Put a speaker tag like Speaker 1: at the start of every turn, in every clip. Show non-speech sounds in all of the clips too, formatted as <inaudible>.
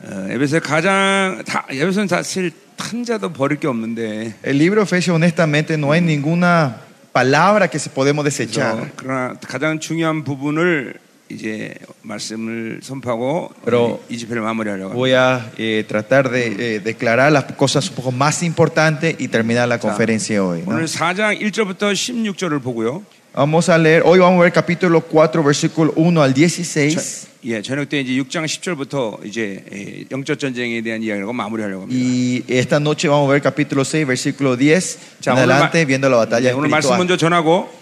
Speaker 1: 어, 에베소에 가장 다 에베소는 사실 한 자도 버릴 게 없는데
Speaker 2: El libro de Efesios, honestamente, no hay ninguna palabra que se podemos desechar.
Speaker 1: 그래서 그러나 가장 중요한 부분을 이제 말씀을 선포하고
Speaker 2: 그럼-
Speaker 1: 이 집회를 마무리하려고 합니다.
Speaker 2: Voy a eh, tratar de eh, declarar las cosas un poco más importantes y terminar la conferencia hoy. ¿no?
Speaker 1: 오늘 4장 1절부터 16절을 보고요.
Speaker 2: Vamos a leer, hoy vamos a ver capítulo 4, versículo 1 al 16.
Speaker 1: 예, 저녁 때 이제 6장 10절부터 이제 예, 영적 전쟁에 대한 이야기라고 마무리하려고 합니다.
Speaker 2: Y esta noche vamos a ver capítulo 6, versículo 10.
Speaker 1: 자,
Speaker 2: en
Speaker 1: 오늘, 마-
Speaker 2: adelante, viendo la batalla
Speaker 1: 예, 오늘 말씀
Speaker 2: espiritual.
Speaker 1: 먼저 전하고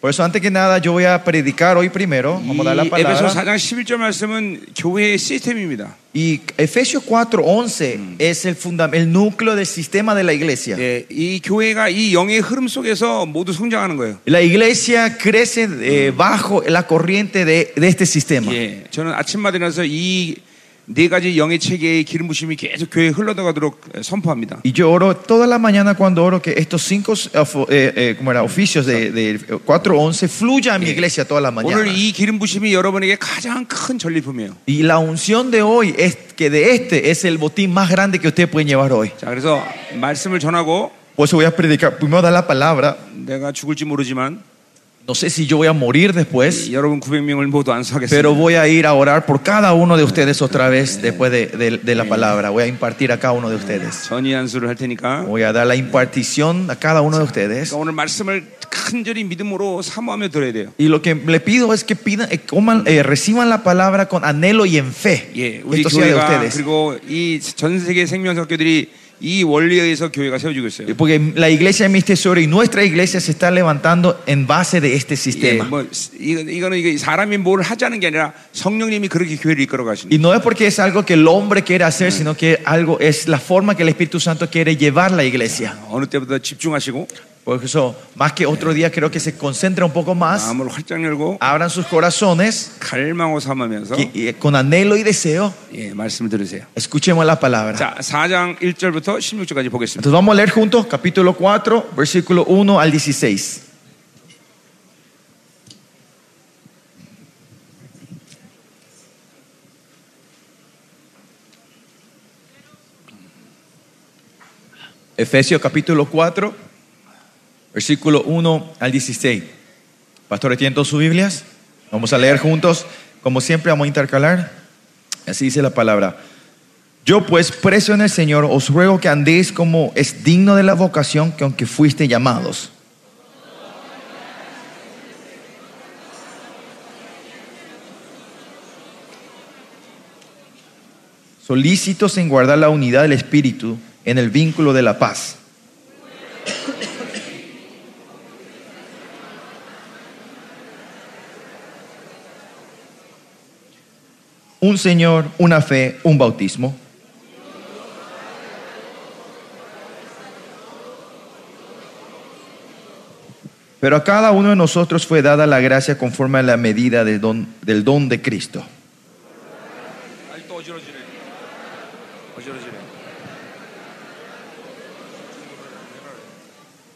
Speaker 2: Por eso, antes que nada, yo voy a predicar hoy primero. Vamos a dar la
Speaker 1: 이 에베소
Speaker 2: palabra.
Speaker 1: 4장 11절 말씀은 교회의 시스템입니다.
Speaker 2: Y Efesios 4, 11 es el, funda- el núcleo del sistema de la iglesia.
Speaker 1: 예, 이 교회가 이 영의 흐름 속에서 모두 성장하는 거예요.
Speaker 2: La iglesia crece eh, bajo la corriente de, de este sistema.
Speaker 1: 예, 저는 아침마다 일어나서 이 네 가지 영의 체계의 기름 부심이 계속 교회에 흘러들어가도록 선포합니다.
Speaker 2: Y yo oro toda la mañana cuando oro que estos cinco eh, fo- eh, eh, ¿cómo era? oficios de, de 4.11 fluya a mi iglesia toda la
Speaker 1: 오늘
Speaker 2: mañana.
Speaker 1: 이 기름 부심이 여러분에게 가장 큰 전리품이에요.
Speaker 2: Y la unción de hoy es que de este es el botín más grande que ustedes pueden llevar hoy.
Speaker 1: 자, 그래서 말씀을 전하고
Speaker 2: Por eso voy a predicar, primero dar la palabra.
Speaker 1: 내가 죽을지 모르지만
Speaker 2: No sé si yo voy a morir después,
Speaker 1: 여러분 900명을 모두 안수하겠습니다.
Speaker 2: pero voy a ir a orar por cada uno de ustedes otra vez después de, de- de la palabra. Voy a impartir a cada uno de ustedes.
Speaker 1: 전이 안수를 할 테니까
Speaker 2: Voy a dar la impartición a cada uno de ustedes.
Speaker 1: 그러니까 오늘 말씀을 간절히 믿음으로 사모하며 들어야 돼요.
Speaker 2: Y lo que le pido es que pidan, eh, coman, eh, reciban la palabra con anhelo y en fe.
Speaker 1: 예,
Speaker 2: Que
Speaker 1: 우리
Speaker 2: Esto sea de
Speaker 1: 교회가
Speaker 2: ustedes.
Speaker 1: 그리고 이 전 세계 생명학교들이 이 원리에 의해서 교회가 세워지고 있어요.
Speaker 2: Porque la iglesia es mi tesoro y nuestra iglesia se está levantando en base de este
Speaker 1: 예,
Speaker 2: sistema.
Speaker 1: 뭐 이거, 이거는 이게 사람이 뭘 하자는 게 아니라 성령님이 그렇게 교회를 이끌어 가시는.
Speaker 2: Y no es porque es algo que el hombre quiere hacer, sino que algo es la forma que el Espíritu Santo quiere llevar la iglesia.
Speaker 1: 어느 때보다 집중하시고
Speaker 2: Por eso, más que otro día, creo que se concentra un poco más,
Speaker 1: 마음을 활짝 열고
Speaker 2: abran sus corazones
Speaker 1: 갈망하고 삼으면서
Speaker 2: que- y- con anhelo y deseo.
Speaker 1: 예, 말씀을 들으세요.
Speaker 2: Escuchemos la palabra.
Speaker 1: 자, 4장 1절부터 16절까지 보겠습니다.
Speaker 2: Entonces vamos a leer juntos capítulo 4, versículo 1 al 16. Efesios capítulo 4, versículo 1 al 16. Pastores, ¿tienen todas sus Biblias? Vamos a leer juntos. Como siempre, vamos a intercalar. Así dice la palabra. Yo pues, preso en el Señor, os ruego que andéis como es digno de la vocación que aunque fuiste llamados. Solícitos en guardar la unidad del Espíritu en el vínculo de la paz. Un Señor, una fe, un bautismo. Pero a cada uno de nosotros fue dada la gracia conforme a la medida del don, del don de Cristo.
Speaker 1: 아니 또 어지러지네. 어지러지네.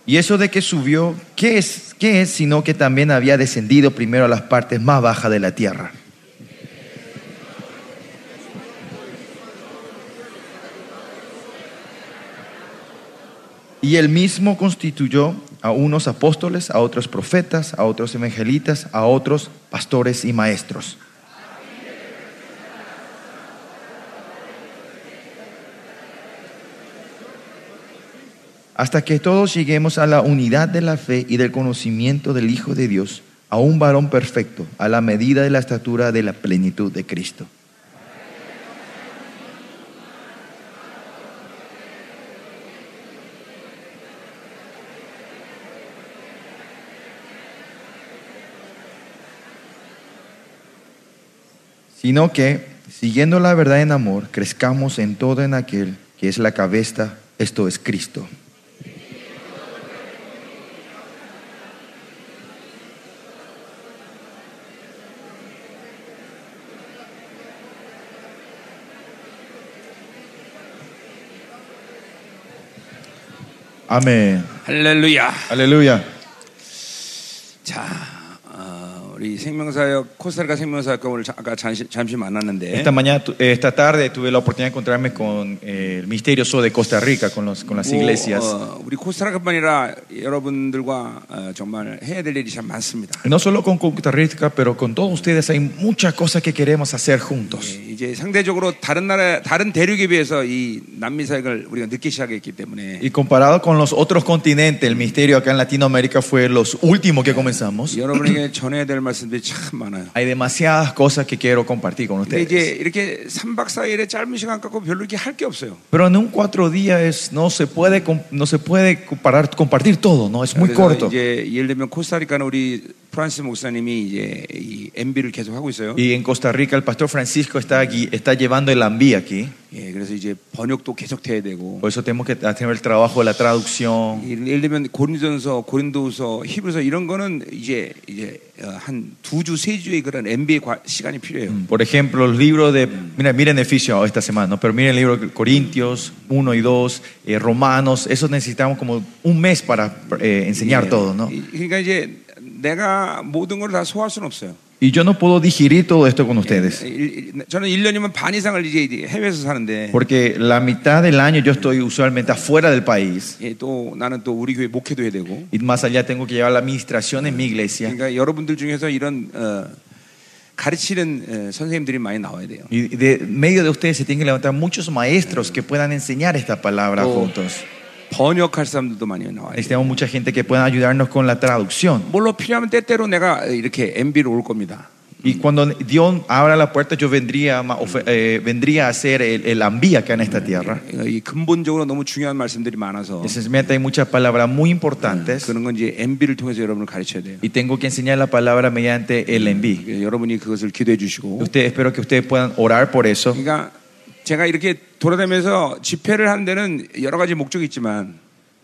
Speaker 2: Y eso de que subió, ¿qué es, qué es sino que también había descendido primero a las partes más bajas de la tierra? Y él mismo constituyó a unos apóstoles, a otros profetas, a otros evangelistas, a otros pastores y maestros. hasta que todos lleguemos a la unidad de la fe y del conocimiento del Hijo de Dios, a un varón perfecto, a la medida de la estatura de la plenitud de Cristo. sino que, siguiendo la verdad en amor, crezcamos en todo en aquel que es la cabeza, esto es Cristo. Amén.
Speaker 1: 할렐루야.
Speaker 2: Aleluya.
Speaker 1: 자, 어, 우리 이 생명사역 코스타리카 생명사역 오늘 자- 아까 잠시, 잠시 만났는데
Speaker 2: Esta mañana, tu- eh, esta tarde tuve la oportunidad de encontrarme con eh, el misterioso de Costa Rica, con, los, con las
Speaker 1: 뭐,
Speaker 2: iglesias.
Speaker 1: 어, 우리 코스타리카뿐 아니라 여러분들과 어, 정말 해야 될 일이 참 많습니다.
Speaker 2: No solo con Costa Rica, pero con todos ustedes hay muchas cosas que queremos hacer juntos.
Speaker 1: 예, 이제 상대적으로 다른 나라 다른 대륙에 비해서 이 남미 사역을 우리가 늦게 시작했기 때문에
Speaker 2: Y comparado con los otros continentes, el misterio acá en Latinoamérica fue los últimos que comenzamos.
Speaker 1: 여러분에게 전해야 될 말씀들이 참 많아요.
Speaker 2: Hay demasiadas cosas que quiero compartir con
Speaker 1: 근데 이제
Speaker 2: ustedes.
Speaker 1: 이렇게 3박 4일의 짧은 시간 갖고 별로 이렇게 할 게 없어요.
Speaker 2: Pero en un cuatro días no se puede, com- no se puede comparar, compartir todo, ¿no? Es muy
Speaker 1: 그래서
Speaker 2: corto.
Speaker 1: 이제 예를 들면 코스타리카는 우리 프란스 목사님이 이제 이 MB를 계속 하고 있어요.
Speaker 2: Y en Costa Rica el pastor Francisco está aquí, está llevando el AMBI aquí.
Speaker 1: 예, 그래서 이제 번역도 계속 돼야 되고
Speaker 2: Por eso tenemos que tener el trabajo de la traducción.
Speaker 1: 예를 예를 들면 고린도전서, 고린도후서, 히브리서 이런 거는 이제 이제 어, 한 두 주 세 주의 그런 MB의 시간이 필요해요.
Speaker 2: Por ejemplo, el libro de. Mira, miren Efesios oh, esta semana, ¿no? pero miren el libro de Corintios 1 y 2, eh, Romanos. Eso necesitamos como un mes para eh, enseñar
Speaker 1: 예.
Speaker 2: todo, ¿no?
Speaker 1: 이- 그러니까 이제 내가 모든 걸 다 소화할 수는 없어요.
Speaker 2: Y yo no puedo digerir todo esto con ustedes.
Speaker 1: 일- 일- 저는 1년이면 반 이상을 이제 해외에서 사는데
Speaker 2: Porque la mitad del año yo estoy usualmente afuera del país.
Speaker 1: 예, 또 나는 또 우리 교회 목회도 해야 되고
Speaker 2: Y más allá tengo que llevar la administración en mi iglesia.
Speaker 1: 그러니까 여러분들 중에서 이런 어, 가르치는 어, 선생님들이 많이 나와야 돼요.
Speaker 2: Y de medio de ustedes se tienen que levantar muchos maestros que puedan enseñar esta palabra
Speaker 1: Oh.
Speaker 2: juntos.
Speaker 1: 번역할 사람들도 많이 나와야 돼요.
Speaker 2: Necesitamos mucha gente que pueda ayudarnos con la traducción.
Speaker 1: 물론 필요하면 때때로 내가 이렇게 MB로 올 겁니다.
Speaker 2: Y cuando Dios abra la puerta, yo vendría, ma- ofe- eh, vendría a ser el, el ambí acá en esta tierra.
Speaker 1: 어, 이 근본적으로 너무 중요한 말씀들이 많아서
Speaker 2: Esencialmente hay muchas palabras muy importantes
Speaker 1: 그런 건 이제 MB를 통해서 여러분을 가르쳐야 돼요.
Speaker 2: y tengo que enseñar la palabra mediante el enví.
Speaker 1: 그래서 여러분이 그것을 기도해 주시고
Speaker 2: Usted, espero que ustedes puedan orar por eso.
Speaker 1: 그러니까 제가 이렇게 돌아다니면서 집회를 하는 데는 여러 가지 목적이 있지만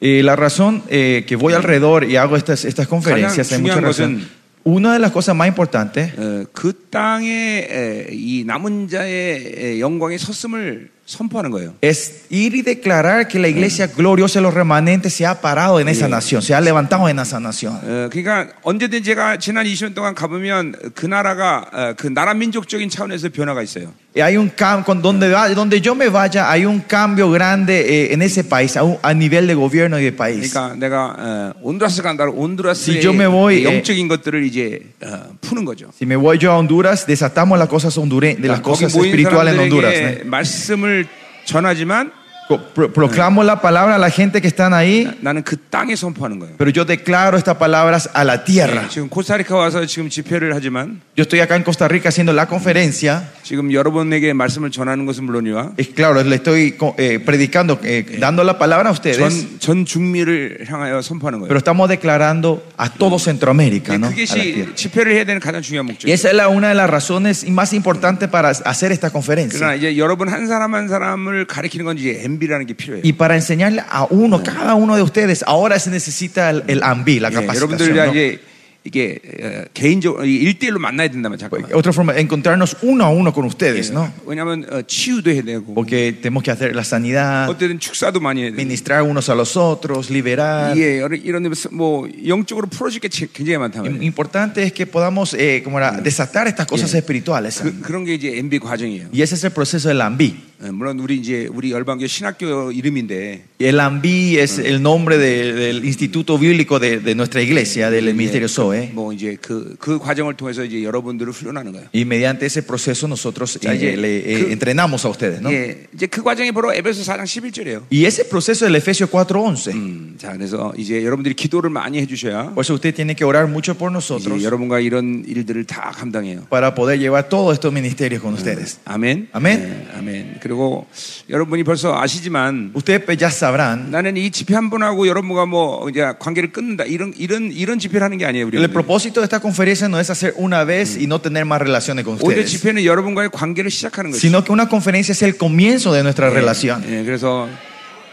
Speaker 2: Eh, la razón eh, que voy alrededor y hago estas, estas conferencias, hay muchas razones. Una de las cosas más importantes
Speaker 1: 어, 그 땅에 에, 이 남은 자의 에, 영광에 섰음을 선포하는 거예요.
Speaker 2: es ir y declarar que la iglesia gloriosa de los remanentes se ha parado en esa nación, se ha levantado en esa nación.
Speaker 1: 어, 그러니까 언제든 제가 지난 20년 동안 가보면 그 나라가 어, 그 나라 민족적인 차원에서 변화가 있어요.
Speaker 2: Y Eh, Hay un cambio, con donde, va- donde yo me vaya, hay un cambio grande eh, en ese país, a, un- a nivel de gobierno y de país.
Speaker 1: 그러니까 내가 어, 온두라스 간다 온두라스의
Speaker 2: Si yo me voy,
Speaker 1: 영적인 것들을 이제 어, 푸는 거죠. 그러니까
Speaker 2: Si me voy yo a Honduras, desatamos las cosas hondure- de las
Speaker 1: 거기
Speaker 2: cosas
Speaker 1: 모인
Speaker 2: espirituales en Honduras.
Speaker 1: 사람들에게 말씀을 전하지만
Speaker 2: ¿no? Co- pro- proclamo la palabra a la gente que están ahí,
Speaker 1: 나는 그 땅에 선포하는 거예요.
Speaker 2: pero yo declaro estas palabras a la tierra.
Speaker 1: 예, 지금 코스타리카 와서 지금 집회를 하지만
Speaker 2: Yo estoy acá en Costa Rica haciendo la conferencia.
Speaker 1: 지금 여러분에게 말씀을 전하는 것은 물론이와
Speaker 2: Es claro, le estoy co- eh, predicando, eh, dando la palabra a
Speaker 1: 예,
Speaker 2: ustedes,
Speaker 1: 전, 전 중미를 향하여 선포하는 거예요.
Speaker 2: pero estamos declarando a todo Centroamérica, ¿no?
Speaker 1: 그게
Speaker 2: A la tierra.
Speaker 1: 시, 집회를 해야 되는 가장 중요한
Speaker 2: Y
Speaker 1: 목적이에요.
Speaker 2: esa es la- una de las razones más importantes para hacer esta conferencia.
Speaker 1: 그러나 이제 여러분 한 사람 한 사람을 가리키는 건 이제 MB라는 게 필요해요.
Speaker 2: Y para enseñarle a uno, cada uno de ustedes, ahora se necesita el, el AMBI, la
Speaker 1: 예, 여러분들
Speaker 2: capacitación.
Speaker 1: 다
Speaker 2: ¿no?
Speaker 1: 이제 이게 어, 개인적으로 이 일대일로 만나야 된다면 잠깐만.
Speaker 2: Otra forma, encontrarnos uno a uno con ustedes, ¿no?
Speaker 1: 왜냐하면 뭐, 어, 치유도 해야 되고
Speaker 2: Porque tenemos que hacer la sanidad,
Speaker 1: 어쨌든 축사도 많이 해야 되고
Speaker 2: ministrar unos a los otros, liberar.
Speaker 1: 예, 여러- 이런 뭐 영적으로 풀어질 게 제- 굉장히 많다면
Speaker 2: Lo importante es que podamos eh, como era, desatar estas cosas espirituales. ¿eh?
Speaker 1: 그, 그런 게 이제 MB 과정이에요.
Speaker 2: Y ese es el proceso del AMBI.
Speaker 1: 예, 물론 우리 이제 우리 열방교 신학교 이름인데
Speaker 2: El AMBI es el nombre de- del instituto bíblico de, de nuestra iglesia, del ministerio ¿eh? SOE.
Speaker 1: 뭐 이제 그, 그 과정을 통해서 이제 여러분들을 훈련하는 거예요.
Speaker 2: Y mediante ese proceso nosotros
Speaker 1: Ya,
Speaker 2: eh,
Speaker 1: ya.
Speaker 2: le, eh,
Speaker 1: Que-
Speaker 2: entrenamos a ustedes, ¿no?
Speaker 1: 예, 이제 그 과정이 바로 에베소 4장 11절이에요.
Speaker 2: Y ese proceso del Efesios 4.11.
Speaker 1: 음, 자, 그래서 이제 여러분들이 기도를 많이 해주셔야
Speaker 2: Por eso usted tiene que orar mucho por nosotros
Speaker 1: 이제 여러분과 이런 일들을 다 감당해요.
Speaker 2: para poder llevar todos estos ministerios con ustedes.
Speaker 1: 아멘.
Speaker 2: 아멘.
Speaker 1: 예, 아멘. 그리고 여러분이 벌써 아시지만
Speaker 2: Ustedes pues, ya sabrán.
Speaker 1: 나는 이 집회 한 분하고 여러분과 뭐 이제 관계를 끊는다 이런 이런 이런 집회를 하는 게 아니에요. 우리
Speaker 2: El propósito de esta conferencia no es hacer una vez y no tener más relaciones con
Speaker 1: 오히려
Speaker 2: ustedes,
Speaker 1: 집회는 여러분과의 관계를 시작하는 거죠.
Speaker 2: sino que una conferencia es el comienzo de nuestra relación.
Speaker 1: 예, 그래서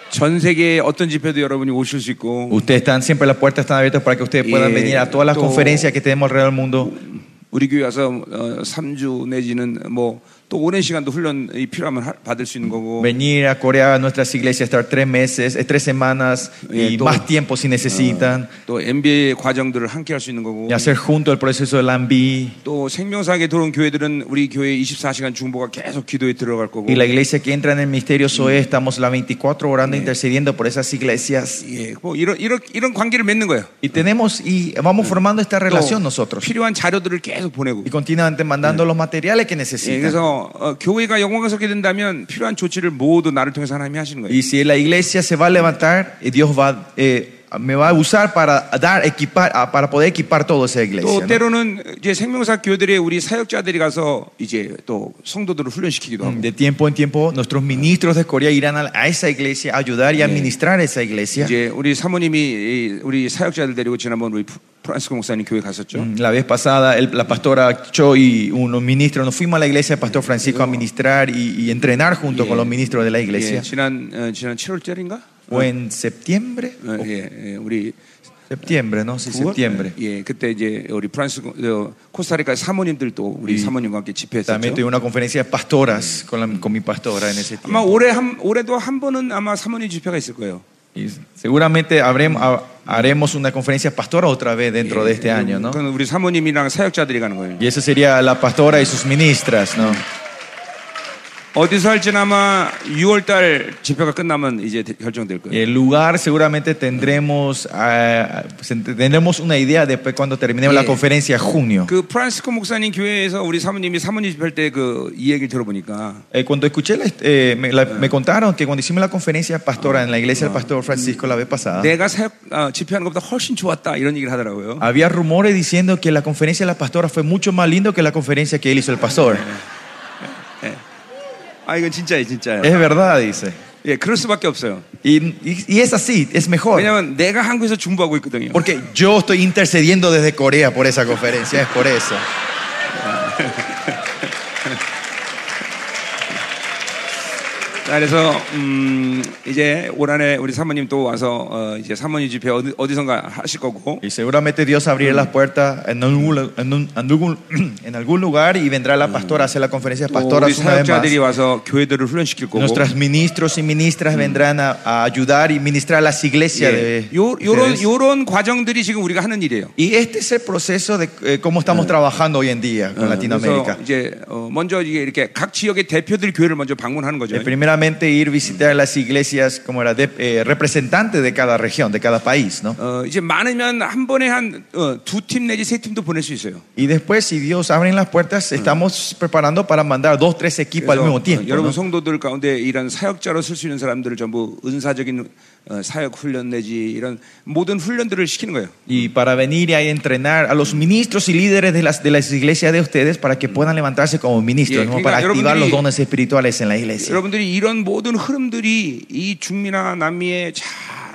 Speaker 1: 전 세계 어떤 집회도 여러분이 오실 수 있고
Speaker 2: Ustedes están siempre, las puertas están abiertas para que ustedes puedan
Speaker 1: Eh,
Speaker 2: venir a todas las
Speaker 1: to-
Speaker 2: conferencias que tenemos alrededor del mundo.
Speaker 1: 우리 교회 와서 어, 3주 내지는 뭐 또 오랜 시간도 훈련이 필요하면 하- 받을 수 있는 거고
Speaker 2: Venir a Corea a nuestras iglesias, estar tres meses, eh, tres semanas
Speaker 1: Bien,
Speaker 2: y
Speaker 1: todo.
Speaker 2: más tiempo si necesitan.
Speaker 1: 또 MBA 과정들을 함께 할 수 있는 거고
Speaker 2: Y hacer junto el proceso del AMBI.
Speaker 1: 또 생명사학에 들어온 교회들은 우리 교회 24시간 중보가 계속 기도에 들어갈 거고
Speaker 2: Y la iglesia que entra en el misterio Zoe, estamos las 24 orando, intercediendo por esas iglesias.
Speaker 1: 예, 뭐 이런 이런 이런 관계를 맺는 거예요.
Speaker 2: Y tenemos y vamos formando esta
Speaker 1: 또
Speaker 2: relación nosotros.
Speaker 1: 필요한 자료들을 계속 보내고.
Speaker 2: Y continuamente mandando los materiales que
Speaker 1: 예,
Speaker 2: necesitan.
Speaker 1: 그래서 어, 교회가 영광스럽게 된다면 필요한 조치를 모두 나를 통해서 하나님이 하시는 거예요.
Speaker 2: Y si la iglesia se va a levantar, eh, Dios va, eh, me va a usar para, dar, equipar, ah, para poder equipar toda esa iglesia.
Speaker 1: 또
Speaker 2: ¿no?
Speaker 1: 때로는 이제 생명사 교회들의 우리 사역자들이 가서 이제 또 성도들을 훈련시키기도 하고.
Speaker 2: De tiempo en tiempo, nuestros ministros de Corea irán a, a esa iglesia a ayudar y administrar esa iglesia.
Speaker 1: 이제 우리 사모님이 이, 우리 사역자들 데리고 지난번 우리 프- 프란스코 목사님 교회 갔었죠.
Speaker 2: La vez pasada, el- la pastora Cho y unos ministros, nos fuimos a la iglesia del pastor Francisco a ministrar y, y entrenar junto con los ministros de la
Speaker 1: 예,
Speaker 2: iglesia.
Speaker 1: 지난 어, 지난 7월절인가?
Speaker 2: O en septiembre, o-
Speaker 1: 예, 예, 우리
Speaker 2: septiembre, ¿no? Sí,
Speaker 1: 구월?
Speaker 2: septiembre.
Speaker 1: 예, 그때 이제 우리 프랑스 어, 코스타리카 사모님들 또 우리 사모님과 함께
Speaker 2: También tuve
Speaker 1: 집회했었죠.
Speaker 2: una conferencia de pastoras con, la- con mi pastora en ese
Speaker 1: 아마
Speaker 2: tiempo.
Speaker 1: 올해 한 올해도 한 번은 아마 사모님 집회가 있을 거예요.
Speaker 2: Y seguramente habremos, ha- haremos una conferencia pastora otra vez dentro
Speaker 1: 네,
Speaker 2: de este año, ¿no?
Speaker 1: 그건 우리 사모님이랑 사역자들이 가는 거예요.
Speaker 2: Y eso sería la pastora y sus ministras, ¿no?
Speaker 1: 어디서 할지는 아마 6월달 집회가 끝나면 이제 대- 결정될
Speaker 2: Y
Speaker 1: 거예요.
Speaker 2: el lugar seguramente tendremos, ah, pues, ent- tendremos una idea después cuando terminemos la
Speaker 1: Sí.
Speaker 2: conferencia en junio.
Speaker 1: 그 프란스코 목사님 교회에서 우리 사모님이 사모님 집회할 때 그 이 얘기를 들어보니까
Speaker 2: Eh, cuando escuché, la- eh, me, la- me contaron que cuando hicimos la conferencia pastora en la iglesia del pastor Francisco la vez pasada,
Speaker 1: 내가 사역 아, 집회하는 것보다 훨씬 좋았다 이런 얘기를 하더라고요.
Speaker 2: había rumores diciendo que la conferencia de la pastora fue mucho más lindo que la conferencia que él hizo el pastor.
Speaker 1: 아 이건 진짜예요, 진짜예요.
Speaker 2: Es verdad, dice.
Speaker 1: 예, 그럴 수밖에 없어요.
Speaker 2: Y, y- y es así, es mejor.
Speaker 1: 왜냐면 내가 한국에서 중보하고 있거든요.
Speaker 2: Porque yo estoy intercediendo desde Corea por esa conferencia, es por eso.
Speaker 1: 자, 그래서 음, 이제 올 한해 우리 사모님 또 와서 어, 이제 사모님 집회 어디, 어디선가 하실 거고
Speaker 2: Y seguramente Dios abrirá las puertas en algún, lu- en un- en algún- <clears throat> en algún lugar y vendrá la pastora a hacer la conferencia de
Speaker 1: 또 우리
Speaker 2: pastoras una vez más.
Speaker 1: 사역자들이 와서 교회들을 훈련시킬 거고
Speaker 2: Nuestros ministros y ministras vendrán a, a ayudar y ministrar a las iglesias
Speaker 1: 예.
Speaker 2: de
Speaker 1: 요, 요런,
Speaker 2: ustedes.
Speaker 1: 요런 과정들이 지금 우리가 하는 일이에요
Speaker 2: Y este es el proceso de eh, cómo estamos trabajando hoy en día con Latinoamérica.
Speaker 1: 그래서 이제 어, 먼저 이게 이렇게 각 지역의 대표들 교회를 먼저 방문하는 거죠
Speaker 2: Eh, primeramente ir visitar las iglesias como era de- eh, representante de cada región, de cada país, ¿no?
Speaker 1: 어, 이제 많으면 한 번에 한 어, 두 팀 내지 세 팀도 보낼 수 있어요
Speaker 2: Y después, si Dios abre las puertas, estamos preparando para mandar dos, tres equipos al
Speaker 1: 그래서,
Speaker 2: mismo
Speaker 1: 어,
Speaker 2: tiempo.
Speaker 1: 여러분
Speaker 2: ¿no?
Speaker 1: 성도들 가운데 이런 사역자로 쓸 수 있는 사람들을 전부 은사적인 어, 사역 훈련 내지 이런 모든 훈련들을 시키는 거예요.
Speaker 2: Y para venir y a entrenar a los ministros y líderes de las, de las iglesias de ustedes para que puedan levantarse como ministros,
Speaker 1: Yeah,
Speaker 2: ¿no? para
Speaker 1: 그러니까
Speaker 2: activar los
Speaker 1: 여러분들이-
Speaker 2: dones espirituales en la iglesia.
Speaker 1: 여러분들이 이런 모든 흐름들이 이 중미나 남미에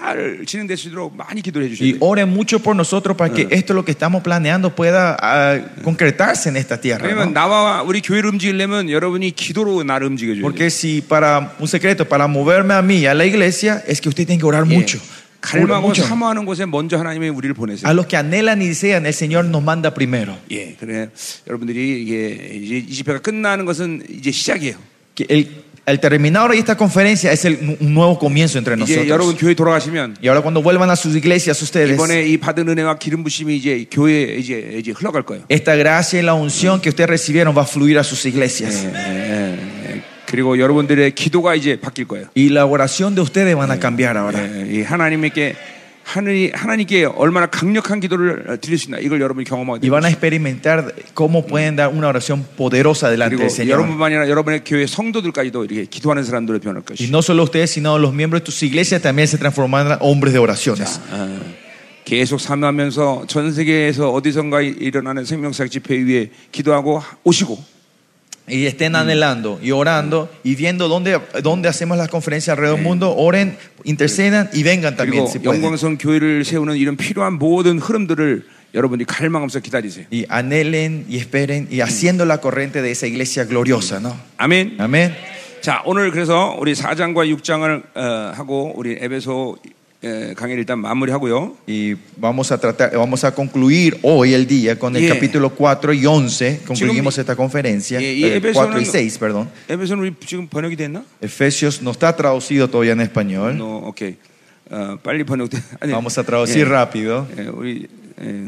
Speaker 1: 잘 진행될 수 있도록 많이 어, 기도해 를 주셔야 돼요.
Speaker 2: Y oren mucho por nosotros para que esto lo que estamos planeando pueda ah, concretarse en esta tierra.
Speaker 1: 왜냐면
Speaker 2: ¿no?
Speaker 1: 나와 우리 교회를 움직이려면 여러분이 기도로 나를 움직여 줘야 돼요.
Speaker 2: Porque si para un secreto, para moverme a mí y a la iglesia, es que usted tiene que orar mucho. Orar
Speaker 1: 갈망하고
Speaker 2: mucho.
Speaker 1: 사모하는 곳에 먼저 하나님이 우리를
Speaker 2: A
Speaker 1: 보내세요.
Speaker 2: los que anhelan y desean, el Señor nos manda primero.
Speaker 1: 예, 그래 여러분들이 이게 이제 이 집회가 끝나는 것은 이제 시작이에요.
Speaker 2: Que el, el terminar hoy esta conferencia es el, nu- un nuevo comienzo entre
Speaker 1: 이제 여러분
Speaker 2: nosotros.
Speaker 1: 교회 돌아가시면
Speaker 2: Y ahora cuando vuelvan a sus iglesias ustedes,
Speaker 1: 이번에 이 받은 은혜와 기름 부심이 이제 교회에 이제 이제 흘러갈 거예요.
Speaker 2: esta gracia y la unción que ustedes recibieron va a fluir a sus iglesias.
Speaker 1: 예, 예, 예. 그리고 여러분들의 기도가 이제 바뀔 거예요.
Speaker 2: Y la oración de ustedes van a cambiar ahora.
Speaker 1: 예, 이 하나님께 하늘이 하나님께 얼마나 강력한 기도를 드릴 수 있나 이걸 여러분이 경험하게 될
Speaker 2: Y van a
Speaker 1: 것이에요.
Speaker 2: experimentar cómo pueden dar una oración poderosa delante
Speaker 1: 그리고
Speaker 2: del Señor.
Speaker 1: 여러분뿐만 아니라 여러분의 교회 성도들까지도 이렇게 기도하는 사람들로 변할
Speaker 2: Y
Speaker 1: 것이.
Speaker 2: no solo ustedes, sino los miembros de tus iglesias también se transformarán en hombres de oraciones.
Speaker 1: 어, 계속 사모하면서 전 세계에서 어디선가 일어나는 생명사역 집회 위에 기도하고 오시고
Speaker 2: Y estén anhelando y orando y viendo dónde, dónde hacemos las conferencias alrededor del mundo. Oren, intercedan y vengan
Speaker 1: 그리고
Speaker 2: también si pueden.
Speaker 1: 영광성 교회를 세우는 이런 필요한 모든 흐름들을 여러분이 갈망하면서 기다리세요.
Speaker 2: Y anhelen y esperen y haciendo la corriente de esa iglesia gloriosa, ¿no?
Speaker 1: 아멘.
Speaker 2: Amén.
Speaker 1: 자, 오늘 그래서 우리 4장과 6장을 하고 우리 어, 에베소 에, 강의를 일단 마무리하고요.
Speaker 2: Y vamos a tratar, vamos a concluir hoy el día con el
Speaker 1: Yeah.
Speaker 2: capítulo 4 y 11. Concluimos esta conferencia.
Speaker 1: Yeah, y
Speaker 2: eh, 4 y
Speaker 1: Éfeso는-
Speaker 2: 6, perdón.
Speaker 1: 예, 에베소는 우리 지금 번역이 됐나?
Speaker 2: Efesios no está traducido todavía en español.
Speaker 1: no, 오케이. 어, 빨리 번역돼. 음. 아니,
Speaker 2: Vamos a traducir rápido.
Speaker 1: 예, 우리 예.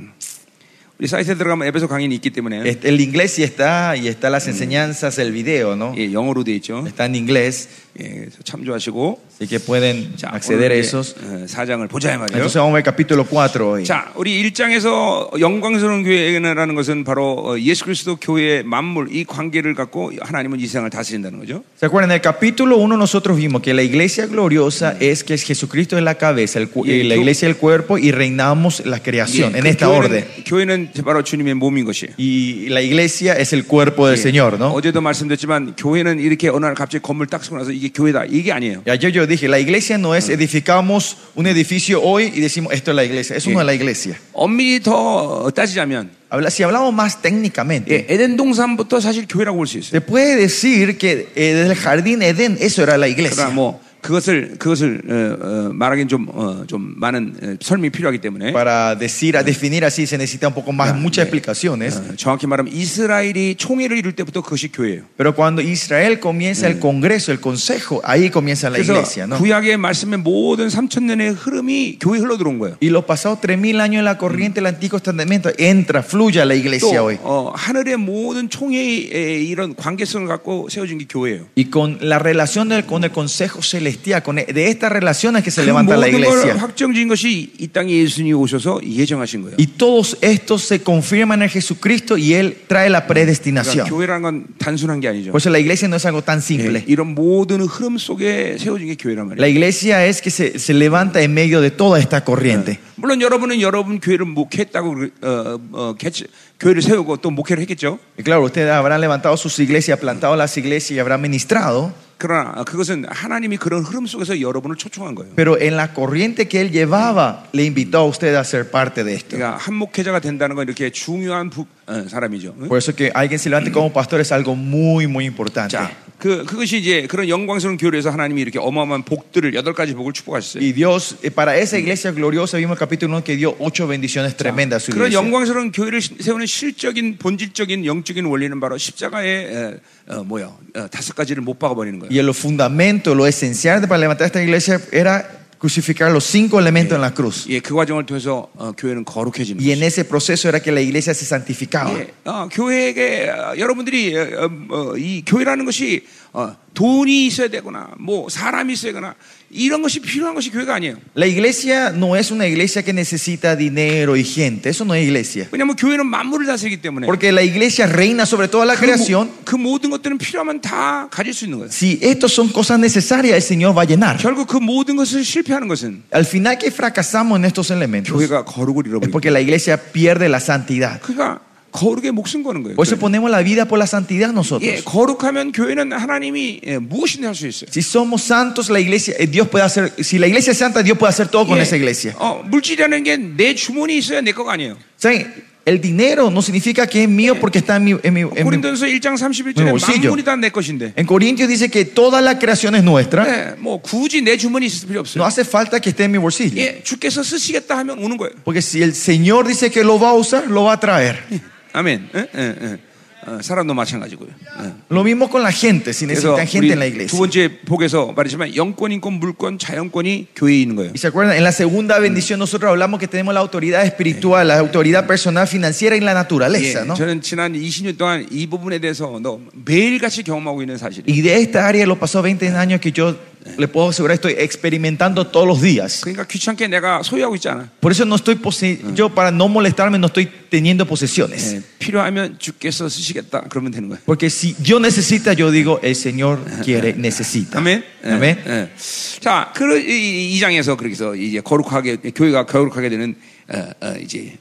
Speaker 1: 우리 사이트에 들어가면 에베소 강의는 있기 때문에
Speaker 2: Este, El inglés sí está, y está
Speaker 1: Mm.
Speaker 2: las enseñanzas, el video, ¿no?
Speaker 1: 예, 영어로 돼 있죠.
Speaker 2: Está en inglés,
Speaker 1: 예, 그래서 참조하시고
Speaker 2: así que pueden acceder a esos.
Speaker 1: 어, 사장을 보자 이 말이에요.
Speaker 2: Entonces vamos a ver capítulo 4 hoy.
Speaker 1: 자, 우리 1장에서 영광스러운 교회라는 것은 바로 어, 예수 그리스도 교회의 만물 이 관계를 갖고 하나님은 이 세상을 다스린다는 거죠.
Speaker 2: ¿Se acuerdan? En el capítulo 1 nosotros vimos que la iglesia gloriosa
Speaker 1: Mm.
Speaker 2: es que es Jesucristo es la cabeza, el cu-
Speaker 1: Y
Speaker 2: y la
Speaker 1: tú-
Speaker 2: iglesia el cuerpo y reinamos la creación
Speaker 1: 예,
Speaker 2: en
Speaker 1: 그
Speaker 2: esta orden.
Speaker 1: 교회는, 교회는 바로 주님의 몸인 것이에요.
Speaker 2: Y la iglesia es el cuerpo del
Speaker 1: 예,
Speaker 2: Señor, ¿no?
Speaker 1: 어제도 말씀드렸지만 교회는 이렇게 어느 날 갑자기 건물 딱 쓰고 나서 이게 교회다 이게 아니에요.
Speaker 2: Y ayer yo dije, la iglesia no es edificamos un edificio hoy y decimos esto es la iglesia, eso
Speaker 1: Sí.
Speaker 2: no es la iglesia.
Speaker 1: 엄밀히 더 따지자면
Speaker 2: Habla- si hablamos más
Speaker 1: 예,
Speaker 2: técnicamente,
Speaker 1: 에덴 동산부터 사실 교회라고 볼 수 있어요.
Speaker 2: se puede decir que eh, desde el jardín Edén eso era la
Speaker 1: 그러나
Speaker 2: iglesia.
Speaker 1: 뭐 그것을 그것을 어, 어, 말하기엔 좀좀 많은 어, 설명이 필요하기 때문에
Speaker 2: Para decir, a definir así se necesita un poco más, muchas explicaciones.
Speaker 1: 어, 정확히 말하면 이스라엘이 총회를 이룰 때부터 그것이 교회예요.
Speaker 2: Pero cuando Israel comienza el Congreso, el Consejo, ahí comienza la
Speaker 1: 그래서
Speaker 2: iglesia, ¿no?
Speaker 1: 구약의 말씀의 모든 3천 년의 흐름이 교회 흘러 들어온 거예요.
Speaker 2: Y los pasados 3.000 años en la corriente del Antiguo Testamento entra, fluye a la
Speaker 1: 또
Speaker 2: iglesia hoy.
Speaker 1: 어, 하늘의 모든 총회의 이런 관계성을 갖고 세워진 게 교회예요.
Speaker 2: Y con la relación del- con el Consejo Celestial, con e, de estas relaciones que se
Speaker 1: 그
Speaker 2: levanta la
Speaker 1: 모든 걸
Speaker 2: iglesia.
Speaker 1: 확정지은 것이 이 땅에 예수님이 오셔서 예정하신 거예요. 그러니까
Speaker 2: Y todos estos se confirman en Jesucristo y Él trae la
Speaker 1: 그러니까
Speaker 2: predestinación.
Speaker 1: 교회라는 건 단순한 게 아니죠.
Speaker 2: Por eso la iglesia no es algo tan
Speaker 1: 예,
Speaker 2: simple.
Speaker 1: 이런 모든 흐름 속에 세워진 게 교회란 말이에요.
Speaker 2: La iglesia es que se, se levanta en medio de toda esta corriente.
Speaker 1: 물론 여러분은 여러분 교회를 목회했다고 그- 어, 어, 개최- 교회를 세우고 또 목회를 했겠죠.
Speaker 2: Y claro, ustedes habrán levantado sus iglesias, plantado las iglesias y habrán ministrado.
Speaker 1: 그러나 그것은 하나님이 그런 흐름 속에서 여러분을 초청한 거예요.
Speaker 2: Pero en la corriente que él llevaba, le invitó a usted a ser parte de esto.
Speaker 1: 그러니까 한 목회자가 된다는 건 이렇게 중요한 부- 어, 사람이죠. 응?
Speaker 2: Por eso que alguien se levante como pastor es algo muy, muy importante.
Speaker 1: 자, 그 그것이 이제 그런 영광스러운 교회를 해서 하나님이 이렇게 어마어마한 복들을 여덟 가지 복을 축복하셨어요.
Speaker 2: Y Dios, eh, para esa iglesia gloriosa, vimos el capítulo 1 que dio ocho bendiciones tremendas a su
Speaker 1: 그런
Speaker 2: iglesia.
Speaker 1: 영광스러운 교회를 시- 세우는 실적인 본질적인 영적인 원리는 바로 십자가의 에, 어, 뭐야 어, 다섯 가지를 못 박아버리는 거예요.
Speaker 2: Y en los fundamentos, lo esencial para levantar esta iglesia era crucificar los cinco elementos en la cruz.
Speaker 1: 예, 그 과정을 통해서 어, 교회는 거룩해지는
Speaker 2: Y
Speaker 1: 거예요.
Speaker 2: en ese proceso era que la iglesia se santificaba.
Speaker 1: 예, 어, 교회에게 어, 여러분들이 어, 어, 이 교회라는 것이 어, 돈이 있어야 되거나 뭐 사람이 있어야 되거나 이런 것이 필요한 것이 교회가 아니에요.
Speaker 2: La iglesia no es una iglesia que necesita dinero y gente. Eso no es iglesia.
Speaker 1: 왜냐하면 교회는 만물을 다스리기 때문에
Speaker 2: Porque la iglesia reina sobre toda la
Speaker 1: 그,
Speaker 2: creación.
Speaker 1: 모, 그 모든 것들은 필요하면 다 가질 수 있는 거예요.
Speaker 2: Si estos son cosas necesarias, el Señor va a llenar.
Speaker 1: 결국 그 모든 것을 실패하는 것은
Speaker 2: Al final que fracasamos en estos elementos
Speaker 1: 교회가 거룩을
Speaker 2: es
Speaker 1: 잃어버리고
Speaker 2: porque la iglesia pierde la santidad.
Speaker 1: 그러니까 거룩에 목숨 거는 거예요.
Speaker 2: Por eso
Speaker 1: 교회는.
Speaker 2: ponemos la vida por la santidad
Speaker 1: 예,
Speaker 2: nosotros.
Speaker 1: 거룩하면 교회는 하나님이 예, 무엇이든 할수 있어요.
Speaker 2: Si somos santos, la iglesia, eh, Dios puede hacer, si la iglesia es santa, Dios puede hacer todo con esa
Speaker 1: 예,
Speaker 2: iglesia.
Speaker 1: 어, 물질이라는 게 내 주머니 있어야 내 거가 아니에요.
Speaker 2: ¿Saben? El dinero no significa que es mío porque está en mi... En, mi- en mi-
Speaker 1: 고린도서 1장
Speaker 2: 네,
Speaker 1: 31절에
Speaker 2: 옷이죠.
Speaker 1: 만물이 다 내 것인데.
Speaker 2: en Corintios dice que toda la creación es nuestra.
Speaker 1: 네, 뭐 굳이 내 주머니 있을 필요
Speaker 2: No
Speaker 1: 없어요.
Speaker 2: hace falta que esté en mi bolsillo.
Speaker 1: 예, 주께서 쓰시겠다 하면 오는 거예요.
Speaker 2: Porque si el Señor dice que lo va a usar, lo va a traer.
Speaker 1: 아멘. 예, 예, 예. 어, 사람도 마찬가지고요. 예.
Speaker 2: Lo mismo con la gente, si
Speaker 1: 그래서
Speaker 2: necesitan gente en la
Speaker 1: 우리 두
Speaker 2: iglesia.
Speaker 1: 번째 복에서 말했지만 영권, 인권, 물권, 자연권이 교회에 있는 거예요.
Speaker 2: Y se acuerdan, en la segunda bendición nosotros hablamos que tenemos la autoridad espiritual, la autoridad personal, financiera y la
Speaker 1: 예,
Speaker 2: naturaleza, ¿no?
Speaker 1: 저는 지난 20년 동안 이 부분에 대해서 너 매일같이 경험하고 있는 사실이에요.
Speaker 2: Y de esta área, los pasados 20 años que yo le puedo asegurar, estoy experimentando todos los días.
Speaker 1: 그러니까 귀찮게 내가 소유하고 있잖아.
Speaker 2: Por eso no estoy, pose- yo para no molestarme, no estoy teniendo posesiones.
Speaker 1: 예, 필요하면 주께서 쓰시겠다 그러면 되는 거예요.
Speaker 2: Porque si yo necesita, yo digo, el Señor quiere, necesita.
Speaker 1: 아멘. 예,
Speaker 2: Amén.
Speaker 1: 예. 자, 그 이- 이 장에서 그렇게 해서 이제 거룩하게 교회가 거룩하게 되는 어, 어, 이제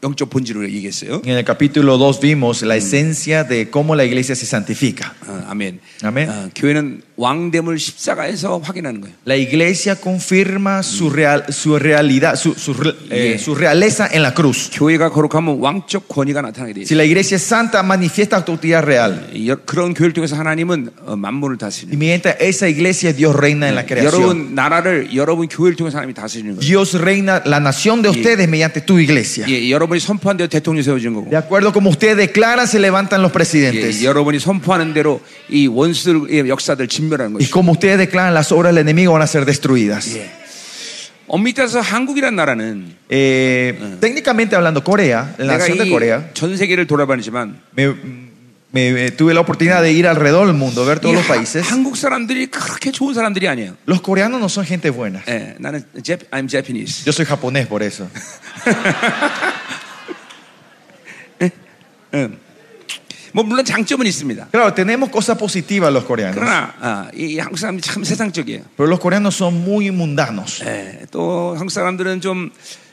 Speaker 1: 영적 본질을 얘기했어요.
Speaker 2: En el capítulo 2 vimos la esencia de cómo la iglesia se santifica.
Speaker 1: 어, 아멘.
Speaker 2: 아멘.
Speaker 1: 어, 교회는 왕됨을 십자가에서 확인하는 거예요.
Speaker 2: La iglesia confirma su, real- su realidad, su, su re- eh,
Speaker 1: Yeah.
Speaker 2: su realeza en la cruz.
Speaker 1: 교회가 거룩하면 왕적 권위가 나타나게 돼
Speaker 2: Si
Speaker 1: 있어요.
Speaker 2: la iglesia es santa, manifiesta autoridad real.
Speaker 1: 여- 그런 교회를 통해서 하나님은 어, 만물을
Speaker 2: Y
Speaker 1: 다스리는
Speaker 2: mientras esa iglesia, Dios reina en la
Speaker 1: 거예요.
Speaker 2: creación.
Speaker 1: 여러분 나라를 여러분 교회를 통해서 하나님이 다스리는 거예요.
Speaker 2: Dios reina la nación de ustedes mediante tu iglesia.
Speaker 1: 예, 여러분이 선포한 대로 대통령 세워지는 거고
Speaker 2: De acuerdo como ustedes declaran, se levantan los
Speaker 1: 예,
Speaker 2: presidentes.
Speaker 1: 여러분이 선포하는 대로 이 원수의 역사들 진멸하는
Speaker 2: Y
Speaker 1: 것이죠.
Speaker 2: como ustedes declaran, las obras del enemigo van a ser destruidas.
Speaker 1: 예. 엄밀히 따서 한국이란 나라는
Speaker 2: Eh, técnicamente hablando, Corea, la
Speaker 1: 내가
Speaker 2: nación de Corea,
Speaker 1: 이 전 세계를 돌아봤지만
Speaker 2: me, me- me- tuve la oportunidad de ir alrededor del mundo, ver
Speaker 1: 이
Speaker 2: todos los
Speaker 1: 하-
Speaker 2: países.
Speaker 1: 한국 사람들이 그렇게 좋은 사람들이 아니에요.
Speaker 2: Los coreanos no son gente buena.
Speaker 1: 예, 나는 Jap, I'm Japanese.
Speaker 2: Yo soy japonés por eso.
Speaker 1: 뭐 물론 장점은 있습니다.
Speaker 2: Claro, tenemos cosas positivas los coreanos,
Speaker 1: 그러나 아, 이 한국 사람이 참 세상적이에요.
Speaker 2: pero los coreanos son muy mundanos.
Speaker 1: 예, 또 한국 사람들은 좀,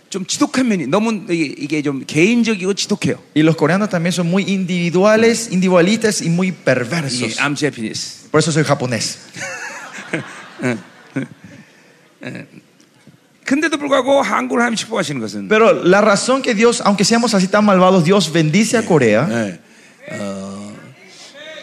Speaker 1: 좀 지독한 면이 너무 이게, 이게 좀 개인적이고 지독해요.
Speaker 2: Y los coreanos también son muy individuales, individualistas y muy
Speaker 1: 예,
Speaker 2: perversos.
Speaker 1: I'm Japanese.
Speaker 2: Por eso soy japonés.
Speaker 1: 근데도 불구하고 한국을 하나님 축복하시는 것은
Speaker 2: Pero la razón que Dios, aunque seamos así tan malvados, Dios bendice a Corea.
Speaker 1: 예, 어,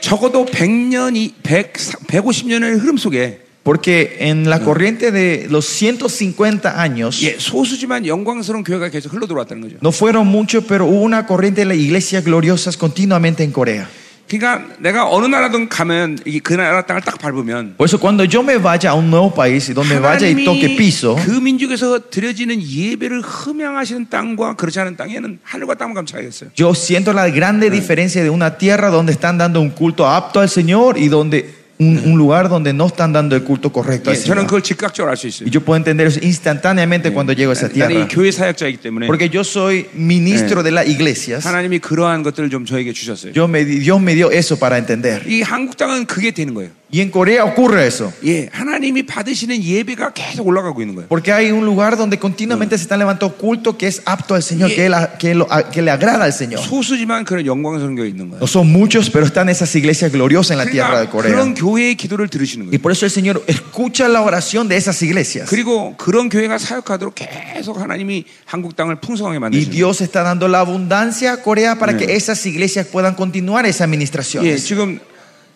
Speaker 1: 적어도 100년이 100, 150년의 흐름 속에
Speaker 2: Porque en la corriente de los 150 años,
Speaker 1: 예, 소수지만 영광스러운 교회가 계속 흘러 들어왔다는 거죠.
Speaker 2: no fueron muchos, pero hubo una corriente de las iglesias gloriosas continuamente en Corea.
Speaker 1: 그러니까 내가 어느 나라든 가면 이게 그 나라 땅을 딱 밟으면
Speaker 2: Por eso cuando yo me vaya a un nuevo país y
Speaker 1: <laughs>
Speaker 2: donde vaya y toque
Speaker 1: 하나님이
Speaker 2: piso,
Speaker 1: 그 민족에서 드려지는 예배를 흠양하시는 땅과 그렇지 않은 땅에는 하늘과 땅과 감 차이가 있어요.
Speaker 2: yo siento la grande diferencia de una tierra donde están dando un culto apto al Señor y donde un, un lugar donde no están dando el culto correcto
Speaker 1: 예,
Speaker 2: al
Speaker 1: 저는
Speaker 2: Señor.
Speaker 1: 그걸 즉각적으로 알 수 있어요.
Speaker 2: Y yo puedo entender eso instantáneamente cuando llego a esa
Speaker 1: 나는 이
Speaker 2: tierra.
Speaker 1: 교회 사역자이기 때문에
Speaker 2: Porque yo soy ministro de las iglesias.
Speaker 1: 하나님이 그러한 것들을 좀 저에게 주셨어요.
Speaker 2: Yo me, di- Dios me dio eso para entender.
Speaker 1: 이 한국 땅은 그게 되는 거예요.
Speaker 2: Y en Corea ocurre eso.
Speaker 1: 예, 하나님이 받으시는 예배가 계속 올라가고 있는 거예요.
Speaker 2: Porque hay un lugar donde continuamente se está levantando culto que es apto al Señor,
Speaker 1: Y-
Speaker 2: que, la- que lo- a- que le agrada al Señor.
Speaker 1: 소수지만 그런 영광스러운 교회 있는 거예요.
Speaker 2: No son muchos, pero están esas iglesias gloriosas en la tierra de
Speaker 1: 그러니까
Speaker 2: Corea.
Speaker 1: 그런 교회의 기도를 들으시는
Speaker 2: Y
Speaker 1: 거예요.
Speaker 2: por eso el Señor escucha la oración de esas iglesias.
Speaker 1: 그리고 그런 교회가 사역하도록 계속 하나님이 한국 땅을 풍성하게
Speaker 2: Y
Speaker 1: 만드시는 거예요.
Speaker 2: Dios está dando la abundancia a Corea para que esas iglesias puedan continuar esa administración.
Speaker 1: 예, 지금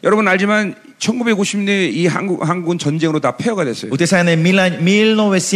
Speaker 1: 여러분 알지만 1950년에 이 한국 한국은 전쟁으로 다 폐허가 됐어요.
Speaker 2: Ustedes saben, en mil año-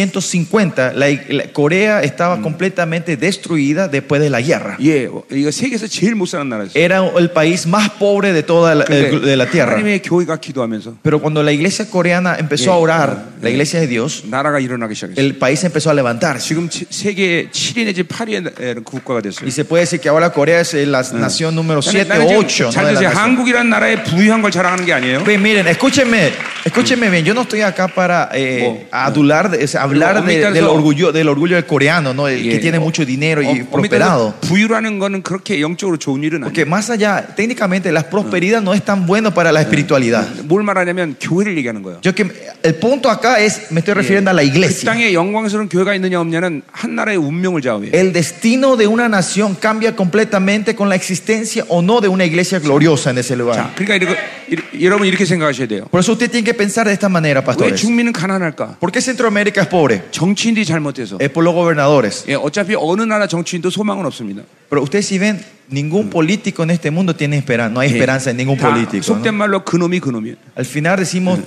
Speaker 2: 1950 la, ig- la- Corea estaba completamente destruida después de la guerra.
Speaker 1: 예, 이거 세계에서 제일 못 사는 나라였어요.
Speaker 2: Era el país más pobre de toda la,
Speaker 1: 근데
Speaker 2: el- de la tierra.
Speaker 1: 하나님의 교회가 기도하면서
Speaker 2: Pero cuando la iglesia coreana empezó a orar, la iglesia de Dios,
Speaker 1: 나라가 일어나기 시작했어요.
Speaker 2: el país empezó a levantarse.
Speaker 1: 지금 치- 세계 7위 내지 8위의 그 국가가 됐어요. 그러니까
Speaker 2: Y se puede decir que ahora Corea es eh, la nación número 7
Speaker 1: 나는
Speaker 2: o
Speaker 1: 지금
Speaker 2: 8.
Speaker 1: 잘 들으세요. 한국이란 나라의 부유한 걸 자랑하는 게 아니에요.
Speaker 2: miren, escúchenme, escúchenme bien. Yo no estoy acá para eh, adular, de- o sea, hablar de-
Speaker 1: Omítanlo.
Speaker 2: del orgullo, del orgullo del coreano, ¿no? El que
Speaker 1: Yeah.
Speaker 2: tiene mucho dinero y
Speaker 1: 어,
Speaker 2: prosperado.
Speaker 1: 어미타도 부유라는 거는 그렇게 영적으로 좋은 일은 아니에요.
Speaker 2: Porque más allá, técnicamente, la prosperidad no es tan bueno para la espiritualidad.
Speaker 1: 뭘 말하냐면 교회를 얘기하는 거예요.
Speaker 2: Yo que el punto acá es, me estoy refiriendo a la
Speaker 1: 그
Speaker 2: iglesia.
Speaker 1: 땅에 영광스러운 교회가 있느냐 없냐는 한 나라의 운명을 좌우해요.
Speaker 2: El destino de una nación cambia completamente con la existencia o no de una iglesia gloriosa en ese
Speaker 1: 자,
Speaker 2: lugar.
Speaker 1: 그러니까 이렇게, 이- 여러분 이렇게 생각하셔야 돼요.
Speaker 2: Por eso usted tiene que pensar de esta manera,
Speaker 1: 왜
Speaker 2: pastores.
Speaker 1: 중민은 가난할까?
Speaker 2: ¿Por qué Centroamérica es pobre?
Speaker 1: 정치인들이 잘못해서.
Speaker 2: Es por los gobernadores.
Speaker 1: 예, 어차피 어느 나라 정치인도 소망은 없습니다.
Speaker 2: Pero ustedes si ven, ningún político en este mundo tiene esperanza. No hay esperanza en ningún
Speaker 1: 다
Speaker 2: político. ¿no?
Speaker 1: 속된 말로 그놈이 그놈이에요.
Speaker 2: Al final decimos,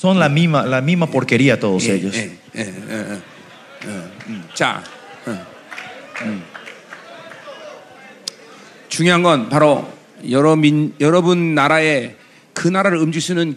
Speaker 2: son la misma, la misma porquería todos
Speaker 1: 예,
Speaker 2: ellos.
Speaker 1: 예, 예, 예, 예, 예, 음. 자, 음, 음. 중요한 건 바로 여러 민, 여러분 나라에 그 나라를 움직이는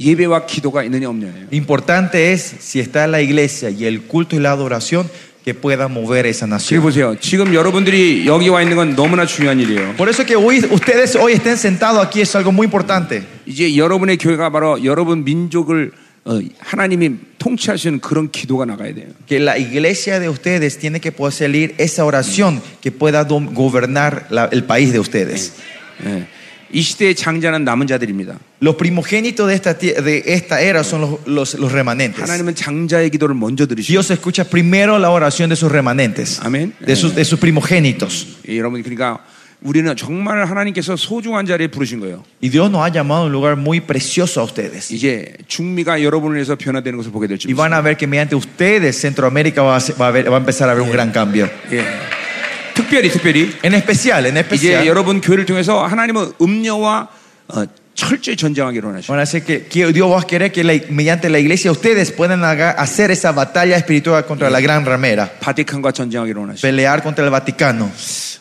Speaker 1: 예배와 gido가 있느냐 없느냐예요.
Speaker 2: Importante es, si está la iglesia y el culto y la adoración, que pueda mover esa
Speaker 1: 지금
Speaker 2: nación.
Speaker 1: 보세요. 지금 여러분들이 여기 와 있는 건 너무나 중요한 일이에요.
Speaker 2: Por eso que hoy, ustedes hoy estén sentados aquí es algo muy importante.
Speaker 1: 이제 여러분의 교회가 바로 여러분 민족을 어, 하나님이 통치하시는 그런 기도가 나가야 돼요.
Speaker 2: Que la iglesia de ustedes tiene que poder salir esa oración que pueda dom- gobernar la- el país de ustedes.
Speaker 1: 예. 이 시대의 장자는 남은 자들입니다.
Speaker 2: Los primogénitos de esta, tie- de esta era son los, los- los remanentes.
Speaker 1: 하나님은 장자의 기도를 먼저 들으시고
Speaker 2: Dios escucha primero la oración de sus remanentes,
Speaker 1: Amén.
Speaker 2: de sus, de sus primogénitos.
Speaker 1: 예, 여러분 그러니까 우리는 정말 하나님께서 소중한 자리에 부르신 거예요.
Speaker 2: Y Dios nos ha llamado a un lugar muy precioso a ustedes.
Speaker 1: 이제 중미가 여러분을 위해서 변화되는 것을 보게 될
Speaker 2: Y
Speaker 1: 줄입니다.
Speaker 2: van a ver que mediante ustedes Centroamérica va a, ser- va a ver- va a empezar a haber un gran cambio.
Speaker 1: 예. 특별히 특별히
Speaker 2: En especial, en
Speaker 1: 이제
Speaker 2: especial,
Speaker 1: 여러분 교회를 통해서 하나님은 음녀와 어, 철저히 전쟁하기로 원하십니다.
Speaker 2: van a hacer que, que Dios va a querer que la- mediante la iglesia ustedes puedan haga- hacer esa batalla espiritual contra la gran
Speaker 1: 네.
Speaker 2: ramera,
Speaker 1: 바티칸과 전쟁하기로 원하십니다.
Speaker 2: pelear contra el Vaticano.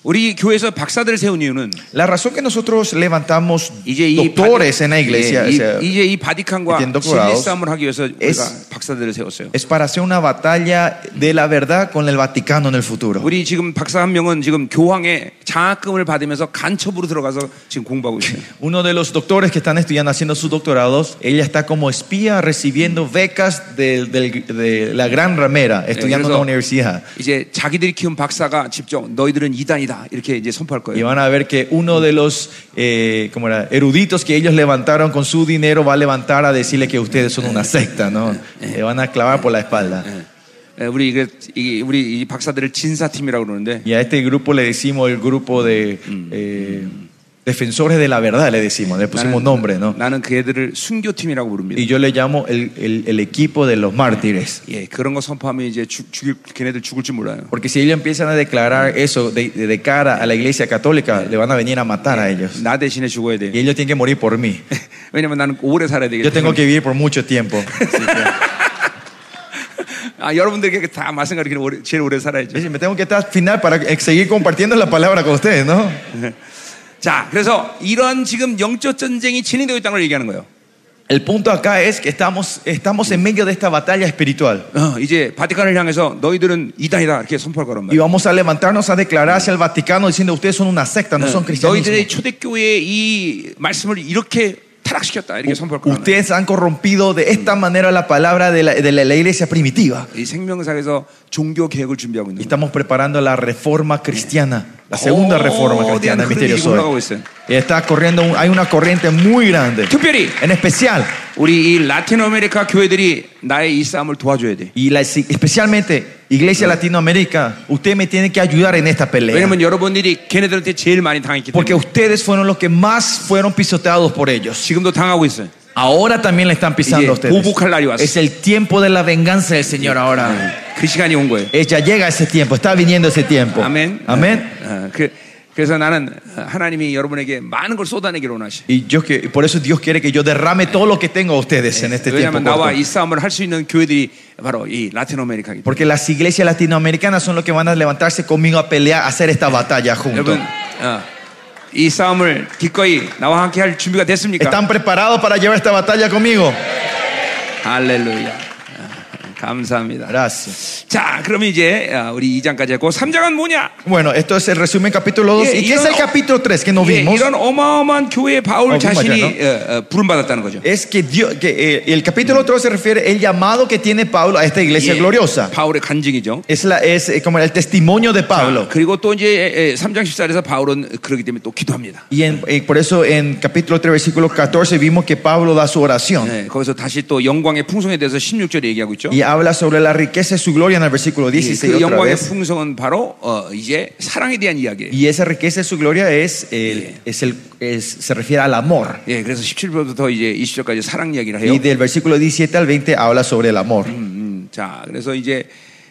Speaker 1: 우리 교회에서 박사들을 세운 이유는
Speaker 2: La razón que nosotros levantamos
Speaker 1: 이제 이
Speaker 2: doctores en la iglesia o sea,
Speaker 1: 예, 이, 이제 이 바디칸과
Speaker 2: entiendo
Speaker 1: 진리
Speaker 2: curados.
Speaker 1: 싸움을 하기 위해서 우리가
Speaker 2: Es-
Speaker 1: 박사들을 세웠어요.
Speaker 2: es para hacer una batalla de la verdad con el Vaticano en el futuro.
Speaker 1: 우리 지금 박사 한 명은 지금 교황의 장학금을 받으면서 간첩으로 들어가서 지금 공부하고 있어요.
Speaker 2: Uno de los doctores que están estudiando, haciendo sus doctorados, ella está como espía recibiendo becas de, del- de la gran ramera, estudiando en la
Speaker 1: eso-
Speaker 2: universidad.
Speaker 1: 예, 이제 자기들이 키운 박사가 직접 너희들은 이단이다 이렇게 이제 선포할
Speaker 2: Y
Speaker 1: 거예요.
Speaker 2: van a ver que uno de los eh, ¿cómo era? eruditos que ellos levantaron con su dinero va a levantar a decirle que ustedes son una secta, ¿no? Le van a clavar por la espalda.
Speaker 1: 예, 우리 이게 이- 우리 이 박사들을 진사팀이라고 그러는데
Speaker 2: Y a este grupo le decimos el grupo de eh, defensores de la verdad, le decimos, le pusimos nombre, ¿no?
Speaker 1: 나는 그 애들을 순교팀이라고 부릅니다.
Speaker 2: Y yo le llamo el, el- el equipo de los mártires.
Speaker 1: 예, 그런 거 선포하면 이제 죽, 죽일 걔네들 죽을 줄 몰라요.
Speaker 2: Porque si ellos empiezan a declarar eso de, de- de cara a la iglesia católica, le van a venir a matar a ellos.
Speaker 1: 나 대신에 죽어야 돼.
Speaker 2: Y ellos tienen que morir por mí.
Speaker 1: 왜냐면 나는 오래 살아야 되기
Speaker 2: Yo tengo
Speaker 1: 때문에.
Speaker 2: que vivir por mucho tiempo. Así que-
Speaker 1: 아, 여러분들에게 다 말씀드리기는 오래, 제일 오래 살아야죠.
Speaker 2: me tengo que estar al final para eh, seguir compartiendo la palabra con ustedes, ¿no?
Speaker 1: 자, 그래서 이런 지금 영적 전쟁이 진행되고 있다는 걸 얘기하는 거예요.
Speaker 2: El punto acá es que estamos, estamos en medio de esta batalla espiritual.
Speaker 1: 어, 이제 바티칸을 향해서 너희들은 이단이다 이렇게 선포할 거란
Speaker 2: Y
Speaker 1: 말이에요.
Speaker 2: vamos a levantarnos a declarar hacia el Vaticano diciendo ustedes son una secta,
Speaker 1: Ah,
Speaker 2: no son cristianos.
Speaker 1: 네. 너희들의 초대교회의 이 말씀을 이렇게 타락시켰다 이렇게 선포할 거란 말이에요.
Speaker 2: Ustedes han corrompido de esta manera la palabra de la, de la- la iglesia primitiva.
Speaker 1: 이 생명사에서 종교 개혁을 준비하고
Speaker 2: Y
Speaker 1: 있는 거예요.
Speaker 2: estamos preparando la reforma cristiana, la segunda
Speaker 1: Oh,
Speaker 2: reforma
Speaker 1: Dios,
Speaker 2: cristiana, el misterio
Speaker 1: Cristo, ¿cómo lo hago
Speaker 2: soy.
Speaker 1: ese?
Speaker 2: Y está corriendo, un- hay una corriente muy grande,
Speaker 1: 특별히
Speaker 2: en especial,
Speaker 1: 우리 이 라틴 아메리카 교회들이 나의 이 싸움을 도와줘야 돼.
Speaker 2: y la- especialmente Iglesia Latinoamérica, usted me tiene que ayudar en esta pelea.
Speaker 1: 왜냐면 여러분들이 걔네들한테 제일 많이 당했기 때문에
Speaker 2: Porque ustedes fueron los que más fueron pisoteados por ellos.
Speaker 1: 지금도 당하고 있어요.
Speaker 2: Ahora también le están pisando a
Speaker 1: Oye, busca el área.
Speaker 2: ustedes. Es el tiempo de la venganza del Señor ahora.
Speaker 1: 그 시간이 온 거예요.
Speaker 2: Ella llega ese tiempo, está viniendo ese tiempo.
Speaker 1: 어. 아멘.
Speaker 2: Amén.
Speaker 1: 어, 그, 그래서 나는 하나님이 여러분에게 많은 걸 쏟아내기를 원하시.
Speaker 2: Y yo que, por eso Dios quiere que yo derrame todo lo que tengo a ustedes en este tiempo.
Speaker 1: 왜냐하면 나와
Speaker 2: corto.
Speaker 1: 이 싸움을 할 수 있는 교회들이 바로 이 라틴 아메리카기.
Speaker 2: Porque las iglesias latinoamericanas son los que van a levantarse conmigo a pelear, a hacer esta batalla juntos.
Speaker 1: 여러분, 어, 이 싸움을 기꺼이 나와 함께 할 준비가 됐습니까?
Speaker 2: ¿Están preparados para llevar esta batalla conmigo?
Speaker 1: 할렐루야. 어, 감사합니다.
Speaker 2: Gracias.
Speaker 1: 자, 그러면 이제 어, 우리 2장까지 했고 3장은 뭐냐?
Speaker 2: Bueno, esto es el resumen capítulo 2.
Speaker 1: Yeah,
Speaker 2: ¿Y
Speaker 1: you
Speaker 2: qué es
Speaker 1: don't-
Speaker 2: el capítulo 3 que no
Speaker 1: 예,
Speaker 2: vimos?
Speaker 1: 이런 어마어마한 교회 바울
Speaker 2: 어,
Speaker 1: 자신이
Speaker 2: 그런
Speaker 1: 어, 어, 부름받았다는 거죠.
Speaker 2: Es que, Dios, que eh, el capítulo 3 se refiere el llamado que tiene Pablo a esta iglesia
Speaker 1: 예,
Speaker 2: gloriosa.
Speaker 1: 바울의 간증이죠.
Speaker 2: Es, la, es eh, como el testimonio de Pablo.
Speaker 1: 그리고 또 이제 예, 3장 14절에서 바울은 그러기 때문에 또 기도합니다.
Speaker 2: Y en- eh, por eso en capítulo 3, versículo 14, vimos que Pablo da su oración
Speaker 1: 네, 거기서 다시 또 영광의 풍성에 대해서 16절에 얘기하고 있죠.
Speaker 2: y habla sobre la riqueza de su gloria en el
Speaker 1: 예,
Speaker 2: versículo 16
Speaker 1: 그
Speaker 2: otra
Speaker 1: 영광의
Speaker 2: vez.
Speaker 1: 풍성은 bajo 어, 이제 사랑에 대한 이야기예요.
Speaker 2: Y esa riqueza de su gloria es, el, es el, es- se refiere al amor.
Speaker 1: 예, 그래서 17절부터 이제 20절까지 사랑 이야기를 해요.
Speaker 2: Y del versículo 17 al 20 habla sobre el amor.
Speaker 1: 음, 자, 그래서 이제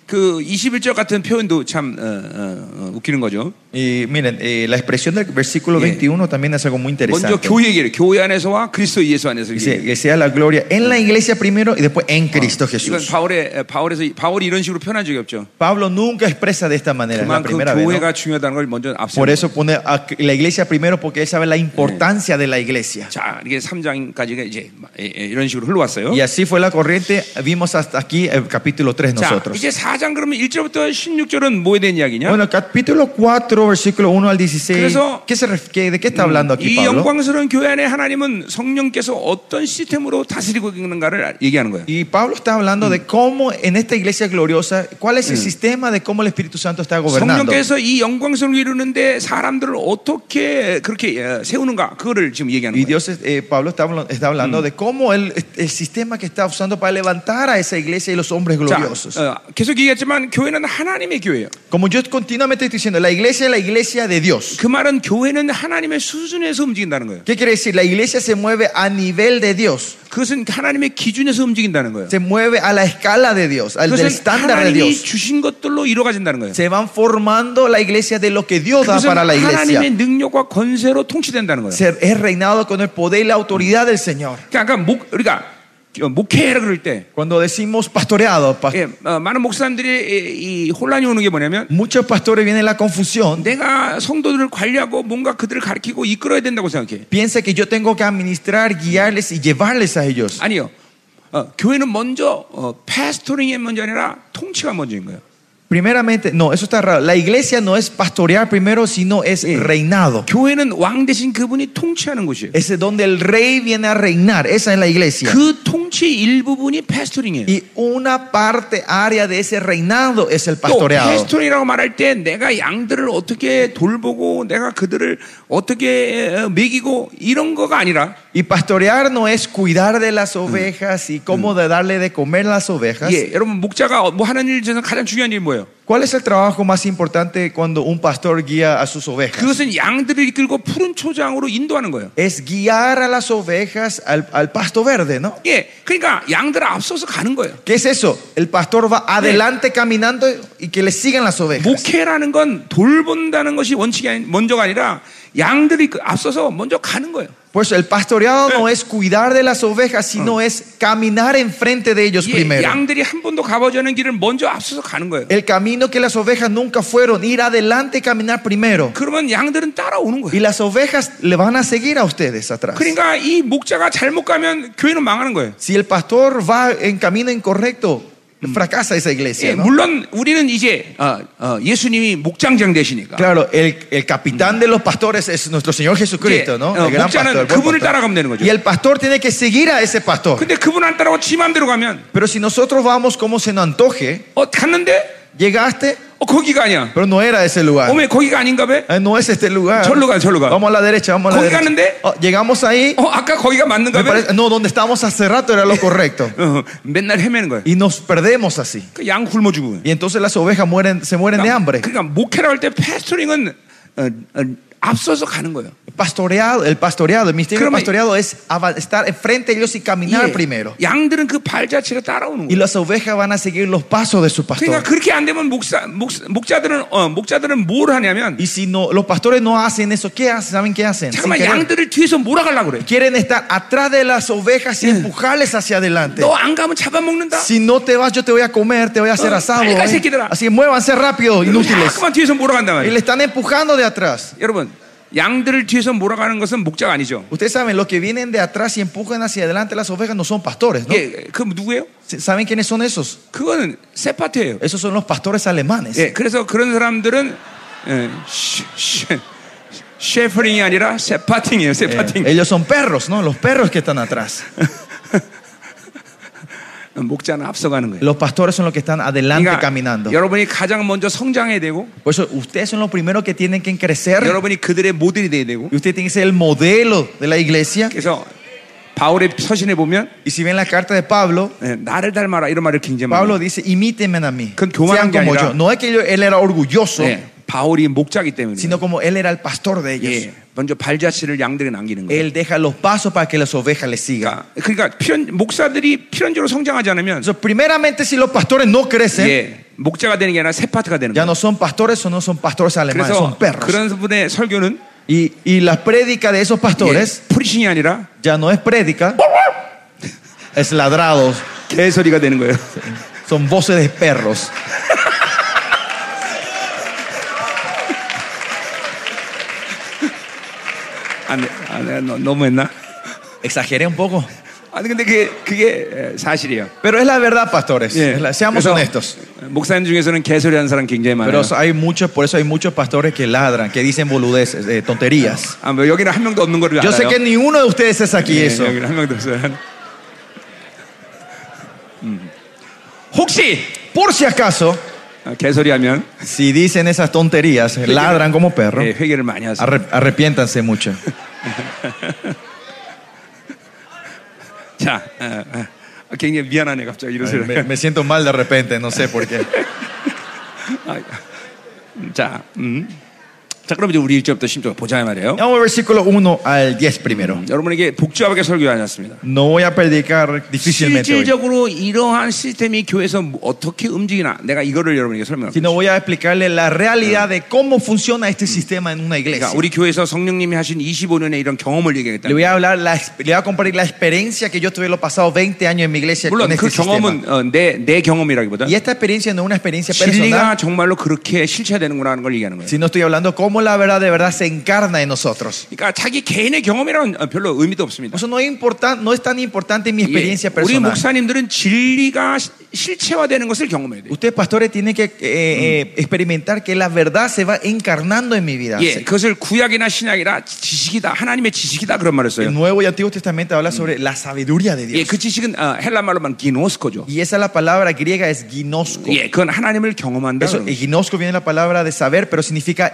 Speaker 1: 그 21절 같은 표현도 참 어, 어, 어, 웃기는 거죠.
Speaker 2: Y miren, eh, la expresión del versículo
Speaker 1: Yeah.
Speaker 2: 21 también es algo muy
Speaker 1: 먼저
Speaker 2: interesante.
Speaker 1: 교회 얘기를 교회 안에서와 그리스도 예수 안에서
Speaker 2: Dice
Speaker 1: 얘기해요.
Speaker 2: que sea la gloria en la iglesia primero y después en Cristo
Speaker 1: 이건
Speaker 2: Jesús.
Speaker 1: 바울의 바울에서 바울이 이런 식으로 표현한 적이 없죠.
Speaker 2: Pablo nunca expresa de esta manera, es la
Speaker 1: 네, 그만큼
Speaker 2: primera vez. ¿no?
Speaker 1: 교회가 중요하다는 걸 먼저 앞서.
Speaker 2: Por eso pone a la iglesia primero porque él sabe la importancia de la iglesia.
Speaker 1: 자, 이게 3장까지가 이제 예, 예, 이런 식으로 흘러왔어요.
Speaker 2: Y así fue la corriente, vimos hasta aquí el capítulo 3
Speaker 1: 자,
Speaker 2: nosotros.
Speaker 1: 이제 4 4장 그러면 1절부터 16절은 뭐에 대한 이야기냐?
Speaker 2: Bueno, capítulo 4, versículo 1 al 16.
Speaker 1: 그래서-
Speaker 2: ¿Qué se ref- qué- ¿De qué está hablando aquí
Speaker 1: 이
Speaker 2: Pablo?
Speaker 1: 영광스러운 교회 안에 하나님은 성령께서 어떤 시스템으로 다스리고 있는가를 알- 얘기하는 거예요.
Speaker 2: Y Pablo está hablando de cómo en esta iglesia gloriosa, cuál es el sistema de cómo el Espíritu Santo está
Speaker 1: 어,
Speaker 2: gobernando.
Speaker 1: 성령께서 이 영광스러운 이루는데 사람들을 어떻게 그렇게 어, 세우는가 그거를 지금 얘기하는
Speaker 2: Y
Speaker 1: 거예요.
Speaker 2: Dios, eh, Pablo está, habla- está hablando de cómo el, el sistema que está usando para levantar a esa iglesia y los hombres gloriosos.
Speaker 1: 자, 어, 계속 얘기했지만 교회는 하나님의 교회예요.
Speaker 2: Como yo continuamente estoy diciendo, la iglesia es la iglesia de Dios.
Speaker 1: 그 말은 교회는 하나님의 수준에서 움직인다는 거예요.
Speaker 2: ¿Qué quiere decir? La iglesia se mueve a nivel de Dios,
Speaker 1: 그것은 하나님의 기준에서 움직인다는 거예요.
Speaker 2: se mueve a la escala de Dios, al del
Speaker 1: 그것은
Speaker 2: estándar de
Speaker 1: 하나님이
Speaker 2: Dios.
Speaker 1: 주신 것들로 이루어진다는 거예요.
Speaker 2: Se van formando la iglesia de lo que Dios da
Speaker 1: 그것은
Speaker 2: para la
Speaker 1: 하나님의
Speaker 2: iglesia.
Speaker 1: 능력과 권세로 통치된다는 거예요.
Speaker 2: Ser- es reinado con el poder y la autoridad del Señor.
Speaker 1: 그러니까 아까 목 우리가 어, 목회라 그럴 때
Speaker 2: Cuando decimos pastoreado, pas-
Speaker 1: 예, 어, 많은 목사님들이 이, 이 혼란이 오는 게 뭐냐면
Speaker 2: muchos pastores vienen en la confusión.
Speaker 1: 내가 성도들을 관리하고 뭔가 그들을 가르치고 이끌어야 된다고 생각해.
Speaker 2: Piensa que yo tengo que administrar, guiarles y llevarles a ellos.
Speaker 1: 아니요. 어, 교회는 먼저 어, 패스토링이 먼저 아니라 통치가 먼저인 거예요.
Speaker 2: Primeramente, no, eso está raro. La iglesia no es pastorear primero, sino es reinado.
Speaker 1: 교회는 왕 대신 그분이 통치하는 곳이에요.
Speaker 2: Es donde el rey viene a reinar. Esa es la iglesia.
Speaker 1: 그 통치 일부분이 패스토링이에요.
Speaker 2: Y una parte área de ese reinado es el
Speaker 1: 또
Speaker 2: pastoreado.
Speaker 1: 패스토링이라고 말할 때 내가 양들을 어떻게 돌보고 내가 그들을 어떻게 어, 먹이고 이런 거가 아니라
Speaker 2: Y pastorear no es cuidar de las ovejas y cómo de darle de comer a las ovejas.
Speaker 1: 예, 여러분 목자가 어- 뭐 하는 일 중에서 가장 중요한 일이 뭐예요?
Speaker 2: ¿Cuál es el trabajo más importante cuando un pastor guía a sus ovejas?
Speaker 1: 그것은 양들을 이끌고 푸른 초장으로 인도하는 거예요.
Speaker 2: Es guiar a las ovejas al, al pasto verde, ¿no?
Speaker 1: 예, 그러니까 양들을 앞서서 가는 거예요.
Speaker 2: ¿Qué es eso? El pastor va adelante caminando y que le sigan las ovejas.
Speaker 1: 목회라는 건 돌본다는 것이 원칙이 아니, 먼저가 아니라 양들이 그 앞서서 먼저 가는 거예요.
Speaker 2: Por eso Pues el pastoreado no es cuidar de las ovejas, sino es caminar enfrente de ellos
Speaker 1: 예,
Speaker 2: primero.
Speaker 1: 양들이 한 번도 가보지 않은 길을 먼저 앞서서 가는 거예요.
Speaker 2: El camino que las ovejas nunca fueron, ir adelante y caminar primero.
Speaker 1: 그러면 양들은 따라오는
Speaker 2: Y
Speaker 1: 거예요.
Speaker 2: las ovejas le van a seguir a ustedes atrás.
Speaker 1: 그러니까 이 목자가 잘못 가면 교회는 망하는 거예요.
Speaker 2: Si el pastor va en camino incorrecto, fracasa esa
Speaker 1: 예,
Speaker 2: iglesia. ¿no?
Speaker 1: 물론 우리는 이제 어, 어, 예수님이 목장장 되시니까
Speaker 2: Claro, el, el capitán de los pastores es nuestro Señor Jesucristo,
Speaker 1: Sí,
Speaker 2: ¿no?
Speaker 1: no,
Speaker 2: El gran
Speaker 1: 목자는
Speaker 2: pastor, el buen
Speaker 1: 그분을
Speaker 2: pastor.
Speaker 1: 따라가면 되는 거죠.
Speaker 2: Y el pastor tiene que seguir a ese pastor.
Speaker 1: 근데 그분 안 따라오고 지 맘대로 가면
Speaker 2: Pero si nosotros vamos como se nos antoje,
Speaker 1: 어 갔는데
Speaker 2: llegaste,
Speaker 1: 어 거기가 아니야.
Speaker 2: pero no era ese lugar.
Speaker 1: 어메 거기가 아닌가 봐.
Speaker 2: Eh, No es este lugar.
Speaker 1: Chol lugar, chol lugar.
Speaker 2: Vamos a la derecha, vamos a la
Speaker 1: ¿Kogi
Speaker 2: derecha.
Speaker 1: 갔는데?
Speaker 2: Oh, llegamos ahí.
Speaker 1: 어 아까 거기가 맞는가
Speaker 2: me
Speaker 1: 봐.
Speaker 2: parece- no, donde estábamos hace rato <laughs> era lo correcto.
Speaker 1: 어, 맨날 헤매는 거예요.
Speaker 2: Y nos perdemos así.
Speaker 1: 그양 굶어 죽은.
Speaker 2: Y entonces las ovejas mueren, se mueren de hambre.
Speaker 1: 그러니까 목회라고 할 때 패스토링은 어, 어, 앞서서 가는 거예요.
Speaker 2: Pastoreado, el pastoreado, el misterio del
Speaker 1: Créeme.
Speaker 2: pastoreado es ava- estar enfrente de ellos y caminar
Speaker 1: 예,
Speaker 2: primero.
Speaker 1: 양들은 그 발자취를 따라오는
Speaker 2: Y
Speaker 1: 거예요.
Speaker 2: las ovejas van a seguir los pasos de su pastor.
Speaker 1: 그러니까 그렇게 안 되면 목사, 목사 목자들은 어, 목자들은 뭘 하냐면
Speaker 2: Y si no, los pastores no hacen eso, ¿qué hacen? ¿Saben qué hacen? Sin
Speaker 1: 잠깐만
Speaker 2: querer.
Speaker 1: 양들을 뒤에서 몰아가려고 그래.
Speaker 2: Quieren estar atrás de las ovejas y empujarles hacia adelante.
Speaker 1: 너 안 가면 잡아먹는다.
Speaker 2: Si no te vas, yo te voy a comer, te voy a hacer
Speaker 1: Ah,
Speaker 2: asado.
Speaker 1: venga,
Speaker 2: ¿eh?
Speaker 1: se quedará.
Speaker 2: Así que muévanse rápido, inútiles.
Speaker 1: 잠깐만 뒤에서 몰아간단
Speaker 2: Y
Speaker 1: 말이에요.
Speaker 2: le están empujando de atrás.
Speaker 1: 여러분 양들을 뒤에서 몰아가는 것은 목자가 아니죠.
Speaker 2: Ustedes saben, los que vienen de atrás y empujan hacia adelante las ovejas no son pastores, ¿no?
Speaker 1: 예, 그 누구예요?
Speaker 2: ¿Saben quiénes son esos?
Speaker 1: 그거는 세파트예요.
Speaker 2: Esos son los pastores alemanes.
Speaker 1: 예, 그래서 그런 사람들은 예, 쉐- 쉐- 쉐퍼링이 아니라 세파팅이에요.
Speaker 2: Eh,
Speaker 1: 세파팅.
Speaker 2: ellos son perros, ¿no? Los perros que están atrás.
Speaker 1: 목자는 앞서가는 거예요. 그러니까
Speaker 2: Los pastores son los que están adelante caminando.
Speaker 1: 여러분이 가장 먼저 성장해야 되고
Speaker 2: Por eso ustedes son los primeros que tienen que crecer.
Speaker 1: 여러분이 그들의 모델이 돼야 되고
Speaker 2: Y usted tiene que ser el modelo de la iglesia.
Speaker 1: 그래서 바울의 서신에 보면
Speaker 2: Y si ven la carta de Pablo,
Speaker 1: 예, 나를 닮아라 이런 말을 굉장히 많이
Speaker 2: Pablo
Speaker 1: 해요.
Speaker 2: dice, imítenme a mí.
Speaker 1: Con que humano
Speaker 2: Sean
Speaker 1: que
Speaker 2: como
Speaker 1: era.
Speaker 2: yo. No es que yo- él era orgulloso,
Speaker 1: 예, 바울이 목자기 때문에
Speaker 2: sino como él era el pastor de ellos.
Speaker 1: 예, 먼저 발자취를 양들에게 남기는 거예요.
Speaker 2: Él deja los pasos para que las ovejas le sigan.
Speaker 1: 그러니까, 그러니까 필연, 목사들이 필연적으로 성장하지 않으면
Speaker 2: Entonces, primeramente, si los pastores no crecen,
Speaker 1: 예, 목자가 되는 게 아니라 새 파트가 되는
Speaker 2: ya
Speaker 1: 거예요.
Speaker 2: no son pastores o no son pastores alemanes, son
Speaker 1: 그래서
Speaker 2: perros.
Speaker 1: 그런 분의 설교는
Speaker 2: Y, y la prédica de esos pastores
Speaker 1: 예, 프리싱이 아니라
Speaker 2: ya no es prédica, es ladrados,
Speaker 1: 개소리가 되는 <laughs> 거예요.
Speaker 2: son voces de perros.
Speaker 1: 안, 돼, 안, 돼, 너, 너무했나?
Speaker 2: Exageré un poco.
Speaker 1: 아, 아니 근데 그게 그게 에, 사실이에요.
Speaker 2: Pero es la verdad, pastores.
Speaker 1: 예.
Speaker 2: Es la- seamos
Speaker 1: 그래서
Speaker 2: honestos.
Speaker 1: 목사님 중에서는 개소리하는 사람 굉장히
Speaker 2: Pero
Speaker 1: 많아요.
Speaker 2: hay muchos, por eso hay muchos pastores que ladran, que dicen boludeces, eh, tonterías.
Speaker 1: 아, 뭐 여기는 한 명도 없는 거를
Speaker 2: Yo sé
Speaker 1: 알아요.
Speaker 2: que ni uno de ustedes es aquí
Speaker 1: 예,
Speaker 2: eso.
Speaker 1: 여기는 한 명도 없어요. <laughs> 음. 혹시
Speaker 2: Por si acaso,
Speaker 1: 아, 개소리하면
Speaker 2: si dicen esas tonterías, ladran como perro,
Speaker 1: 예, 회개를 많이 하세요.
Speaker 2: arre- arrepiéntanse mucho.
Speaker 1: 자, 어, 어. 굉장히 아, 미안하네 갑자기 이런
Speaker 2: Ay,
Speaker 1: 소리.
Speaker 2: me, me siento mal de repente, no sé por qué.
Speaker 1: 아, <laughs> 자, 음. 자, 그럼 이제 우리 일절부터 심적으로 보자 이 말이에요.
Speaker 2: Vamos al versículo 1 al 10 primero.
Speaker 1: 여러분에게 복잡하게 설교하지 않습니다.
Speaker 2: No voy a predicar difícilmente hoy,
Speaker 1: 실질적으로 이러한 시스템이 교회에서 뭐 어떻게 움직이나 내가 이거를 여러분에게 설명합니다.
Speaker 2: sino voy a explicarle la realidad de cómo funciona este sistema en una iglesia.
Speaker 1: 그러니까 우리 교회에서 성령님이 하신 25년의 이런 경험을 얘기하겠다.
Speaker 2: Le voy a hablar, la ex- le voy a compartir la experiencia que yo tuve los pasados 20 años en mi iglesia con
Speaker 1: 물론 그
Speaker 2: este sistema.
Speaker 1: 경험은 어, 내, 내 경험이라기보다
Speaker 2: Y esta experiencia no es una experiencia
Speaker 1: 진리가
Speaker 2: personal,
Speaker 1: 정말로 그렇게 실체되는구나 하는 걸 얘기하는 거예요.
Speaker 2: sino estoy hablando cómo la verdad de verdad se encarna en nosotros.
Speaker 1: 그러니까 자기 개인의 경험이란 어, 별로 의미도 없습니다.
Speaker 2: Eso no es, importan- no es tan importante mi
Speaker 1: 예,
Speaker 2: experiencia
Speaker 1: 우리
Speaker 2: personal.
Speaker 1: 목사님들은 진리가 시- 실체화되는 것을 경험해야 돼요.
Speaker 2: Ustedes, pastores, tienen que eh, eh, experimentar que la verdad se va encarnando en mi vida.
Speaker 1: 예, 그것을 구약이나 신약이라 지식이다. 하나님의 지식이다 그런 말을
Speaker 2: El
Speaker 1: 써요.
Speaker 2: Nuevo y Antiguo Testamento habla sobre la sabiduría de
Speaker 1: 예,
Speaker 2: Dios.
Speaker 1: 그 지식은 어, 헬라 말로만 기노스코죠.
Speaker 2: Y esa es la palabra griega es ginosko.
Speaker 1: 예, 그건 하나님을 경험한다.
Speaker 2: Eso,
Speaker 1: 그런
Speaker 2: y ginosko viene de la palabra de saber, pero significa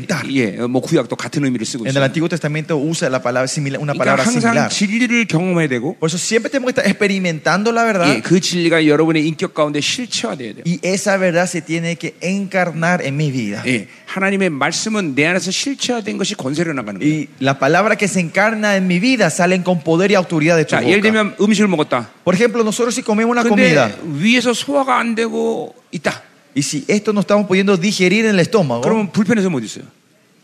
Speaker 1: 거예요. 예, 어, 뭐 구약도 같은 의미를 쓰고
Speaker 2: En el
Speaker 1: 있어요.
Speaker 2: Antiguo Testamento usa la palabra simila- una
Speaker 1: 그러니까
Speaker 2: palabra
Speaker 1: 항상
Speaker 2: similar.
Speaker 1: 진리를 경험해야 되고
Speaker 2: Por eso siempre tenemos que estar experimentando la verdad
Speaker 1: 예, 그 진리가 여러분의 인격 가운데 실체화돼야 돼요.
Speaker 2: y esa verdad se tiene que encarnar en mi vida.
Speaker 1: 예, 하나님의 말씀은 내 안에서 실체화된 것이 권세로 나가는 거예요.
Speaker 2: Y la palabra que se encarna en mi vida salen con poder y autoridad de tu
Speaker 1: 자, 예를
Speaker 2: boca.
Speaker 1: 들면 음식을 먹었다.
Speaker 2: Por ejemplo, nosotros si comemos una comida
Speaker 1: 근데 위에서 소화가 안 되고 있다.
Speaker 2: y si esto no estamos pudiendo digerir en el estómago,
Speaker 1: 그러면 불편해서 못 있어요.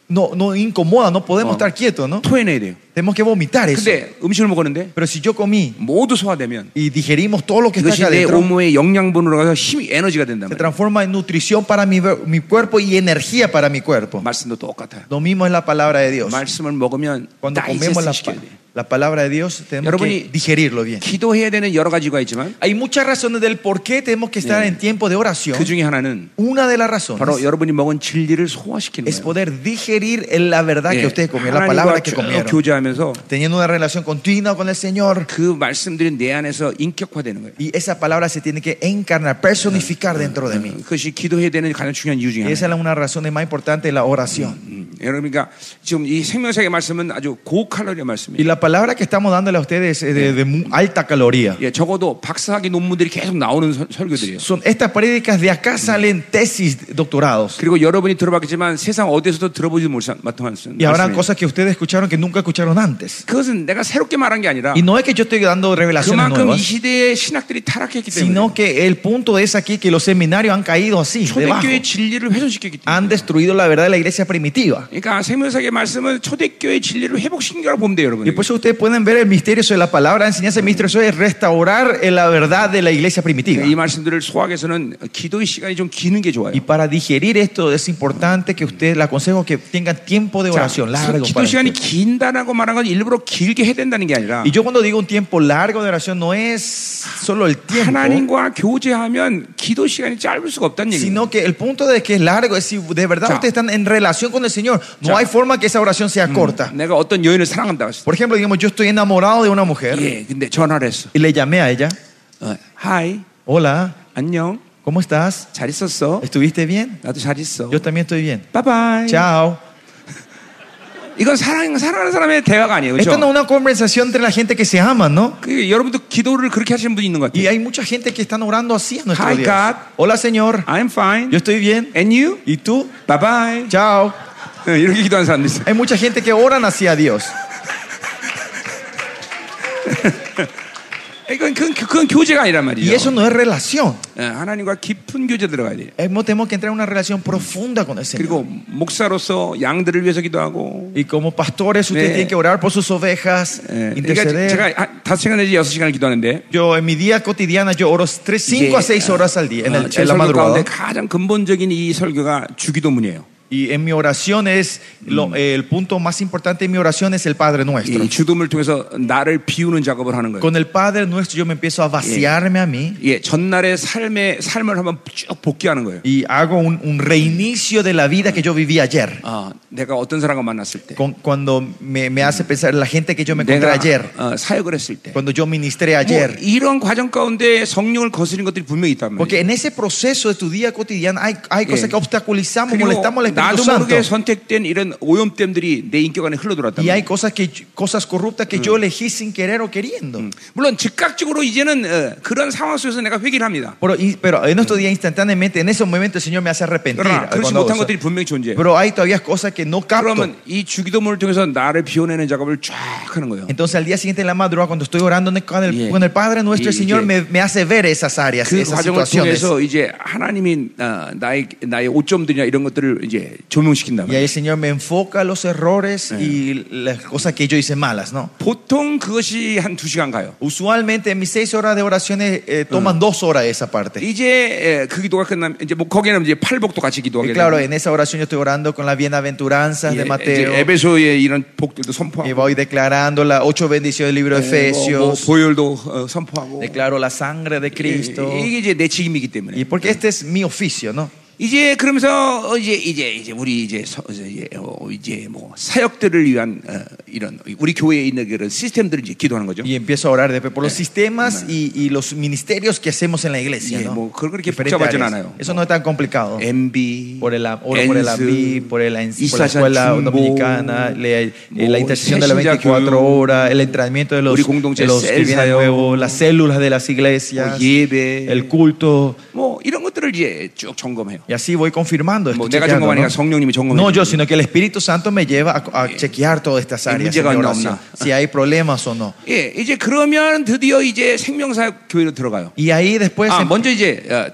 Speaker 2: no, no incomoda, no podemos
Speaker 1: Oh.
Speaker 2: estar quietos, <laughs> ¿no?
Speaker 1: 토해내야 돼요.
Speaker 2: Tenemos que
Speaker 1: 네,
Speaker 2: vomitar eso.
Speaker 1: 근데 음식을 먹었는데
Speaker 2: Pero si yo comí
Speaker 1: 모두 소화되면
Speaker 2: y digerimos todo lo que está
Speaker 1: 이것이
Speaker 2: acá
Speaker 1: 내
Speaker 2: adentro,
Speaker 1: 오모의 영양분으로 가서 힘이 에너지가 된다.
Speaker 2: se transforma en nutrición para mi, ver- mi cuerpo y energía para mi cuerpo.
Speaker 1: 말씀도 똑같아요.
Speaker 2: Lo mismo es la palabra de Dios.
Speaker 1: 말씀을 먹으면
Speaker 2: Cuando comemos
Speaker 1: 다이제스트 예.
Speaker 2: la,
Speaker 1: 시켜야 돼.
Speaker 2: la palabra de Dios, tenemos que
Speaker 1: 여러분이-
Speaker 2: digerirlo bien.
Speaker 1: 기도해야 되는 여러 가지가 있지만
Speaker 2: Hay muchas razones del por qué tenemos que estar en tiempo de oración.
Speaker 1: 그 중에 하나는
Speaker 2: Una de las
Speaker 1: 바로
Speaker 2: razones
Speaker 1: 여러분이 먹은 진리를 소화시키는
Speaker 2: es
Speaker 1: 거예요.
Speaker 2: poder digerir en la verdad
Speaker 1: 예,
Speaker 2: que ustedes comieron,
Speaker 1: 하나님과
Speaker 2: la palabra que
Speaker 1: 쭉
Speaker 2: comieron.
Speaker 1: 교제하면서
Speaker 2: Teniendo una relación continua con el Señor.
Speaker 1: 그 말씀들이 내 안에서 인격화되는 거예요.
Speaker 2: Y esa palabra se tiene que encarnar, personificar dentro de mí.
Speaker 1: 그것이 기도해야 되는 가장 중요한 이유 중에
Speaker 2: Y
Speaker 1: 하나예요.
Speaker 2: esa es una razón más importante de la oración.
Speaker 1: 음, 여러분 그러니까 지금 이 생명사의 말씀은 아주 고칼로리의 말씀이에요.
Speaker 2: Y la palabra que estamos dándole a ustedes es de, de mu- alta caloría.
Speaker 1: 예, 적어도 박사학위 논문들이 계속 나오는 설- 설교들이에요.
Speaker 2: Son estas prédicas de acá salen tesis, doctorados.
Speaker 1: 그리고 여러분이 들어봤겠지만 세상 어디에서도 들어보지 못한 못한 말씀-
Speaker 2: Y habrán
Speaker 1: 말씀이에요.
Speaker 2: cosas que ustedes escucharon que nunca escucharon antes.
Speaker 1: 그것은 내가 새롭게 말한 게 아니라
Speaker 2: Y no es que yo estoy dando revelaciones
Speaker 1: 그만큼 이
Speaker 2: nuevas,
Speaker 1: 시대의 신학들이 타락했기 때문에
Speaker 2: sino que el punto es aquí que los seminarios han caído así, debajo.
Speaker 1: 초대교회 진리를 훼손시켰기 때문에
Speaker 2: Han destruido la verdad de la iglesia primitiva.
Speaker 1: 그러니까 생명사의 말씀은 초대교회 진리를 회복시킨 거라고 보면 돼요
Speaker 2: Y
Speaker 1: 여러분
Speaker 2: por eso ustedes pueden ver el misterio de la palabra, la enseñanza del misterio sobre restaurar eh, la verdad de la iglesia primitiva.
Speaker 1: 네, 이 말씀들을 소화하기 위해서는 기도의 시간이 좀 기는 게 좋아요
Speaker 2: Y para digerir esto es importante que ustedes, le aconsejo que tengan tiempo de
Speaker 1: 자,
Speaker 2: oración largo.
Speaker 1: 기도
Speaker 2: para
Speaker 1: 시간이
Speaker 2: ustedes.
Speaker 1: 긴다라고 말한 건 일부러 길게 해야 된다는 게 아니라
Speaker 2: Y yo cuando digo un tiempo largo de oración no es solo el tiempo,
Speaker 1: 하나님과 교제하면 기도 시간이 짧을 수가 없다는 얘기예요
Speaker 2: sino que el punto de que es largo es si de verdad
Speaker 1: Ya.
Speaker 2: ustedes están en relación con el Señor, no
Speaker 1: Ya.
Speaker 2: hay forma que esa oración sea corta.
Speaker 1: 내가 어떤 여인을 사랑한다고 했어
Speaker 2: Por ejemplo, digamos, yo estoy enamorado de una mujer
Speaker 1: 예, 근데 전화를 했어
Speaker 2: y le llamé a ella,
Speaker 1: 어, 하이
Speaker 2: hola,
Speaker 1: 안녕
Speaker 2: ¿cómo estás?
Speaker 1: 잘 있었어
Speaker 2: ¿Estuviste bien?
Speaker 1: 나도 잘 있어
Speaker 2: Yo también estoy bien.
Speaker 1: 바이바이
Speaker 2: Chao.
Speaker 1: 이건 사랑 사랑하는 사람의 대화가 아니에요.
Speaker 2: Esto no
Speaker 1: 그렇죠?
Speaker 2: es una conversación entre la gente que se ama, ¿no?
Speaker 1: 그 여러분도 기도를 그렇게 하시는 분이 있는 것
Speaker 2: Y
Speaker 1: 같아요.
Speaker 2: hay mucha gente que están orando así a nuestro
Speaker 1: Hi,
Speaker 2: Dios.
Speaker 1: God.
Speaker 2: Hola, Señor.
Speaker 1: I'm fine.
Speaker 2: Yo estoy bien.
Speaker 1: And you?
Speaker 2: ¿Y tú?
Speaker 1: Bye bye.
Speaker 2: Chao.
Speaker 1: 이렇게 기도하는 사람도 있어요.
Speaker 2: Hay mucha gente que oran así a Dios.
Speaker 1: 이건 예, 그건, 그건 교제가 아니란
Speaker 2: Y
Speaker 1: 말이에요.
Speaker 2: eso no es relación.
Speaker 1: 예, 하나님과 깊은 교제 들어가야 돼요.
Speaker 2: Hemos- Tenemos que entrar en una relación profunda con el Señor.
Speaker 1: 그리고 목사로서 양들을 위해서 기도하고.
Speaker 2: Y como pastores, ustedes
Speaker 1: Eh.
Speaker 2: tienen que orar por sus ovejas,
Speaker 1: 예, 그러니까
Speaker 2: interceder.
Speaker 1: 제가 한 다섯 시간 내지 여섯 시간을 기도하는데.
Speaker 2: Yo en mi día cotidiana yo oro 5
Speaker 1: 이게,
Speaker 2: a 6 horas al día, en,
Speaker 1: 아,
Speaker 2: el-
Speaker 1: 제
Speaker 2: en la
Speaker 1: 설교
Speaker 2: madrugada.
Speaker 1: 가운데 가장 근본적인 이 설교가 주기도문이에요.
Speaker 2: Y en mi oración es, lo-
Speaker 1: Mm.
Speaker 2: eh, el punto más importante de mi oración es el Padre Nuestro.
Speaker 1: 이 주둠을 통해서 나를 비우는 작업을 하는 거예요.
Speaker 2: Con el Padre Nuestro yo me empiezo a vaciarme a mí
Speaker 1: 예, 전날의 삶의 삶을 한번 쭉 복귀하는 거예요.
Speaker 2: y hago un, un reinicio de la vida que yo viví ayer.
Speaker 1: 아, 내가 어떤 사람과 만났을 때,
Speaker 2: Con- cuando me, me hace pensar en la gente que yo me encontré
Speaker 1: 내가
Speaker 2: ayer,
Speaker 1: 어, 사역을 했을 때, 뭐
Speaker 2: cuando yo ministré ayer.
Speaker 1: 이런 과정 가운데 성령을 거스린 것들이 분명히 있단 말이에요.
Speaker 2: Porque en ese proceso de tu día cotidiano hay, hay cosas
Speaker 1: Yeah.
Speaker 2: que obstaculizamos,
Speaker 1: 그리고
Speaker 2: molestamos al Espíritu
Speaker 1: 나도 모르게
Speaker 2: Santo.
Speaker 1: 선택된 이런 오염됨들이 내 인격 안에 흘러들어왔단
Speaker 2: Y hay
Speaker 1: 말이에요.
Speaker 2: cosas, que, cosas corruptas que yo elegí sin querer o queriendo.
Speaker 1: 물론 즉각적으로 이제는 어, 그런 상황 속에서 내가 회개를 합니다.
Speaker 2: Pero, y- pero en nuestro día instantáneamente, en ese momento el Señor me hace arrepentir.
Speaker 1: 그러나 그렇지
Speaker 2: cuando hago
Speaker 1: 못한
Speaker 2: eso.
Speaker 1: 것들이 분명히 존재해요.
Speaker 2: Pero hay todavía cosas que no capto.
Speaker 1: 그러면 이 주기도문을 통해서 나를 비워내는 작업을 쫙 하는 거예요.
Speaker 2: Entonces al día siguiente en la madrugada, cuando estoy orando con el,
Speaker 1: Yeah.
Speaker 2: con el Padre nuestro, el
Speaker 1: Y-
Speaker 2: Señor
Speaker 1: yeah.
Speaker 2: me, me hace ver esas áreas,
Speaker 1: 그
Speaker 2: esas
Speaker 1: 과정을
Speaker 2: situaciones.
Speaker 1: 통해서 이제 하나님이 어, 나의 나의 오점들이나 이런 것들을 이제 조명시킨다.
Speaker 2: Y ahí el Señor me enfoca los errores y las cosas que yo hice malas, ¿no?
Speaker 1: 보통 그것이 한 두 시간 가요.
Speaker 2: Usualmente en mis seis horas de oraciones eh, toman dos horas esa parte.
Speaker 1: 이제 에, 그 기도가 끝나면 이제 뭐 거기에는 이제 팔복도 같이
Speaker 2: Y
Speaker 1: 기도하게
Speaker 2: claro,
Speaker 1: 되고,
Speaker 2: en esa oración yo estoy orando con las bienaventuranzas
Speaker 1: 예,
Speaker 2: de Mateo.
Speaker 1: 이제 에베소의 이런 복들도
Speaker 2: Y
Speaker 1: 선포하고
Speaker 2: voy declarando las ocho bendiciones del libro
Speaker 1: 예,
Speaker 2: de
Speaker 1: 뭐, 뭐
Speaker 2: Efesios.
Speaker 1: 보혈도 어, 선포하고
Speaker 2: Declaro la sangre de Cristo.
Speaker 1: 예, 이게 이제 내 책임이기 때문에
Speaker 2: Y porque este es mi oficio, ¿no?
Speaker 1: 이제 그러면서 어, 이제 이제 이제 우리 이제 서, 이제, 어, 이제 뭐 사역들을 위한 어, 이런 우리 교회에 있는 그런 시스템들을 이제 기도하는 거죠.
Speaker 2: Y empiezo a orar después por los sistemas y, y los ministerios que hacemos en la iglesia.
Speaker 1: Y,
Speaker 2: ¿no?
Speaker 1: bueno, creo que
Speaker 2: Diferentes
Speaker 1: 복잡하진
Speaker 2: áreas.
Speaker 1: 않아요.
Speaker 2: Eso no es tan complicado.
Speaker 1: MB,
Speaker 2: Por el, oro por el
Speaker 1: 엔스,
Speaker 2: AMI, por, el, ANS- por
Speaker 1: 이사자
Speaker 2: la escuela
Speaker 1: 중보,
Speaker 2: dominicana, le- eh, la
Speaker 1: 뭐,
Speaker 2: intercesión de las
Speaker 1: 새신자 음,
Speaker 2: 24
Speaker 1: 교육,
Speaker 2: horas, el entrenamiento de los,
Speaker 1: 우리 공동체
Speaker 2: de los que
Speaker 1: 셀
Speaker 2: vienen
Speaker 1: 사역,
Speaker 2: nuevos, las células de las
Speaker 1: 뭐
Speaker 2: iglesias,
Speaker 1: 예배,
Speaker 2: el culto.
Speaker 1: 뭐 이런 것들을 이제 쭉 점검해요.
Speaker 2: Y así voy confirmando.
Speaker 1: 뭐
Speaker 2: estoy
Speaker 1: 내가
Speaker 2: chequeando,
Speaker 1: 점검하니까
Speaker 2: ¿no?
Speaker 1: 성령님이 점검해.
Speaker 2: No yo,
Speaker 1: 주는
Speaker 2: sino que el Espíritu Santo me lleva a, a chequear todas estas
Speaker 1: 이
Speaker 2: áreas. Eh, en
Speaker 1: 문제가
Speaker 2: mi
Speaker 1: 있나
Speaker 2: oración,
Speaker 1: 없나.
Speaker 2: si hay problemas o no.
Speaker 1: 거예요. 예, 이제 그러면 드디어 이제 생명사역 교회로 들어가요.
Speaker 2: Y ahí después
Speaker 1: 아,
Speaker 2: em-
Speaker 1: 먼저 이제 어,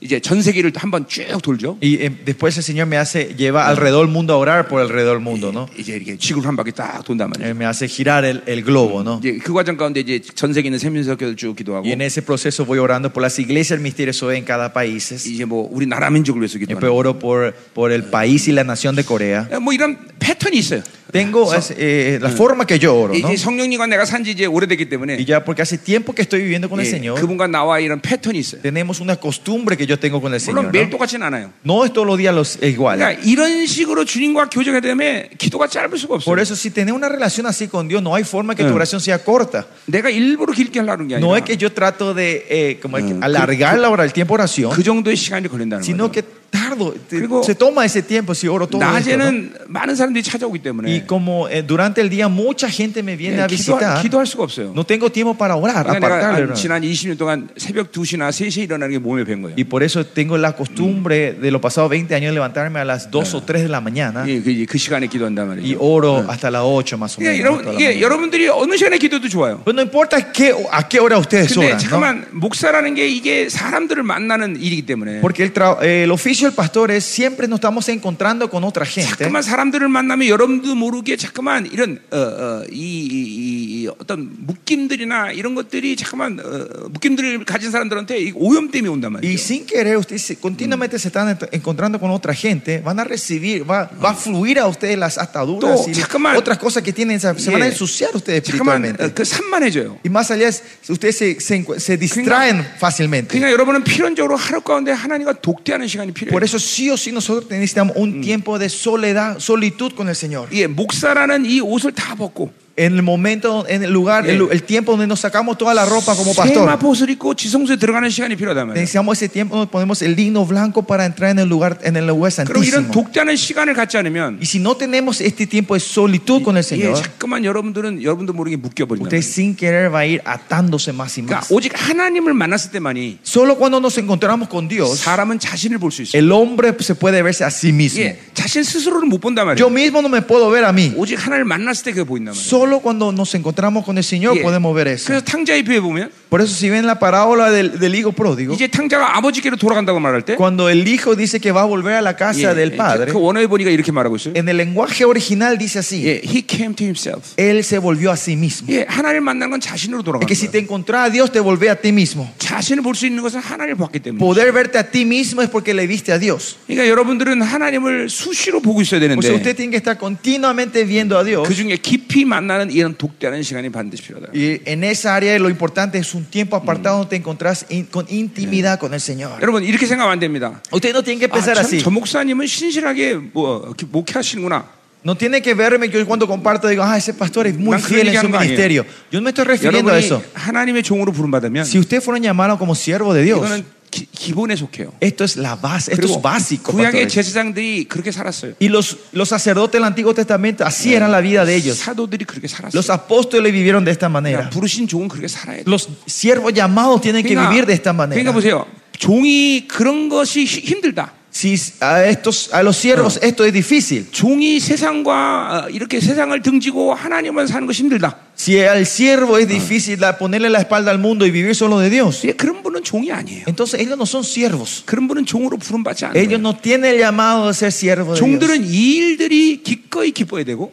Speaker 1: 이제 전 세계를 한번 쭉 돌죠.
Speaker 2: Y eh, después el Señor me hace, lleva alrededor del mundo a orar por alrededor del mundo, ¿no?
Speaker 1: 이제 이렇게 지구를 한 바퀴 딱 돈단 말이에요.
Speaker 2: Él me hace girar el, el globo, ¿no?
Speaker 1: 이제 그 과정 가운데 이제 전 세계 있는 생명사역 교회를 쭉 기도하고
Speaker 2: Y en ese proceso voy orando por las iglesias misterioso en cada país. Y
Speaker 1: 이제 뭐 우리 나라 민족을 위해서
Speaker 2: Después
Speaker 1: 기도하고
Speaker 2: oro por, por el país y la nación de Corea.
Speaker 1: 뭐 이런 패턴이 있어요.
Speaker 2: Tengo es, eh, la forma que yo oro, ¿no?
Speaker 1: 이제 성령님과 내가 산지 이제 오래됐기 때문에
Speaker 2: Y ya porque hace tiempo que estoy viviendo con el
Speaker 1: 예,
Speaker 2: Señor,
Speaker 1: 그분과 나와 이런 패턴이 있어요.
Speaker 2: tenemos una costumbre que yo tengo con
Speaker 1: 물론
Speaker 2: el Señor.
Speaker 1: 매일
Speaker 2: No,
Speaker 1: 똑같진 않아요.
Speaker 2: no es todos los días los, igual.
Speaker 1: 그러니까 이런 식으로 주님과 교제가 되면 기도가 짧을 수가 없어요.
Speaker 2: Por eso, si tenés una relación así con Dios, no hay forma que tu
Speaker 1: Mm.
Speaker 2: oración sea corta.
Speaker 1: 내가 일부러 길게 하려는 게 아니라
Speaker 2: No es que yo trato de eh, como es que
Speaker 1: Mm.
Speaker 2: alargar la hora, el tiempo de
Speaker 1: 그
Speaker 2: oración,
Speaker 1: 정도의 시간이 걸린다는
Speaker 2: Ah, sino
Speaker 1: 거예요.
Speaker 2: que tardo. te-
Speaker 1: 그리고
Speaker 2: se toma ese tiempo si oro todo esto, ¿no?
Speaker 1: 낮에는 많은 그러니까 사람들이 찾아오기
Speaker 2: Y
Speaker 1: 때문에
Speaker 2: como eh, durante el día mucha gente me viene a
Speaker 1: 예, 기도하,
Speaker 2: visitar,
Speaker 1: 기도할 수가 없어요.
Speaker 2: no tengo tiempo para orar,
Speaker 1: 그러니까 내가
Speaker 2: apartar.
Speaker 1: 한
Speaker 2: ¿no?
Speaker 1: 지난 20년 동안 새벽 2시나 3시에 일어나는 게 몸에 밴 거예요.
Speaker 2: Y por eso tengo la costumbre de los pasados 20 años de levantarme a las 2 o 3 de la mañana
Speaker 1: 예, 그, 예, 그 시간에 기도한단
Speaker 2: y
Speaker 1: 말이죠.
Speaker 2: oro hasta las 8 más o
Speaker 1: 그러니까
Speaker 2: menos. ¿no? toda
Speaker 1: 여러분,
Speaker 2: la
Speaker 1: 이게
Speaker 2: mañana.
Speaker 1: 여러분들이 어느 시간에 기도도 좋아요.
Speaker 2: Pues no importa qué, a qué hora ustedes
Speaker 1: 근데
Speaker 2: oran, ¿no?
Speaker 1: 잠깐만 목사라는 게 이게 사람들을 만나는 일이기 때문에
Speaker 2: porque el, tra- eh, el oficio del pastor es siempre nos estamos encontrando con otra gente.
Speaker 1: 자꾸만 사람들을 만나면 여러분도 모르게 자꾸만 이런 어, 어, 이, 이, 이, 이 어떤 묶임들이나 이런 것들이 자꾸만 어, 묶임들을 가진 사람들한테 이 오염됨이 온단
Speaker 2: Y
Speaker 1: 말이에요.
Speaker 2: sin querer, ustedes se- continuamente se están ent- encontrando con otra gente, van a recibir, va, va a fluir a ustedes las ataduras
Speaker 1: Todo,
Speaker 2: y
Speaker 1: 잠깐만.
Speaker 2: otras cosas que tienen, se, se van a
Speaker 1: Yeah.
Speaker 2: ensuciar ustedes
Speaker 1: 잠깐만
Speaker 2: espiritualmente.
Speaker 1: 어, 그 산만해져요.
Speaker 2: Y más allá, es- ustedes se, se encu- se distraen fácilmente.
Speaker 1: 그러니까 여러분은 필연적으로 하루 가운데 하나님과 독대하는 시간이 필요해요.
Speaker 2: Por eso sí o sí nosotros necesitamos un tiempo de soledad, solitud con el Señor.
Speaker 1: 예, 목사라는 이 옷을 다 벗고
Speaker 2: En el momento, en el lugar, el,
Speaker 1: Yeah.
Speaker 2: el tiempo donde nos sacamos toda la ropa como pastor.
Speaker 1: 세마포 옷을 입고 지성소에 들어가는 시간이 필요하단 말이에요.
Speaker 2: Necesitamos ese tiempo donde ponemos el digno blanco para entrar en el lugar, en el lugar
Speaker 1: 그럼 이런
Speaker 2: santísimo.
Speaker 1: 독대하는 시간을 갖지 않으면
Speaker 2: Y si no tenemos este tiempo de solitud con el
Speaker 1: 예,
Speaker 2: Señor,
Speaker 1: 자꾸만 여러분들은 여러분도 모르게 묶여버린다.
Speaker 2: Usted sin querer va a ir atándose más y
Speaker 1: 그러니까
Speaker 2: más.
Speaker 1: 오직 하나님을 만났을 때만이
Speaker 2: Solo cuando nos encontramos con Dios,
Speaker 1: 사람은 자신을 볼 수 있어요.
Speaker 2: el hombre se puede verse a sí mismo.
Speaker 1: 예, 자신 스스로를 못 본단
Speaker 2: Yo
Speaker 1: 말이에요.
Speaker 2: mismo no me puedo ver a mí.
Speaker 1: 오직 하나님을 만났을 때 그게 보인단 말이에요.
Speaker 2: Solo cuando nos encontramos con el Señor
Speaker 1: 예.
Speaker 2: podemos ver eso.
Speaker 1: 그래서 탕자의 비에 보면
Speaker 2: Por eso si ven la parábola del, del hijo pródigo,
Speaker 1: 이제 탕자가 아버지께로 돌아간다고 말할 때
Speaker 2: cuando el hijo dice que va a volver a la
Speaker 1: 예,
Speaker 2: casa del
Speaker 1: 예,
Speaker 2: padre,
Speaker 1: 그 원어에 보니까 이렇게 말하고 있어요.
Speaker 2: en el lenguaje original dice así,
Speaker 1: 예, he came to himself.
Speaker 2: él se volvió a sí mismo.
Speaker 1: 예, 하나님을 만난 건 자신으로
Speaker 2: Es
Speaker 1: 돌아가는
Speaker 2: que si
Speaker 1: 거예요.
Speaker 2: te encontrás a Dios, te volvés a ti mismo.
Speaker 1: 자신을 볼 수 있는 것은 하나님을 봤기 때문에.
Speaker 2: Poder verte a ti mismo es porque le viste a Dios.
Speaker 1: 그러니까 여러분들은 하나님을 수시로 보고 있어야
Speaker 2: O sea,
Speaker 1: 되는데
Speaker 2: usted tiene que estar continuamente viendo a Dios.
Speaker 1: 그 중에 깊이 만나는 이런 독대하는 시간이 반드시 필요하다.
Speaker 2: Y en esa área lo importante es un tiempo apartado donde te encontrás in- con intimidad con el Señor.
Speaker 1: 여러분 이렇게 생각하면 안 됩니다.
Speaker 2: Usted no tiene que
Speaker 1: 아,
Speaker 2: pensar
Speaker 1: 참,
Speaker 2: así.
Speaker 1: 저 목사님은 신실하게 뭐 이렇게 목회하시는구나.
Speaker 2: No tiene que verme que yo cuando comparto digo, ah, ese pastor es muy
Speaker 1: Man,
Speaker 2: fiel en su
Speaker 1: critican va,
Speaker 2: ministerio. Yo no me estoy refiriendo a
Speaker 1: 여러분이
Speaker 2: eso.
Speaker 1: 하나님의 종으로 부름받으면
Speaker 2: Si ustedes fueron llamados como siervos de Dios,
Speaker 1: 이거는 기, 기본에 속해요.
Speaker 2: esto es la base, esto es básico.
Speaker 1: 구약의
Speaker 2: pastores.
Speaker 1: 제사장들이 그렇게 살았어요.
Speaker 2: Y los, los sacerdotes del Antiguo Testamento, así era la vida de ellos.
Speaker 1: 아, 네, 사도들이 그렇게
Speaker 2: Los
Speaker 1: 살았어요.
Speaker 2: apóstoles vivieron de esta manera.
Speaker 1: 그러니까 부르신 종은 그렇게 살아야 돼.
Speaker 2: Los siervos llamados tienen que vivir de esta
Speaker 1: 그러니까
Speaker 2: manera.
Speaker 1: 보세요. 종이 그런 것이 히- 힘들다.
Speaker 2: Si a, estos, a los siervos esto es difícil.
Speaker 1: 종이 세상과 어, 이렇게 세상을 등지고 하나님만 사는 것이 힘들다.
Speaker 2: Si al siervo es difícil la- ponerle la espalda al mundo y vivir solo de Dios,
Speaker 1: 예, 그런 분은 종이 아니에요.
Speaker 2: entonces ellos no son siervos.
Speaker 1: 그런 분은 종으로 부름받지 않아요.
Speaker 2: Ellos no tienen el llamado de ser siervos de Dios.
Speaker 1: 종들은 이 일들이 기꺼이 기뻐야 되고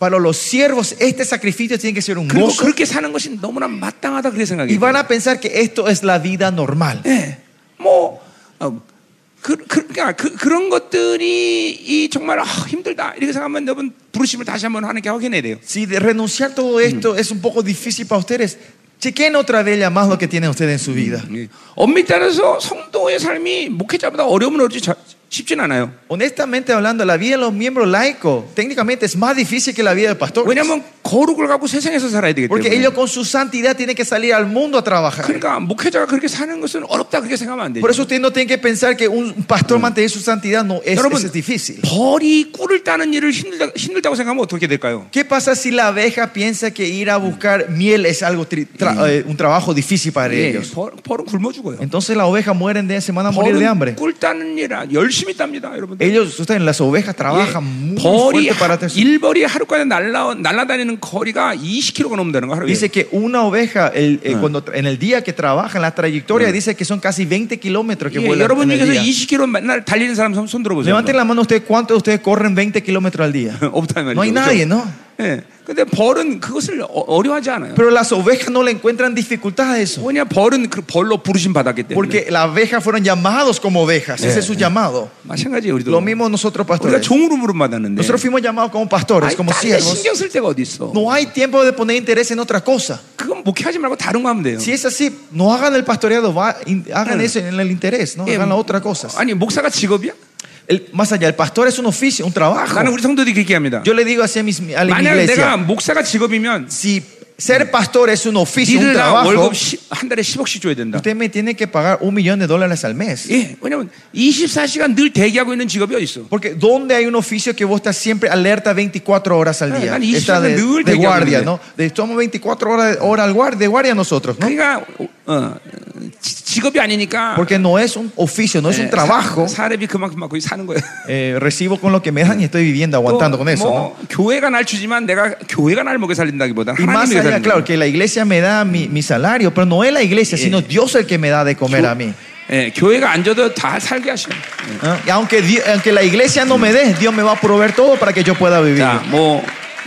Speaker 2: Para los siervos este sacrificio tiene que ser un
Speaker 1: 그리고
Speaker 2: gozo.
Speaker 1: 그렇게 사는 것이 너무나 마땅하다 그렇게
Speaker 2: Y
Speaker 1: 생각해요.
Speaker 2: van a pensar que esto es la vida normal.
Speaker 1: 예, 뭐 어, 그, 그, 그러니까 그, 그런 것들이 이 정말 아, 힘들다 이렇게 생각하면 여러분 부르심을 다시 한번 하는 게 확인해야 돼요.
Speaker 2: Si de renunciar todo esto es un poco difícil para ustedes, chequen otra vez el llamado que tienen ustedes en su vida.
Speaker 1: 예. 엄밀히 따라서 성도의 삶이 목회자보다 어려움은 어렵지 자- 쉽진 않아요.
Speaker 2: Honestamente hablando, la vida de los miembros laicos técnicamente es más difícil que la vida del pastor.
Speaker 1: 왜냐하면 거룩을 갖고 세상에서 살아야 되기
Speaker 2: Porque
Speaker 1: 때문에.
Speaker 2: ellos con su santidad tienen que salir al mundo a trabajar.
Speaker 1: 그러니까 목회자가 그렇게 사는 것은 어렵다 그렇게 생각하면 안 돼요.
Speaker 2: Por eso ustedes no tienen que pensar que un pastor mantener su santidad Mm. no es,
Speaker 1: 여러분,
Speaker 2: eso es difícil.
Speaker 1: 벌이 꿀을 따는 일을 힘들다, 힘들다고 생각하면 어떻게 될까요?
Speaker 2: ¿Qué pasa si la abeja piensa que ir a buscar miel es algo tri- tra- eh, un trabajo difícil para
Speaker 1: 예,
Speaker 2: ellos?
Speaker 1: 벌, 벌은 굶어 죽어요.
Speaker 2: Entonces las ovejas mueren de semana a morir de hambre.
Speaker 1: 벌은 꿀 따는 일 아- 열심히 땁니다, 여러분들.
Speaker 2: Ellos, ustedes, las ovejas trabajan
Speaker 1: 예, 벌이
Speaker 2: muy fuerte
Speaker 1: 하-
Speaker 2: para tener su-
Speaker 1: 일벌이 하루까지 날라 날라다니는 거리가 20km가 넘는다는 거 하루에.
Speaker 2: Dice que una oveja el- eh, cuando, tra- en el día que trabaja, en la trayectoria, dice que son casi 20 kilómetros que
Speaker 1: 예,
Speaker 2: vuelan.
Speaker 1: 여러분
Speaker 2: en el
Speaker 1: 중에서
Speaker 2: día.
Speaker 1: 20km 맨날 달리는 사람 손- 손 들어보세요.
Speaker 2: Levanten la mano ustedes, ¿cuántos de ustedes corren 20 kilómetros al <laughs> día?
Speaker 1: <laughs> 없다 이 말이죠.
Speaker 2: No hay nadie, ¿no?
Speaker 1: 그렇죠? 예. 근데 벌은 그것을 어- 어려워하지 않아요.
Speaker 2: Pero las ovejas no le encuentran dificultad a eso.
Speaker 1: 뭐냐 벌은 그 벌로 부르심 받았기 때문에.
Speaker 2: Porque las ovejas fueron llamados como ovejas. Ese es su llamado.
Speaker 1: 마찬가지예요, 우리도.
Speaker 2: Lo mismo nosotros,
Speaker 1: 우리가
Speaker 2: pastores.
Speaker 1: 종으로 부름 받았는데.
Speaker 2: Nosotros fuimos llamados como pastores,
Speaker 1: 아니,
Speaker 2: como
Speaker 1: 딴데
Speaker 2: siervos.
Speaker 1: 신경 쓸 데가 어디 있어?
Speaker 2: No hay tiempo de poner interés en otra cosa.
Speaker 1: 그건 목회하지 말고 다른 거 하면 돼요.
Speaker 2: Si es así, no hagan el pastoreado, va- in- hagan eso en el interés, no
Speaker 1: 예,
Speaker 2: hagan las otras cosas.
Speaker 1: 아니 목사가 직업이야?
Speaker 2: El- más allá, el pastor es un oficio, un trabajo.
Speaker 1: 나는 우리 성도들이 아, 그렇게 합니다.
Speaker 2: Yo le digo así a, mis, a la
Speaker 1: 만약 내가
Speaker 2: iglesia,
Speaker 1: 목사가 직업이면
Speaker 2: si ser pastor es un oficio, un
Speaker 1: 니들 나
Speaker 2: trabajo,
Speaker 1: 월급 10, 한 달에 10억씩 줘야 된다.
Speaker 2: usted me tiene que pagar un millón de dólares al mes.
Speaker 1: 예, 왜냐면 24시간 늘 대기하고 있는 직업이 어디 있어?
Speaker 2: Porque ¿dónde hay un oficio que vos estás siempre alerta 24 horas al día?
Speaker 1: Ah, y
Speaker 2: Está de,
Speaker 1: siempre
Speaker 2: de
Speaker 1: de
Speaker 2: guardia,
Speaker 1: guardia.
Speaker 2: ¿no? De, estamos 24 horas, horas al guardia, de guardia nosotros, ¿no?
Speaker 1: 그러니까 어, 어, 지- 직업이 아니니까
Speaker 2: Porque no es un oficio, no es
Speaker 1: 예,
Speaker 2: un trabajo.
Speaker 1: 사, 사례비 그만큼 받고 사는 거예요.
Speaker 2: Eh, recibo con lo que me dan y estoy viviendo
Speaker 1: 또
Speaker 2: aguantando con eso, ¿no?
Speaker 1: 뭐, 교회가 날 주지만 내가 교회가 날 먹여 살린다기보다는
Speaker 2: Y más
Speaker 1: 하나님이
Speaker 2: allá,
Speaker 1: 살리는
Speaker 2: claro,
Speaker 1: 거예요.
Speaker 2: que la iglesia me da mi, mi salario, pero no es la iglesia, sino Dios el que me da de comer a mí.
Speaker 1: 예, 교회가 안 줘도 다 salga hacia.
Speaker 2: ¿Ah? Y aunque, Di- aunque la iglesia no me dé, Dios me va a proveer todo para que yo pueda vivir.
Speaker 1: 자, 뭐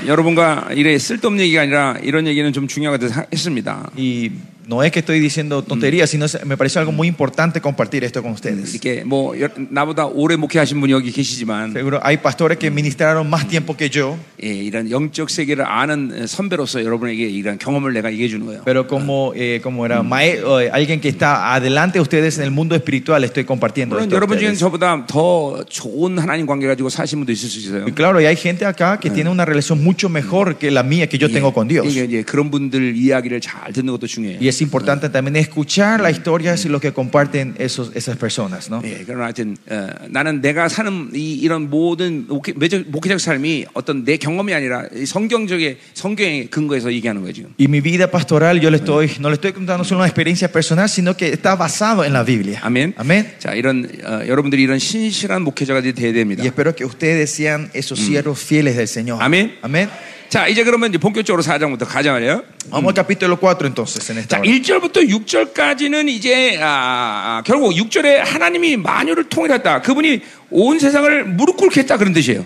Speaker 1: 여러분과 이래 쓸데없는 얘기가 아니라 이런 얘기는 좀 중요하게 하- 했습니다.
Speaker 2: Y no es que estoy diciendo tonterías, sino es- me pareció algo muy importante compartir esto con ustedes.
Speaker 1: 이렇게 뭐 여- 나보다 오래 목회하신 분이 여기 계시지만
Speaker 2: Seguro hay pastores que ministraron más tiempo que yo,
Speaker 1: 예, 이런 영적 세계를 아는 선배로서 여러분에게 이런 경험을 내가 얘기해 주는 거예요.
Speaker 2: pero como, eh, como era mae- eh, alguien que está adelante de ustedes en el mundo espiritual, estoy compartiendo
Speaker 1: 물론
Speaker 2: esto. a
Speaker 1: 여러분 중에
Speaker 2: ustedes.
Speaker 1: 저보다 더 좋은 하나님 관계 가지고 사신 분도 있을 수 있어요.
Speaker 2: Y claro, y hay gente acá que tiene una relación mucho mejor que la mía que yo tengo con Dios.
Speaker 1: 예. 이게 이제 그런 분들 이야기를 잘 듣는 것도 중요해요.
Speaker 2: Y es importante también escuchar las historias y lo que comparten esos, esas personas, ¿no?
Speaker 1: 예, 그러나 하여튼 어, 나는 내가 사는 이, 이런 모든 목회, 매적- 목회적 삶이 어떤 내 경험이 아니라 이 성경적인 성경의 근거에서 얘기하는 거예요 지금.
Speaker 2: Y mi vida pastoral, yo le estoy, no le estoy contando solo una experiencia personal, sino que está basado en la Biblia.
Speaker 1: 아멘.
Speaker 2: Amén.
Speaker 1: 자, 이런 어, 여러분들이 이런 신실한 목회자가 돼야 됩니다. 예.
Speaker 2: Y espero que ustedes sean esos siervos fieles del Señor.
Speaker 1: Amén.
Speaker 2: Amén.
Speaker 1: 자, 이제 그러면 이제 본격적으로 4장부터 가자 말이에요.
Speaker 2: Vamos al capítulo 4 entonces en esta
Speaker 1: 자,
Speaker 2: hora.
Speaker 1: 1절부터 6절까지는 이제 아, 아, 결국 6절에 하나님이 만유를 통일했다. 그분이 온 세상을 무릎 꿇게 했다 그런 뜻이에요.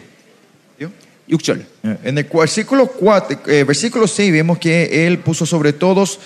Speaker 2: ¿Vio?
Speaker 1: 6절.
Speaker 2: Eh, En el cu- versículo, 4, eh, versículo 6 vemos que Él puso sobre todos,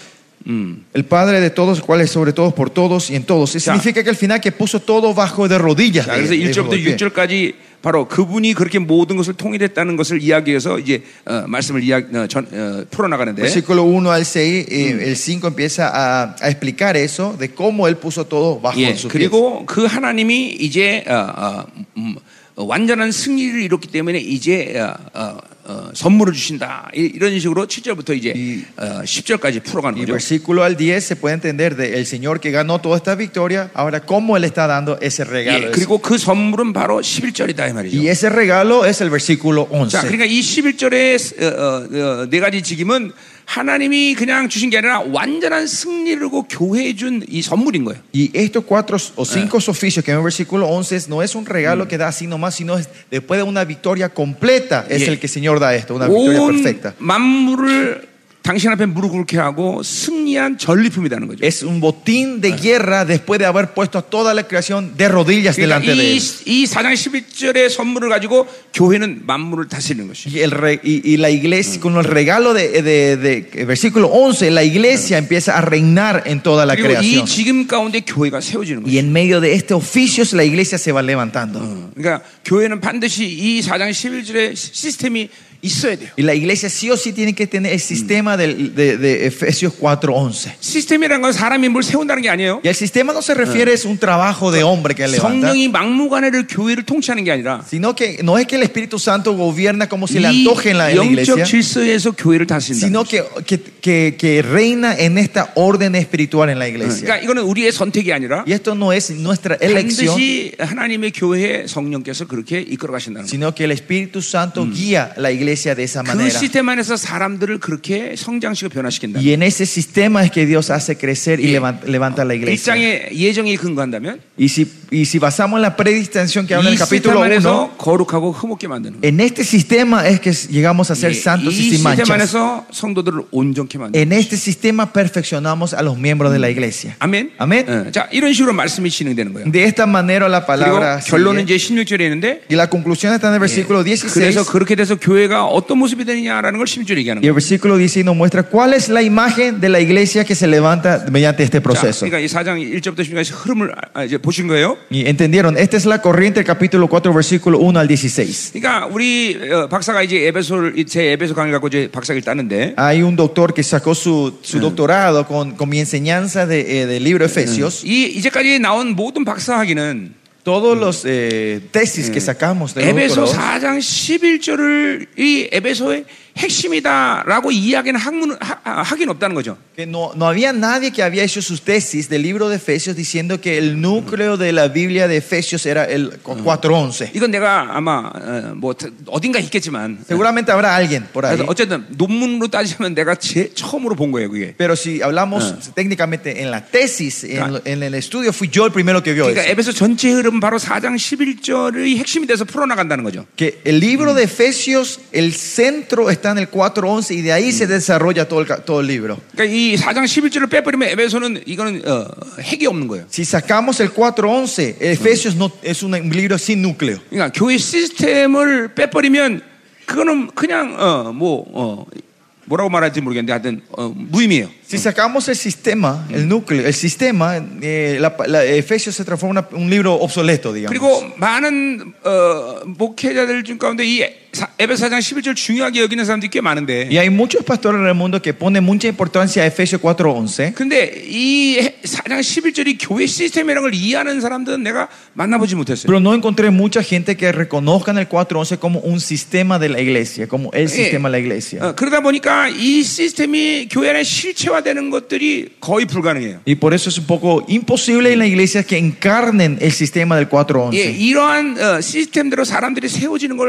Speaker 2: el Padre de todos, el cual es sobre todos, por todos y en todos.
Speaker 1: Ya.
Speaker 2: Y significa que al final que puso todo bajo de rodillas.
Speaker 1: 자,
Speaker 2: de-
Speaker 1: 그래서
Speaker 2: de- de-
Speaker 1: 1절부터 6절까지 바로 그분이 그렇게 모든 것을 통일했다는 것을 이야기해서 이제 어, 말씀을 이야, 어, 전, 어, 풀어나가는데
Speaker 2: Versículo 1 al 6, eh, el 5 empieza a, a explicar eso, de cómo Él puso todo bajo
Speaker 1: 예,
Speaker 2: sus pies.
Speaker 1: 그리고 그 하나님이 이제 어, 어, 음, 어, 완전한 승리를 이뤘기 때문에 이제 어, 어, 어, 선물을 주신다 이- 이런 식으로 7절부터 이제
Speaker 2: 이-
Speaker 1: 어, 10절까지 풀어가는
Speaker 2: Y
Speaker 1: 거죠.
Speaker 2: versículo al 10 se puede entender de el Señor que ganó toda esta victoria, ahora cómo Él está dando ese regalo.
Speaker 1: 예, 그리고 그 선물은 바로 11절이다 이
Speaker 2: y
Speaker 1: 말이죠.
Speaker 2: ese regalo es el versículo
Speaker 1: 자,
Speaker 2: 11.
Speaker 1: 그러니까 이 11절의 어, 어, 어, 네 가지 직임은 하나님이 그냥 주신 게 아니라 완전한 승리를 고 교회해 준 이 선물인 거예요.
Speaker 2: Y estos cuatro o cinco oficios que en el versículo 11 no es un regalo que da así nomás, sino es después de una victoria completa es
Speaker 1: Yeah.
Speaker 2: el que el Señor da esto, una victoria
Speaker 1: 온
Speaker 2: perfecta.
Speaker 1: 만물을 당신 앞에 무릎 꿇게 하고 승리한 전리품이라는 거죠.
Speaker 2: Es un botín de guerra después de haber puesto a toda la creación de rodillas delante
Speaker 1: 그러니까
Speaker 2: de
Speaker 1: 이,
Speaker 2: Él.
Speaker 1: 이 4장 11절의 선물을 가지고 교회는 만물을 다스리는 것이.
Speaker 2: Y, el re- y- y la iglesia, con el regalo de, de- de- de- versículo 11, la iglesia empieza a reinar en toda la
Speaker 1: 그리고 이
Speaker 2: creación.
Speaker 1: 지금 가운데 교회가 세워지는
Speaker 2: Y
Speaker 1: 거예요.
Speaker 2: en medio de este oficio la iglesia se va
Speaker 1: Ah.
Speaker 2: levantando.
Speaker 1: 그러니까 교회는 반드시 이 4장 11절의 시스템이 있어야 돼요.
Speaker 2: Y la iglesia sí o sí tiene que tener el sistema del- de, de Efesios 4:11.
Speaker 1: 시스템이란 건 사람이 뭘 세운다는 게 아니에요.
Speaker 2: Y el sistema no se refiere es un trabajo de hombre que levanta,
Speaker 1: 성령이 막무가내를 교회를 통치하는 게 아니라
Speaker 2: sino que no es que el Espíritu Santo gobierna como se le
Speaker 1: 이
Speaker 2: antoje en la, en la
Speaker 1: 영적
Speaker 2: iglesia,
Speaker 1: 질서에서 교회를 다스린다.
Speaker 2: sino que, que, que- que reina en esta orden espiritual en la
Speaker 1: 그러니까
Speaker 2: iglesia.
Speaker 1: 이거는 우리의 선택이 아니라
Speaker 2: Y esto no es nuestra elección,
Speaker 1: 반드시 하나님의 교회 성령께서 그렇게 이끌어 가신다는 거예요.
Speaker 2: sino que el Espíritu Santo guía la iglesia de esa
Speaker 1: 그
Speaker 2: manera. 예,
Speaker 1: 시스템 안에서 사람들을 그렇게 성장시켜 변화시킨다.
Speaker 2: Y en ese sistema es que Dios hace crecer y levanta, levanta la iglesia.
Speaker 1: 일장의 예정이 근거한다면
Speaker 2: Y si, y si basamos en la predistinción que habla en
Speaker 1: 이
Speaker 2: el
Speaker 1: 시스템
Speaker 2: capítulo 1,
Speaker 1: 안에서 거룩하고 흐뭇게 만드는 거예요.
Speaker 2: en este sistema es que llegamos a ser
Speaker 1: 예,
Speaker 2: santos y
Speaker 1: 이
Speaker 2: sin
Speaker 1: 시스템
Speaker 2: manchas.
Speaker 1: 안에서 성도들을 온전케 만드는
Speaker 2: En este sistema perfeccionamos a los miembros de la iglesia.
Speaker 1: 아멘.
Speaker 2: 아멘.
Speaker 1: 예, 자 이런 식으로 말씀이 진행되는 거예요.
Speaker 2: De esta manera la
Speaker 1: 그리고
Speaker 2: palabra
Speaker 1: 결론은
Speaker 2: sigue.
Speaker 1: 이제 16절에 있는데
Speaker 2: y la conclusión está en el versículo 16
Speaker 1: 그래서 그렇게 돼서 교회가 어떤 모습이 되느냐라는 걸 심지어 얘기하는
Speaker 2: y
Speaker 1: 거예요.
Speaker 2: el versículo 16 nos muestra cuál es la imagen de la iglesia que se levanta mediante este
Speaker 1: 자,
Speaker 2: proceso.
Speaker 1: 그러니까 이 4장 1절부터 16절까지 흐름을 아, 아, 이제 보신 거예요.
Speaker 2: Y entendieron, esta es la corriente del capítulo 4 versículo 1 al 16.
Speaker 1: 그러니까 우리 어, 박사가 이제 에베소를 이제 에베소 강의 갖고 이제 박사를 따는데
Speaker 2: Hay un doctor que sacó su, su doctorado con, con mi enseñanza de, eh, del libro Efesios.
Speaker 1: 이 이제까지 나온 모든 박사 학위는
Speaker 2: Todos los eh, tesis que sacamos de los
Speaker 1: 에베소
Speaker 2: doctorados
Speaker 1: 4장 11절을 이 에베소의 핵심이다라고 이야기는 학문 하- 아, 하긴 없다는 거죠.
Speaker 2: Que no, no había nadie que había hecho sus tesis del libro de Efesios diciendo que el núcleo de la Biblia de Efesios era el 4.11.
Speaker 1: 이건 내가 아마 어, 뭐 다- 어딘가 있겠지만
Speaker 2: Seguramente habrá alguien por ahí.
Speaker 1: 그래서 어쨌든 논문으로 따지면 내가 제 처음으로 본 거예요, 그게.
Speaker 2: Pero si hablamos técnicamente en la tesis, en, lo- en el estudio, fui yo el primero que vio
Speaker 1: 그러니까
Speaker 2: eso.
Speaker 1: 에베소 전체 흐름 은 바로 4장 11절의 핵심이 돼서 풀어나간다는 거죠.
Speaker 2: Que el libro de Efesios, el centro está en el 4.11 y de ahí se desarrolla todo el, ca- todo el libro.
Speaker 1: 그러니까 이 4장 11절을 빼버리면 에베소는 이거는 어, 핵이 없는 거예요.
Speaker 2: Si sacamos el 4.11, Efesios no, es un libro sin núcleo.
Speaker 1: 그러니까 교회 시스템을 빼버리면 그거는 그냥 어, 뭐 어, 뭐라고 말할지 모르겠는데 하여튼 어, 무의미해요.
Speaker 2: Si sacamos el sistema, el núcleo, el sistema, eh, la, la- Efesios se transforma en un libro obsoleto, digamos.
Speaker 1: 그리고 많은 어, 목회자들 중 가운데 이 사- 에베소 4장 11절 중요하게 여기는 사람들이 꽤 많은데
Speaker 2: y hay muchos pastores en el mundo que ponen mucha importancia a Efesios 4.11,
Speaker 1: 근데 이 4장 11절이 교회 시스템이라는 걸 이해하는 사람들은 내가 만나보지 못했어요.
Speaker 2: pero no encontré mucha gente que reconozcan el 4.11 como un sistema de la iglesia, como el sistema de la iglesia.
Speaker 1: 어, 그러다 보니까 이 시스템이 교회 안에 실체화되는 것들이 거의 불가능해요.
Speaker 2: Y por eso es un poco imposible en la iglesia que encarnen el sistema del 4.11.
Speaker 1: 예, 이러한 어, 시스템대로 사람들이 세워지는 걸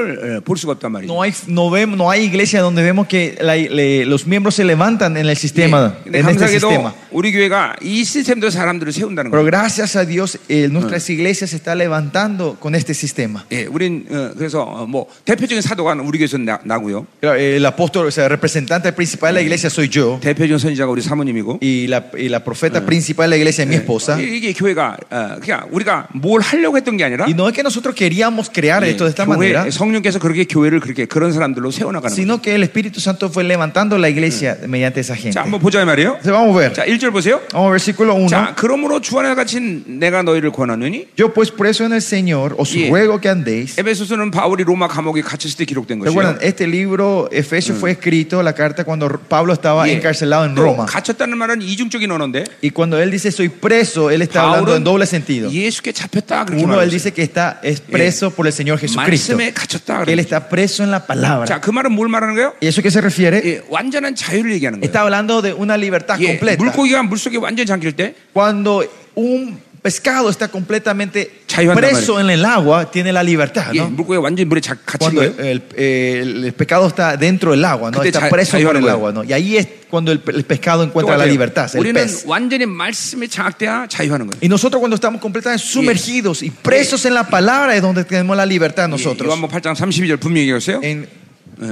Speaker 1: 볼 수가 수가 없단 말이죠.
Speaker 2: No hay, no, vemos, no hay iglesia donde vemos que la- le- los miembros se levantan en el sistema,
Speaker 1: 예, 근데
Speaker 2: en este sistema.
Speaker 1: 감사하게도 우리 교회가 이 시스템도 사람들을 세운다는
Speaker 2: Pero
Speaker 1: 거예요.
Speaker 2: gracias a Dios, eh, nuestras iglesias se están levantando con este sistema.
Speaker 1: 예, 우린 어, 그래서 어, 뭐 대표적인 사도가 우리 교회에서 나, 나고요.
Speaker 2: Claro, El apóstol, o sea, el representante principal de la iglesia soy yo.
Speaker 1: 대표적인 선지자가 우리 사모님이고
Speaker 2: Y la, y la profeta principal de la iglesia es mi esposa.
Speaker 1: 이- 이게 교회가 어, 그냥 우리가 뭘 하려고 했던 게 아니라
Speaker 2: Y no es que nosotros queríamos crear
Speaker 1: 예,
Speaker 2: esto de esta manera,
Speaker 1: 교회 성령께서 그렇게 교회를 그렇게 그런 사람들로 세워나가는 거예요.
Speaker 2: sino que el Espíritu Santo fue levantando la iglesia mediante esa gente.
Speaker 1: 자, 한번 보자 이 말이에요.
Speaker 2: Entonces, vamos a ver.
Speaker 1: 자, 1절 보세요.
Speaker 2: Vamos a versículo 1.
Speaker 1: 자, 그러므로 주 안에 갇힌 내가 너희를 권하느니
Speaker 2: Yo pues preso en el Señor, os
Speaker 1: Yeah.
Speaker 2: ruego que andéis.
Speaker 1: 에베소서는 바울이 로마 감옥에 갇혔을 때 기록된
Speaker 2: Recuerdan,
Speaker 1: 것이에요.
Speaker 2: este libro, Efesios, fue escrito, la carta, cuando Pablo estaba
Speaker 1: 예.
Speaker 2: encarcelado en
Speaker 1: 또
Speaker 2: Roma.
Speaker 1: 갇혔다는 말은 이중적인 언어인데
Speaker 2: Y cuando él dice soy preso, él está hablando en doble sentido.
Speaker 1: 예수께 잡혔다 그렇게
Speaker 2: Uno, él
Speaker 1: 말하고 있어요.
Speaker 2: dice que está es preso por el Señor Jesucristo.
Speaker 1: 말씀에 갇혔다
Speaker 2: Él
Speaker 1: 그래요.
Speaker 2: está preso en la palabra.
Speaker 1: 자, 그 말은 뭘 말하는 거예요?
Speaker 2: ¿Y eso qué se refiere?
Speaker 1: 예, 완전한 자유를 얘기하는 거예요.
Speaker 2: Está 하blando de una libertad
Speaker 1: 예,
Speaker 2: completa.
Speaker 1: 물고기가 물속에 완전히 잠길 때
Speaker 2: Cuando un pescado está completamente
Speaker 1: 자유한단
Speaker 2: preso en el agua, tiene la libertad,
Speaker 1: 예,
Speaker 2: ¿no?
Speaker 1: 물고기가 완전히 물에 자- 갇힌
Speaker 2: Cuando
Speaker 1: 거예요.
Speaker 2: el, el- el pescado está dentro del agua, ¿no?
Speaker 1: 그때
Speaker 2: Está
Speaker 1: 자-
Speaker 2: preso por
Speaker 1: 자유하는
Speaker 2: el
Speaker 1: 거예요.
Speaker 2: agua, ¿no? Y ahí es cuando el, el pescado encuentra la
Speaker 1: 똑같아요.
Speaker 2: libertad, el
Speaker 1: 우리는
Speaker 2: pez.
Speaker 1: 완전히 말씀에 장악돼야 자유하는 거예요.
Speaker 2: Y nosotros cuando estamos completamente sumergidos y presos en la palabra es donde tenemos la libertad
Speaker 1: 예,
Speaker 2: nosotros. 예.
Speaker 1: 요한복 8장 32절 분명히 얘기했어요.
Speaker 2: En,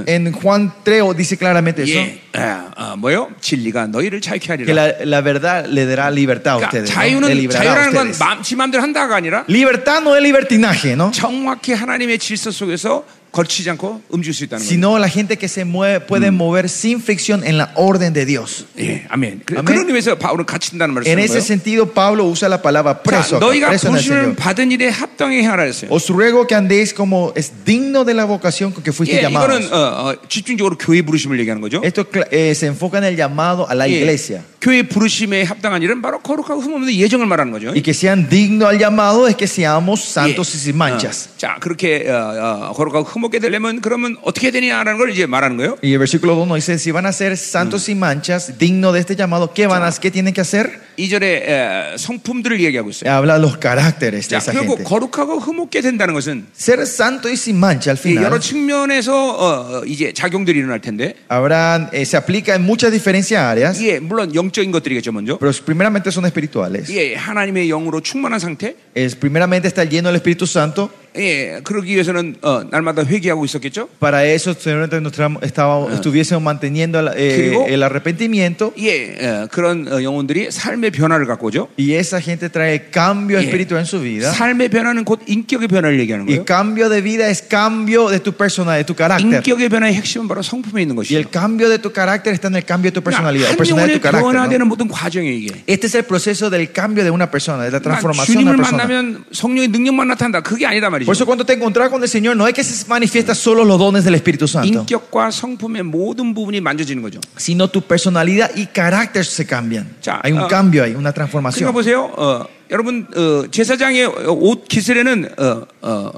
Speaker 2: en Juan 3 dice claramente eso,
Speaker 1: 예, 아, 아, 뭐요? 진리가 너희를 자유케
Speaker 2: que
Speaker 1: 하리라.
Speaker 2: la, la verdad le dará libertad a
Speaker 1: 그러니까
Speaker 2: ustedes. ¿no? Le
Speaker 1: 자유는
Speaker 2: librará a
Speaker 1: 자유라는 건
Speaker 2: ustedes.
Speaker 1: 마음, 지 마음대로 한다가 아니라
Speaker 2: Libertad no es libertinaje, ¿no?
Speaker 1: 정확히 하나님의 질서 속에서 걸치지 않고 움직일 수 있다는 거예요.
Speaker 2: Sino la gente que se mueve puede mover sin fricción en la orden de Dios.
Speaker 1: 예, 아멘. 그,
Speaker 2: 아멘.
Speaker 1: 그런 의미에서 바울은 갇힌다는 말을
Speaker 2: En
Speaker 1: 쓰는
Speaker 2: ese
Speaker 1: 거예요.
Speaker 2: sentido, Pablo usa la palabra
Speaker 1: 자,
Speaker 2: preso. acá,
Speaker 1: 너희가
Speaker 2: preso en el
Speaker 1: 부르심을
Speaker 2: Señor.
Speaker 1: 받은 일에 합당히 하라 했어요.
Speaker 2: Os ruego que andéis como es digno de la vocación con que fuiste
Speaker 1: 예,
Speaker 2: llamado.
Speaker 1: 이거는 어, 어, 집중적으로 교회 부르심을 얘기하는 거죠.
Speaker 2: Esto cla- eh, se enfoca en el llamado a la
Speaker 1: 예,
Speaker 2: iglesia.
Speaker 1: 교회 부르심에 합당한 일은 바로 거룩하고 흠없는 예정을 말하는 거죠.
Speaker 2: Y que sean dignos al llamado es que seamos santos y
Speaker 1: 예.
Speaker 2: sin manchas.
Speaker 1: 어, 자, 그렇게 어, 어, 거룩하고 흠없게 되려면 그러면 어떻게 해야 되냐라는 걸 이제 말하는 거예요.
Speaker 2: Y el versículo 2 nos dice, si van a ser santos y manchas, dignos de este llamado, ¿qué, van a, ¿qué tienen que hacer?
Speaker 1: 이절에 성품들을 얘기하고 있어요.
Speaker 2: Habla los caracteres
Speaker 1: 자,
Speaker 2: de esa
Speaker 1: 결국
Speaker 2: gente.
Speaker 1: 거룩하고 흠없게 된다는 것은
Speaker 2: Ser santo y sin mancha al
Speaker 1: 이 여러
Speaker 2: final
Speaker 1: 측면에서 어, 어, 이제 작용들이 일어날 텐데,
Speaker 2: habrán, eh, se aplica en muchas diferentes áreas,
Speaker 1: 예, 물론 영적인 것들이겠죠 먼저.
Speaker 2: pero primeramente son espirituales.
Speaker 1: 예, 하나님의 영으로 충만한 상태.
Speaker 2: Es, primeramente está lleno del Espíritu Santo.
Speaker 1: 예, 그러기 위해서는 어, 날마다 회개하고 있었겠죠.
Speaker 2: Para eso, seguramente nuestra- estaba- estuviésemos manteniendo la- eh,
Speaker 1: Creo-
Speaker 2: el arrepentimiento
Speaker 1: 예, 어, 그런 어, 영혼들이 삶의 변화를 갖고 오죠.
Speaker 2: y esa gente trae cambio
Speaker 1: Yeah.
Speaker 2: espiritual en su vida.
Speaker 1: 삶의 변화는 곧 인격의 변화를 얘기하는
Speaker 2: Y
Speaker 1: 거예요.
Speaker 2: cambio de vida es cambio de tu persona, de tu carácter.
Speaker 1: 인격의 변화의 핵심은 바로 성품에 있는
Speaker 2: Y
Speaker 1: 것이죠.
Speaker 2: el cambio de tu carácter está en el cambio de tu
Speaker 1: 그러니까
Speaker 2: personalidad,
Speaker 1: 한 영혼의
Speaker 2: personalidad de tu carácter. ¿no?
Speaker 1: 변화되는 모든 과정이 이게.
Speaker 2: Este es el proceso del cambio de una persona, de la
Speaker 1: 그러니까
Speaker 2: transformación de
Speaker 1: 주님을
Speaker 2: una persona.
Speaker 1: 만나면 성령의 능력만 나타난다. 그게 아니다 말이죠.
Speaker 2: Por eso cuando te encontrás con el Señor, no es que se manifiesta solo los dones del Espíritu Santo,
Speaker 1: 인격과 성품의 moden 부분이 만져지는 거죠.
Speaker 2: sino tu personalidad y carácter se cambian.
Speaker 1: Ya,
Speaker 2: Hay un
Speaker 1: ah.
Speaker 2: cambio ahí, una
Speaker 1: 그러니까
Speaker 2: transformación.
Speaker 1: 보세요. 어, 여러분 어, 제사장의 옷 기슬에는 어, 어,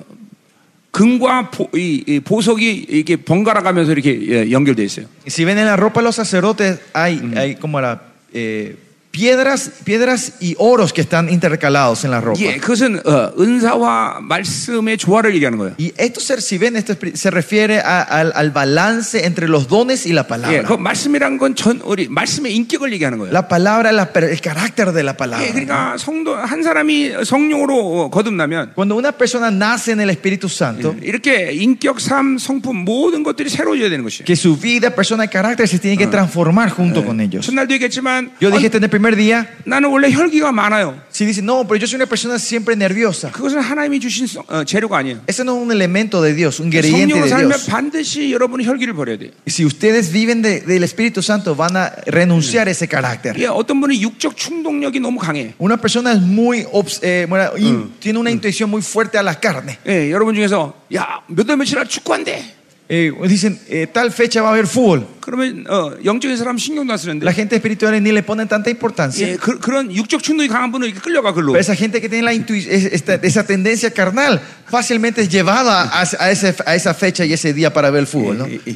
Speaker 1: 금과 보, 이, 이 보석이 이렇게 번갈아 가면서 이렇게 예, 연결돼 있어요.
Speaker 2: Y Si ven en la ropa de los sacerdotes, hay, hay como era, eh, piedras, piedras y oros que están intercalados en la ropa.
Speaker 1: 예, 그것은 어, 은사와 말씀의 조화를 얘기하는 거예요.
Speaker 2: Y esto, se- si ven, esto es- se refiere a- al, al balance entre los dones y la
Speaker 1: 예,
Speaker 2: palabra.
Speaker 1: 그 말씀이란 건 전 우리 말씀의 인격을 얘기하는 거예요.
Speaker 2: La palabra, la per- el carácter de la palabra.
Speaker 1: 예, 그러니까 성도 한 사람이 성령으로 어, 거듭나면
Speaker 2: Cuando una persona nace en el Espíritu Santo,
Speaker 1: 이렇게 인격, 삶, 성품 모든 것들이 새로워져야 되는 것이에요.
Speaker 2: que su vida, persona y carácter se tiene que transformar junto con ellos.
Speaker 1: 첫날도 얘기했지만
Speaker 2: Yo dije
Speaker 1: 아니,
Speaker 2: esto en el primer día,
Speaker 1: 나는 원래 혈기가 많아요.
Speaker 2: si dice, no, pero yo soy una persona siempre nerviosa.
Speaker 1: 그것은 하나님이 주신 성- 어, 재료가 아니에요.
Speaker 2: Ese no es un elemento de Dios, un ingrediente
Speaker 1: 성령으로
Speaker 2: de
Speaker 1: 살면
Speaker 2: Dios.
Speaker 1: 반드시 여러분은 혈기를 버려야 돼요.
Speaker 2: Y si ustedes viven de- del Espíritu Santo, van a renunciar a ese carácter.
Speaker 1: 예, 어떤 분은 육적 충동력이 너무 강해.
Speaker 2: Una persona es muy, obs- eh, bueno, in- tiene una intuición muy fuerte a la carne.
Speaker 1: 예, 여러분 중에서 야, 몇월 며칠 날 축구한대.
Speaker 2: Eh, dicen, eh, tal fecha va a haber fútbol.
Speaker 1: 그러면 어, 영적인 사람 신경도 안 쓰는데.
Speaker 2: La gente espiritual ni le ponen tanta importancia.
Speaker 1: 예, 그, 런 육적 충동이 강한 분은 이렇게 끌려가 글로.
Speaker 2: Pero esa gente que tiene la intui- es- esta- esa tendencia carnal fácilmente es llevada a, a ese- a esa fecha y ese día para ver el fútbol. ¿no?
Speaker 1: 이, 이- 예,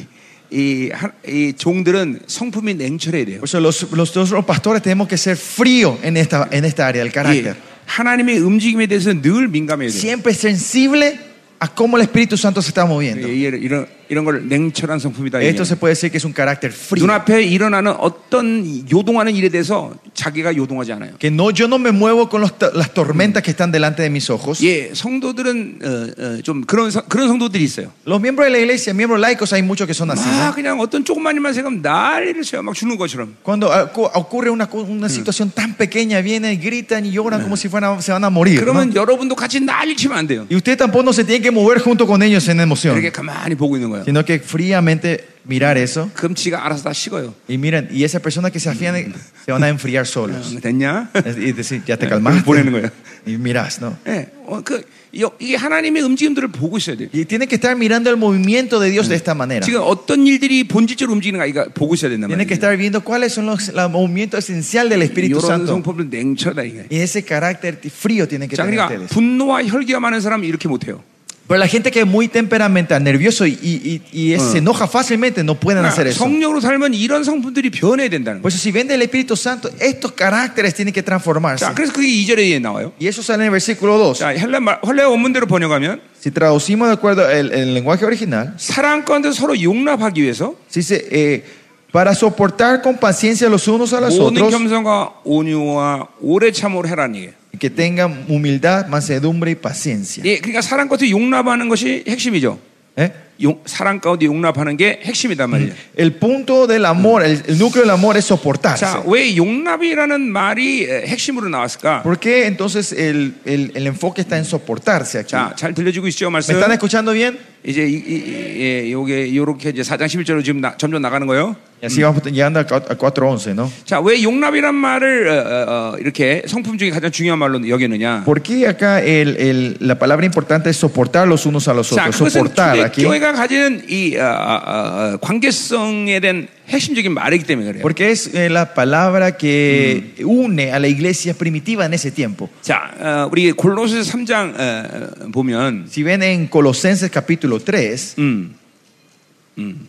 Speaker 1: 이 하- 이 종들은 성품이 냉철해야 돼요.
Speaker 2: Por eso los, los, los- los pastores tenemos que ser frío en esta, en esta área del
Speaker 1: 예,
Speaker 2: carácter.
Speaker 1: 하나님의 움직임에 대해서 늘 민감해야 돼요.
Speaker 2: Siempre sensible a cómo el Espíritu Santo se está moviendo.
Speaker 1: 예, 예, 이런 이런 걸 냉철한 성품이다. 얘기해요.
Speaker 2: Esto se puede decir que es un carácter frío.
Speaker 1: 눈앞에 일어나는 어떤 요동하는 일에 대해서 자기가 요동하지 않아요.
Speaker 2: Que no, yo no me muevo con los to- las tormentas que están delante de mis ojos.
Speaker 1: 예, 성도들은 어, 어, 좀 그런 성- 그런 성도들이 있어요.
Speaker 2: Los miembros de la iglesia, miembros laicos, hay muchos que son así. ¿no?
Speaker 1: 막 그냥 어떤 조그만 일만 생각하면 난리를 쳐요. 막 주는 것처럼.
Speaker 2: Cuando ah, cu- ocurre una, co- una situación tan pequeña, vienen, gritan y lloran como si fueran, se van a morir. ¿no?
Speaker 1: 예, 그러면 여러분도 같이 난리 치면 안 돼요.
Speaker 2: Y usted tampoco no se tiene que mover junto con ellos en emoción,
Speaker 1: 이렇게 가만히 보고 있는 예. 거예요.
Speaker 2: sino que fríamente mirar eso.
Speaker 1: 그럼 지가 알아서 다 식어요.
Speaker 2: Y miren, y esas personas que se afían se van a enfriar
Speaker 1: 예. <laughs>
Speaker 2: solos.
Speaker 1: 어, 됐냐?
Speaker 2: Es- Y decir, ya te
Speaker 1: 그걸 보내는
Speaker 2: calmaste.
Speaker 1: 거예요.
Speaker 2: Y mirás, ¿no?
Speaker 1: 예, 어, 그, 여- 이게 하나님의 움직임들을 보고 있어야 돼요.
Speaker 2: Y tiene que estar mirando el movimiento de Dios de esta manera.
Speaker 1: 지금 어떤 일들이 본질적으로 움직이는가 이거 보고 있어야 된단
Speaker 2: Tiene que
Speaker 1: 말이에요.
Speaker 2: estar viendo cuáles son los, los movimientos esenciales del Espíritu
Speaker 1: 이런
Speaker 2: Santo.
Speaker 1: 성품을 냉철하다 이게.
Speaker 2: Y ese carácter t- frío tienen que
Speaker 1: 자,
Speaker 2: tener
Speaker 1: 그러니까
Speaker 2: ustedes.
Speaker 1: 분노와 혈기가 많은 사람은 이렇게 못해요.
Speaker 2: Pero la gente que es muy temperamental, nervioso y, y- y- y es-
Speaker 1: Ah.
Speaker 2: se enoja fácilmente, no pueden hacer
Speaker 1: 그러니까
Speaker 2: eso.
Speaker 1: 성령으로 살면 이런 성품들이 변해야 된다는 거예요.
Speaker 2: Por eso, si vende el Espíritu Santo, estos caracteres tienen que transformarse.
Speaker 1: 자, 그래서 그게 2절에 나와요.
Speaker 2: Y eso sale en el versículo 2.
Speaker 1: 자, 헬라 말, 헬라 원문대로 번역하면
Speaker 2: Si traducimos de acuerdo al el lenguaje original,
Speaker 1: 사랑 가운데 서로 용납하기 위해서
Speaker 2: se dice, eh, para soportar con paciencia los unos a los
Speaker 1: 모든
Speaker 2: otros,
Speaker 1: 겸손과 온유와 오래 참으로 해라는 얘기예요.
Speaker 2: y que tengan humildad, mansedumbre y paciencia.
Speaker 1: 예, 그러니까 사랑 가운데 용납하는 것이 핵심이죠.
Speaker 2: ¿Eh?
Speaker 1: 용, 사랑 가운데 용납하는 게 핵심이단 말이에요.
Speaker 2: El punto del amor, el, el núcleo del amor es soportarse.
Speaker 1: 자, 왜 용납이라는 말이 에, 핵심으로 나왔을까?
Speaker 2: ¿Por qué entonces el, el- el enfoque está en soportarse aquí?
Speaker 1: 자, 잘 들려지고 있죠,
Speaker 2: ¿Me
Speaker 1: 말씀?
Speaker 2: están escuchando bien?
Speaker 1: 이제 이, 이, 이- 예, 요게 요렇게 이제 4장 11절로 지금 나- 점점 나가는 거예요.
Speaker 2: Y así vamos llegando a 4.11, ¿no?
Speaker 1: 자, 왜 용납이란 말을 어, 어, 어, 이렇게 성품 중에 가장 중요한 말로 여기느냐?
Speaker 2: ¿Por qué acá el- el- la palabra importante es soportar los unos a los
Speaker 1: 자,
Speaker 2: otros?
Speaker 1: 그것은
Speaker 2: Soportar aquí.
Speaker 1: 교회가 가지는 이 어, 어, 어, 관계성에 대한 핵심적인 말이기 때문에 그래요.
Speaker 2: Porque es eh, la palabra que une a la iglesia primitiva en ese tiempo.
Speaker 1: 자, 어, 우리 골로새 3장 어, 어, 보면
Speaker 2: Si ven en Colosenses capítulo 3,
Speaker 1: 음, 음.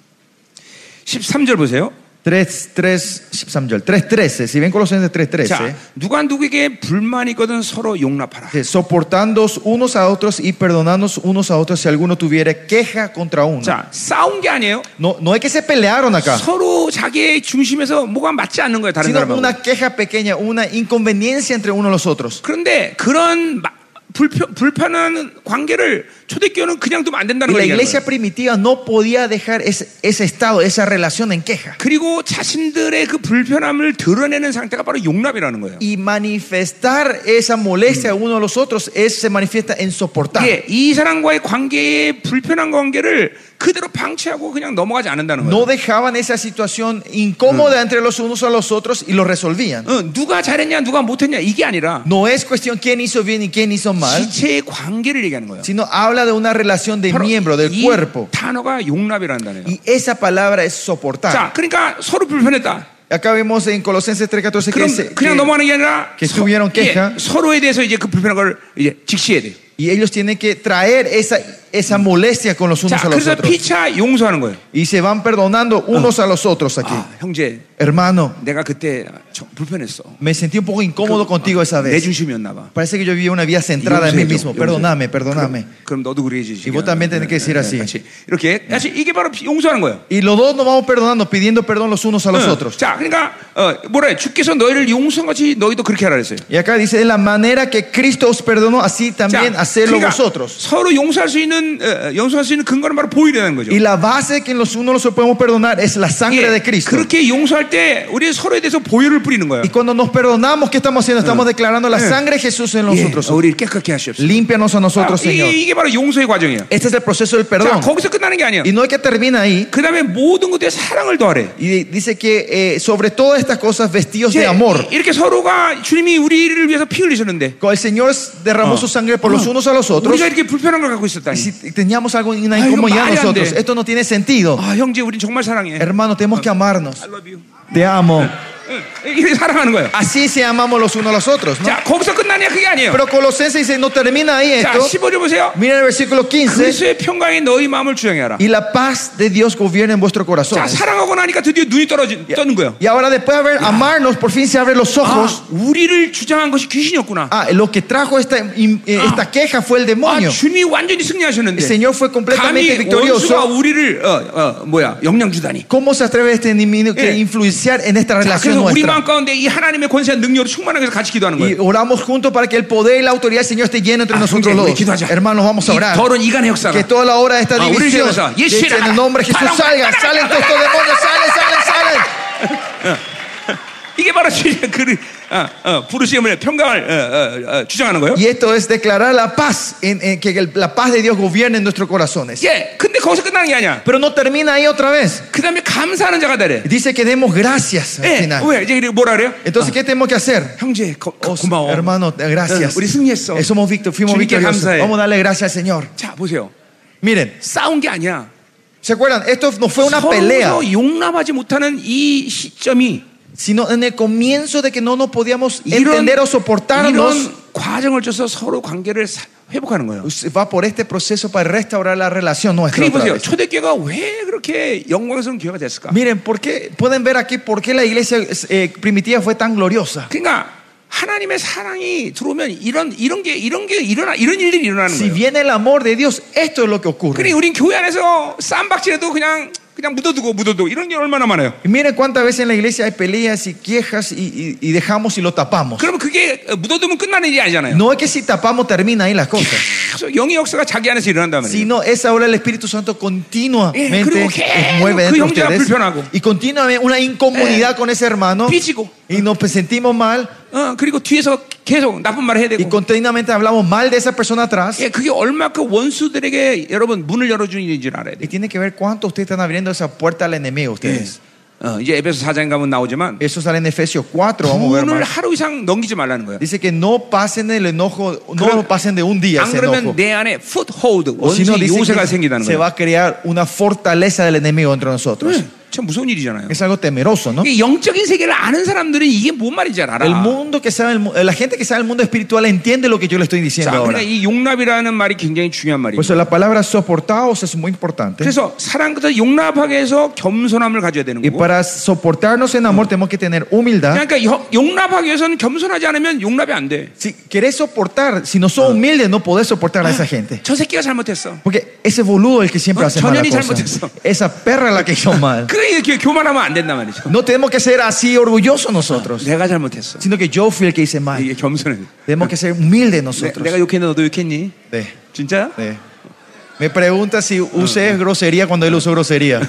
Speaker 1: 13절 보세요.
Speaker 2: 3, 3, 13, 3, 13, si ven Colosenses 3, 13,
Speaker 1: 자, 누가 누구에게 불만이 있거든 서로 용납하라.
Speaker 2: dice, soportando unos a otros y perdonándonos unos a otros si alguno tuviera queja contra uno.
Speaker 1: 자, 싸운 게 아니에요.
Speaker 2: No, no es que se pelearon
Speaker 1: 그러니까
Speaker 2: acá,
Speaker 1: 서로 자기의 중심에서 뭐가 맞지 않는 거예요, 다른
Speaker 2: sino
Speaker 1: 사람하고.
Speaker 2: una queja pequeña, una inconveniencia entre uno a los otros.
Speaker 1: 그런데 그런 마- 불편, 불편한 관계를 초대교회는 그냥 두면 안
Speaker 2: Y
Speaker 1: 된다는
Speaker 2: la
Speaker 1: 거예요.
Speaker 2: iglesia primitiva no podía dejar ese, ese estado, esa relación en queja.
Speaker 1: 그리고 자신들의 그 불편함을 드러내는 상태가 바로 용납이라는 거예요.
Speaker 2: Y manifestar esa molestia a uno a los otros es, se manifiesta en soportar.
Speaker 1: 예, 이 사람과의 관계의 불편한 관계를 그대로 방치하고 그냥 넘어가지 않는다는 거예요.
Speaker 2: No dejaban esa situación incómoda entre los unos a los otros y lo resolvían.
Speaker 1: 어, 누가 잘했냐, 누가 못했냐 이게 아니라
Speaker 2: No es cuestión quién hizo bien y quién hizo mal,
Speaker 1: 지체의 관계를 얘기하는 거예요.
Speaker 2: sino habla de una relación de
Speaker 1: 바로
Speaker 2: miembro, del
Speaker 1: 이
Speaker 2: cuerpo.
Speaker 1: 단어가 용납이란다네요.
Speaker 2: Y esa palabra es
Speaker 1: 자,
Speaker 2: soportar.
Speaker 1: 그러니까 서로 불편했다.
Speaker 2: Acá vemos en Colosenses 3.14 que,
Speaker 1: 그럼
Speaker 2: se-
Speaker 1: 그냥
Speaker 2: que-
Speaker 1: 넘어가는 게 아니라
Speaker 2: que estuvieron queja.
Speaker 1: 서로에 대해서 이제 그 불편한 걸 이제 직시해야 돼.
Speaker 2: y ellos tienen que traer esa, esa molestia con los
Speaker 1: 자,
Speaker 2: unos a los
Speaker 1: 그래서
Speaker 2: otros.
Speaker 1: 피차 용서하는 거예요.
Speaker 2: Y se van perdonando unos a los otros aquí.
Speaker 1: 아, 형제,
Speaker 2: Hermano,
Speaker 1: 내가 그때 저- 불편했어.
Speaker 2: me sentí un poco incómodo contigo esa
Speaker 1: 내
Speaker 2: vez.
Speaker 1: 중심이었나 봐.
Speaker 2: Parece que yo vivía una vida centrada en mí
Speaker 1: 용서해줘,
Speaker 2: mismo.
Speaker 1: 용서해줘.
Speaker 2: Perdóname, perdóname.
Speaker 1: 그럼, 그럼 너도 그래 주지. 네,
Speaker 2: 이거 también tiene que decir así.
Speaker 1: 이렇게 같이 이게 바로 피- 용서하는 거예요.
Speaker 2: Y los dos nos vamos perdonando, pidiendo perdón los unos a los
Speaker 1: 응.
Speaker 2: otros.
Speaker 1: 자, 그러니까 어, 뭐래? 주께서 너희를 용서한 같이 너희도 그렇게 하라 그랬어요.
Speaker 2: Y acá dice, de la manera que Cristo os perdonó, así
Speaker 1: 자,
Speaker 2: también hacedlo
Speaker 1: 그러니까
Speaker 2: vosotros.
Speaker 1: 서로 용서할 수 있는 어, 용서할 수 있는 근거는 바로 보이라는 거죠.
Speaker 2: Y la base que los unos los podemos perdonar es la
Speaker 1: 예,
Speaker 2: sangre de Cristo.
Speaker 1: 그렇게 용서할 때 우리 서로에 대해서 보혈을 뿌리는 거예요.
Speaker 2: Y cuando nos perdonamos, ¿qué estamos haciendo? Estamos declarando la sangre de Jesús en
Speaker 1: 예,
Speaker 2: nosotros.
Speaker 1: 우리를 깨끗게 하시옵소서.
Speaker 2: Límpianos a nosotros,
Speaker 1: 아,
Speaker 2: Señor.
Speaker 1: 이, 게 바로 용서의 예, 과정이에요.
Speaker 2: Este es el proceso del
Speaker 1: 자,
Speaker 2: perdón.
Speaker 1: 거기서 끝나는 게 아니에요.
Speaker 2: Y no es que termina ahí.
Speaker 1: 그 다음에 모든 것에 사랑을 더하래.
Speaker 2: Y dice que eh, sobre todas estas cosas vestidos
Speaker 1: 이제
Speaker 2: de amor.
Speaker 1: 이- 이렇게 서로가 주님이 우리를 위해서 피 흘리셨는데
Speaker 2: El Señor derramó su sangre por los unos a los otros.
Speaker 1: 우리가 이렇게 불편한 걸 갖고
Speaker 2: Y
Speaker 1: 있었다니.
Speaker 2: si teníamos algo en
Speaker 1: Ay, vaya,
Speaker 2: incomodidad
Speaker 1: Ah.
Speaker 2: nosotros,
Speaker 1: ande.
Speaker 2: esto no tiene sentido.
Speaker 1: 아 형제, 우린 정말 사랑해.
Speaker 2: Hermano, tenemos que amarnos.
Speaker 1: I love you.
Speaker 2: Te amo.
Speaker 1: 응. 이렇게 사랑하는 거예요.
Speaker 2: Así se amamos los unos a los otros, ¿no?
Speaker 1: 자, 거기서 끝나냐? 아, 그게 아니에요.
Speaker 2: Pero Colosenses dice, no termina ahí
Speaker 1: 자,
Speaker 2: esto.
Speaker 1: 15절 보세요.
Speaker 2: Mira el versículo 15.
Speaker 1: 그리스의 네. 평강이 너희 마음을 주장해라.
Speaker 2: Y la paz de Dios gobierna en vuestro corazón.
Speaker 1: 자, 사랑하고 나니까 드디어 눈이 떨어진, 떠는 거예요.
Speaker 2: Y ahora después de haber amarnos, por fin se abren los
Speaker 1: 아,
Speaker 2: ojos.
Speaker 1: 우리를 주장한 것이 귀신이었구나.
Speaker 2: Ah, lo que trajo esta, in- eh, esta queja fue el
Speaker 1: 아,
Speaker 2: demonio.
Speaker 1: 주님이 완전히
Speaker 2: El
Speaker 1: 승리하셨는데.
Speaker 2: Señor fue
Speaker 1: 감히 원수가
Speaker 2: completamente victorioso.
Speaker 1: 우리를 어, 어, 뭐야 영향 주다니.
Speaker 2: ¿Cómo se atreve este enemigo
Speaker 1: Yeah.
Speaker 2: a influenciar en esta
Speaker 1: 자, 그래서
Speaker 2: relación
Speaker 1: 우리
Speaker 2: nuestra?
Speaker 1: 마음 가운데 이 하나님의 권세와 능력으로 충만하게 해서 같이 기도하는
Speaker 2: Y
Speaker 1: 거예요.
Speaker 2: oramos juntos para que el poder y la autoridad del Señor esté lleno entre
Speaker 1: pues. Ah,
Speaker 2: nosotros
Speaker 1: ok,
Speaker 2: los
Speaker 1: ok, vaya.
Speaker 2: hermanos. Vamos a
Speaker 1: 이
Speaker 2: orar.
Speaker 1: 더러운 이간의
Speaker 2: Que
Speaker 1: 역사가
Speaker 2: toda la hora de esta
Speaker 1: Ah,
Speaker 2: división,
Speaker 1: Ulises, ah,
Speaker 2: de hecho, en el nombre de Jesús,
Speaker 1: Parang,
Speaker 2: salgan,
Speaker 1: parang,
Speaker 2: salen
Speaker 1: parang,
Speaker 2: todos estos demonios, salen, salen,
Speaker 1: <laughs>
Speaker 2: salen.
Speaker 1: 이게 바로 주님의 그 어, 어, 부르심을 평강을 어, 어, 어, 주장하는 거예요.
Speaker 2: Y esto es declarar la paz, en, en que el- la paz de Dios gobierne en nuestros corazones.
Speaker 1: 예, 근데 거기서 끝나는 게 아니야.
Speaker 2: Pero no termina ahí otra vez.
Speaker 1: 그 다음에 감사하는 자가 되래.
Speaker 2: Dice que demos gracias al
Speaker 1: 예,
Speaker 2: final.
Speaker 1: 왜 이제 그리고 뭐라 그래요?
Speaker 2: Entonces, ¿qué tenemos que hacer?
Speaker 1: 형제 거, 거,
Speaker 2: Oh,
Speaker 1: 고마워.
Speaker 2: hermano, gracias.
Speaker 1: 응, 우리 승리했어.
Speaker 2: Eh, Somos victor, fuimos
Speaker 1: 주님께
Speaker 2: victoriosos.
Speaker 1: 감사해.
Speaker 2: Vamos a darle gracias al Señor.
Speaker 1: 자 보세요.
Speaker 2: Miren,
Speaker 1: 싸운 게 아니야.
Speaker 2: ¿se acuerdan? Esto no fue una pelea,
Speaker 1: 서로 용납하지 못하는 이 시점이
Speaker 2: sino en el comienzo de que no nos podíamos
Speaker 1: 이런,
Speaker 2: entender o soportarnos.
Speaker 1: 이런 과정을 쫓아서 서로 관계를 사- 회복하는 거예요.
Speaker 2: Va por este proceso para restaurar la relación nuestra.
Speaker 1: 그리고 보세요.
Speaker 2: otra vez.
Speaker 1: 초대교회가 왜 그렇게 영광스러운 교회가 됐을까?
Speaker 2: Miren, ¿por qué? pueden ver aquí por qué la iglesia eh, primitiva fue tan gloriosa.
Speaker 1: 그러니까 하나님의 사랑이 들어오면 이런 이런 게 이런 게 일어나 이런 일들이 일어나는
Speaker 2: Si
Speaker 1: 거예요.
Speaker 2: viene el amor de Dios, esto es lo que ocurre.
Speaker 1: 그러니 우린 교회 안에서 쌈박질해도 그냥 그냥 묻어두고 묻어두고 이런 게 얼마나 많아요.
Speaker 2: Y miren cuántas veces en la iglesia hay peleas y quejas y, y- y dejamos y lo tapamos.
Speaker 1: 그러면 그게 묻어두면 끝나는 일이 아니잖아요.
Speaker 2: No es que si tapamos termina ahí las cosas.
Speaker 1: 계속 영의 역사가 자기 안에서 일어난다면
Speaker 2: sino es ahora el Espíritu Santo
Speaker 1: Eh, 그리고
Speaker 2: continuamente os
Speaker 1: 계속 그
Speaker 2: mueve dentro de
Speaker 1: 형제가
Speaker 2: ustedes
Speaker 1: 불편하고.
Speaker 2: y continuamente una incomodidad con ese hermano
Speaker 1: 삐지고
Speaker 2: y nos sentimos mal
Speaker 1: 어, 그리고 뒤에서 계속 나쁜 말을 해야
Speaker 2: y
Speaker 1: 되고
Speaker 2: continuamente hablamos mal de esa persona atrás
Speaker 1: 예, 그게 얼마큼 원수들에게 여러분 문을 열어주는지 알아야
Speaker 2: y
Speaker 1: 돼요.
Speaker 2: tiene que ver cuánto ustedes están abriendo esa puerta al enemigo
Speaker 1: 예.
Speaker 2: ustedes
Speaker 1: 어, 이제 에베소 4장 가면 나오지만
Speaker 2: eso sale en Efesios 4 vamos a ver
Speaker 1: 분을
Speaker 2: más
Speaker 1: 하루 이상 넘기지 말라는 거예요.
Speaker 2: dice que no pasen el enojo no
Speaker 1: 그럼-
Speaker 2: lo pasen de un día
Speaker 1: 안
Speaker 2: ese
Speaker 1: 그러면
Speaker 2: enojo
Speaker 1: 내 안에 foothold
Speaker 2: o si
Speaker 1: 원수
Speaker 2: no dice
Speaker 1: 요새가
Speaker 2: que
Speaker 1: 생기다는
Speaker 2: se
Speaker 1: 거예요.
Speaker 2: va a crear una fortaleza del enemigo entre nosotros
Speaker 1: 네, 참 무서운 일이잖아요.
Speaker 2: es algo temeroso ¿no?
Speaker 1: 이게 영적인 세계를 아는 사람들은 이게 뭔 말인지 잘 알아.
Speaker 2: El mundo que sabe, el mu- la gente que sabe el mundo espiritual entiende lo que yo le estoy diciendo
Speaker 1: 자,
Speaker 2: ahora.
Speaker 1: 그러니까 이 용납이라는 말이 굉장히 중요한 말이에요.
Speaker 2: Por eso la palabra soportados es muy importante.
Speaker 1: 그래서 사랑 끝에 용납하게 해서 겸손함을 가져야 되는
Speaker 2: Y
Speaker 1: 거고.
Speaker 2: para soportarnos en amor tenemos que tener humildad.
Speaker 1: 그러니까 여- 용납하기 위해서는 겸손하지 않으면 용납이 안 돼.
Speaker 2: Si querés soportar, si no sos humilde, no podés soportar a esa gente.
Speaker 1: 저 새끼가 잘못했어.
Speaker 2: Porque ese boludo es el que siempre
Speaker 1: Ah,
Speaker 2: hace mal
Speaker 1: 전현이
Speaker 2: cosa.
Speaker 1: 잘못했어.
Speaker 2: Esa perra es la que hizo mal.
Speaker 1: 그래 이렇게 교만하면 안 된단 말이죠.
Speaker 2: No tenemos que ser así orgullosos nosotros,
Speaker 1: 내가 잘못했어.
Speaker 2: sino que yo fui el que hice mal.
Speaker 1: 아, 이게 겸손해.
Speaker 2: Tenemos que ser humildes
Speaker 1: 내,
Speaker 2: nosotros.
Speaker 1: 네, 내가 욕했는데 너도 욕했니?
Speaker 2: 네,
Speaker 1: 진짜야?
Speaker 2: 네. Me pregunta si usé grosería cuando él usó grosería.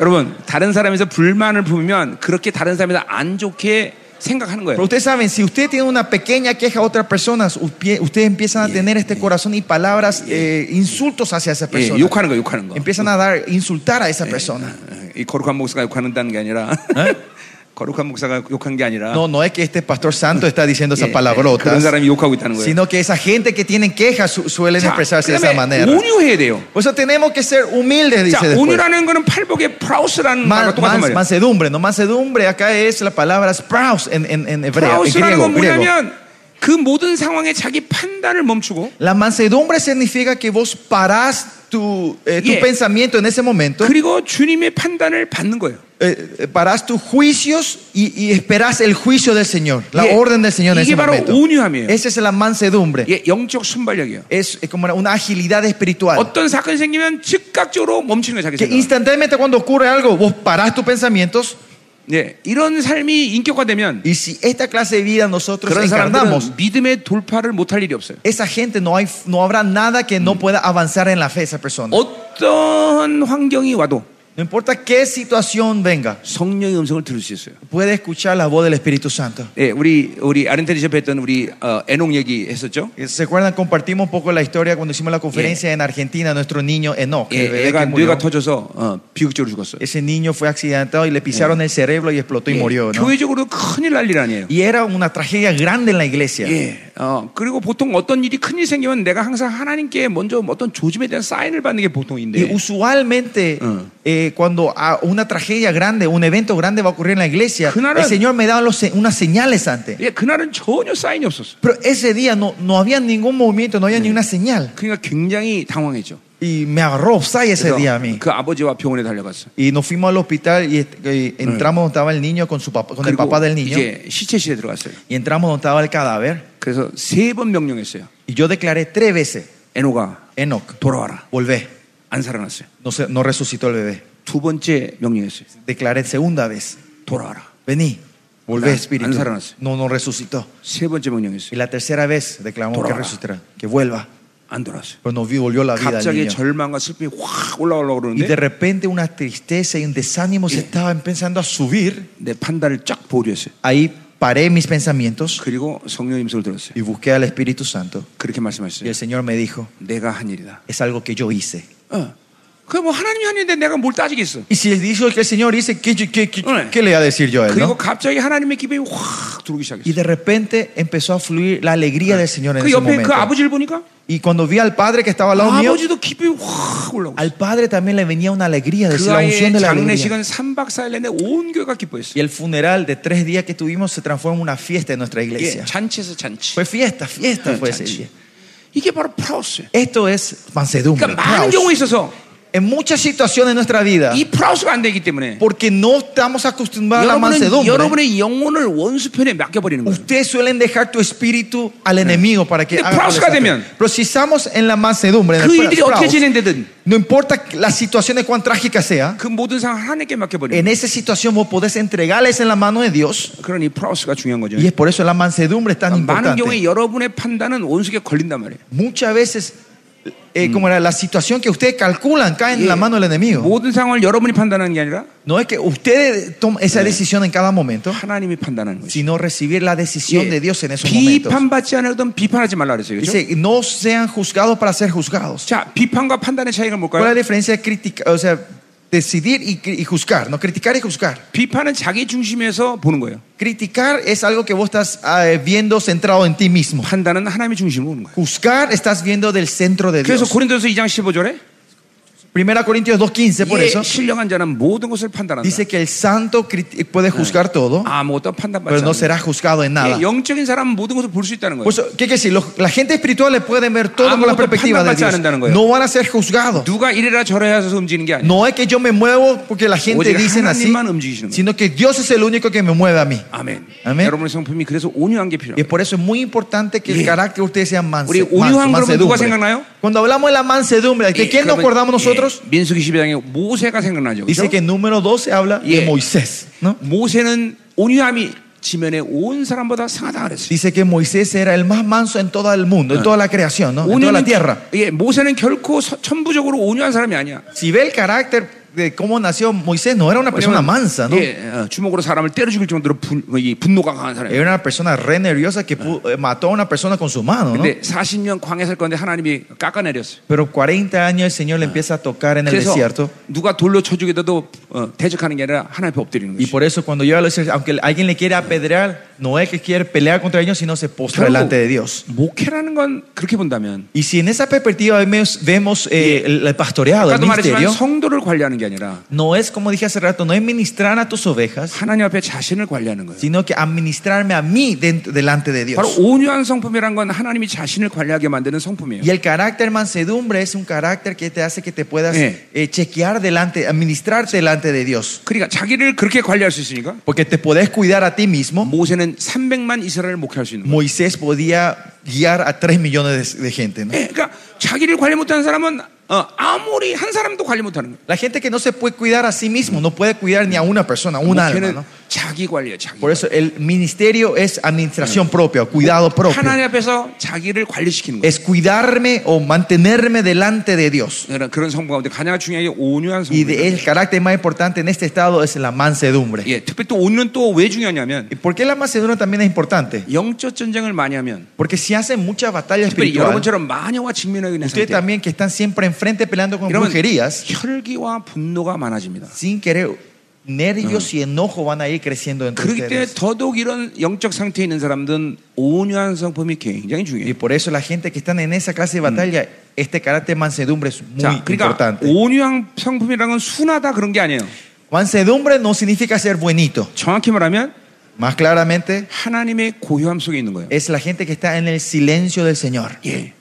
Speaker 1: 여러분 다른 사람에서 불만을 품으면 그렇게 다른 사람에서 안 좋게 생각하는
Speaker 2: Pero
Speaker 1: 거예요.
Speaker 2: ustedes saben, si usted tiene una pequeña queja a otras personas, upie- ustedes empiezan a tener este corazón y palabras, eh, insultos hacia esa
Speaker 1: 예,
Speaker 2: persona.
Speaker 1: 욕하는 거, 욕하는 거.
Speaker 2: Empiezan a dar, insultar a esa persona.
Speaker 1: 이 거룩한 목사가 욕하는다는 게 아니라 <laughs> 거룩한 목사가 욕한 게 아니라
Speaker 2: No, no es que este pastor santo está diciendo
Speaker 1: 예,
Speaker 2: esas
Speaker 1: 예, 그런
Speaker 2: palabrotas,
Speaker 1: 사람이 욕하고 있다는 네, 거예요.
Speaker 2: sino que esa gente que tienen quejas su- suelen
Speaker 1: 자,
Speaker 2: expresarse de esa
Speaker 1: 그다음에
Speaker 2: manera.
Speaker 1: 온유해야 돼요.
Speaker 2: Por eso tenemos que ser humildes,
Speaker 1: 자,
Speaker 2: dice después.
Speaker 1: 온유라는 거는 팔복의 프라우스라는
Speaker 2: Man-
Speaker 1: 말과 똑같은
Speaker 2: man-
Speaker 1: 말이에요.
Speaker 2: mansedumbre, no mansedumbre, acá es la palabra sprouse en, en, en hebreo, en
Speaker 1: 프라우스라는
Speaker 2: griego,
Speaker 1: 건
Speaker 2: griego.
Speaker 1: 뭐냐면 그 모든 상황에 자기 판단을 멈추고
Speaker 2: La mansedumbre significa que vos parás tu, eh, tu
Speaker 1: Yeah.
Speaker 2: pensamiento en ese momento,
Speaker 1: 그리고 주님의 판단을 받는 거예요.
Speaker 2: eh, eh, parás tus juicios y, y esperás el juicio del Señor, la
Speaker 1: Yeah.
Speaker 2: orden del Señor en
Speaker 1: I게
Speaker 2: ese
Speaker 1: 바로
Speaker 2: momento.
Speaker 1: 온유함이에요.
Speaker 2: Esa es la mansedumbre.
Speaker 1: 예, 영적 순발력이에요.
Speaker 2: Es, es como una agilidad espiritual.
Speaker 1: 어떤 사건이 생기면 즉각적으로 멈추는 거예요,
Speaker 2: Que
Speaker 1: 자기 생각.
Speaker 2: instantáneamente cuando ocurre algo, vos parás tus pensamientos
Speaker 1: 예, 이런 삶이 인격화되면
Speaker 2: y si esta clase de vida nosotros
Speaker 1: 그런
Speaker 2: encarnamos,
Speaker 1: 사람들은 믿음의 돌파를 못할 일이 없어요.
Speaker 2: esa gente no, hay, no habrá nada que no pueda avanzar en la fe esa persona.
Speaker 1: 어떤 환경이 와도
Speaker 2: No importa qué situación venga,
Speaker 1: 성령의 음성을 들을 수 있어요.
Speaker 2: puede escuchar la voz del Espíritu Santo.
Speaker 1: 예, 우리 우리 아르헨티나에서 했던 우리 어, 애농 얘기 했었죠.
Speaker 2: Eh, ¿Se acuerdan? Compartimos un poco la historia cuando hicimos la conferencia en Argentina, nuestro niño Enoch. el bebé
Speaker 1: 예,
Speaker 2: que
Speaker 1: 애가
Speaker 2: murió.
Speaker 1: 뇌가 터져서 어, 비극적으로 죽었어요.
Speaker 2: Ese niño fue accidentado y le pisaron el cerebro y explotó y
Speaker 1: 예,
Speaker 2: murió. ¿no?
Speaker 1: 교회적으로 큰일 날 일 아니에요.
Speaker 2: Y era una tragedia grande en la iglesia.
Speaker 1: 예, 어, 그리고 보통 어떤 일이 큰 일이 생기면 내가 항상 하나님께 먼저 뭐 어떤 조짐에 대한 사인을 받는 게
Speaker 2: Y
Speaker 1: 보통인데
Speaker 2: usualmente,
Speaker 1: Mm.
Speaker 2: eh, cuando a- una tragedia grande, un evento grande va a ocurrir en la iglesia,
Speaker 1: Claro.
Speaker 2: el Señor me da los se- unas señales antes.
Speaker 1: 예, 그날은 전혀 사인이 없었어.
Speaker 2: Pero ese día no, no había ningún movimiento, no había ni una señal.
Speaker 1: 그러니까 굉장히 당황했죠.
Speaker 2: Y me agarró offside ese
Speaker 1: 그래서
Speaker 2: día a mí.
Speaker 1: 그 아버지와 병원에 달려갔어.
Speaker 2: Y nos fuimos al hospital y este, eh, entramos donde estaba el niño con, su papá, con el
Speaker 1: 그리고
Speaker 2: papá del niño.
Speaker 1: 이제 시체실에 들어갔어요.
Speaker 2: Y entramos donde estaba el cadáver.
Speaker 1: 그래서 세 번 명령했어요.
Speaker 2: Y yo declaré tres veces,
Speaker 1: 에노가
Speaker 2: Enoch,
Speaker 1: 돌아와라.
Speaker 2: volvé.
Speaker 1: 안 살아났어요.
Speaker 2: No, se- no resucitó el bebé.
Speaker 1: 두 번째 명령했어요.
Speaker 2: Declaré segunda vez,
Speaker 1: 돌아와라.
Speaker 2: vení, volvé
Speaker 1: Ah,
Speaker 2: espíritu.
Speaker 1: answerance.
Speaker 2: No, no resucitó.
Speaker 1: 세 번째
Speaker 2: Y
Speaker 1: 명령했어요.
Speaker 2: la tercera vez declaramos que
Speaker 1: Torara.
Speaker 2: resucitará, que vuelva.
Speaker 1: 안 돌아왔어요.
Speaker 2: Pero no vi- volvió la vida al
Speaker 1: 갑자기
Speaker 2: niño.
Speaker 1: 절망과 슬픔이 확 올라오려고
Speaker 2: Y de
Speaker 1: 그러는데
Speaker 2: repente una tristeza ¿eh? y un desánimo se
Speaker 1: Yeah.
Speaker 2: estaban empezando a subir.
Speaker 1: 내 판단을 쫙 보류했어요.
Speaker 2: Ahí paré mis pensamientos
Speaker 1: 그리고 성령의 임성을 들었어요.
Speaker 2: y busqué al Espíritu Santo.
Speaker 1: 그렇게
Speaker 2: Y
Speaker 1: 말씀하셨어요.
Speaker 2: el Señor me dijo,
Speaker 1: 내가 한 일이다.
Speaker 2: es algo que yo hice.
Speaker 1: 어. 그뭐 하나님이 한 일인데 내가 뭘 따지겠어.
Speaker 2: Y si él dijo que el Señor dice, ¿qué, yo- qué- qué-
Speaker 1: Yeah.
Speaker 2: qué le voy a decir yo a él?
Speaker 1: 그리고
Speaker 2: no?
Speaker 1: 갑자기 하나님의 기쁨이 확 들어오기
Speaker 2: Y
Speaker 1: 시작했어요.
Speaker 2: de repente empezó a fluir la alegría del Señor en
Speaker 1: 그
Speaker 2: ese
Speaker 1: 옆에 그
Speaker 2: momento.
Speaker 1: 아버지를 보니까
Speaker 2: Y cuando vi al padre que estaba al lado mío,
Speaker 1: 아버지도 기쁨이 확 올라오고 있어요.
Speaker 2: al padre también le venía una alegría, de
Speaker 1: 그
Speaker 2: la
Speaker 1: 아이의
Speaker 2: unción de la alegría.
Speaker 1: 장례식은 3박 4일 내내 온 교회가
Speaker 2: Y
Speaker 1: 기뻐했어요.
Speaker 2: el funeral de tres días que tuvimos se transformó en una fiesta en nuestra
Speaker 1: 예,
Speaker 2: iglesia.
Speaker 1: 잔치에서 잔치.
Speaker 2: Fue fiesta, fiesta
Speaker 1: 예,
Speaker 2: fue ese día.
Speaker 1: 잔치. 이게 바로 프라우스예요.
Speaker 2: Esto es mansedumbre.
Speaker 1: 그러니까 많은
Speaker 2: caos.
Speaker 1: 경우에 있어서
Speaker 2: En muchas situaciones de nuestra vida,
Speaker 1: 이 프라우스가 안 되기 때문에
Speaker 2: porque no estamos acostumbrados a la
Speaker 1: 여러분은
Speaker 2: mansedumbre,
Speaker 1: 여러분의 영혼을 원수편에 맡겨버리는 거예요.
Speaker 2: ustedes suelen dejar tu espíritu al enemigo para que
Speaker 1: 근데
Speaker 2: haga
Speaker 1: 프라우스가
Speaker 2: el desastre.
Speaker 1: 되면
Speaker 2: Pero si estamos en la mansedumbre, en el
Speaker 1: 그 일들이
Speaker 2: praus,
Speaker 1: 어떻게 진행되든
Speaker 2: no importa las situaciones cuán trágicas sea,
Speaker 1: 그 모든 상황 하나님께 맡겨버리는
Speaker 2: en esa situación vos podés entregarles en la mano de Dios.
Speaker 1: 거예요. 그런 이 프라우스가 중요한 거죠.
Speaker 2: Y es por eso la mansedumbre es tan
Speaker 1: 그러니까 많은
Speaker 2: importante.
Speaker 1: 경우에 여러분의 판단은 원수에게 걸린단 말이에요.
Speaker 2: Muchas veces, eh, como era la situación que ustedes calculan, cae en la mano del enemigo.
Speaker 1: 모든 상황을 여러분이 판단하는 게 아니라
Speaker 2: No es que ustedes tomen esa decisión en cada momento,
Speaker 1: 하나님이 판단하는 거죠. 예.
Speaker 2: sino recibir la decisión de Dios en esos momentos.
Speaker 1: 비판받지 않으든 비판하지 말라 그랬어요. 그죠?
Speaker 2: Dice, no sean juzgados para ser juzgados.
Speaker 1: 자, 비판과 판단의 차이가
Speaker 2: ¿Cuál es la
Speaker 1: 뭘까요?
Speaker 2: diferencia de criticar, o sea, decidir y, cri- y juzgar? No, criticar y juzgar.
Speaker 1: 비판은 자기 중심에서 보는 거예요.
Speaker 2: Criticar es algo que vos estás ah, eh, viendo centrado en ti mismo.
Speaker 1: 판단은 하나님의 중심으로 보는 거예요.
Speaker 2: Juzgar estás viendo del centro de
Speaker 1: 그래서
Speaker 2: Dios.
Speaker 1: 고린도서 2장 15절에
Speaker 2: 1 Corintios 2.15, por eso,
Speaker 1: 예, 신령한 자는 모든 것을 판단한다.
Speaker 2: dice que el santo criti- puede juzgar todo,
Speaker 1: 아무것도
Speaker 2: 뭐? pero
Speaker 1: 판단받지
Speaker 2: no
Speaker 1: 않는다.
Speaker 2: será juzgado en nada.
Speaker 1: 예, 영적인 사람은 모든 것을 볼 수 있다는 거예요.
Speaker 2: Por eso, ¿Qué quiere decir? Los- la gente espiritual le pueden ver todo con la
Speaker 1: Amu것도
Speaker 2: perspectiva de
Speaker 1: 판단받지
Speaker 2: Dios.
Speaker 1: 않는다는 거예요.
Speaker 2: No van a ser juzgados.
Speaker 1: 누가 이래라 저래라 해서 움직이는 게 아니에요.
Speaker 2: No es que yo me muevo porque la gente
Speaker 1: 오직
Speaker 2: dicen así,
Speaker 1: 하나님만 움직이시는 거예요.
Speaker 2: sino que Dios es el único que me mueve a mí.
Speaker 1: 아멘.
Speaker 2: 아멘.
Speaker 1: 여러분의 성품이 그래서 온유한 게
Speaker 2: Y
Speaker 1: 필요해요.
Speaker 2: es por eso es muy importante que el
Speaker 1: Yeah.
Speaker 2: carácter de ustedes sea manso.
Speaker 1: 우리 온유한 그러면 누가 생각나요?
Speaker 2: Cuando hablamos de la mansedumbre, ¿de quién nos acordamos
Speaker 1: 예,
Speaker 2: nosotros?
Speaker 1: 민수기 12장에 모세가 생각나죠. 그죠?
Speaker 2: Dice que en número 12 habla de
Speaker 1: Yeah.
Speaker 2: Moisés. ¿no?
Speaker 1: 모세는 온유함이 지면에 온 사람보다 상하다 그랬어요.
Speaker 2: Dice que Moisés era el más manso en todo el mundo, en toda la creación, ¿no? en toda la
Speaker 1: 온유는
Speaker 2: tierra.
Speaker 1: 예, 모세는 결코 서- 천부적으로 온유한 사람이 아니야.
Speaker 2: Si ve el carácter de cómo nació Moisés, no era una persona
Speaker 1: 왜냐면,
Speaker 2: mansa, ¿no?
Speaker 1: 예, 어, 주먹으로 사람을 때려 죽일 정도로 분, 어, 이 분노가 강한 사람이에요.
Speaker 2: Era una persona re nerviosa que pu- eh, mató a una persona con su mano, ¿no?
Speaker 1: 근데 40년 광야 살 건데 하나님이 깎아내렸어요.
Speaker 2: Pero 40 años el Señor le empieza a tocar en el
Speaker 1: 그래서
Speaker 2: desierto.
Speaker 1: 누가 돌로 쳐주기도 어, 대적하는 게 아니라 하나님 앞에 엎드리는
Speaker 2: Y
Speaker 1: 거죠.
Speaker 2: por eso cuando llega al desierto, aunque alguien le quiera apedrear, no es que quiere pelear contra ellos, sino se postra
Speaker 1: Claro.
Speaker 2: delante de Dios.
Speaker 1: 목회라는 건 그렇게 본다면
Speaker 2: Y si en esa perspectiva vemos, vemos, eh, el el pastoreado, el
Speaker 1: 아까도 말했지만
Speaker 2: ministerio,
Speaker 1: 성도를 관리하는 게 아니라
Speaker 2: no es como dije hace rato, no es ministrar a tus ovejas,
Speaker 1: 하나님 앞에 자신을 관리하는 거예요.
Speaker 2: sino que administrarme a mí dent- delante de
Speaker 1: 바로
Speaker 2: Dios.
Speaker 1: 온유한 성품이란 건 하나님이 자신을 관리하게 만드는 성품이에요.
Speaker 2: Y el carácter mansedumbre es un carácter que te hace que te puedas
Speaker 1: Sí.
Speaker 2: eh, chequear delante, administrarte delante de Dios.
Speaker 1: 그러니까 자기를 그렇게 관리할 수 있으니까
Speaker 2: Porque te podés cuidar a ti mismo.
Speaker 1: 모세는 300만 이스라엘을 목회할 수 있는 거예요.
Speaker 2: Moisés podía guiar a 3 millones de, de gente. ¿no?
Speaker 1: 예, 그러니까 자기를 관리 못하는 사람은 어, 아무리 한 사람도 관리 못하는 거예요.
Speaker 2: La gente que no se puede cuidar a sí mismo no puede cuidar ni a una persona, un alma.
Speaker 1: 목회는
Speaker 2: ¿no?
Speaker 1: 자기 관리예요. 자기.
Speaker 2: Por eso el ministerio es administración propia, cuidado propio.
Speaker 1: 하나님 앞에서 자기를 관리시키는 거예요.
Speaker 2: Es cuidarme o mantenerme delante de Dios.
Speaker 1: 그런- 그런 성품 가운데 가장 중요한 게 온유한
Speaker 2: Y de-
Speaker 1: 성품.
Speaker 2: el carácter más importante en este estado es la mansedumbre.
Speaker 1: 예, 특별히 또 온유는 또 왜 중요하냐면
Speaker 2: ¿Y por qué la mansedumbre también es importante?
Speaker 1: 영적 전쟁을 많이 하면
Speaker 2: Porque si hacen mucha batalla
Speaker 1: 특별히
Speaker 2: espiritual,
Speaker 1: 여러분처럼 마녀와 직면하게 되는
Speaker 2: ustedes
Speaker 1: 상태.
Speaker 2: también que están siempre enfrente peleando con
Speaker 1: 이러면
Speaker 2: brujerías,
Speaker 1: 혈기와 분노가 많아집니다.
Speaker 2: sin querer nervios y enojo van a ir creciendo entre
Speaker 1: 그렇기 때문에
Speaker 2: ustedes.
Speaker 1: 더더욱 이런 영적 상태에 있는 사람들은 온유한 성품이 굉장히
Speaker 2: Y
Speaker 1: 중요해요.
Speaker 2: por eso la gente que están en esa clase de batalla, este carácter de mansedumbre es muy
Speaker 1: 자, 그러니까
Speaker 2: importante.
Speaker 1: 온유한 성품이라는 건 순하다 그런 게 아니에요.
Speaker 2: Mansedumbre no significa ser buenito.
Speaker 1: 정확히 말하면
Speaker 2: Más claramente,
Speaker 1: 하나님의 고요함 속에 있는 거예요.
Speaker 2: es la gente que está en el silencio del Señor.
Speaker 1: 예.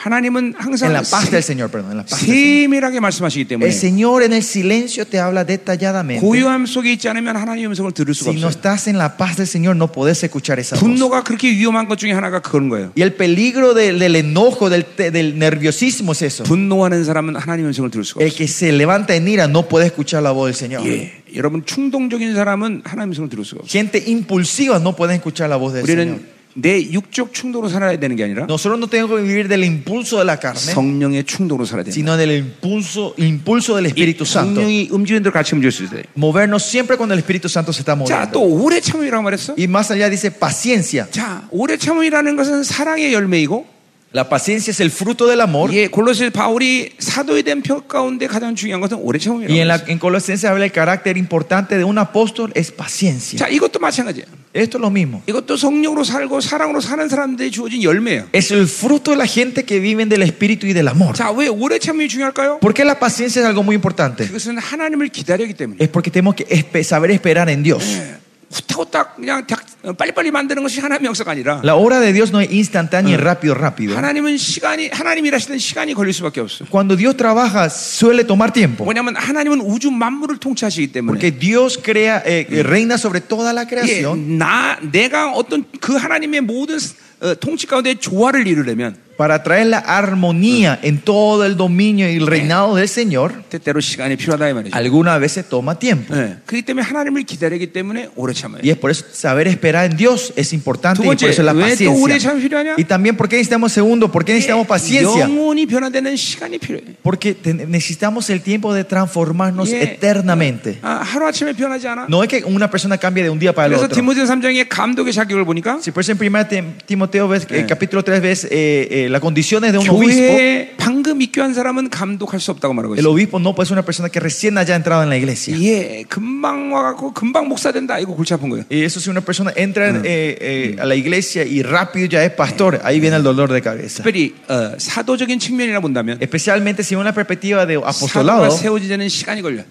Speaker 1: 하나님은
Speaker 2: En
Speaker 1: 항상
Speaker 2: la paz del
Speaker 1: 세-
Speaker 2: Señor, perdón. En la paz del Señor.
Speaker 1: 세밀하게 말씀하시기 때문에
Speaker 2: El Señor en el silencio te habla detalladamente.
Speaker 1: 고요함 속에 있지 않으면 하나님의 음성을 들을 수가
Speaker 2: Si no
Speaker 1: 없어요.
Speaker 2: estás en la paz del Señor, no podés escuchar esa voz.
Speaker 1: 분노가 그렇게 위험한 것 중에 하나가 그런 거예요.
Speaker 2: Y el peligro del, del enojo, del, te- del nerviosismo es eso.
Speaker 1: 분노하는 사람은 하나님의 음성을 들을 수가
Speaker 2: El
Speaker 1: 없어요.
Speaker 2: que se levanta en ira no puede escuchar la voz del Señor.
Speaker 1: 예. 여러분 충동적인 사람은 하나님의 음성을 들을 수가 없어요.
Speaker 2: Gente impulsiva no puede escuchar la voz del Señor.
Speaker 1: 우리는 내 육적 충동으로 살아야 되는 게 아니라
Speaker 2: Nosotros no tenemos que vivir del impulso de la carne,
Speaker 1: 성령의 충동으로 살아야 됩니다.
Speaker 2: sino del impulso, impulso del
Speaker 1: 이
Speaker 2: Espíritu Santo.
Speaker 1: 성령이 움직이는 대로 같이 움직일 수 있어요.
Speaker 2: Movernos siempre cuando el Espíritu Santo se está
Speaker 1: 자,
Speaker 2: moviendo.
Speaker 1: 또 오래 뭐 참음이라고 말했어?
Speaker 2: Y más allá dice paciencia.
Speaker 1: 자, 오래 참음이라는 것은 사랑의 열매이고
Speaker 2: La paciencia es el fruto del amor.
Speaker 1: 예, 골로새 바울이 사도에 대한 평 가운데 가장 중요한 것은 오래 참음이라고.
Speaker 2: Y en, la,
Speaker 1: 그랬어요.
Speaker 2: en Colosenses habla el carácter importante de un apóstol es paciencia.
Speaker 1: 자, 이것도 마찬가지예요.
Speaker 2: Esto es lo mismo.
Speaker 1: 이것도 성령으로 살고 사랑으로 사는 사람들이 주어진 열매예요.
Speaker 2: Es el fruto de la gente que viven del espíritu y del amor.
Speaker 1: 자, 왜 오래 참음이 중요할까요?
Speaker 2: ¿Por qué la paciencia es algo muy importante?
Speaker 1: 그것은 하나님을 기다리기 때문에.
Speaker 2: Es porque tenemos que espe- saber esperar en Dios.
Speaker 1: 예, 후딱후딱 그냥 닥- 어, 빨리빨리 만드는 것이 하나님의 역사가 아니라
Speaker 2: La obra de Dios no es instantánea y rápido, rápido.
Speaker 1: 하나님은 시간이 하나님 일하시는 시간이 걸릴 수밖에 없어요.
Speaker 2: Cuando Dios trabaja suele tomar tiempo.
Speaker 1: 뭐냐면 하나님은 우주 만물을 통치하시기 때문에
Speaker 2: Porque Dios crea, eh, eh, reina sobre toda la
Speaker 1: 예,
Speaker 2: creación.
Speaker 1: 나 내가 어떤 그 하나님의 모든 어, 통치 가운데 조화를 이루려면
Speaker 2: para traer la armonía en todo el dominio y el reinado del Señor,
Speaker 1: 때때로 시간이 필요하다 이 말이죠.
Speaker 2: alguna vez se toma tiempo.
Speaker 1: 예, 그렇기 때문에 하나님을 기다리기 때문에 오래 참아요.
Speaker 2: Y es por eso saber esperar en Dios es importante
Speaker 1: 두
Speaker 2: y por
Speaker 1: 번째,
Speaker 2: eso la
Speaker 1: 왜 또 오래
Speaker 2: paciencia.
Speaker 1: 참이 필요하냐?
Speaker 2: Y también, ¿por qué necesitamos segundo? ¿Por qué
Speaker 1: 예,
Speaker 2: necesitamos paciencia?
Speaker 1: 영혼이 변화되는 시간이 필요해.
Speaker 2: Porque te- necesitamos el tiempo de transformarnos
Speaker 1: Yeah.
Speaker 2: eternamente.
Speaker 1: 아, 하루 아침에 변하지 않아.
Speaker 2: No es que una persona cambie de un día para el
Speaker 1: 그래서
Speaker 2: otro.
Speaker 1: 디모데 3장의 감독의 자격을 보니까
Speaker 2: Si por eso en 1 Tim- Timoteo ves, que
Speaker 1: Yeah.
Speaker 2: el capítulo 3 ves eh, eh, las condiciones de un obispo,
Speaker 1: 교회에 방금 입교한 사람은 감독할 수 없다고 말하고
Speaker 2: el
Speaker 1: 있어요.
Speaker 2: obispo no puede ser una persona que recién haya entrado en la iglesia.
Speaker 1: 예, 금방 와갖고 금방 목사 된다. 이거 골치 아픈 거예요.
Speaker 2: Y eso si una persona entra eh, eh, a la iglesia y rápido ya es pastor, ahí viene el dolor de cabeza.
Speaker 1: 특별히 어, 사도적인 측면이라 본다면
Speaker 2: Especialmente si una perspectiva de
Speaker 1: 사도가
Speaker 2: apostolado,
Speaker 1: 세워지는 시간이 걸려.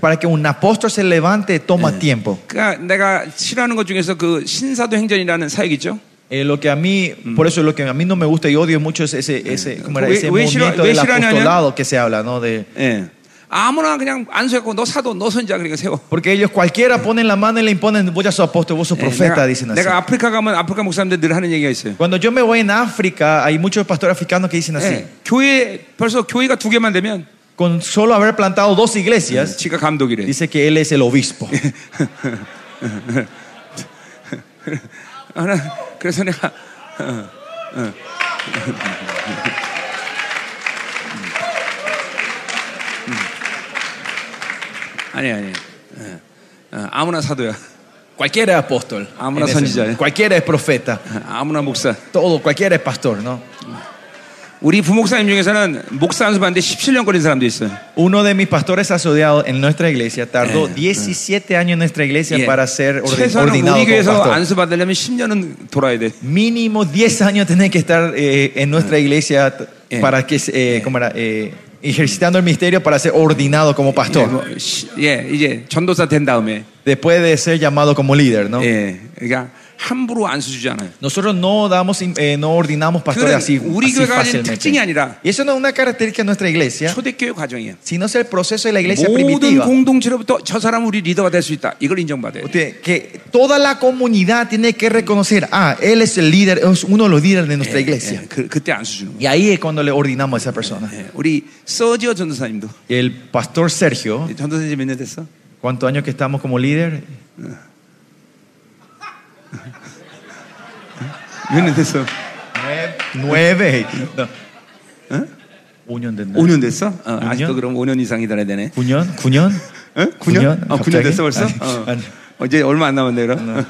Speaker 2: para que un apóstol se levante toma tiempo.
Speaker 1: 그러니까 내가 싫어하는 것 중에서 그 신사도 행전이라는 사역 있죠.
Speaker 2: Eh, lo que a mí, por eso lo que a mí no me gusta y odio mucho es ese, ese, ¿cómo era?
Speaker 1: Ve-
Speaker 2: ese
Speaker 1: ve-
Speaker 2: movimiento
Speaker 1: ve-
Speaker 2: del
Speaker 1: ve-
Speaker 2: apostolado que se habla, ¿no? De,
Speaker 1: 예. 아무나 그냥 안수했고 너 사도 너 선자 그러니까 세워.
Speaker 2: porque ellos cualquiera ponen la mano y le imponen, vos ya sos apóstol, vos sos
Speaker 1: 예,
Speaker 2: profeta, dicen
Speaker 1: 내가,
Speaker 2: así.
Speaker 1: 내가 아프리카 가면 아프리카 목사님들 늘 하는 얘기가 있어요.
Speaker 2: Cuando yo me voy en África, hay muchos pastores africanos que dicen así.
Speaker 1: 예, 교회 벌써 교회가 두 개만 되면
Speaker 2: Con solo haber plantado dos iglesias,
Speaker 1: 지가 감독이래. <laughs>
Speaker 2: <laughs> dice que él es el obispo.
Speaker 1: 아, 나- 그래서 내가 어, 어. 음. 아니 아니 예. 어, 아무나 사도야
Speaker 2: Cualquiera es apóstol.
Speaker 1: Vámonos,
Speaker 2: En ese
Speaker 1: Sonjilla.
Speaker 2: momento. Cualquiera es profeta.
Speaker 1: 아무나 목사
Speaker 2: Todo, cualquiera es pastor, ¿no?
Speaker 1: 우리 부목사님 중에서는 목사 안수받는데 17년 걸린 사람도 있어요
Speaker 2: Uno de mis pastores asociados en nuestra iglesia tardó 17 años en nuestra iglesia
Speaker 1: 예.
Speaker 2: para ser orden-
Speaker 1: 최소한
Speaker 2: ordenado
Speaker 1: 우리
Speaker 2: como
Speaker 1: 교회에서
Speaker 2: pastor.
Speaker 1: 안수받으려면 10년은 돌아야 돼
Speaker 2: Mínimo 10 años tenés que estar eh, en nuestra iglesia t-
Speaker 1: Yeah.
Speaker 2: para que, se- eh, ¿cómo era? Eh, ejercitando el ministerio para ser ordenado como
Speaker 1: 예,
Speaker 2: pastor.
Speaker 1: 뭐, 시- 예, 이제 전도사 된 다음에
Speaker 2: Después de ser llamado como líder, ¿no?
Speaker 1: 예, 그러니까 함부로 안수 주지 않아요
Speaker 2: Nosotros no damos, im- eh, no ordenamos pastores
Speaker 1: 그거는
Speaker 2: así,
Speaker 1: 우리
Speaker 2: así
Speaker 1: 교회가 가진 특징이 아니라
Speaker 2: fácilmente. Y eso no es una característica de nuestra iglesia,
Speaker 1: 초대교회 과정이에요
Speaker 2: sino es el proceso de la iglesia
Speaker 1: 모든
Speaker 2: primitiva.
Speaker 1: 공동체로부터 저 사람 우리 리더가 될 수 있다. 이걸 인정받아요.
Speaker 2: Usted, que toda la comunidad tiene que reconocer, ah, él es el líder, es uno de los líderes de nuestra iglesia.
Speaker 1: 예, 그, 그때 안수 주는 거예요.
Speaker 2: Y ahí es cuando le ordinamos a esa persona.
Speaker 1: 예, 우리 서지어 전도사님도 예,
Speaker 2: El pastor Sergio,
Speaker 1: 전도사님 몇년 됐어?
Speaker 2: ¿cuántos años que estamos como líder?
Speaker 1: 몇 년 됐어?
Speaker 2: Nueve. Nueve. No. ¿Eh? Unión de nueve.
Speaker 1: 5년 됐어? 어, 아직도
Speaker 2: 네. 년?
Speaker 1: 그럼 5년 이상 기다려야 되네.
Speaker 2: Cuñón, ¿Eh? cuñón. Ah,
Speaker 1: 어? 9년?
Speaker 2: 구년?
Speaker 1: 어, 9년 됐어 벌써?
Speaker 2: 갑자기?
Speaker 1: 어.
Speaker 2: 아니, 아니.
Speaker 1: 어, 이제 얼마 안 남았네 그럼.
Speaker 2: Ah.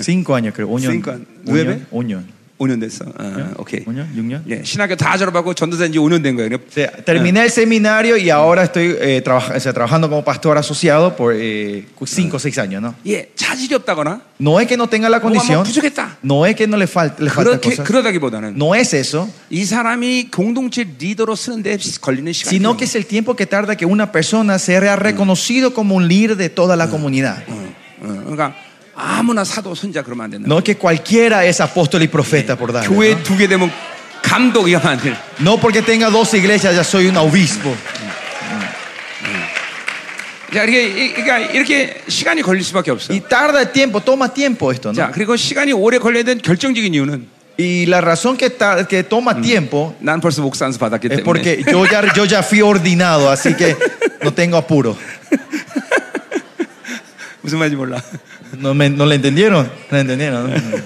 Speaker 2: Cinco años Ah, creo. Unión.
Speaker 1: Cinco años. Nueve.
Speaker 2: Unión.
Speaker 1: 5년 됐어. 어, 오케이.
Speaker 2: 5년? 6년?
Speaker 1: 예, 신학교 다 졸업하고 전도된 지 5년 된 거예요. 그냥
Speaker 2: O sea, terminé el seminario y ahora estoy eh, traba- o sea, trabajando como pastor asociado por 5 o 6 años, ¿no?
Speaker 1: 예, 자질이 없다거나
Speaker 2: No es que no tenga la
Speaker 1: 뭐가 뭐
Speaker 2: condición,
Speaker 1: 부족했다.
Speaker 2: no es que no le, falta le falta
Speaker 1: 그렇게
Speaker 2: cosas,
Speaker 1: 그러다기보다는
Speaker 2: no es eso,
Speaker 1: 이 사람이 공동체 리더로 쓰는데 걸리는 시간이 어,
Speaker 2: sino que es el tiempo que tarda que una persona sea reconocido como un líder de toda la comunidad.
Speaker 1: 어, 어, 그러니까 아무나 사도 선자 그러면 안 된다.
Speaker 2: No es que cualquiera es apóstol y profeta por dar.
Speaker 1: 교회 두 개 되면 감독이야 안 돼.
Speaker 2: No porque tenga dos iglesias ya soy un obispo.
Speaker 1: 자, 이렇게 이- 그러니까 이렇게 si간이 걸릴 수밖에 없어.
Speaker 2: Y tarda el tiempo, toma tiempo esto,
Speaker 1: 자,
Speaker 2: ¿no?
Speaker 1: 그리고 시간이 오래 걸려야 되는 결정적인 이유는
Speaker 2: Y la razón que, tar- que toma tiempo
Speaker 1: 난 벌써 목사 안수 받았기
Speaker 2: es
Speaker 1: 때문에.
Speaker 2: porque yo ya, yo ya fui ordenado, así que no tengo apuro.
Speaker 1: 무슨 말인지 몰라.
Speaker 2: ¿No, me- no le entendieron? ¿No le entendieron? no?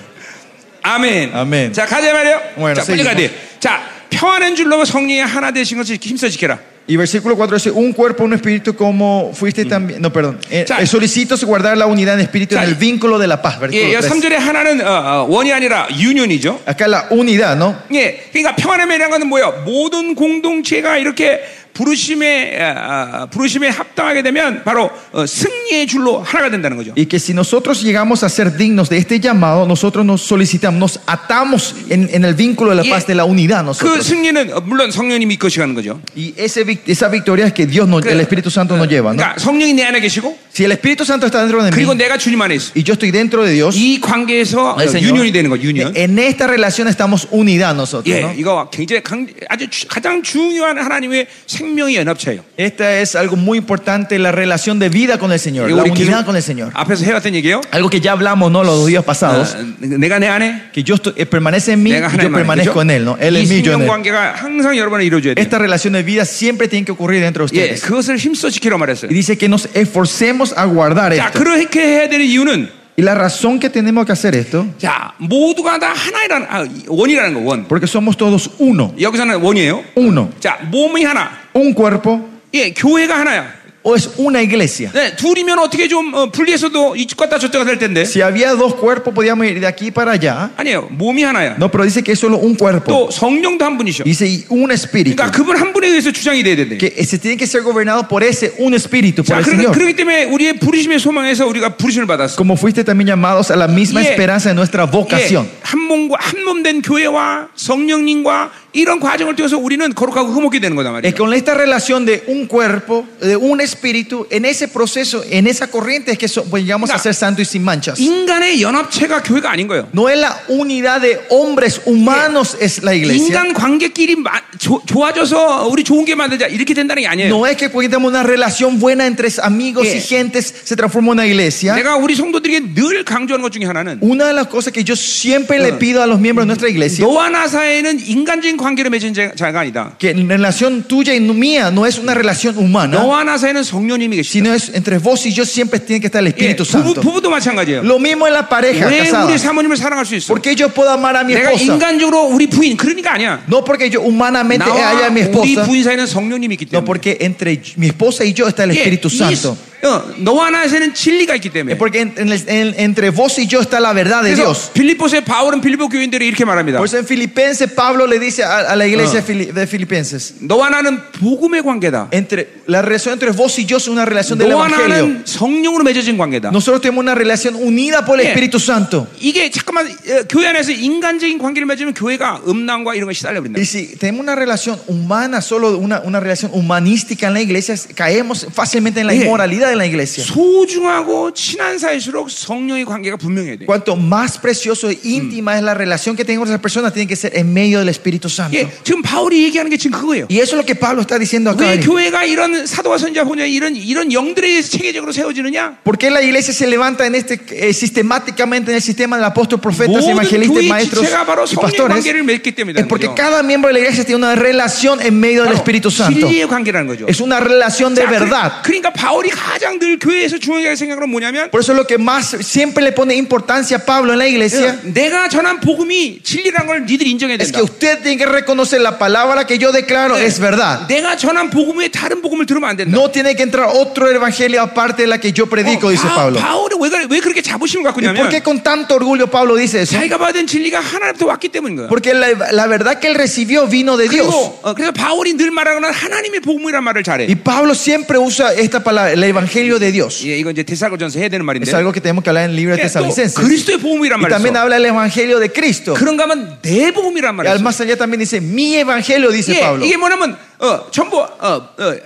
Speaker 1: 아멘.
Speaker 2: 아멘.
Speaker 1: 자, 가자 말이요.
Speaker 2: Bueno,
Speaker 1: 자, 빨리
Speaker 2: seguimos.
Speaker 1: 가야 돼. 자, 평안한 줄로 성령의 하나 되신 것을 힘써 지켜라.
Speaker 2: Y versículo 4 dice, un cuerpo, un espíritu, como fuiste también... No, perdón. Eh,
Speaker 1: Cha-
Speaker 2: eh, solicito guardar la unidad en espíritu en
Speaker 1: Cha-
Speaker 2: el vínculo de la paz.
Speaker 1: 예,
Speaker 2: Versículo 3.
Speaker 1: 3절의 하나는 어, 어, 원이 아니라 유년이죠.
Speaker 2: Acá la unidad, ¿no?
Speaker 1: 예, 그러니까 평안함이라는 것은 뭐예요? 모든 공동체가 이렇게 부르심에 어, 어, 부르심에 합당하게 되면 바로 어, 승리의 줄로 하나가 된다는 거죠.
Speaker 2: Y que si nosotros llegamos a ser dignos de este llamado, nosotros nos solicitamos, nos atamos en, en el vínculo de la
Speaker 1: Y-
Speaker 2: paz, de la unidad
Speaker 1: 그
Speaker 2: nosotros.
Speaker 1: 승리는 어, 물론 성령님이 이끄시는 거죠.
Speaker 2: Y ese, vic- esa victoria es que Dios, nos- el Espíritu Santo nos lleva. ¿no?
Speaker 1: 그러니까 성령이 내 안에 계시고
Speaker 2: Si el Espíritu Santo está dentro de
Speaker 1: 그리고
Speaker 2: mí
Speaker 1: 내가 주님 안에 있어.
Speaker 2: y yo estoy dentro de Dios,
Speaker 1: 이 관계에서
Speaker 2: el Señor,
Speaker 1: 음. 아, 유년이 되는 거, 유년.
Speaker 2: en esta relación estamos unidad nosotros.
Speaker 1: 예,
Speaker 2: ¿no?
Speaker 1: 이거 굉장히 강, 아주 주- 가장 중요한 하나님의 생명의 연합체예요.
Speaker 2: Esta es algo muy importante, la relación de vida con el Señor,
Speaker 1: 이거
Speaker 2: la
Speaker 1: 우리 계속
Speaker 2: unidad con el Señor.
Speaker 1: 앞에서 해왔던 얘기예요.
Speaker 2: Algo que ya hablamos ¿no? los dos días
Speaker 1: 어,
Speaker 2: pasados,
Speaker 1: 내가 내 안에,
Speaker 2: que yo estoy- eh, permanece en mí
Speaker 1: 내가
Speaker 2: y yo
Speaker 1: 하나님 안에.
Speaker 2: permanezco
Speaker 1: 그죠?
Speaker 2: en Él. ¿no? Él
Speaker 1: 이
Speaker 2: en mí, yo en
Speaker 1: 생명
Speaker 2: Él.
Speaker 1: 관계가 항상 여러분이 이루어져야 돼요.
Speaker 2: Esta relación de vida siempre tiene que ocurrir dentro de
Speaker 1: 예,
Speaker 2: ustedes.
Speaker 1: 그것을 힘써 지키라 말했어요.
Speaker 2: Y dice que nos esforcemos a guardar
Speaker 1: 자,
Speaker 2: esto.
Speaker 1: 그렇게 해야 되는 이유는
Speaker 2: Y la razón que tenemos que hacer esto,
Speaker 1: 자, 모두가 다 하나이라는 아, 원이라는 거 원.
Speaker 2: porque somos todos uno,
Speaker 1: 여기서는 원이에요.
Speaker 2: uno,
Speaker 1: 자, 몸이 하나.
Speaker 2: un cuerpo,
Speaker 1: 예, 교회가 하나야.
Speaker 2: o es una iglesia.
Speaker 1: 네, 둘이면 어떻게 좀 어, 분리해서도 이쪽 갔다 저쪽 갔다 할 텐데.
Speaker 2: Si había dos cuerpos, podíamos ir de aquí para allá.
Speaker 1: 아니에요. 몸이 하나야.
Speaker 2: No, pero dice que es solo un cuerpo.
Speaker 1: 또 성령도 한 분이셔.
Speaker 2: Dice, y un espíritu.
Speaker 1: 그러니까 그분 한 분에 의해서 주장이 돼야 된대.
Speaker 2: Que se tiene que ser gobernado por ese un espíritu,
Speaker 1: 자,
Speaker 2: por el
Speaker 1: 그러,
Speaker 2: Señor.
Speaker 1: 그렇기 때문에 우리의 부르심의 소망에서 우리가 부르심을 받았어.
Speaker 2: Como fuiste también llamados a la misma
Speaker 1: Yeah.
Speaker 2: esperanza de nuestra
Speaker 1: 예,
Speaker 2: 그 vocación.
Speaker 1: 한 몸과 한 몸 된 교회와 성령님과 이런 과정을 통해서 우리는 거룩하고 흐뭇게 되는 거다 말이야.
Speaker 2: Es con esta relación de un cuerpo, de un espíritu, en ese proceso, en esa corriente es que so- pues, llegamos a
Speaker 1: Mira.
Speaker 2: ser santos y sin manchas.
Speaker 1: 인간의 연합체가 교회가 아닌 거예요.
Speaker 2: No es la unidad de hombres humanos es la iglesia.
Speaker 1: 인간 관계끼리 마- 조- 좋아져서 우리 좋은 게 만들자 이렇게 된다는 게 아니에요.
Speaker 2: No es que porque tenemos una relación buena entre amigos
Speaker 1: Yeah.
Speaker 2: y gentes se transforma en una iglesia.
Speaker 1: 내가 우리 성도들에게 늘 강조하는 것 중에 하나는
Speaker 2: Una de las cosas que yo siempre
Speaker 1: Ah.
Speaker 2: le pido a los miembros de nuestra iglesia,
Speaker 1: 너와 나 사이에는 인간적인 관계를 맺은 자- 자가 아니다.
Speaker 2: que la relación tuya y mía no es una relación humana,
Speaker 1: 너와 나 사이에는 성령님이 계시다.
Speaker 2: sino es entre vos y yo siempre tiene que estar el
Speaker 1: 예,
Speaker 2: Espíritu
Speaker 1: 부부,
Speaker 2: Santo.
Speaker 1: 부부도 마찬가지예요.
Speaker 2: Lo mismo en la pareja
Speaker 1: 왜
Speaker 2: casada.
Speaker 1: 우리 사모님을 사랑할 수 있어?
Speaker 2: Porque yo puedo amar a mi
Speaker 1: 내가
Speaker 2: esposa.
Speaker 1: 인간적으로 우리 부인 그러니까 아니야.
Speaker 2: No porque yo humanamente haya
Speaker 1: 나와
Speaker 2: a mi
Speaker 1: 우리
Speaker 2: esposa,
Speaker 1: 부인 사이는 성령님이 있기
Speaker 2: no
Speaker 1: 때문에.
Speaker 2: porque entre mi esposa y yo está el
Speaker 1: 예,
Speaker 2: Espíritu
Speaker 1: 이-
Speaker 2: Santo.
Speaker 1: 어, 너와 나 사이는 진리가 있기
Speaker 2: Es
Speaker 1: 때문에.
Speaker 2: porque en- en el- en- entre vos y yo está la verdad de
Speaker 1: 그래서
Speaker 2: Dios.
Speaker 1: 빌립보서의 바울은 빌립보 교인들이 이렇게 말합니다.
Speaker 2: Por eso en Filipenses Pablo le dice a, a la iglesia fili- de Filipenses,
Speaker 1: 너와 나는 복음의 관계다.
Speaker 2: entre, la relación entre vos y yo es una relación del
Speaker 1: 너와
Speaker 2: Evangelio.
Speaker 1: 나는 성령으로 맺어진 관계다.
Speaker 2: Nosotros tenemos una relación unida por el
Speaker 1: Yeah.
Speaker 2: Espíritu Santo.
Speaker 1: 이게 잠깐만 어, 교회 안에서 인간적인 관계를 맺으면 교회가 음란과 이런 거 시달려 버린다.
Speaker 2: Y si tenemos una relación humana, solo una, una relación humanística en la iglesia, caemos fácilmente en la
Speaker 1: Yeah.
Speaker 2: inmoralidad en la iglesia.
Speaker 1: 소중하고 친한 사이일수록 성령의 관계가 분명해야 돼.
Speaker 2: Cuanto más precioso e íntima es la relación que tengo con esa persona, tiene que ser en medio del Espíritu Santo.
Speaker 1: 예, 지금 바울이 얘기하는 게 지금 그거예요.
Speaker 2: Y eso es lo que Pablo está diciendo acá.
Speaker 1: 왜
Speaker 2: Ari.
Speaker 1: 교회가 이런 사도와 선지자 보냐 이런 이런 영들에 의해서 체계적으로 세워지느냐?
Speaker 2: ¿Por qué la iglesia se levanta en este, eh, sistemáticamente en el sistema del apóstol, profetas,
Speaker 1: 모든
Speaker 2: evangelistas,
Speaker 1: 교회
Speaker 2: maestros
Speaker 1: 지체가 바로
Speaker 2: y
Speaker 1: 성령
Speaker 2: pastores?
Speaker 1: 관계를 맺기 때문이다.
Speaker 2: Es porque cada miembro de la iglesia tiene una relación en medio del Espíritu Santo.
Speaker 1: 진리의 관계라는 거죠.
Speaker 2: Es una relación de
Speaker 1: 자, 그-
Speaker 2: verdad.
Speaker 1: 그러니까 바울이 가장 늘 교회에서 중요하게 생각하는 건 뭐냐면
Speaker 2: Por eso lo que más siempre le pone importancia a Pablo en la iglesia
Speaker 1: 내가 전한 복음이 진리라는 걸 니들이 인정해야
Speaker 2: es
Speaker 1: 된다.
Speaker 2: que usted tiene que reconocer la palabra que yo declaro es verdad.
Speaker 1: 내가 전한 복음 외에 다른 복음을 들으면 안 된다.
Speaker 2: No tiene que entrar otro evangelio aparte de la que yo
Speaker 1: 네,
Speaker 2: predico, dice Pablo.
Speaker 1: 아, 바울은 왜, 그래- 왜 그렇게 자부심을 갖고
Speaker 2: ¿Y por
Speaker 1: 있냐면
Speaker 2: qué con tanto orgullo Pablo dice eso?
Speaker 1: 자기가 받은 진리가 하나님부터 왔기 때문인 거야.
Speaker 2: Porque la, la verdad que él recibió vino de Dios.
Speaker 1: 그리고 어, 그래서 바울이 늘 말하는 건 하나님의 복음이란 말을 잘해.
Speaker 2: Y Pablo siempre usa esta palabra, el evangelio de Dios.
Speaker 1: 예, 이건 이제 데살로전서 해야 되는 말인데.
Speaker 2: Es algo que tenemos que hablar en el libro de
Speaker 1: 예, 또
Speaker 2: Tesalonicenses.
Speaker 1: 그리스도의 복음이란 말을
Speaker 2: Y también
Speaker 1: 써.
Speaker 2: habla el evangelio de Cristo.
Speaker 1: 그런가 하면 내 복음이란
Speaker 2: Y
Speaker 1: 말을
Speaker 2: al
Speaker 1: 써.
Speaker 2: más allá también dice mi evangelio, dice
Speaker 1: 예,
Speaker 2: Pablo.
Speaker 1: 이게 뭐냐면 어, 전부 어, 어,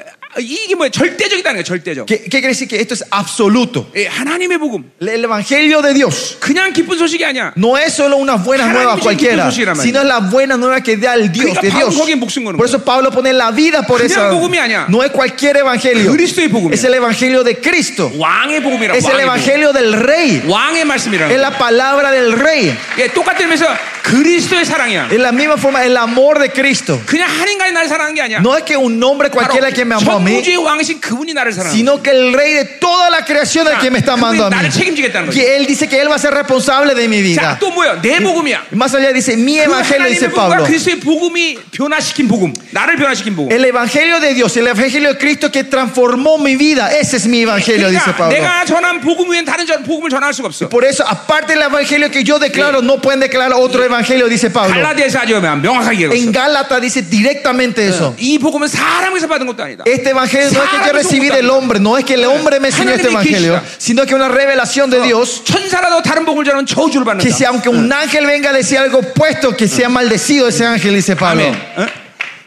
Speaker 1: 이게 뭐야? 절대적이다는 거야. 절대적.
Speaker 2: ¿Qué, qué quiere decir que esto es absoluto?
Speaker 1: 예, 하나님의 복음.
Speaker 2: El- El evangelio de Dios
Speaker 1: 그냥 기쁜 소식이 아니야.
Speaker 2: no es solo unas buenas
Speaker 1: 하나님이
Speaker 2: nuevas
Speaker 1: 주신
Speaker 2: cualquiera,
Speaker 1: 기쁜 소식이란 말이야.
Speaker 2: sino es la buena nueva que da el Dios
Speaker 1: 그러니까
Speaker 2: de
Speaker 1: 바울은
Speaker 2: Dios.
Speaker 1: 거기에 목숨 거는
Speaker 2: Por eso Pablo pone la vida por
Speaker 1: 그냥
Speaker 2: eso.
Speaker 1: 복음이 아니야.
Speaker 2: No es cualquier evangelio,
Speaker 1: 그리스도의 복음이야.
Speaker 2: es el evangelio de Cristo,
Speaker 1: 왕의 복음이라고.
Speaker 2: es el
Speaker 1: 왕의, 복음.
Speaker 2: evangelio del Rey,
Speaker 1: 왕의 말씀이라는
Speaker 2: es
Speaker 1: 거야.
Speaker 2: la palabra del Rey,
Speaker 1: 예, 똑같은 면서 그리스도의 사랑이야.
Speaker 2: es la misma forma, el amor de Cristo.
Speaker 1: 그냥 하나님과의 나를 사랑하는 게 아니야.
Speaker 2: No es que un hombre cualquiera que me amó a mí,
Speaker 1: 천주의 왕이신 그분이 나를 사랑하는
Speaker 2: sino que el Rey de toda la creación es
Speaker 1: 거야.
Speaker 2: quien me está amando a
Speaker 1: 그분이
Speaker 2: mí.
Speaker 1: 나를 책임지겠다는 거지.
Speaker 2: Que él dice que él va a ser responsable de mi vida.
Speaker 1: 자, 또 뭐야? 내 복음이야.
Speaker 2: Y Más allá dice, mi
Speaker 1: 그
Speaker 2: evangelio,
Speaker 1: 하나님의
Speaker 2: dice
Speaker 1: 복음과
Speaker 2: Pablo.
Speaker 1: 그리스도의 복음이 변화시킨 복음. 나를 변화시킨 복음.
Speaker 2: El evangelio de Dios, el evangelio de Cristo que transformó mi vida, ese es mi evangelio, dice
Speaker 1: 그러니까
Speaker 2: Pablo.
Speaker 1: 내가 전한 복음 외엔 다른 전- 복음을 전할 수가 없어.
Speaker 2: Por eso, aparte del evangelio que yo declaro, no pueden declarar otro evangelio, dice Pablo.
Speaker 1: 갈라디아서 아주 명확하게
Speaker 2: En
Speaker 1: 얘기했어.
Speaker 2: Gálata dice directamente eso.
Speaker 1: 이 복음은 사람에게서 받은 것도 아니다.
Speaker 2: Este evangelio no es que yo recibí del hombre, no es que el hombre me enseñó este evangelio, sino que una revelación de Dios.
Speaker 1: 천사라도 다른 복음을 전하면 저주를
Speaker 2: Que
Speaker 1: 받는다.
Speaker 2: sea, aunque un ángel venga a decir algo opuesto, que sea maldecido ese ángel, dice Pablo.
Speaker 1: 아멘. 어?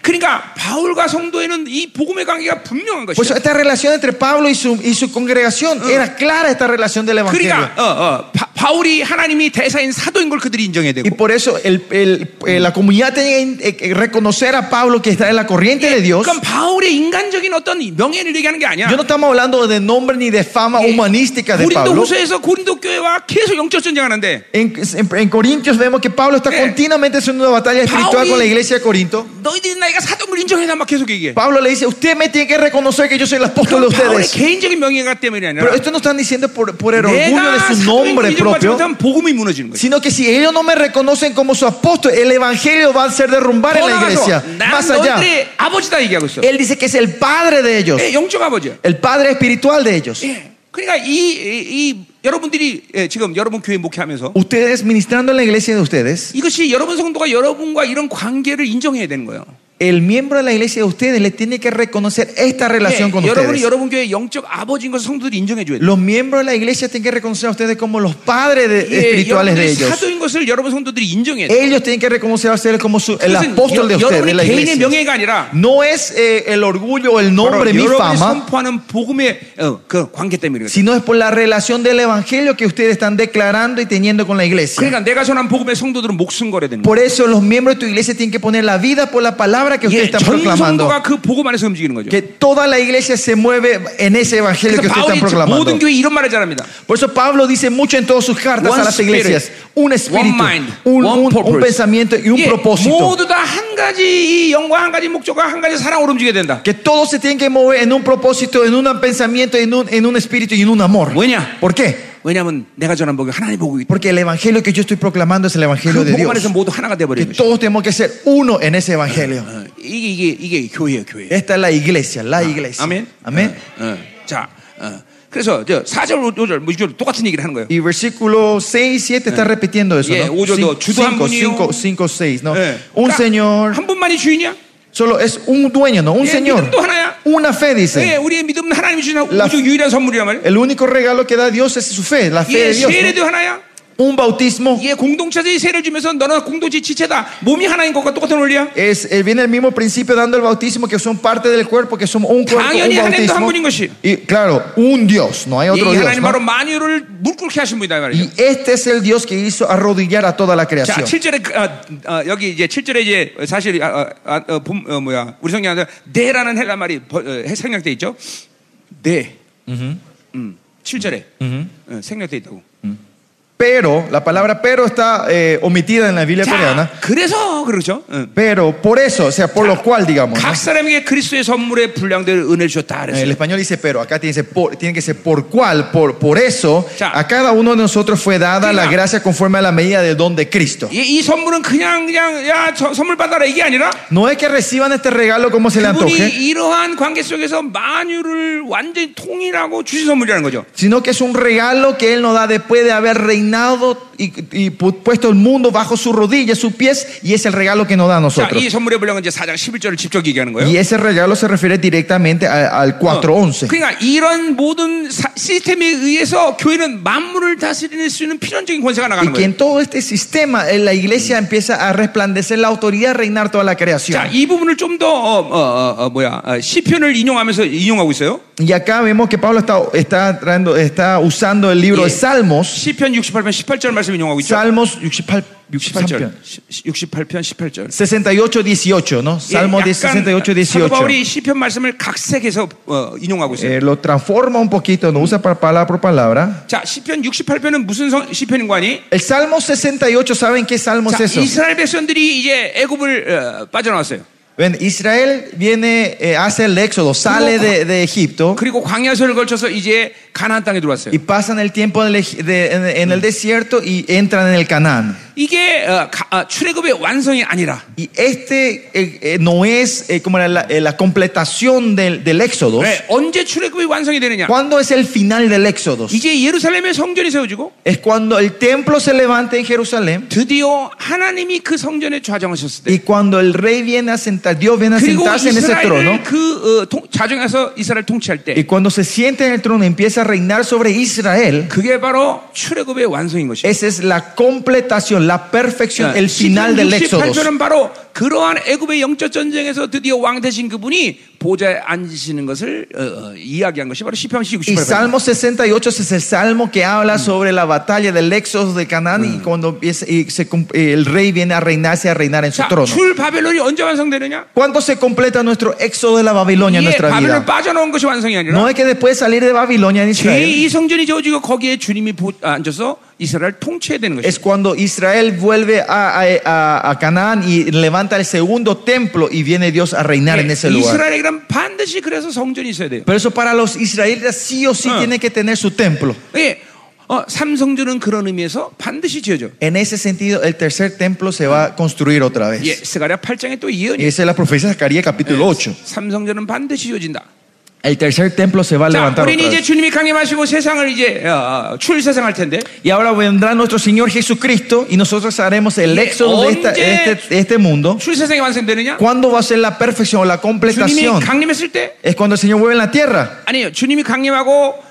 Speaker 1: 그러니까 바울과 성도에는 이 복음의 관계가 분명한
Speaker 2: Por
Speaker 1: 것이야.
Speaker 2: eso esta relación entre Pablo y su, y su congregación era clara esta relación del Evangelio.
Speaker 1: 그러니까 어, 어, 바, 바울이 하나님이 대사인 사도인 걸 그들이 인정해야 되고
Speaker 2: Y por eso el- el- eh, la comunidad tenía que eh, reconocer a Pablo que está en la corriente de Dios.
Speaker 1: 그건 바울의 인간적인 어떤 명예를 얘기하는 게 아니야.
Speaker 2: Yo no estamos hablando de nombre ni de fama
Speaker 1: Eh,
Speaker 2: humanística de
Speaker 1: 고린도
Speaker 2: Pablo.
Speaker 1: 후서에서 고린도 교회와 계속 영적 전쟁하는데
Speaker 2: En, en- en Corintios vemos que Pablo está
Speaker 1: Eh.
Speaker 2: continuamente haciendo una batalla espiritual con la iglesia de Corinto.
Speaker 1: 너희들이 나이가 사도인 걸 인정해야 막 계속 얘기해.
Speaker 2: Pablo le dice, usted me tiene que reconocer que yo soy el apóstol de
Speaker 1: 그건 바울의
Speaker 2: ustedes.
Speaker 1: 개인적인 명예가 때문이 아니라
Speaker 2: Pero esto no están diciendo por, por el orgullo de
Speaker 1: 내가
Speaker 2: su
Speaker 1: 사도인 걸
Speaker 2: nombre
Speaker 1: 인정받지
Speaker 2: propio.
Speaker 1: 못하면 복음이 무너지는 거지.
Speaker 2: sino que si ellos no me reconocen como su apóstol, el evangelio va a ser derrumbar en la iglesia. Más
Speaker 1: 나는
Speaker 2: allá,
Speaker 1: 너희들의 아버지다 얘기하고 있어.
Speaker 2: él dice que es el padre de ellos,
Speaker 1: 예, 영적 아버지야.
Speaker 2: el padre espiritual de ellos.
Speaker 1: 예. 그러니까 이, 이, 이 여러분들이 예, 지금 여러분 교회 목회하면서
Speaker 2: Ustedes ministrando en la iglesia de ustedes,
Speaker 1: 이것이 여러분 성도가 여러분과 이런 관계를 인정해야 되는 거예요.
Speaker 2: el miembro de la iglesia de ustedes le tiene que reconocer esta relación con
Speaker 1: 예, 여러분이
Speaker 2: ustedes.
Speaker 1: 여러분 교회 영적 아버지인 것을 성도들이 인정해 줘야 돼요.
Speaker 2: Los miembros de la iglesia tienen que reconocer a ustedes como los padres de-
Speaker 1: 예,
Speaker 2: espirituales de
Speaker 1: 여러분들이
Speaker 2: ellos.
Speaker 1: 사도인 것을 여러분 성도들이 인정해야 돼요.
Speaker 2: Ellos tienen que reconocer a ustedes como su- el
Speaker 1: 그것은
Speaker 2: apóstol de
Speaker 1: 여-
Speaker 2: ustedes, de
Speaker 1: 여러분의
Speaker 2: la
Speaker 1: 개인의
Speaker 2: iglesia.
Speaker 1: 명예가 아니라
Speaker 2: No es eh, el orgullo o el
Speaker 1: 바로
Speaker 2: nombre, mi
Speaker 1: 여러분이
Speaker 2: fama,
Speaker 1: 선포하는 복음의 어, 그 관계 때문에 그래요.
Speaker 2: sino es por la relación del evangelio que ustedes están declarando y teniendo con la iglesia.
Speaker 1: 그러니까 내가 전한 복음의 성도들은 목숨 걸어야 되는 거예요.
Speaker 2: Por eso los miembros de tu iglesia tienen que poner la vida por la palabra que
Speaker 1: 예,
Speaker 2: usted está
Speaker 1: 전
Speaker 2: proclamando.
Speaker 1: 성도가 그 복음 안에서 움직이는 거죠.
Speaker 2: Que toda la iglesia se mueve en ese evangelio que
Speaker 1: 그래서
Speaker 2: usted
Speaker 1: 바울이 모든
Speaker 2: está proclamando.
Speaker 1: 교회 이런 말을 잘합니다.
Speaker 2: Por eso Pablo dice mucho en todas sus cartas
Speaker 1: One
Speaker 2: a las
Speaker 1: spirit,
Speaker 2: iglesias. Un espíritu,
Speaker 1: one mind,
Speaker 2: un,
Speaker 1: one
Speaker 2: un- un
Speaker 1: purpose.
Speaker 2: pensamiento y un
Speaker 1: 예,
Speaker 2: propósito.
Speaker 1: 모두 다 한 가지 이 영과 한 가지 목적과 한 가지 사랑으로 움직여야 된다.
Speaker 2: Que todos se tienen que mover en un propósito, en un pensamiento, en un, en un espíritu y en un amor.
Speaker 1: Buena.
Speaker 2: ¿Por qué?
Speaker 1: 왜냐하면 내가 전한 복이 하나님 복이기 때문에
Speaker 2: Porque el evangelio que yo estoy proclamando es el evangelio
Speaker 1: 그
Speaker 2: de
Speaker 1: 복음 안에서
Speaker 2: Dios.
Speaker 1: 모두 하나가
Speaker 2: Que
Speaker 1: 돼버리는 거죠.
Speaker 2: todos tenemos que ser uno en ese evangelio.
Speaker 1: 어, 이게 이게 이게 교회예요, 교회.
Speaker 2: Esta es la iglesia,
Speaker 1: Ah,
Speaker 2: la iglesia.
Speaker 1: 아멘.
Speaker 2: Amén.
Speaker 1: 어, 어. 자, 어. 그래서 저 4절, 5절, 6절 똑같은 얘기를 하는 거예요.
Speaker 2: Y versículo 6 y 7 está repitiendo eso,
Speaker 1: Eh. Yeah,
Speaker 2: ¿no?
Speaker 1: ocho, dos. Eh. Judo 한
Speaker 2: 5,
Speaker 1: 분이요.
Speaker 2: 5, 5, 6, ¿no?
Speaker 1: 예.
Speaker 2: Un
Speaker 1: 그러니까
Speaker 2: Señor,
Speaker 1: 한 분만이 주인이야.
Speaker 2: solo es un dueño, ¿no? Un
Speaker 1: 예,
Speaker 2: Señor.
Speaker 1: 믿음도 하나야.
Speaker 2: Una fe,
Speaker 1: 예,
Speaker 2: dice.
Speaker 1: 우리의 믿음은 하나님이 주신
Speaker 2: La-
Speaker 1: 우주 유일한 선물이란 말이야.
Speaker 2: El único regalo que da Dios es su fe, la fe
Speaker 1: 예,
Speaker 2: de Dios. ¿no?
Speaker 1: 세례도 하나야.
Speaker 2: Un bautismo
Speaker 1: 예, 공동체에 세례를 주면서 너는 공동체 지체다. 몸이 하나인 것과 똑같은 원리야.
Speaker 2: es eh, viene el mismo principio dando el bautismo que son parte del cuerpo, que somos un cuerpo,
Speaker 1: 당연히
Speaker 2: un
Speaker 1: 하나님도 한
Speaker 2: bautismo.
Speaker 1: 분인 것이.
Speaker 2: Y claro, un Dios, no hay
Speaker 1: 예, 이
Speaker 2: otro Dios.
Speaker 1: 하나님
Speaker 2: ¿no?
Speaker 1: 바로 만유를 물끓게 하신 분이다 이 말이죠.
Speaker 2: Y este es el Dios que hizo arrodillar a toda la
Speaker 1: 자,
Speaker 2: creación.
Speaker 1: 7절에 그, 아, 여기 이제 7절에 이제 사실 아, 아, 아, 어, 봄, 어, 뭐야 우리 성경에 네라는 헬라 말이 번- 어, 생략돼 있죠. 어, 네. 음, 7절에 생략돼 있다고.
Speaker 2: Pero, la palabra pero está eh, omitida en la Biblia coreana.
Speaker 1: 자, 그래서 그렇죠. 응.
Speaker 2: Pero por eso, o sea, por lo cual, digamos. ¿no?
Speaker 1: 각 사람에게 그리스도의 선물의 분량대로 은혜를 주었다
Speaker 2: El
Speaker 1: 그랬어요.
Speaker 2: español dice pero, acá tiene, que ser por- tiene que ser por cuál, por, por eso,
Speaker 1: Ya.
Speaker 2: a cada uno de nosotros fue dada la
Speaker 1: Ya.
Speaker 2: gracia conforme a la medida del don de Cristo.
Speaker 1: 이, 이 선물은 그냥 그냥 야 저- 선물 받아라 이게 아니라
Speaker 2: No es que reciban este regalo como se le antoje,
Speaker 1: 그분이 이러한 관계 속에서 만유를 완전히 통일하고 주신 선물이라는 거죠.
Speaker 2: sino que es un regalo que Él nos da después de haber reinado y, y pu- puesto el mundo bajo sus rodillas, sus pies, y es el regalo que nos da a
Speaker 1: 자,
Speaker 2: nosotros.
Speaker 1: 이 선물의 분량은 이제 4장 11절을 직접 얘기하는 거예요.
Speaker 2: Y ese regalo se refiere directamente a- al
Speaker 1: 어,
Speaker 2: 4.11.
Speaker 1: 그러니까 이런 모든 사- 시스템에 의해서 교회는 만물을 다스릴 수 있는 필연적인 권세가
Speaker 2: Y
Speaker 1: 나가는
Speaker 2: que
Speaker 1: 거예요.
Speaker 2: en todo este sistema, en la iglesia empieza a resplandecer la autoridad, de reinar toda la creación.
Speaker 1: 자, 이 부분을 좀 더 어, 어, 어, 어, 뭐야 어, 시편을 인용하면서 인용하고 있어요.
Speaker 2: Y acá vemos que Pablo está, está, trayendo- está usando el libro de
Speaker 1: Sí.
Speaker 2: Salmos,
Speaker 1: 시편 68편 18절 말씀 인용하고 있죠.
Speaker 2: Salmos 68,
Speaker 1: 68절,
Speaker 2: 68,
Speaker 1: 68편 18절.
Speaker 2: 68, 18, ¿no? Salmos 68,
Speaker 1: 예,
Speaker 2: 18.
Speaker 1: 사도 바울이 시편 말씀을 각색해서 어, 인용하고 있어요.
Speaker 2: Eh, lo transforma un poquito, no usa para palabra por palabra.
Speaker 1: 자, 시편 68편은 무슨 성- 시편인 거 아니?
Speaker 2: El Salmo 68, ¿saben qué Salmo
Speaker 1: 자,
Speaker 2: es eso?
Speaker 1: 이스라엘 백성들이 이제 애굽을 어, 빠져나왔어요.
Speaker 2: Ven, Israel viene, eh, hace el éxodo, sale de, de Egipto
Speaker 1: 그리고 광야서를 걸쳐서 이제 가나안 땅에 들어왔어요.
Speaker 2: y pasan el tiempo en el, Eg- de- en- en el desierto y entran en el Canaán.
Speaker 1: 이게 어, 가- 아, 출애굽의 완성이 아니라
Speaker 2: Y este eh, eh, no es eh, como era la, eh, la completación del, del éxodo.
Speaker 1: 네, 언제 출애굽이 완성이 되느냐?
Speaker 2: <laughs> ¿Cuándo es el final del Éxodo?
Speaker 1: 이제 예루살렘의 성전이 세워지고
Speaker 2: Es cuando el templo se levanta en Jerusalén
Speaker 1: 드디어 하나님이 그 성전에 좌정하셨을 때
Speaker 2: y cuando el rey viene a sentar, Dios viene a
Speaker 1: 그리고
Speaker 2: sentarse en ese trono
Speaker 1: 이스라엘을 그 어, 통- 좌정해서 이스라엘 통치할
Speaker 2: y
Speaker 1: 때
Speaker 2: cuando se sienta en el trono y empieza a reinar sobre Israel.
Speaker 1: 그게 바로 출애굽의 완성인 것이에요.
Speaker 2: Esa es la completación, la perfección,
Speaker 1: Ah. 그러니까 그
Speaker 2: el final del Éxodo.
Speaker 1: 68편은 바로 그러한 애굽의 영적 전쟁에서 드디어 왕 되신 그분이 보좌에 앉으시는 것을 어, 어, 이야기한 것이 바로 시편
Speaker 2: Y
Speaker 1: 68편.
Speaker 2: Salmo 68 es el salmo que habla sobre la batalla del Éxodo de Canaán y cuando empieza- y se cum- eh, el rey viene a reinarse, a reinar en su
Speaker 1: 자,
Speaker 2: trono.
Speaker 1: 출 바벨론이 언제 완성되느냐?
Speaker 2: ¿Cuándo se completa nuestro Éxodo de la Babilonia en
Speaker 1: 이게
Speaker 2: nuestra
Speaker 1: 바벨론
Speaker 2: vida?
Speaker 1: 빠져나온 것이 완성이 아니라
Speaker 2: No es que después de salir de Babilonia en Israel.
Speaker 1: 제2 성전이 지어지고 거기에 주님이 보- 아, 앉아서 이스라엘 통치해야 되는 것이죠.
Speaker 2: es cuando Israel vuelve a, a- a- a Canaán y levanta el segundo templo y viene Dios a reinar en ese lugar.
Speaker 1: 예, 이스라엘이란 반드시 그래서 성전이 있어야 돼요.
Speaker 2: Pero eso para los israelitas sí o sí
Speaker 1: Ah.
Speaker 2: tiene que tener su templo.
Speaker 1: 예, 어, 삼성전은 그런 의미에서 반드시 지어져.
Speaker 2: En ese sentido, el tercer templo se va a construir otra
Speaker 1: 예,
Speaker 2: vez.
Speaker 1: 스가랴 8장에 또
Speaker 2: Y
Speaker 1: 예언이
Speaker 2: esa es la profecía de Zacarías capítulo 8.
Speaker 1: 삼성전은 반드시 지어진다.
Speaker 2: El tercer templo se va a
Speaker 1: 자,
Speaker 2: levantar otra
Speaker 1: 우리는 이제
Speaker 2: vez.
Speaker 1: 주님이 강림하시고 세상을 이제 어, 어, 출세상할 텐데
Speaker 2: Y ahora vendrá nuestro Señor Jesucristo y nosotros haremos el
Speaker 1: Yeah.
Speaker 2: éxodo de, esta-
Speaker 1: Onde-
Speaker 2: este, de este mundo.
Speaker 1: 출세상이 완성되느냐?
Speaker 2: ¿Cuándo va a ser la perfección o
Speaker 1: 주님이
Speaker 2: la completación?
Speaker 1: 강림했을 때
Speaker 2: Es cuando el Señor vuelve en la tierra.
Speaker 1: 아니에요. 주님이 강림하고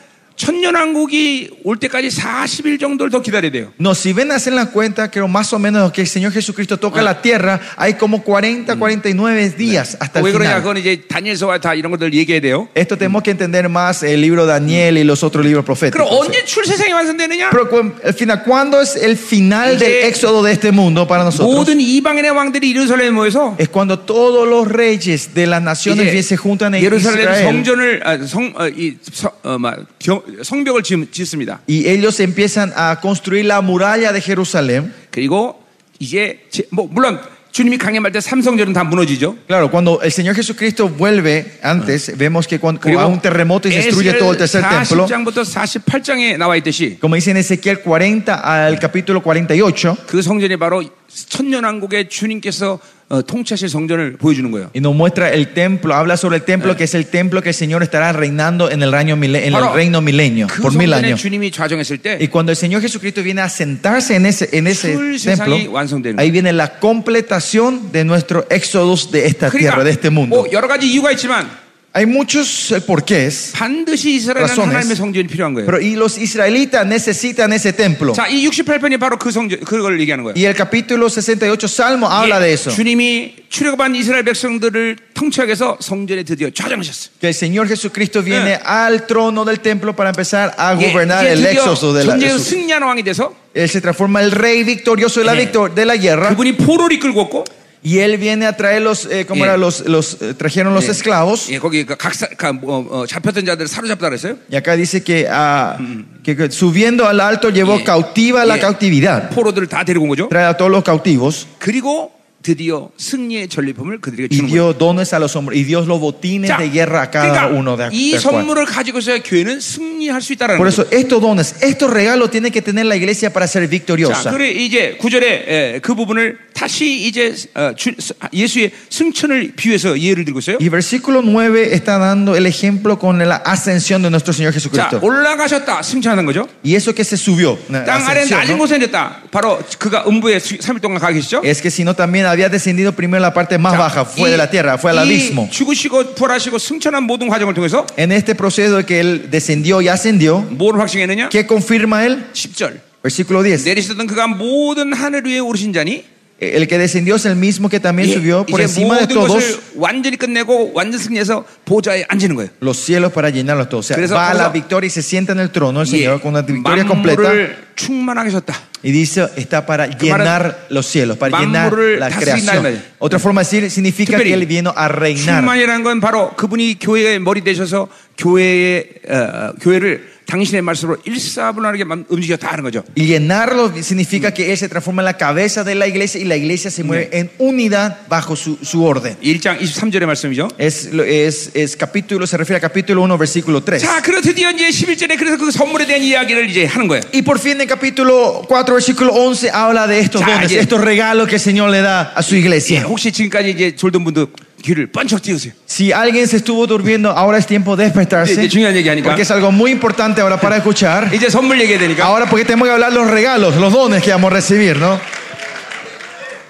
Speaker 1: 천년왕국이 올 때까지 40일 정도를 더 기다려야 돼요.
Speaker 2: No, si ven a hacer la cuenta, creo más o menos que el Señor Jesucristo toca la tierra, hay como 40, 49 días hasta el
Speaker 1: 왜 그러냐?
Speaker 2: final.
Speaker 1: 그건 이제 다니엘서와 다 이런 것들 얘기해야 돼요.
Speaker 2: Esto tenemos que entender más el libro de Daniel y los otros libros
Speaker 1: 그럼
Speaker 2: proféticos.
Speaker 1: 언제 출세상이 완성되느냐?
Speaker 2: Pero cu- al final, ¿cuándo es el final del
Speaker 1: Porque-
Speaker 2: éxodo de este mundo para nosotros?
Speaker 1: 모든 이방인의 왕들이 예루살렘에 모여서
Speaker 2: Es cuando todos los reyes de las naciones
Speaker 1: 이제
Speaker 2: bien se juntan en
Speaker 1: 예루살렘
Speaker 2: Israel
Speaker 1: 성전을 아, 성, 어, 이, 성, 어, 막, 경- 성벽을 짓- 짓습니다.
Speaker 2: y ellos empiezan a construir la muralla de Jerusalén.
Speaker 1: 그리고 이제 제- 뭐 물론 주님이 강림할 때 삼성전은 다 무너지죠.
Speaker 2: Claro, cuando el Señor Jesucristo vuelve antes, vemos que cuando
Speaker 1: 그리고
Speaker 2: a 아, un terremoto y se destruye
Speaker 1: 에스겔
Speaker 2: todo el tercer templo.
Speaker 1: 40장부터 48장에 나와 있듯이
Speaker 2: Como dice en Ezequiel 40 al capítulo 48,
Speaker 1: 그 성전이 바로 천년왕국의 주님께서 어, 통치하실 성전을 보여주는 거예요.
Speaker 2: y nos muestra el templo, habla sobre el templo que es el templo que el Señor estará reinando en el reino, mile- en el
Speaker 1: Ahora,
Speaker 2: reino milenio,
Speaker 1: 그
Speaker 2: por mil
Speaker 1: 성전에
Speaker 2: años.
Speaker 1: 주님이 좌정했을 때
Speaker 2: Y cuando el Señor Jesucristo viene a sentarse en ese, en ese
Speaker 1: 술
Speaker 2: templo,
Speaker 1: 세상이 완성되는
Speaker 2: ahí viene la completación de nuestro éxodo de esta tierra, de este mundo.
Speaker 1: 뭐 여러 가지 이유가 있지만
Speaker 2: Hay muchos eh, porqués,
Speaker 1: 반드시 이스라엘은
Speaker 2: Razones.
Speaker 1: 하나님의 성전이 필요한 거예요.
Speaker 2: pero y los israelitas necesitan ese templo.
Speaker 1: 자, 이 68편이 바로 그 성전 그걸 얘기하는 거예요.
Speaker 2: Y el capítulo 68, Salmo, habla de
Speaker 1: 예,
Speaker 2: eso.
Speaker 1: 주님이 출애굽한 이스라엘 백성들을 통치하기 위해서 성전에 드디어 좌정하셨어요.
Speaker 2: Que el Señor Jesucristo viene
Speaker 1: Eh.
Speaker 2: al trono del templo para empezar a
Speaker 1: 예,
Speaker 2: gobernar
Speaker 1: 이제
Speaker 2: el
Speaker 1: 드디어
Speaker 2: éxodo de la
Speaker 1: 전쟁에서
Speaker 2: de su-
Speaker 1: 승리하는 왕이 돼서
Speaker 2: Él se transforma en el rey victorioso de la,
Speaker 1: Eh.
Speaker 2: victor- de la guerra
Speaker 1: 그분이 포로를 이끌고 왔고
Speaker 2: Y él viene a traer los, eh, ¿cómo
Speaker 1: 예.
Speaker 2: era? Los, los, eh, trajeron los
Speaker 1: 예.
Speaker 2: esclavos.
Speaker 1: 예, 거기 그 각사, 가- 어, 어, 잡혔던 자들 사로잡다 그랬어요.
Speaker 2: Y acá dice que, ah, que- que subiendo al alto llevó
Speaker 1: 예.
Speaker 2: cautiva la
Speaker 1: 예.
Speaker 2: cautividad.
Speaker 1: 포로들을 다 데리고 온 거죠.
Speaker 2: Trae a todos los cautivos
Speaker 1: 그리고 드디어 승리의 전리품을 그들에게
Speaker 2: y
Speaker 1: 주는 거예요.
Speaker 2: dio dones a los hombres y Dios los botines
Speaker 1: 자,
Speaker 2: de guerra a cada uno de,
Speaker 1: 그러니까
Speaker 2: a-
Speaker 1: 이
Speaker 2: de cual.
Speaker 1: 선물을 가지고 있어야 교회는 승리할 수 있다라는
Speaker 2: Por
Speaker 1: 거죠.
Speaker 2: eso estos dones, estos regalos tiene que tener la iglesia para ser
Speaker 1: 자,
Speaker 2: victoriosa.
Speaker 1: 그래 이제 구절에그 부분을 다시 이제 어, 주- 예수의 승천을 비유해서 예를 들고 있어요.
Speaker 2: Y versículo 9 está dando el ejemplo con la ascensión de nuestro Señor
Speaker 1: 자,
Speaker 2: Jesucristo.
Speaker 1: 올라가셨다. 승천한 거죠.
Speaker 2: Y eso que se subió, una
Speaker 1: 땅 아래
Speaker 2: ascensión,
Speaker 1: 낮은
Speaker 2: ¿no?
Speaker 1: 곳에 앉았다. 바로 그가 음부에 3일 동안 가 계시죠.
Speaker 2: es que si no también había descendido primero a la parte más
Speaker 1: 자,
Speaker 2: baja, fue
Speaker 1: 이-
Speaker 2: de la tierra, fue al
Speaker 1: 이
Speaker 2: abismo.
Speaker 1: 죽으시고 부활하시고 승천한 모든 과정을 통해서
Speaker 2: En este proceso de que él descendió y ascendió,
Speaker 1: 뭘 확증했느냐?
Speaker 2: ¿qué confirma él?
Speaker 1: 10절.
Speaker 2: Versículo 10.
Speaker 1: 내리시던 그가 모든 ha늘 위에 오르신 자니
Speaker 2: El que descendió es el mismo que también subió por
Speaker 1: 예, 이제
Speaker 2: encima de
Speaker 1: 모든 것을
Speaker 2: todos
Speaker 1: 완전히 끝내고 완전 승리해서 보좌에 앉는 거예요.
Speaker 2: los cielos para llenarlos todos. O sea,
Speaker 1: 그래서
Speaker 2: va a la
Speaker 1: 거기서-
Speaker 2: victoria y se sienta en el trono el
Speaker 1: 예,
Speaker 2: Señor con una victoria completa.
Speaker 1: 만물을 충만하게 셨다.
Speaker 2: Y dice, está para llenar los cielos, para llenar
Speaker 1: 만물을
Speaker 2: la
Speaker 1: 다스린다, 이
Speaker 2: creación.
Speaker 1: 말이에요.
Speaker 2: Otra forma de decir, significa
Speaker 1: 특별히
Speaker 2: que Él vino a
Speaker 1: 네,
Speaker 2: reinar.
Speaker 1: 충만이라는 건 바로 그분이 교회의 머리 되셔서 교회의 어, 교회를 당신의 말씀으로 일사분란하게 만- 움직였다 하는 거죠.
Speaker 2: Y llenarlo significa que Él se transforma en la cabeza de la iglesia y la iglesia se mueve en unidad bajo su, su orden.
Speaker 1: 1장 23절의 말씀이죠.
Speaker 2: Es, lo- es, es capítulo, se refiere a capítulo 1, versículo 3.
Speaker 1: 자, 그래 드디어 이제 11절에 그래서 그 선물에 대한 이야기를 이제 하는 거예요.
Speaker 2: Y por fin en capítulo 4, versículo 11, habla de estos
Speaker 1: Ya,
Speaker 2: dones,
Speaker 1: ya.
Speaker 2: estos regalos que el Señor le da a su
Speaker 1: 예,
Speaker 2: iglesia.
Speaker 1: 혹시 지금까지 이제 졸던 분도 귀를 번쩍 띄우세요.
Speaker 2: Si alguien se estuvo durmiendo, ahora es tiempo de
Speaker 1: 이제,
Speaker 2: despertarse.
Speaker 1: 이제 중요한 얘기하니까.
Speaker 2: Porque es algo muy importante ahora para escuchar.
Speaker 1: 이제 선물 얘기해야 되니까.
Speaker 2: Ahora porque tenemos que hablar los regalos, los dones que vamos a recibir, ¿no?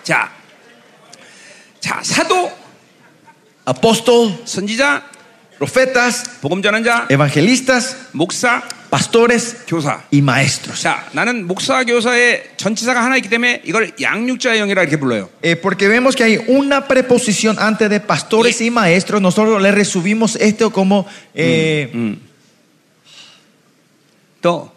Speaker 1: 자, 자 사도,
Speaker 2: Apóstol,
Speaker 1: 선지자,
Speaker 2: profetas,
Speaker 1: 복음 전환자,
Speaker 2: evangelistas,
Speaker 1: 목사,
Speaker 2: pastores
Speaker 1: 교사.
Speaker 2: y maestros.
Speaker 1: 자, 나는 목사 교사의 전치사가 하나 있기 때문에 이걸 양육자의 영이라 이렇게 불러요.
Speaker 2: Eh, porque vemos que hay una preposición antes de pastores y maestros, nosotros le resumimos esto como eh,
Speaker 1: 또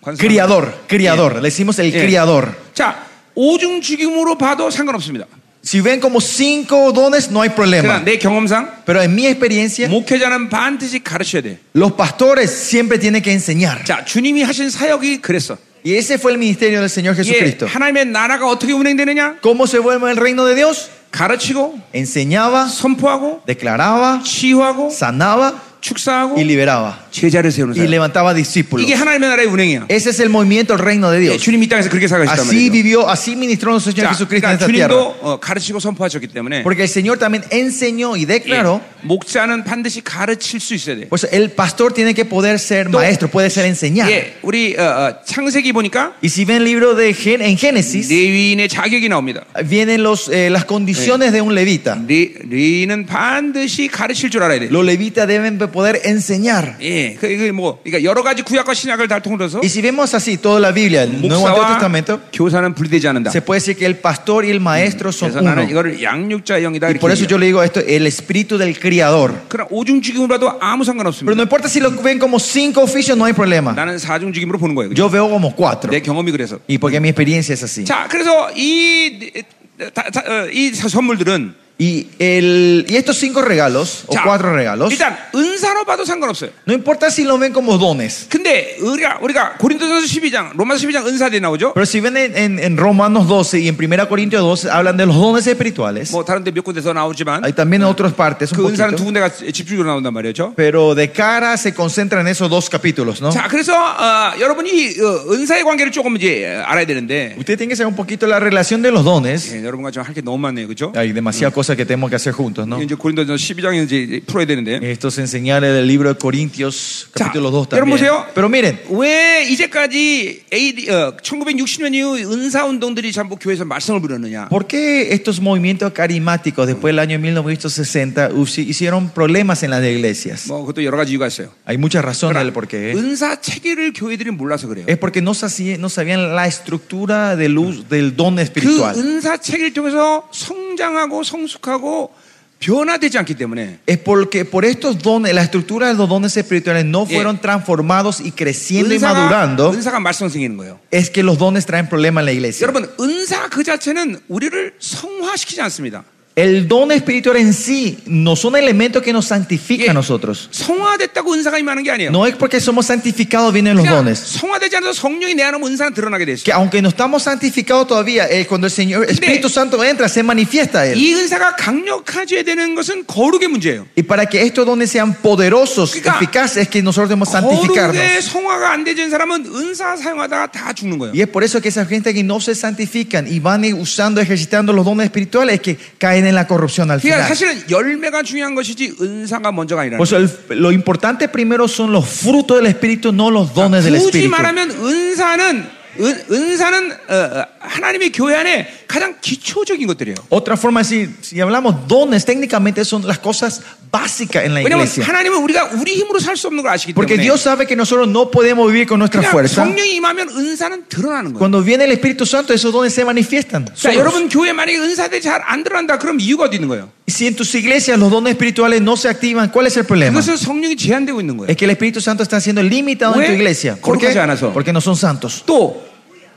Speaker 1: 관습.
Speaker 2: criador, criador, le decimos el
Speaker 1: Yeah.
Speaker 2: criador.
Speaker 1: 자, 오중 죽임으로 봐도 상관없습니다.
Speaker 2: Si ven como cinco dones, no hay
Speaker 1: 그러나
Speaker 2: problema.
Speaker 1: 내 경험상
Speaker 2: Pero en mi experiencia,
Speaker 1: 목회자는 반드시 가르쳐야 돼.
Speaker 2: los pastores siempre tienen que enseñar.
Speaker 1: 자, 주님이 하신 사역이 그랬어.
Speaker 2: Y ese fue el ministerio del Señor
Speaker 1: 예,
Speaker 2: Jesucristo.
Speaker 1: 하나님의 나라가 어떻게 운행되느냐?
Speaker 2: ¿Cómo se vuelve el reino de Dios?
Speaker 1: 가르치고
Speaker 2: Enseñaba,
Speaker 1: 선포하고
Speaker 2: declaraba,
Speaker 1: 치유하고
Speaker 2: sanaba
Speaker 1: 축사하고
Speaker 2: y liberaba.
Speaker 1: 제자를 세우는
Speaker 2: Y
Speaker 1: 사역.
Speaker 2: levantaba discípulos.
Speaker 1: 이게 하나님의 나라의 운행이야.
Speaker 2: Ese es el movimiento, el reino de
Speaker 1: 예,
Speaker 2: Dios.
Speaker 1: 주님 이 땅에서 그렇게 살아가셨단
Speaker 2: Así
Speaker 1: 말이죠.
Speaker 2: vivió, así ministró nuestro
Speaker 1: 자,
Speaker 2: Señor Jesucristo en
Speaker 1: 그러니까
Speaker 2: esta tierra.
Speaker 1: 주님도 어, 가르치고 선포하셨기 때문에
Speaker 2: Porque el Señor también enseñó y
Speaker 1: 예,
Speaker 2: declaró.
Speaker 1: 목자는 반드시 가르칠 수 있어야 돼.
Speaker 2: Por eso el pastor tiene que poder ser
Speaker 1: Todo.
Speaker 2: maestro, puede ser enseñado.
Speaker 1: 예, 우리 어, 어, 창세기 보니까
Speaker 2: Y si ven el libro de Gen- en Génesis,
Speaker 1: 레위인의 자격이 나옵니다.
Speaker 2: vienen los, eh, las condiciones de un levita.
Speaker 1: 레, 레위인은 반드시 가르칠 줄 알아야 돼.
Speaker 2: Los levitas deben de poder enseñar.
Speaker 1: 예, 그, 그 뭐, 그러니까 여러 가지 구약과 신약을 다 통틀어서
Speaker 2: Y si vemos así toda la Biblia, el Nuevo Antiguo
Speaker 1: 목사와
Speaker 2: Testamento,
Speaker 1: 교사는 분리되지 않는다.
Speaker 2: se puede decir que el pastor y el maestro son
Speaker 1: 그래서
Speaker 2: uno.
Speaker 1: 나는 이거를 양육자 영이다
Speaker 2: Y
Speaker 1: 뭐. 이렇게.
Speaker 2: por eso
Speaker 1: 얘기해요.
Speaker 2: yo le digo esto, el espíritu del criador.
Speaker 1: 그러나 오중 죽임으로도 아무
Speaker 2: Pero
Speaker 1: 상관없습니다.
Speaker 2: no importa si lo ven como cinco oficios, no hay problema.
Speaker 1: 나는 사중 죽임으로 보는 거예요.
Speaker 2: Yo veo como cuatro.
Speaker 1: 내 경험이 그래서.
Speaker 2: Y porque mi experiencia es así.
Speaker 1: 자, 그래서 이, 다- 다- 어, 이 선물들은
Speaker 2: Y, el, y estos cinco regalos, o
Speaker 1: 자,
Speaker 2: cuatro regalos,
Speaker 1: 일단 은사로 봐도 상관없어요.
Speaker 2: no importa si lo ven como dones.
Speaker 1: 근데 우리가, 우리가 고린도전서 12장, 로마서 12장 은사들이 나오죠.
Speaker 2: Pero si ven en, en- en Romanos 12 y en 1 Corintios 12, hablan de los dones espirituales.
Speaker 1: 뭐 다른데 몇 군데서 나오지만
Speaker 2: Hay también en otras partes, un
Speaker 1: 그 은사는 두
Speaker 2: poquito.
Speaker 1: 군데가 집중적으로 나온단 말이죠.
Speaker 2: Pero de cara se concentra en esos dos capítulos, ¿no?
Speaker 1: 자, 그래서 어, 여러분이 어, 은사의 관계를 조금 이제 알아야 되는데
Speaker 2: Usted tiene que saber un poquito la relación de los dones.
Speaker 1: 예, 여러분과 좀 할 게 너무 많네요, 그렇죠?
Speaker 2: Hay demasiadas cosas que tenemos que hacer juntos, ¿no?
Speaker 1: 이제 고린도전 12장에 이제 풀어야 되는데
Speaker 2: Esto se enseñará en el libro de Corintios,
Speaker 1: 자,
Speaker 2: capítulo
Speaker 1: 여러분
Speaker 2: 2 también.
Speaker 1: 보세요.
Speaker 2: Pero miren,
Speaker 1: 왜 이제까지 AD, 어, 1960년 이후 은사 운동들이 전부 교회에서 말씀을 부르느냐?
Speaker 2: ¿por qué estos movimientos carismáticos después del año 1960 usi- hicieron problemas en las iglesias?
Speaker 1: 뭐 그것도 여러 가지 이유가 있어요.
Speaker 2: Hay muchas razones del por
Speaker 1: 예.
Speaker 2: qué.
Speaker 1: 은사 체계를 교회들이 몰라서 그래요.
Speaker 2: Es porque no, saci- no sabían la estructura del, us- del don
Speaker 1: 그
Speaker 2: espiritual.
Speaker 1: 은사 체계를 통해서 성장하고 성숙하고 변화되지 않기 때문에
Speaker 2: Es porque por estos dones, las estructuras de los dones espirituales no fueron transformados y creciendo y
Speaker 1: 은사가,
Speaker 2: madurando,
Speaker 1: 은사가 말썽 생기는 거예요.
Speaker 2: es que los dones traen problemas en la iglesia.
Speaker 1: 여러분 은사 그 자체는 우리를 성화시키지 않습니다.
Speaker 2: El don espiritual en sí no son elementos que nos santifica
Speaker 1: Yeah.
Speaker 2: a nosotros.
Speaker 1: 성화됐다고 은사가 임하는 게 아니에요.
Speaker 2: No es porque somos santificados vienen los
Speaker 1: 그냥
Speaker 2: dones.
Speaker 1: 성화되지 않아서 성령이 내 안에 오면 은사는 드러나게 돼 있어요.
Speaker 2: Que aunque no estamos santificados todavía, eh, cuando el Señor Espíritu Santo entra, se manifiesta Él.
Speaker 1: 이 은사가 강력하게 되는 것은 거룩의 문제예요.
Speaker 2: Y para que estos dones sean poderosos,
Speaker 1: Kika.
Speaker 2: eficaces, es que nosotros debemos santificarnos.
Speaker 1: 거룩의 성화가 안 되는 사람은 은사 사용하다가 다 죽는 거예요.
Speaker 2: Y es por eso que esa gente que no se santifican y van usando, ejercitando los dones espirituales, es que caen en la corrupción al
Speaker 1: 그러니까
Speaker 2: final.
Speaker 1: 사실은 열매가 중요한 것이지 은사가 먼저가 아니라.
Speaker 2: Por eso el- lo importante primero son los frutos del Espíritu, no los dones del
Speaker 1: 아, 굳이
Speaker 2: Espíritu.
Speaker 1: 말하면 은사는 은, 은사는 어, 어, 하나님의 교회 안에 가장 기초적인 것들이에요.
Speaker 2: Otra forma de decir, si hablamos dones, técnicamente son las cosas básicas en la
Speaker 1: 왜냐하면
Speaker 2: iglesia.
Speaker 1: 하나님은 우리가 우리 힘으로 살 수 없는 걸 아시기
Speaker 2: 네, Porque
Speaker 1: 때문에
Speaker 2: Dios sabe que nosotros no podemos vivir con nuestra
Speaker 1: 그냥
Speaker 2: fuerza.
Speaker 1: 성령이 임하면 은사는 드러나는 거예요.
Speaker 2: Cuando viene el Espíritu Santo, esos dones se manifiestan.
Speaker 1: 그러니까
Speaker 2: solos.
Speaker 1: 여러분 교회 만약에 은사들이 잘 안 드러난다 그럼 이유가 어디 있는 거예요?
Speaker 2: Y Si en tus iglesias los dones espirituales no se activan, ¿cuál es el problema?
Speaker 1: 그것은 성령이 제한되고 있는 거예요.
Speaker 2: Es que el Espíritu Santo está siendo limitado
Speaker 1: Ue,
Speaker 2: en tu iglesia. ¿Por qué?
Speaker 1: 거룩하지 않아서.
Speaker 2: Porque no son santos.
Speaker 1: 또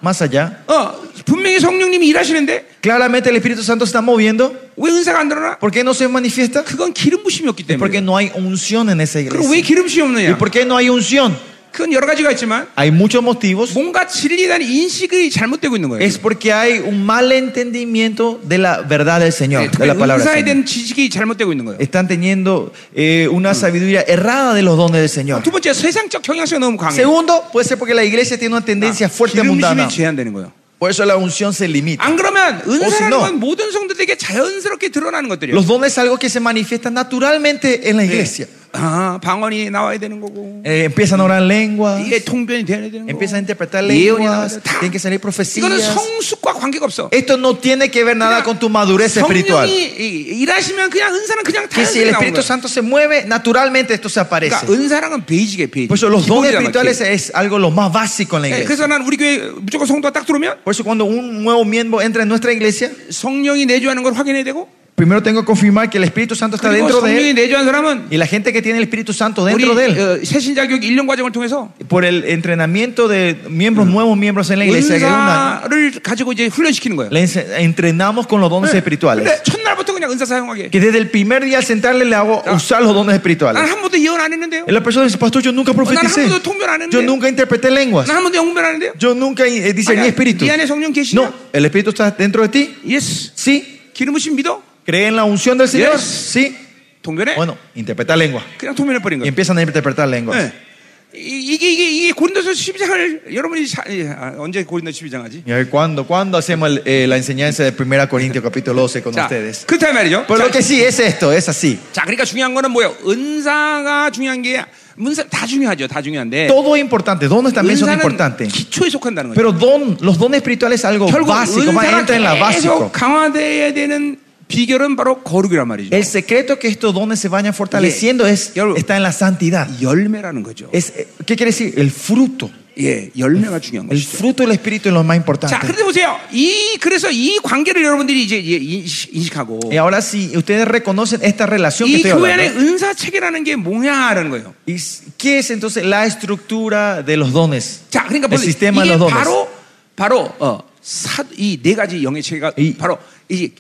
Speaker 2: Más allá,
Speaker 1: 어, 분명히 성령님이 일하시는데
Speaker 2: claramente el Espíritu Santo se está moviendo.
Speaker 1: 왜 은사가 안 드러나?
Speaker 2: ¿Por qué no se manifiesta?
Speaker 1: 그건 기름 부심이 없기
Speaker 2: 네, Porque 네,
Speaker 1: 때문에.
Speaker 2: no hay unción en esa
Speaker 1: 그럼 왜
Speaker 2: iglesia.
Speaker 1: 기름 부심이
Speaker 2: ¿Y
Speaker 1: 없느냐?
Speaker 2: por qué no hay unción?
Speaker 1: 그건 여러 가지가 있지만
Speaker 2: Hay muchos motivos.
Speaker 1: 뭔가 진리에 대한 인식이 잘못되고 있는 거예요.
Speaker 2: Es porque hay un mal entendimiento de la verdad del
Speaker 1: 네,
Speaker 2: Señor, Eh, de
Speaker 1: 특별히
Speaker 2: la palabra
Speaker 1: 은사에
Speaker 2: del Señor.
Speaker 1: 대한 지식이 잘못되고 있는 거예요.
Speaker 2: Están teniendo eh, una sabiduría errada de los dones del Señor.
Speaker 1: 두 번째 예. 세상적 경향성이 너무 강해.
Speaker 2: Segundo, puede ser porque la iglesia tiene una
Speaker 1: Ah,
Speaker 2: tendencia fuerte mundana.
Speaker 1: 기름심이 제한되는 거예요.
Speaker 2: Por eso la unción se limita.
Speaker 1: 안 그러면 은사라는
Speaker 2: no.
Speaker 1: 건 모든 성도들에게 자연스럽게 드러나는 것들이에요.
Speaker 2: Los dones es algo que se manifiesta naturalmente en la iglesia.
Speaker 1: 아, 방언이 나와야 되는 거고.
Speaker 2: Eh, empiezan a orar en lenguas,
Speaker 1: 이게 통변이 돼야 되는 거고.
Speaker 2: empiezan a interpretar
Speaker 1: 예언이 나와야 그러니까
Speaker 2: lenguas,
Speaker 1: 돼. 다.
Speaker 2: tienen que salir
Speaker 1: 이거는
Speaker 2: profecías.
Speaker 1: 성숙과 관계가 없어.
Speaker 2: Esto no tiene que ver nada con tu madurez espiritual.
Speaker 1: 성령이 이- 일하시면 그냥 은사는 그냥
Speaker 2: Que si
Speaker 1: 자연스럽게
Speaker 2: el
Speaker 1: 나오는
Speaker 2: Espíritu
Speaker 1: 거야.
Speaker 2: Santo se mueve, naturalmente esto se aparece.
Speaker 1: 그러니까 은사라는 건 베이직의 베이직.
Speaker 2: Por eso los
Speaker 1: 기본이란
Speaker 2: dones
Speaker 1: 말이야,
Speaker 2: espirituales es algo lo más básico en la
Speaker 1: 기본. 네,
Speaker 2: iglesia.
Speaker 1: 그래서 난 우리 교회 무조건 성도가 딱 들어오면
Speaker 2: Por eso cuando un nuevo miembro entra en nuestra iglesia,
Speaker 1: 성령이 내주하는 걸 확인해야 되고
Speaker 2: primero tengo que confirmar que el Espíritu Santo está
Speaker 1: 그리고
Speaker 2: dentro de
Speaker 1: 성령이
Speaker 2: él
Speaker 1: 내주한 사람은
Speaker 2: y la gente que tiene el Espíritu Santo
Speaker 1: 우리
Speaker 2: dentro de él.
Speaker 1: 어, 새신자 교육 1년 과정을 통해서
Speaker 2: Por el entrenamiento de miembros, nuevos miembros en la iglesia, que es un año,
Speaker 1: 은사를 가지고 이제 훈련시키는 거예요. 네.
Speaker 2: le ense- entrenamos con los
Speaker 1: Eh,
Speaker 2: dones espirituales.
Speaker 1: 근데 첫날부터 그냥 은사 사용하게.
Speaker 2: Que desde el primer día al sentarle le hago
Speaker 1: Ah.
Speaker 2: usar los dones
Speaker 1: 난
Speaker 2: espirituales.
Speaker 1: 한 번도 예언 안 했는데요.
Speaker 2: Y la persona dice, pastor, yo nunca
Speaker 1: Pues,
Speaker 2: profeticé.
Speaker 1: 난 한 번도 통변 안
Speaker 2: Yo
Speaker 1: 했는데요.
Speaker 2: nunca interpreté lenguas.
Speaker 1: 난 한 번도 영변 안 했는데요.
Speaker 2: Yo nunca eh, discerní
Speaker 1: 아니야,
Speaker 2: espíritu.
Speaker 1: 네 안에 성령 계시냐?
Speaker 2: No, el espíritu está dentro de ti.
Speaker 1: 예스.
Speaker 2: Sí.
Speaker 1: 기름 부심 믿어?
Speaker 2: ¿Cree en la unción del Señor?
Speaker 1: Yes.
Speaker 2: Sí.
Speaker 1: 동변해?
Speaker 2: Bueno, interpreta lengua.
Speaker 1: 그냥 통변해 버린
Speaker 2: Y
Speaker 1: 거예요.
Speaker 2: empiezan a interpretar lenguas.
Speaker 1: 네. 이- 이게 이게 이게 고린도서 12장을 여러분이 자- 아, 언제 고린도 12장 하지?
Speaker 2: Y a ver, ¿cuándo, cuándo hacemos el- eh, la enseñanza de 1 Corintios capítulo 12 con
Speaker 1: 자,
Speaker 2: ustedes?
Speaker 1: 그렇다 이 말이죠.
Speaker 2: Pero lo
Speaker 1: 자,
Speaker 2: que sí es esto, es así.
Speaker 1: 자, 그러니까 중요한 거는 뭐예요? 은사가 중요한 게 문사 다 중요하죠. 다 중요한데
Speaker 2: Todo es importante, dones también son
Speaker 1: 은사는
Speaker 2: importantes.
Speaker 1: 기초에 속한다는 거죠.
Speaker 2: Pero don, los dones espirituales es algo
Speaker 1: 결국
Speaker 2: básico, más entra en la
Speaker 1: 은사가 계속
Speaker 2: básico.
Speaker 1: 강화돼야 되는 비결은 바로 거룩이란 말이죠.
Speaker 2: El secreto que estos dones se vayan fortaleciendo es,
Speaker 1: Yo-
Speaker 2: está en la santidad.
Speaker 1: 열매라는 거죠.
Speaker 2: Es, eh, ¿Qué quiere decir? El fruto.
Speaker 1: 예, 열매가 중요한
Speaker 2: El
Speaker 1: 것이죠.
Speaker 2: fruto del Espíritu es lo
Speaker 1: 자,
Speaker 2: más importante.
Speaker 1: 그런데 보세요. 이 그래서 이 관계를 여러분들이 이제 이제 인식- 인식하고
Speaker 2: Y ahora si ustedes reconocen esta relación que
Speaker 1: 이
Speaker 2: estoy
Speaker 1: 교회 안에
Speaker 2: hablando,
Speaker 1: 은사 체계라는 게 뭐냐라는 거예요.
Speaker 2: ¿y ¿qué es entonces la estructura de los dones?
Speaker 1: 자, 그러니까
Speaker 2: El
Speaker 1: 보세요.
Speaker 2: sistema de
Speaker 1: 이게
Speaker 2: los dones.
Speaker 1: 바로 바로 어, 이네 가지 영의 체계가
Speaker 2: 이-
Speaker 1: 바로 이,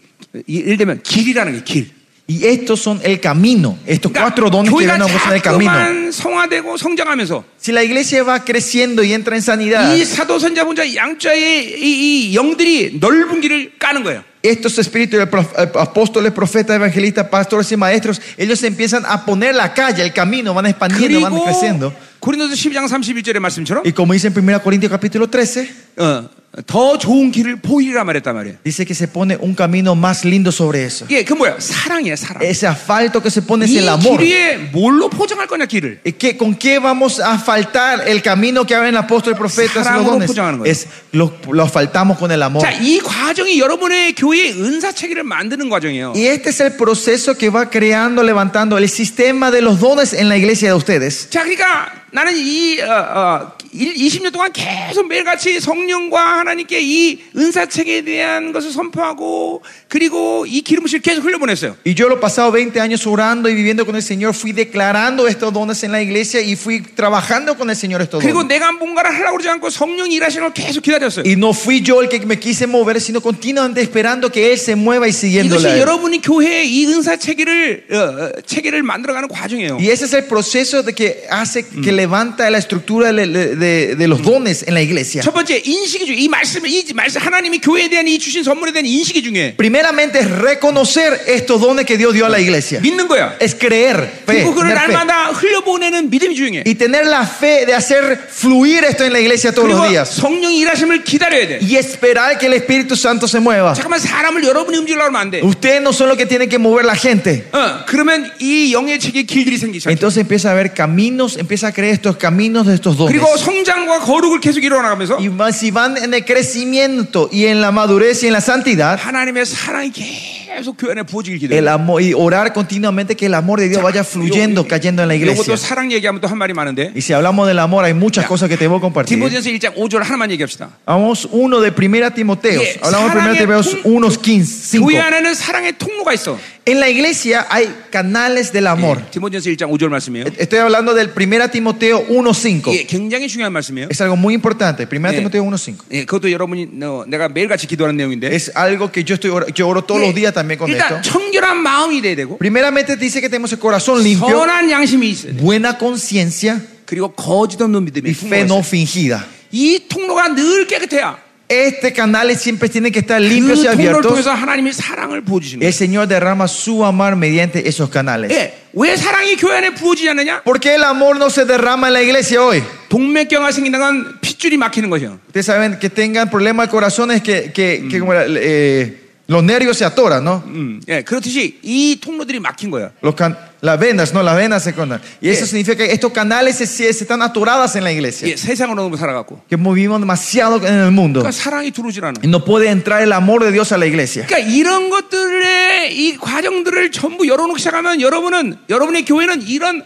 Speaker 1: 이 예를 들면 길이라는 게 길.
Speaker 2: Y estos son el camino, estos cuatro dones que
Speaker 1: 교회가
Speaker 2: van a en
Speaker 1: 그러니까
Speaker 2: el camino.
Speaker 1: 자꾸만 성화되고 성장하면서
Speaker 2: Si la iglesia va creciendo y entra en sanidad,
Speaker 1: 이 사도 선자 분자 양자의 이, 이 영들이 넓은 길을 까는 거예요.
Speaker 2: estos espíritus de prof- eh, apóstoles, profetas, evangelistas, pastores y maestros, ellos empiezan a poner la calle, el camino, van expandiendo, van
Speaker 1: 그리고
Speaker 2: creciendo.
Speaker 1: 고린도서 12장 31절의 말씀처럼
Speaker 2: Y como dice en 1 Corintios capítulo 13,
Speaker 1: 어, 더 좋은 길을 보이라 말했단 말이에요.
Speaker 2: dice que se pone un camino más lindo sobre eso.
Speaker 1: 이게 그 뭐야? 사랑이야, 사랑.
Speaker 2: Ese asfalto que se pone es
Speaker 1: 이
Speaker 2: el amor.
Speaker 1: 길 위에 뭘로 포장할 거냐 길을?
Speaker 2: ¿Y qué- ¿Con qué vamos a faltar el camino que abren el apóstol, profetas y los
Speaker 1: 사랑으로
Speaker 2: dones?
Speaker 1: 포장하는 거예요.
Speaker 2: Es, lo, lo asfaltamos con el amor.
Speaker 1: 자, 이 과정이 여러분의 교회의 은사 체계를 만드는 과정이에요.
Speaker 2: Y este es el proceso que va creando, levantando el sistema de los dones en la iglesia de ustedes.
Speaker 1: 자, 그러니까 나는 이 어, 어, 일- 20년 동안 계속 매일같이 성령과 하나님께 이 은사책에 대한 것을 선포하고 그리고 이 기름을 계속 흘려보냈어요.
Speaker 2: Y yo los pasados 20 años orando y viviendo con el Señor, fui declarando estos dones en la iglesia y fui trabajando con el Señor estos
Speaker 1: 그리고
Speaker 2: dones.
Speaker 1: 내가 뭔가를 하려고 그러지 않고 성령이 일하시는 걸 계속 기다렸어요.
Speaker 2: Y no fui yo el que me quise mover, sino continuamente esperando que Él se mueva y
Speaker 1: 이것이
Speaker 2: siguiéndole. a Él.
Speaker 1: 여러분이 교회의 이 은사 체계를 어, 어, 체계를 만들어가는 과정이에요.
Speaker 2: Y ese es el proceso de que hace que levanta la estructura de, de- de los dones en la iglesia.
Speaker 1: 첫 번째 인식이 중요. 이 말씀, 이 말씀 하나님이 교회에 대한 이 주신 선물에 대한 인식이 중요해.
Speaker 2: Primeramente es reconocer estos dones que Dios dio a la iglesia.
Speaker 1: 믿는 거야.
Speaker 2: Es creer, fe,
Speaker 1: 그리고 그걸
Speaker 2: tener fe.
Speaker 1: 날마다 흘려보내는 네, 믿음이 중요해.
Speaker 2: y tener la fe de hacer fluir esto en la iglesia todos los
Speaker 1: 그리고
Speaker 2: días
Speaker 1: 성령이 일하심을 기다려야 돼.
Speaker 2: y esperar que el Espíritu Santo se mueva.
Speaker 1: 잠깐만 사람을 여러분이 움직이려고 하면 안 돼.
Speaker 2: Ustedes no son los que tienen que mover la gente.
Speaker 1: 어, 그러면 이 영의 책에 길들이 생기기 시작해.
Speaker 2: Entonces empieza a ver caminos, empieza a creer estos caminos de estos dones.
Speaker 1: 그리고 성장과 거룩을 계속 이뤄나가면서
Speaker 2: Y más si van en el crecimiento y en la madurez y en la santidad,
Speaker 1: 하나님의 사랑이 계속 교회 안에 부어지길 기도해.
Speaker 2: el amor y orar continuamente que el amor de Dios vaya fluyendo, cayendo en la
Speaker 1: 이것도
Speaker 2: iglesia.
Speaker 1: 사랑 얘기하면 또 한 말이 네. 많은데.
Speaker 2: Y si hablamos del amor, hay muchas cosas que te voy a compartir.
Speaker 1: 디모데전서 1장 5절 하나만 얘기합시다.
Speaker 2: Vamos uno de primera Timoteo.
Speaker 1: Yeah,
Speaker 2: Hablamos de primera
Speaker 1: 사랑의
Speaker 2: Timoteo 1, 15. cinco.
Speaker 1: 교회 안에는 사랑의 통로가 있어.
Speaker 2: En la iglesia hay canales del amor.
Speaker 1: 예, 디모데전서 1장 5절 말씀이에요.
Speaker 2: Estoy hablando del 1 Timoteo 1.5.
Speaker 1: 예, 굉장히 중요한 말씀이에요.
Speaker 2: Es algo muy importante. 1
Speaker 1: 예.
Speaker 2: Timoteo 1.5.
Speaker 1: 예, 그것도 여러분이 어, 내가 매일같이 기도하는 내용인데.
Speaker 2: Es algo que yo, estoy, or- yo oro todos
Speaker 1: 예,
Speaker 2: los días también con
Speaker 1: 일단
Speaker 2: esto.
Speaker 1: 청결한 마음이 돼야 되고
Speaker 2: Primeramente dice que tenemos el corazón limpio,
Speaker 1: 선한 양심이 있어야 돼.
Speaker 2: buena conciencia
Speaker 1: 그리고 거짓 없는 믿음이
Speaker 2: y fe no fingida.
Speaker 1: 이 통로가 늘 깨끗해야
Speaker 2: Este canal siempre tiene que estar
Speaker 1: 그
Speaker 2: limpios y
Speaker 1: 통로를
Speaker 2: abiertos.
Speaker 1: 통해서 하나님이 사랑을 보여주시는
Speaker 2: El
Speaker 1: 거예요.
Speaker 2: Señor derrama su amor mediante esos canales.
Speaker 1: 예, 왜 사랑이 교회 안에 부어지지 않느냐?
Speaker 2: ¿Por qué el amor no se derrama en la iglesia hoy?
Speaker 1: 동맥경화 생긴다는 건 핏줄이 막히는 것이에요.
Speaker 2: Ustedes saben que tengan problemas de corazón es que, que, que como era, eh, los nervios se atoran, ¿no?
Speaker 1: 음, 예, 그렇듯이 이 통로들이 막힌 거예요.
Speaker 2: Los can- las venas, no, las venas se conectan. Y eso
Speaker 1: Sí.
Speaker 2: significa que estos canales se, se están atoradas en la iglesia.
Speaker 1: 예, 세상으로 너무 살아갔고.
Speaker 2: Que movimos demasiado en el mundo.
Speaker 1: 그러니까 사랑이 들어오질 않아.
Speaker 2: Y no puede entrar el amor de Dios a la iglesia.
Speaker 1: 그러니까 이런 것들의 이 과정들을 전부 열어놓기 시작하면 여러분은 여러분의 교회는 이런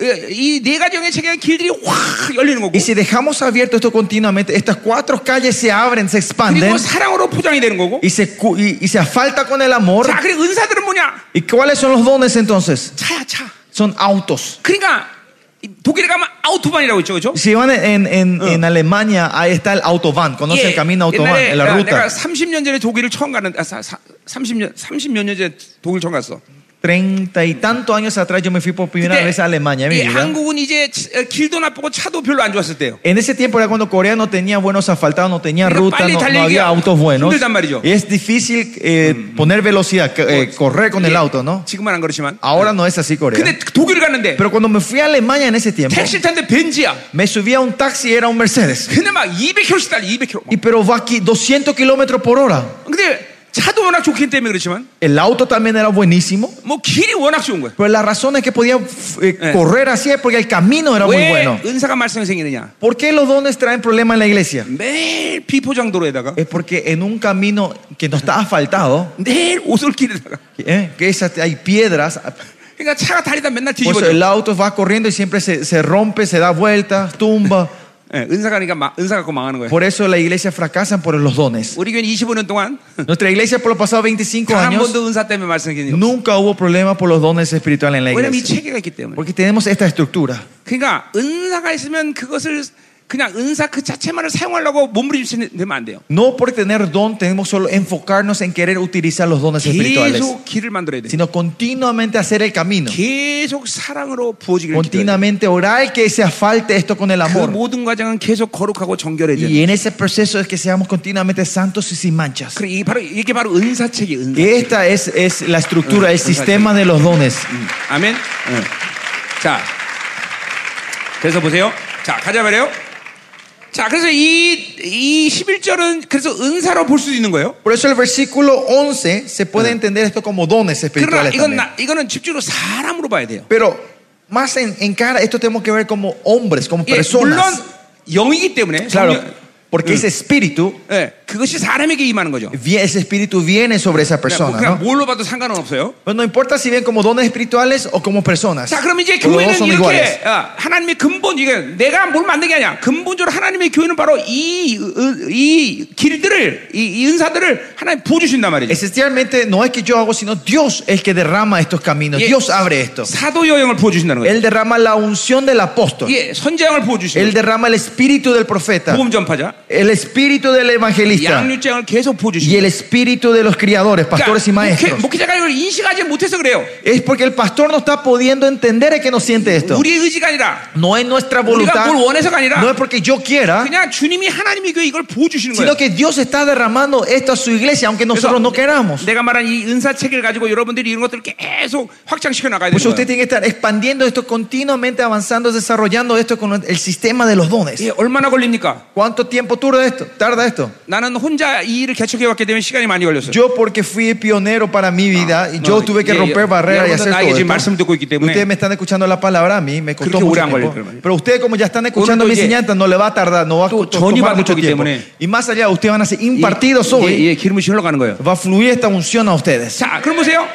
Speaker 1: 이 네 가정의 체계가 길들이 확 열리는 거고
Speaker 2: Y si dejamos abierto esto continuamente, estas cuatro calles se abren, se expanden
Speaker 1: 그리고 사랑으로 포장이 되는 거고
Speaker 2: y se, cu- y, y se asfalta con el amor.
Speaker 1: 자 그리고 은사들은 뭐냐
Speaker 2: ¿Y cuáles son los dones entonces?
Speaker 1: 차야 차
Speaker 2: Son autos.
Speaker 1: 그러니까 이 독일에 가면 아우토반이라고 있죠 그죠
Speaker 2: Si van en, en, en Alemania, ahí está el autobahn. Conoce el camino autobahn,
Speaker 1: 예. 옛날에
Speaker 2: en la
Speaker 1: 나-
Speaker 2: ruta.
Speaker 1: 내가 30년 전에 독일을 처음 가는 아, 사, 사, 30년 30몇 년 전에 독일 처음 갔어
Speaker 2: Treinta y tantos años atrás yo me fui por primera vez a Alemania. en mi
Speaker 1: 이
Speaker 2: vida.
Speaker 1: 한국은 이제 치- 어, 길도 나쁘고 차도 별로 안 좋았을 때요
Speaker 2: En ese tiempo era cuando Corea no tenía buenos asfaltados, no tenía
Speaker 1: Pero
Speaker 2: ruta,
Speaker 1: 빨리
Speaker 2: no, no
Speaker 1: 달리기가
Speaker 2: había autos buenos.
Speaker 1: 힘들단 말이죠.
Speaker 2: Y es difícil eh, poner velocidad,
Speaker 1: 예,
Speaker 2: que- eh, correr con el auto, ¿no?
Speaker 1: 지금은 안 아, 그렇지만
Speaker 2: Ahora no es así Corea.
Speaker 1: 근데 독일 가는데
Speaker 2: Pero cuando me fui a Alemania en ese tiempo,
Speaker 1: 택시 탄데 벤지야.
Speaker 2: me subí a un taxi, era un Mercedes.
Speaker 1: 근데 막 200km씩 달려 200km.
Speaker 2: Y pero va aquí 200 kilómetros por hora.
Speaker 1: 근데 차도 워낙 좋기 때문에 그렇지만
Speaker 2: El auto también era buenísimo.
Speaker 1: 뭐 길이 워낙 좋은 거야.
Speaker 2: Pero la razón es que podía eh,
Speaker 1: Eh.
Speaker 2: correr así es porque el camino era muy
Speaker 1: 왜
Speaker 2: bueno.
Speaker 1: 은사가 말씀이 생기느냐?
Speaker 2: ¿Por qué los dones traen problemas en la iglesia?
Speaker 1: 매일 비포장도로에다가
Speaker 2: Es porque en un camino que no está asfaltado,
Speaker 1: 매일 오솔길에다가
Speaker 2: eh, que esas- hay piedras,
Speaker 1: 그러니까 차가 달리다 맨날
Speaker 2: Por eso el
Speaker 1: 뒤집어져.
Speaker 2: auto va corriendo y siempre se, se rompe, se da vueltas, tumba.
Speaker 1: 예, 은사가니까 마- 은사 갖고 망하는 거야.
Speaker 2: Por eso la iglesia fracasa por los dones.
Speaker 1: 우리 교회 25년 동안
Speaker 2: Nuestra iglesia por los pasados 25
Speaker 1: 단 한
Speaker 2: años
Speaker 1: 번도 은사 때문에 말씀 생기는 거.
Speaker 2: nunca hubo problema por los dones espirituales en la
Speaker 1: 왜냐면 이
Speaker 2: iglesia.
Speaker 1: 체계가 있기 때문에.
Speaker 2: Porque tenemos esta estructura.
Speaker 1: 그러니까 은사가 있으면 그것을 그냥 은사 그 자체만을 사용하려고 몸부림치면 안 돼요.
Speaker 2: No por tener don tenemos solo enfocarnos en querer utilizar los dones espirituales,
Speaker 1: 계속 길을 만들어야 돼.
Speaker 2: sino continuamente hacer el camino.
Speaker 1: 계속 사랑으로 부어지기를 기도해요.
Speaker 2: Continuamente orar que se afalte esto con el
Speaker 1: 그
Speaker 2: amor.
Speaker 1: 모든 과정은 계속 거룩하고 정결해져요.
Speaker 2: Y en ese proceso es que seamos continuamente santos y sin manchas.
Speaker 1: 그래, 이게 바로 이게 바로 은사책이 은사.
Speaker 2: Y esta es, es la estructura, el
Speaker 1: Exacto.
Speaker 2: sistema de los dones.
Speaker 1: 아멘. 응. 자, 그래서 보세요. 자, 가자 말이에요. 자, 그래서 이이 11절은 그래서 은사로 볼 수도 있는 거예요.
Speaker 2: Por eso el versículo 11 se puede entender esto como dones
Speaker 1: 그러나
Speaker 2: espirituales.
Speaker 1: 이건
Speaker 2: también.
Speaker 1: 나, 이거는 집중으로 사람으로 봐야 돼요.
Speaker 2: Pero más en, en cara, esto tenemos que ver como
Speaker 1: Eh,
Speaker 2: hombres, como
Speaker 1: 예, 물론
Speaker 2: personas.
Speaker 1: 영이기 때문에.
Speaker 2: Claro,
Speaker 1: 성령-
Speaker 2: porque ese espíritu
Speaker 1: 예, 그것이 사람에게 임하는 거죠.
Speaker 2: vie- ese espíritu viene sobre
Speaker 1: 그냥,
Speaker 2: esa
Speaker 1: 뭐
Speaker 2: persona.
Speaker 1: 그냥
Speaker 2: ¿no?
Speaker 1: 뭘로 봐도 상관은 없어요.
Speaker 2: Pues no importa si ven como dones espirituales o como personas.
Speaker 1: 자, 그럼 이제
Speaker 2: Los dos
Speaker 1: 교회는
Speaker 2: son
Speaker 1: 이렇게
Speaker 2: iguales.
Speaker 1: 어, 하나님의 근본 이게 내가 뭘 만든 게 아니야. 근본적으로 하나님의 교회는 바로 이, 이, 이 길들을 이, 이 은사들을 하나님 부어주신단 말이죠.
Speaker 2: Esencialmente no es que yo hago, sino Dios es que derrama estos caminos.
Speaker 1: Y-
Speaker 2: Dios abre esto.
Speaker 1: 사도 여행을 부어주신다는 거예요.
Speaker 2: Él derrama la unción del apóstol.
Speaker 1: 예, 선재양을 부어주시고
Speaker 2: Él derrama el espíritu del profeta,
Speaker 1: 보험 전파자,
Speaker 2: el espíritu del evangelista
Speaker 1: 양육장을 계속
Speaker 2: y
Speaker 1: 부어주시고
Speaker 2: el espíritu de los criadores, pastores y
Speaker 1: 목회,
Speaker 2: maestros.
Speaker 1: 목회자가 이걸 인식하지 못해서 그래요.
Speaker 2: Es porque el pastor no está pudiendo entender es que no siente esto.
Speaker 1: 우리의 의지가 아니라
Speaker 2: No es nuestra
Speaker 1: 우리가
Speaker 2: voluntad,
Speaker 1: 뭘 원해서가 아니라
Speaker 2: no es porque yo quiera,
Speaker 1: 그냥 주님이 하나님의 교회 이걸 보여주시는 거예요.
Speaker 2: sino que Dios está derramando esto a su iglesia, aunque nosotros no queramos.
Speaker 1: 내가 말한 이 은사 체계를 가지고 여러분들이 이런 것들을 계속 확장시켜 나가야
Speaker 2: Por
Speaker 1: 되는
Speaker 2: eso usted
Speaker 1: 거예요.
Speaker 2: tiene que estar expandiendo esto continuamente, avanzando, desarrollando esto con el sistema de los
Speaker 1: 예,
Speaker 2: dones.
Speaker 1: 얼마나 걸립니까?
Speaker 2: ¿Cuánto tiempo tarda esto? Tarda esto.
Speaker 1: 나는 혼자 이 일을 개척해 왔기 때문에 시간이 많이 걸렸어요. 어,
Speaker 2: Yo porque fui pionero para mi vida y yo
Speaker 1: no,
Speaker 2: tuve que
Speaker 1: y- y-
Speaker 2: romper
Speaker 1: y
Speaker 2: barreras y
Speaker 1: algunos
Speaker 2: hacer
Speaker 1: nadie
Speaker 2: todo
Speaker 1: 예. 지금 말씀 듣고
Speaker 2: esto.
Speaker 1: 있기 때문에
Speaker 2: Ustedes me están escuchando la palabra a mí, me
Speaker 1: 그렇게 오래
Speaker 2: costó mucho
Speaker 1: 안
Speaker 2: tiempo.
Speaker 1: 걸릴 거란 말이에요.
Speaker 2: Pero ustedes como ya están escuchando
Speaker 1: 오늘도
Speaker 2: mis
Speaker 1: 이제
Speaker 2: enseñanzas, no le va a tardar, no va a
Speaker 1: 또
Speaker 2: to-
Speaker 1: 전이
Speaker 2: tomar mucho
Speaker 1: 받을 거기
Speaker 2: tiempo.
Speaker 1: 때문에.
Speaker 2: Y más allá, ustedes van a ser
Speaker 1: 이-
Speaker 2: impartidos
Speaker 1: 예,
Speaker 2: hoy.
Speaker 1: 예, 기름이 흘러가는 거예요.
Speaker 2: Va a fluir esta unción a ustedes.
Speaker 1: 자, 그럼 보세요.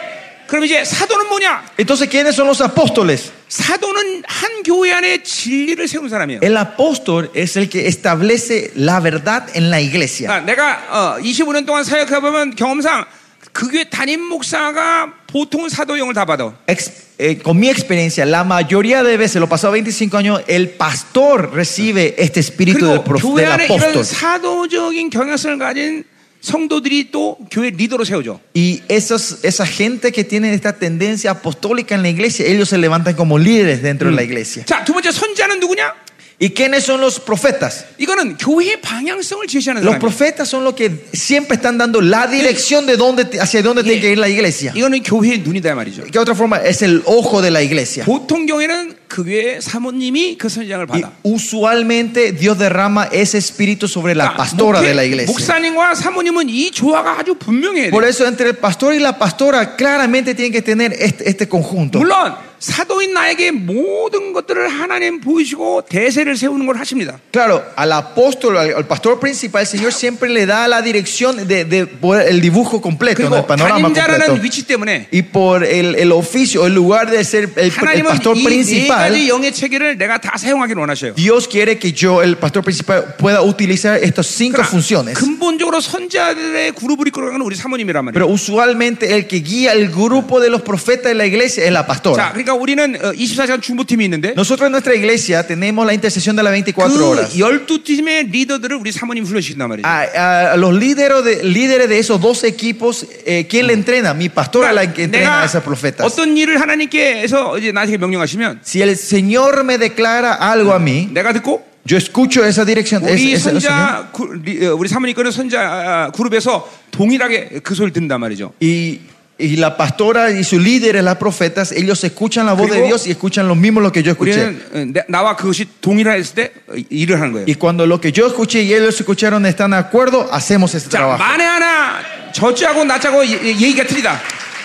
Speaker 1: 그럼 이제 사도는 뭐냐?
Speaker 2: Entonces, ¿quiénes son los apóstoles?
Speaker 1: 사도는 한 교회 안에 진리를 세운 사람이에요.
Speaker 2: El apóstol es el que establece la verdad en la iglesia.
Speaker 1: 아, 내가 어, 25년 동안 사역해 보면 경험상 그 교회 담임 목사가 보통 사도형을 다 받아.
Speaker 2: Ex- eh, con mi experiencia, la mayoría de veces, lo pasó 25 años, el pastor recibe este espíritu del,
Speaker 1: 그리고
Speaker 2: prof-
Speaker 1: 교회
Speaker 2: del
Speaker 1: 안에 이런
Speaker 2: apóstol.
Speaker 1: 사도적인 경향성을 가진 성도들이 또 교회 리더로 세우죠.
Speaker 2: Y esos, esa gente que tiene esta tendencia apostólica en la iglesia, ellos se levantan como líderes dentro de la iglesia.
Speaker 1: 자, 두 번째 선자는 누구냐?
Speaker 2: ¿Y quiénes son los profetas?
Speaker 1: 이거는 교회 방향성을 제시하는
Speaker 2: Los
Speaker 1: 사람.
Speaker 2: profetas son los que siempre están dando la dirección de dónde, hacia dónde tiene que ir la iglesia.
Speaker 1: 이거는 교회의 눈이다 말이죠.
Speaker 2: ¿Qué otra forma? Es el ojo de la iglesia.
Speaker 1: 보통 경우에는 그 교회 사모님이 그 선장을
Speaker 2: Y
Speaker 1: 받아.
Speaker 2: usualmente Dios derrama ese espíritu sobre la
Speaker 1: 그러니까
Speaker 2: pastora
Speaker 1: 목회-
Speaker 2: de la iglesia.
Speaker 1: 목사님과 사모님은 이 조화가 아주 분명해야
Speaker 2: Por
Speaker 1: 돼.
Speaker 2: eso entre el pastor y la pastora claramente tienen que tener este, este conjunto.
Speaker 1: 물론 사도인 나에게 모든 것들을 하나님 보이시고 대세를 세우는 걸 하십니다.
Speaker 2: Claro, al apóstol, al, al pastor principal, el Señor siempre le da la dirección de, de por el dibujo completo, ¿no? el
Speaker 1: 그리고
Speaker 2: panorama completo.
Speaker 1: 담임자라는 위치 때문에
Speaker 2: Y por el, el oficio, el lugar de ser el, el
Speaker 1: 하나님은
Speaker 2: pastor
Speaker 1: 이 네 가지
Speaker 2: principal,
Speaker 1: 영의 체계를 내가 다 사용하기를 원하셔요.
Speaker 2: Dios quiere que yo, el pastor principal, pueda utilizar estas cinco
Speaker 1: 그러나
Speaker 2: funciones.
Speaker 1: 근본적으로 선자들의 그룹을 이끌어가는 우리 사모님이란 말이에요.
Speaker 2: Pero usualmente el que guía el grupo de los profetas de la iglesia es la
Speaker 1: 자,
Speaker 2: pastora.
Speaker 1: 그러니까 우리는 24시간 중보팀이 있는데
Speaker 2: Nosotros en nuestra iglesia tenemos la intercesión de las 24
Speaker 1: 그
Speaker 2: horas.
Speaker 1: 12팀의 리더들을 우리 사모님 훈련시킨단 말이에요.
Speaker 2: A, a- a Ah, los líderes de, líderes de esos dos equipos, eh, ¿quién le entrena? Mi pastora es la que
Speaker 1: 그러니까
Speaker 2: entrena a
Speaker 1: 내가
Speaker 2: esas profetas.
Speaker 1: 어떤 일을 하나님께서 이제 나에게 명령하시면
Speaker 2: Si el Señor me declara algo a mí,
Speaker 1: 내가 듣고
Speaker 2: yo escucho esa dirección. es-
Speaker 1: 우리
Speaker 2: ese- ese Señor.
Speaker 1: 선자 구- 리- 어, 우리 사모님 거는 선자 아, 그룹에서 동일하게 그 소리를 듣는단 말이죠.
Speaker 2: y, y la pastora y sus líderes, las profetas, ellos escuchan la voz de
Speaker 1: 그리고
Speaker 2: Dios y escuchan lo mismo lo que yo escuché.
Speaker 1: 우리는 어, 내- 나와 그것이 동일했을 때 어, 일을 하는 거예요.
Speaker 2: Y cuando lo que yo escuché y ellos escucharon están de acuerdo, hacemos ese
Speaker 1: 자,
Speaker 2: trabajo.
Speaker 1: 만에 하나 저쪽하고 나쪽하고 예- 예- 얘기가 틀리다.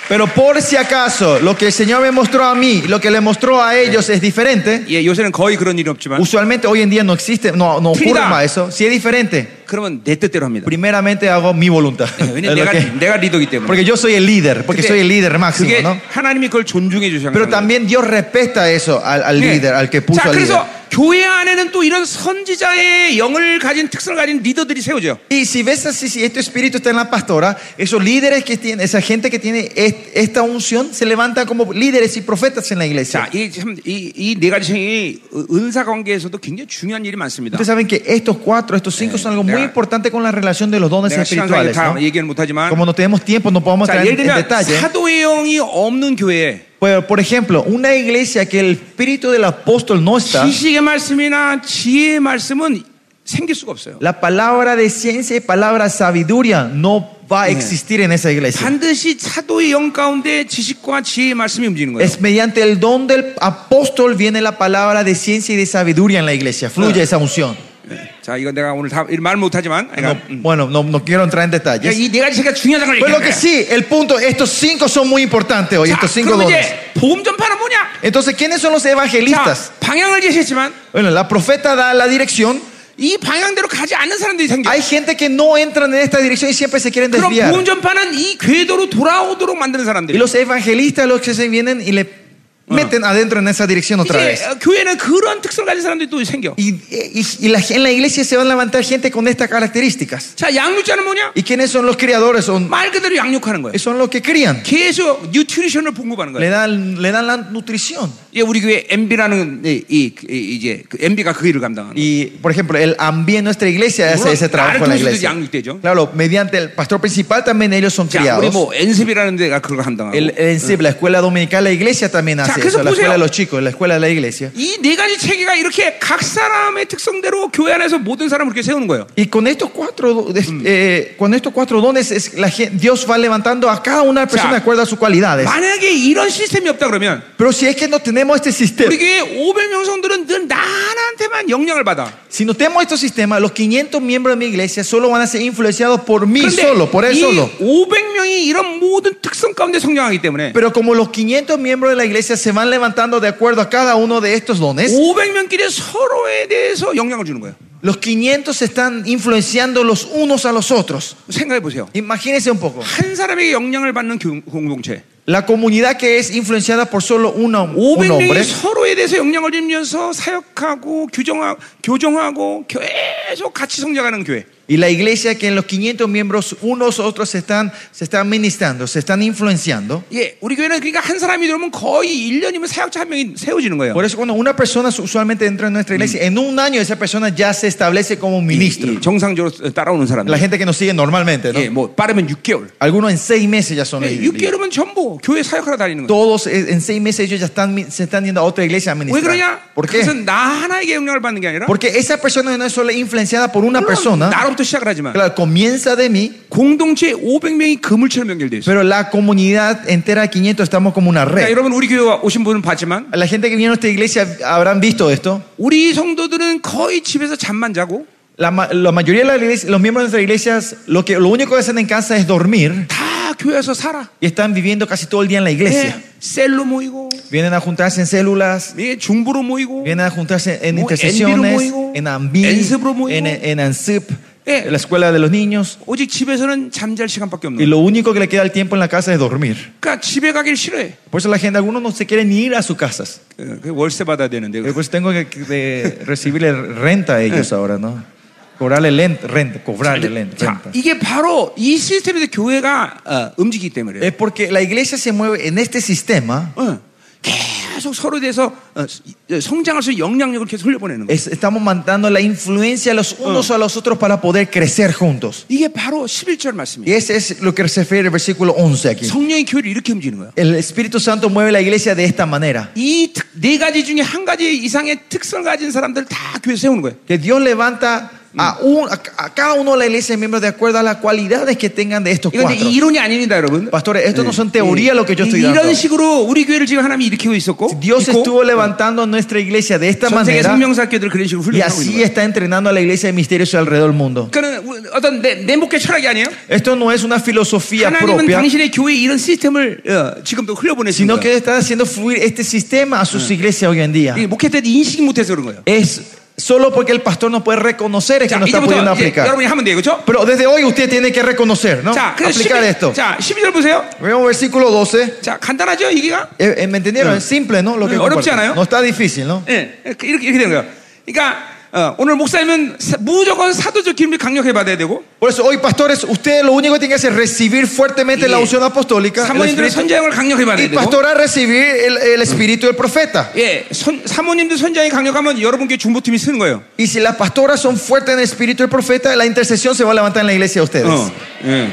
Speaker 2: Pero por si acaso, lo que el Señor me mostró a mí, lo que le mostró a ellos es diferente.
Speaker 1: 예, 요새는 거의 그런 일이 없지만
Speaker 2: Usualmente hoy en día no existe, no, no ocurre
Speaker 1: Trinidad.
Speaker 2: más eso. Si es diferente,
Speaker 1: 그러면 내 뜻대로 합니다.
Speaker 2: primeramente hago mi voluntad.
Speaker 1: 예, 왜냐면
Speaker 2: <laughs> Es lo
Speaker 1: 내가
Speaker 2: que-
Speaker 1: 내가 리더기 때문에.
Speaker 2: porque yo soy el líder, porque
Speaker 1: 근데
Speaker 2: soy el líder
Speaker 1: 그게
Speaker 2: máximo, ¿no?
Speaker 1: 하나님이 그걸 존중해 주시는
Speaker 2: Pero
Speaker 1: 거예요.
Speaker 2: también Dios respeta eso al, al
Speaker 1: 예.
Speaker 2: líder, al que puso
Speaker 1: 자,
Speaker 2: al líder.
Speaker 1: 그래서 교회 안에는 또 이런 선지자의 영을 가진 특성을 가진 리더들이 세워져요.
Speaker 2: Y si ves así, si este espíritu está en la pastora, esos líderes que tienen, esa gente que tiene est- esta unción, se levantan como líderes y profetas en la
Speaker 1: 자,
Speaker 2: iglesia.
Speaker 1: 이참이네 가지 이 은사 관계에서도 굉장히 중요한 일이 많습니다.
Speaker 2: Ustedes saben que estos cuatro, estos cinco son algo muy
Speaker 1: 내가-
Speaker 2: importante con la relación de los dones
Speaker 1: 내가 시간상
Speaker 2: espirituales.
Speaker 1: 다
Speaker 2: ¿no?
Speaker 1: 얘기는 못하지만
Speaker 2: Como no tenemos tiempo, no podemos
Speaker 1: 자,
Speaker 2: entrar
Speaker 1: 예를
Speaker 2: en, en
Speaker 1: 들면
Speaker 2: detalle.
Speaker 1: 사도의 뭐 영이 없는 교회에
Speaker 2: Pero, por ejemplo, una iglesia que el espíritu del apóstol no está,
Speaker 1: 지식의 말씀이나 지혜의 말씀은 생길 수가 없어요.
Speaker 2: la palabra de ciencia y palabra sabiduría no va a existir en esa
Speaker 1: Ah,
Speaker 2: iglesia.
Speaker 1: 반드시 사도의 영 가운데 지식과 지혜의 말씀이 움직이는 거예요.
Speaker 2: Es mediante el don del apóstol viene la palabra de ciencia y de sabiduría en la iglesia. Fluye esa unción.
Speaker 1: 네. 자, 이건 내가 오늘 다말 못하지만
Speaker 2: No,
Speaker 1: 그러니까, 음.
Speaker 2: bueno, no, no quiero entrar en
Speaker 1: 그러니까
Speaker 2: detalles.
Speaker 1: 이네 가지 제가 중요하다는 걸
Speaker 2: Pero lo
Speaker 1: 얘기하는
Speaker 2: que
Speaker 1: 거예요.
Speaker 2: sí, el punto, estos cinco son muy importantes hoy,
Speaker 1: 자,
Speaker 2: estos cinco
Speaker 1: 그럼
Speaker 2: dones.
Speaker 1: 이제 보험 전파는 뭐냐?
Speaker 2: Entonces, ¿quiénes son los
Speaker 1: 자,
Speaker 2: evangelistas?
Speaker 1: 방향을 제시했지만
Speaker 2: Bueno, la profeta da la dirección
Speaker 1: 이 방향대로 가지 않는 사람들이 생겨.
Speaker 2: Hay gente que no entran en esta dirección y siempre se quieren
Speaker 1: 그럼
Speaker 2: desviar.
Speaker 1: 구운전파는 이 궤도로 돌아오도록 만드는
Speaker 2: Y
Speaker 1: 사람들이.
Speaker 2: los evangelistas los que se vienen y le meten adentro en esa dirección otra
Speaker 1: 이제
Speaker 2: vez.
Speaker 1: 어, 교회는 그런 특성을 가진 사람들이 또 생겨.
Speaker 2: Y, y- y la- en la iglesia se van a levantar gente con estas características.
Speaker 1: 자, 양육자는 뭐냐?
Speaker 2: ¿Y quiénes son los criadores? Son,
Speaker 1: 말 그대로 양육하는 거예요.
Speaker 2: son los que crían.
Speaker 1: 계속 뉴트리션을 공급하는
Speaker 2: Le
Speaker 1: 거예요.
Speaker 2: dan, le dan la nutrición.
Speaker 1: 이제 우리 교회 MB라는 이, 이, 이- 이제 그 MB가 그 일을 감당하는 거예요.
Speaker 2: Y, por ejemplo, el ambiente en nuestra iglesia hace
Speaker 1: Bueno,
Speaker 2: ese trabajo en la
Speaker 1: claro,
Speaker 2: iglesia.
Speaker 1: entonces, 양육되죠.
Speaker 2: Claro, mediante el pastor principal también ellos son
Speaker 1: 자, 우리
Speaker 2: criados.
Speaker 1: 뭐 엔습이라는 데가 그걸 감당하고.
Speaker 2: El, el SIP, la escuela dominical, la iglesia también
Speaker 1: 그래서
Speaker 2: hace eso. La escuela
Speaker 1: 보세요.
Speaker 2: de los chicos, la escuela de la iglesia.
Speaker 1: 이 네 가지 체계가 이렇게 각 사람의 특성대로 교회 안에서 모든 사람을 이렇게 세우는 거예요.
Speaker 2: Y con estos cuatro, do- des- eh, con estos cuatro dones, es la gen- Dios va levantando a cada una persona
Speaker 1: Ya.
Speaker 2: de acuerdo a sus cualidades.
Speaker 1: 만약에 이런 시스템이 없다 그러면
Speaker 2: Pero si es que no tenemos este sistema,
Speaker 1: 우리 교회 500명 성들은 늘 나한테만 영향을 받아.
Speaker 2: si no tenemos estos sistemas, los 500 miembros de mi iglesia solo van a ser influenciados por mí
Speaker 1: 그런데
Speaker 2: solo, por él
Speaker 1: 이
Speaker 2: solo.
Speaker 1: 500명이 이런 모든 특성 가운데 성장하기 때문에
Speaker 2: Pero como los 500 miembros de la iglesia se van levantando de acuerdo a cada uno de estos
Speaker 1: Uh.
Speaker 2: dones,
Speaker 1: 500명끼리 서로에 대해서 영향을 주는 거예요.
Speaker 2: los 500 se están influenciando los unos a los otros.
Speaker 1: 생각해 보세요.
Speaker 2: Imagínense un poco.
Speaker 1: 한 사람에게 영향을 받는 교- 공동체.
Speaker 2: La comunidad que es influenciada por solo una- un
Speaker 1: 500명이
Speaker 2: hombre,
Speaker 1: 서로에 대해서 영향을 주면서 사역하고 규정하고 교정하고 계속 같이 성장하는 교회.
Speaker 2: y la iglesia que en los 500 miembros unos a otros se están, se están ministrando, se están influenciando.
Speaker 1: 예, 우리 교회는 그러니까 한 사람이 들어오면 거의 1년이면 사역자 한 명이 세워지는 거예요.
Speaker 2: Por eso cuando una persona usualmente entra en nuestra iglesia, en un año esa persona ya se establece como
Speaker 1: 이-
Speaker 2: ministro.
Speaker 1: 이 정상적으로 따라오는 사람들.
Speaker 2: La gente que nos sigue normalmente, ¿no?
Speaker 1: 예, 뭐 빠르면 6개월.
Speaker 2: Algunos en seis meses ya son
Speaker 1: 예,
Speaker 2: líderes.
Speaker 1: 6개월이면 전부 교회 사역하러 다니는 거예요.
Speaker 2: Todos eh, en seis meses ellos ya están, mi- se están yendo a otra iglesia a
Speaker 1: 왜
Speaker 2: ministrar.
Speaker 1: 그러냐?
Speaker 2: ¿Por qué?
Speaker 1: 그것은 나 하나에게 영향을 받는 게 아니라
Speaker 2: Porque esa persona no es solo influenciada por una
Speaker 1: 물론
Speaker 2: persona.
Speaker 1: 나로부터 그러니까 시작을 하지만
Speaker 2: Claro, comienza de mí,
Speaker 1: 공동체 500명이 그물처럼 연결돼 있어요.
Speaker 2: pero la comunidad entera de 500 estamos como una
Speaker 1: 그러니까
Speaker 2: red.
Speaker 1: 여러분 우리 교회 오신 분은 봤지만
Speaker 2: La gente que viene a nuestra iglesia habrán visto esto.
Speaker 1: 우리 성도들은 거의 집에서 잠만 zago
Speaker 2: La, ma- la mayoría de la iglesia- los miembros de nuestras iglesias lo, que, lo único que hacen en casa es dormir
Speaker 1: 다 교회에서 살아.
Speaker 2: y están viviendo casi todo el día en la
Speaker 1: 예,
Speaker 2: iglesia.
Speaker 1: 셀로 모이고,
Speaker 2: Vienen a juntarse en células,
Speaker 1: 예, 중보로 모이고,
Speaker 2: vienen a juntarse en
Speaker 1: Muy-
Speaker 2: intercesiones,
Speaker 1: Enviro Moigo,
Speaker 2: en AMBI,
Speaker 1: Ensepro Moigo.
Speaker 2: en, en ANSIP,
Speaker 1: Eh.
Speaker 2: en la escuela de los niños.
Speaker 1: 오직 집에서는 잠잘 시간밖에
Speaker 2: Y
Speaker 1: 없는. 거야.
Speaker 2: lo único que le queda el tiempo en la casa es dormir.
Speaker 1: 그러니까 집에 가길 싫어해.
Speaker 2: Por eso la gente, algunos no se quieren ni ir a sus casas.
Speaker 1: 그- 그 월세 받아야 되는데.
Speaker 2: Eh, Pues tengo que
Speaker 1: <laughs>
Speaker 2: de, recibirle renta a
Speaker 1: Eh.
Speaker 2: ellos ahora, ¿no? Cobrarle lent- renta, cobrarle lent-
Speaker 1: 자,
Speaker 2: renta.
Speaker 1: 이게 바로 이 시스템에서 교회가 어, 움직이기 때문에. 그래요.
Speaker 2: Es porque la iglesia se mueve en este sistema.
Speaker 1: 어, 계속 서로 대해서 어, 성장할 수 있는 영향력을 계속 흘려보내는 거예요.
Speaker 2: es- estamos mandando la influencia a los unos a los otros para poder crecer juntos.
Speaker 1: 이게 바로 11절 말씀이에요.
Speaker 2: Y ese es lo que se refiere el versículo 11 aquí.
Speaker 1: 성령이 교회를 이렇게 움직이는 거예요.
Speaker 2: El Espíritu Santo mueve la iglesia de esta manera.
Speaker 1: 이 네 가지 중에 한 가지 이상의 특성을 가진 사람들 다 교회 세우는 거예요.
Speaker 2: Que Dios levanta a, un- a- a cada uno de la iglesia de miembros de acuerdo a las cualidades que tengan de estos
Speaker 1: 이건 이제
Speaker 2: cuatro.
Speaker 1: 이론이 아닙니다, 여러분.
Speaker 2: Pastores, esto no son
Speaker 1: 예.
Speaker 2: teoría lo que yo estoy dando.
Speaker 1: 이런 식으로 우리 교회를 지금 하나님이 일으키고 있었고
Speaker 2: Dios
Speaker 1: 있고,
Speaker 2: estuvo levantando a nuestra iglesia de esta
Speaker 1: 전 세계
Speaker 2: manera
Speaker 1: 성명사학교들 그런 식으로
Speaker 2: y
Speaker 1: 훈련하고
Speaker 2: así
Speaker 1: 있는 거예요.
Speaker 2: está entrenando a la iglesia de misterios alrededor del mundo.
Speaker 1: 그러니까는 우- 어떤 내, 내 목회 철학이 아니에요.
Speaker 2: Esto no es una filosofía
Speaker 1: 하나님은
Speaker 2: propia,
Speaker 1: 당신의 교회에 이런 시스템을 어, 지금도 흘려보내시는
Speaker 2: sino
Speaker 1: 거예요.
Speaker 2: que está haciendo fluir este sistema a sus iglesias hoy en día.
Speaker 1: 이 목회 때 인식 못해서 그런 거예요.
Speaker 2: Es solo porque el pastor no puede reconocer es que
Speaker 1: 자,
Speaker 2: no está pudiendo
Speaker 1: 이제부터 이제
Speaker 2: aplicar.
Speaker 1: 여러분이 하면 돼요, 그렇죠?
Speaker 2: Pero desde hoy usted tiene que reconocer, ¿no?
Speaker 1: 자, 그래서
Speaker 2: Aplicar
Speaker 1: 12
Speaker 2: esto.
Speaker 1: 자, 12절 보세요.
Speaker 2: Veamos versículo 12.
Speaker 1: 자, 간단하죠, 이기가?
Speaker 2: Eh, eh, ¿Me entendieron?
Speaker 1: Eh.
Speaker 2: Es simple, ¿no? Lo que
Speaker 1: Eh, 어렵지
Speaker 2: comparto.
Speaker 1: 않아요?
Speaker 2: No está difícil, ¿no?
Speaker 1: 예, 이렇게 이렇게 되는 거예요. 그러니까 어, 오늘 목사님은 사- 무조건 사도적 기름을 강력히 받아야 되고
Speaker 2: Por eso hoy, pastores, ustedes lo único que tienen que hacer es recibir fuertemente
Speaker 1: Y-
Speaker 2: la unción apostólica el
Speaker 1: 사모님들의
Speaker 2: Espíritu,
Speaker 1: 선장을 강력히
Speaker 2: y
Speaker 1: 받아야 되고
Speaker 2: pastoral recibir el, el espíritu del profeta.
Speaker 1: 예, 선- 사모님들 선장이 강력하면 여러분께 중보팀이 쓰는 거예요.
Speaker 2: Y si las pastoras son fuertes en el espíritu del profeta, la intercesión se va a levantar en la iglesia de ustedes.
Speaker 1: 어, 예.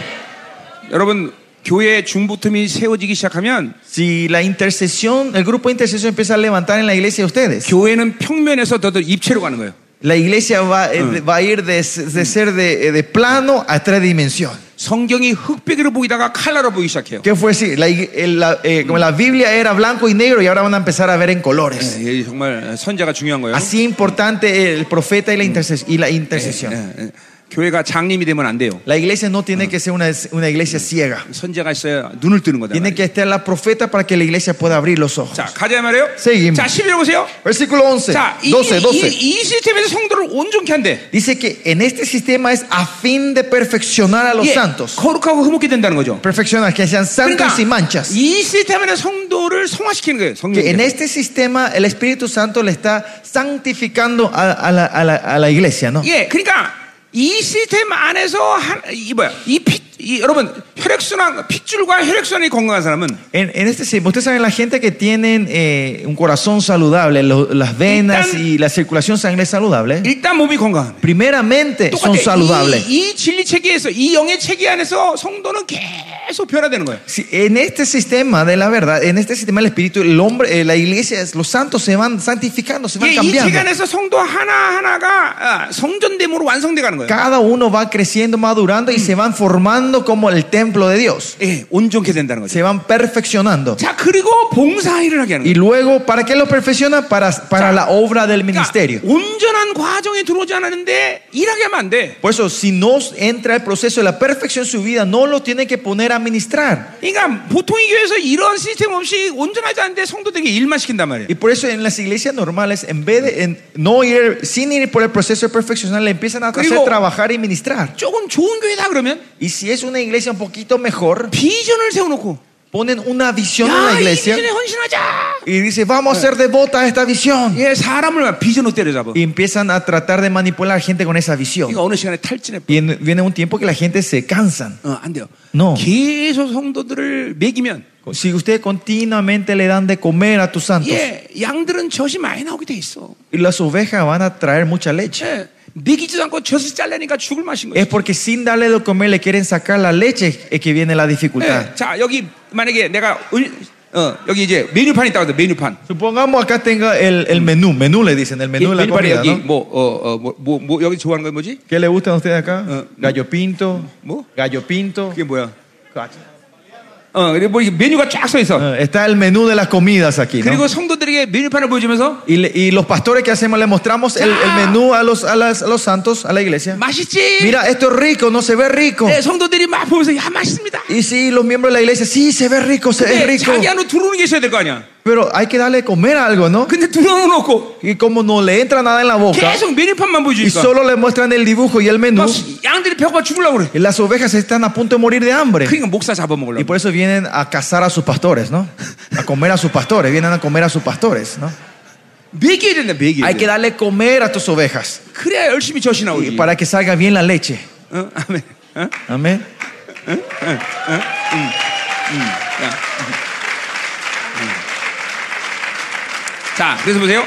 Speaker 1: 여러분 교회 중보팀이 세워지기 시작하면
Speaker 2: Si la intercesión, el grupo de intercesión empieza a levantar en la iglesia de ustedes.
Speaker 1: 교회는 평면에서 더, 더 입체로 가는 거예요.
Speaker 2: La iglesia va, eh, de- va a ir de, de ser de, de plano a tres dimensiones.
Speaker 1: 성경이 흑백으로 보이다가 칼라로 boi기 시작해요.
Speaker 2: ¿Qué fue decir? La, ig- el- la- eh, como la Biblia era blanco y negro y ahora van a empezar a ver en colores.
Speaker 1: 예, 정말 선자가 중요한 거예요. eh.
Speaker 2: Así importante el profeta y la, interces- y la intercesión.
Speaker 1: 예, 예. 교회가 장님이 되면 안 돼요.
Speaker 2: La iglesia no tiene que ser una, una iglesia ciega.
Speaker 1: 선제가 있어야 눈을 뜨는 거다.
Speaker 2: Tiene que estar la profeta para que la iglesia pueda abrir los ojos.
Speaker 1: 자, 가자 말이에요.
Speaker 2: Seguimos.
Speaker 1: 자, 11절 보세요.
Speaker 2: Versículo 11,
Speaker 1: 자, 이,
Speaker 2: 12, 12.
Speaker 1: 이, 이 시스템에서 성도를 온전케 한대.
Speaker 2: Dice que en este sistema es a fin de perfeccionar a los
Speaker 1: 예,
Speaker 2: santos.
Speaker 1: 거룩하고 흐뭇게 된다는 거죠.
Speaker 2: Perfeccionar, que sean santos
Speaker 1: 그러니까
Speaker 2: y manchas.
Speaker 1: 이 시스템에서 성도를 성화시키는 거예요. 성령.
Speaker 2: Que en este sistema el Espíritu Santo le está santificando a, a la, a la- a la iglesia, ¿no?
Speaker 1: 예, 그러니까 이 시스템 안에서 한, 이 뭐야? 이 핏, 이, 여러분 혈액순환, 핏줄과 혈액순환이 건강한 사람은
Speaker 2: En, en este sistema, ustedes saben, la gente que tienen eh, un corazón saludable, lo- las venas
Speaker 1: Están-
Speaker 2: y la circulación sangre saludable,
Speaker 1: 일단 몸이 건강하네.
Speaker 2: primeramente son
Speaker 1: 똑같아.
Speaker 2: saludables.
Speaker 1: 이, 이 진리 체계에서 이 영의 체계 안에서 성도는 계속 변화되는 거예요.
Speaker 2: Si- en este sistema de la verdad, en este sistema del Espíritu, el hombre, eh, la iglesia, los santos se van santificando, se
Speaker 1: 예,
Speaker 2: van
Speaker 1: 이 체계
Speaker 2: cambiando.
Speaker 1: 안에서 성도 하나 하나가 아, 성전됨으로 완성돼 가는 거예요.
Speaker 2: Cada uno va creciendo, madurando y se van formando como el templo de Dios.
Speaker 1: 예, 온전케 된다는 거죠.
Speaker 2: Se van perfeccionando.
Speaker 1: 자, 그리고 봉사 일을 하게 하는
Speaker 2: Y
Speaker 1: 거예요.
Speaker 2: luego, ¿para qué lo perfecciona? Para, para la obra del ministerio.
Speaker 1: 그러니까 온전한 과정에 들어오지 않았는데 일하게 하면 안 돼.
Speaker 2: Por eso, si no entra el proceso de la perfección en su vida, no lo tiene que poner a ministrar.
Speaker 1: 그러니까 보통 이 교회에서 이런 시스템 없이 온전하지 않은데 성도들에게 일만 시킨단 말이에요.
Speaker 2: Y por eso en las iglesias normales, en vez de en- no ir, sin ir por el proceso de perfeccionar, le empiezan a hacer
Speaker 1: Digo-
Speaker 2: trabajar y ministrar.
Speaker 1: 조금 좋은 교회다 그러면
Speaker 2: Y si es una iglesia un poquito mejor,
Speaker 1: 비전을 세워놓고
Speaker 2: ponen una visión en
Speaker 1: 야,
Speaker 2: la
Speaker 1: 이
Speaker 2: iglesia
Speaker 1: 비전에 헌신하자.
Speaker 2: y dice, vamos a ser devotas a esta visión.
Speaker 1: 예, 사람을 막 비전으로 때려잡아.
Speaker 2: Y empiezan a tratar de manipular a la gente con esa visión.
Speaker 1: 이거 어느 시간에 탈진해.
Speaker 2: Y en- viene un tiempo que la gente se cansan.
Speaker 1: 어, 안 돼요.
Speaker 2: No.
Speaker 1: 계속 성도들을 먹이면
Speaker 2: Si ustedes continuamente le dan de comer a tus santos,
Speaker 1: 예, 양들은 젖이 많이 나오게 돼 있어.
Speaker 2: y las ovejas van a traer mucha leche.
Speaker 1: 예, 먹이지도 않고 젖을 잘라니까 죽을 맛인 거지.
Speaker 2: Es porque sin darle de comer le quieren sacar la leche es que viene la dificultad.
Speaker 1: 예, 자, 여기 만약에 내가 을- 어, 여기 이제 메뉴판 있다고 해서 메뉴판.
Speaker 2: Supongamos acá tenga el, el menú, menú le dicen, el menú de la
Speaker 1: 메뉴판에
Speaker 2: comida,
Speaker 1: 여기
Speaker 2: ¿no?
Speaker 1: 뭐, 어, 어, 뭐, 뭐, 뭐 여기 좋아하는 건 뭐지?
Speaker 2: ¿Qué le gustan a ustedes acá?
Speaker 1: Ah.
Speaker 2: Gallo pinto,
Speaker 1: ¿Mo?
Speaker 2: gallo pinto.
Speaker 1: 그게 뭐야? 어, 그리고 뭐 이게 메뉴가 쫙 써 있어.
Speaker 2: Ah, Está el menú de las comidas aquí, ¿no?
Speaker 1: 그리고 성도들에게 메뉴판을 보여주면서
Speaker 2: Y, le- y los pastores que hacemos le mostramos el, el menú a los, a, las- a los santos, a la iglesia.
Speaker 1: 맛있지?
Speaker 2: Mira, esto es rico, no se ve rico.
Speaker 1: 네, 성도들이 막 보면서 야 맛있습니다.
Speaker 2: Y sí, los miembros de la iglesia, sí, se ve rico, se ve
Speaker 1: 근데
Speaker 2: rico.
Speaker 1: 자기 안으로 들어오는 게 있어야 될 거 아니야.
Speaker 2: Pero hay que darle de comer algo, ¿no?
Speaker 1: 근데 들어오는 건 없고
Speaker 2: Y como no le entra nada en la boca
Speaker 1: 계속 메뉴판만
Speaker 2: y
Speaker 1: 보여주니까
Speaker 2: solo le muestran el dibujo y el menú,
Speaker 1: 막 양들이 배고파 죽으려고 그래.
Speaker 2: y las ovejas están a punto de morir de hambre.
Speaker 1: 그러니까 목사
Speaker 2: Y
Speaker 1: 잡아먹으려고.
Speaker 2: por eso vienen a cazar a sus pastores, ¿no? A comer a sus pastores, vienen a comer a sus pastores, ¿no?
Speaker 1: 먹여야 된다 먹여야
Speaker 2: Hay que
Speaker 1: 돼.
Speaker 2: darle comer a tus ovejas
Speaker 1: 그래야 열심히 젖이
Speaker 2: y
Speaker 1: 나오지.
Speaker 2: para que salga bien la leche.
Speaker 1: 어? 아멘. 어?
Speaker 2: Amén.
Speaker 1: 야. 음. 자, 그래서 보세요.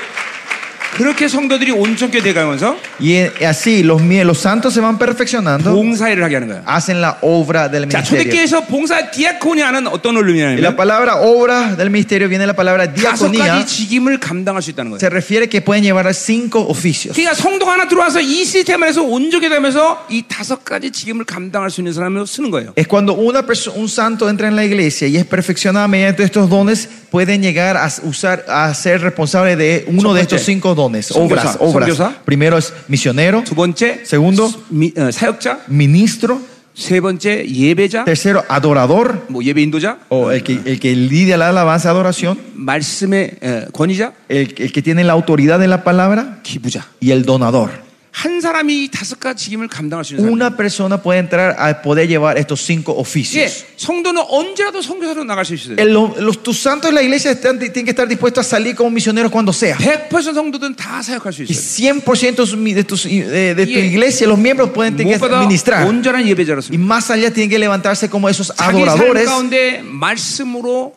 Speaker 1: 그렇게 성도들이 온전케 돼가면서
Speaker 2: Y eh, así los, mie- los santos se van perfeccionando,
Speaker 1: 봉사일을 하게 하는 거야.
Speaker 2: hacen la obra del
Speaker 1: 자,
Speaker 2: ministerio.
Speaker 1: 초대교회에서 봉사 디아코니아는 어떤
Speaker 2: Y la
Speaker 1: 논리냐면
Speaker 2: palabra obra del ministerio viene de la palabra
Speaker 1: 다섯
Speaker 2: diaconía.
Speaker 1: 가지 직임을 감당할 수 있다는 거예요.
Speaker 2: Se refiere que pueden llevar a cinco oficios.
Speaker 1: 그러니까 성도가 하나 들어와서 이 시스템 안에서 온전히 되면서 이 다섯 가지 직임을 감당할 수 있는 사람으로 쓰는 거예요.
Speaker 2: Es cuando una perso- un santo entra en la iglesia y es perfeccionado mediante estos dones, pueden llegar a s- usar a ser responsable de uno de estos cinco dones, obras,
Speaker 1: Son
Speaker 2: obras.
Speaker 1: diosa.
Speaker 2: Primero es misionero,
Speaker 1: 두 번째,
Speaker 2: Segundo.
Speaker 1: 수- 미- 어, 사역자.
Speaker 2: ministro,
Speaker 1: 세 번째, 예배자.
Speaker 2: tercero adorador
Speaker 1: 뭐 예배 인도자.
Speaker 2: o el que el que lidia la alabanza adoración,
Speaker 1: 말씀의 에, 권위자,
Speaker 2: el, el que tiene la autoridad de la palabra
Speaker 1: 기부자.
Speaker 2: y el donador.
Speaker 1: 한 사람이 이 다섯 가지 직임을 감당할 수 있는 사람.
Speaker 2: Una persona puede entrar a poder llevar estos cinco
Speaker 1: 예,
Speaker 2: oficios.
Speaker 1: 성도는 언제라도 성교사로 나갈 수 있어요.
Speaker 2: El- los, tus santos de la iglesia están- tienen que estar dispuestos a salir como misioneros cuando sea.
Speaker 1: 100% 성도들은 다 사역할 수
Speaker 2: Y
Speaker 1: 있어요.
Speaker 2: 100% de, tus- de, de tu
Speaker 1: Yeah.
Speaker 2: iglesia, los miembros pueden tener que
Speaker 1: 무엇보다
Speaker 2: administrar.
Speaker 1: 온전한 예배자로서
Speaker 2: Y más allá tienen que levantarse como esos
Speaker 1: 자기 삶
Speaker 2: adoradores
Speaker 1: 가운데 말씀으로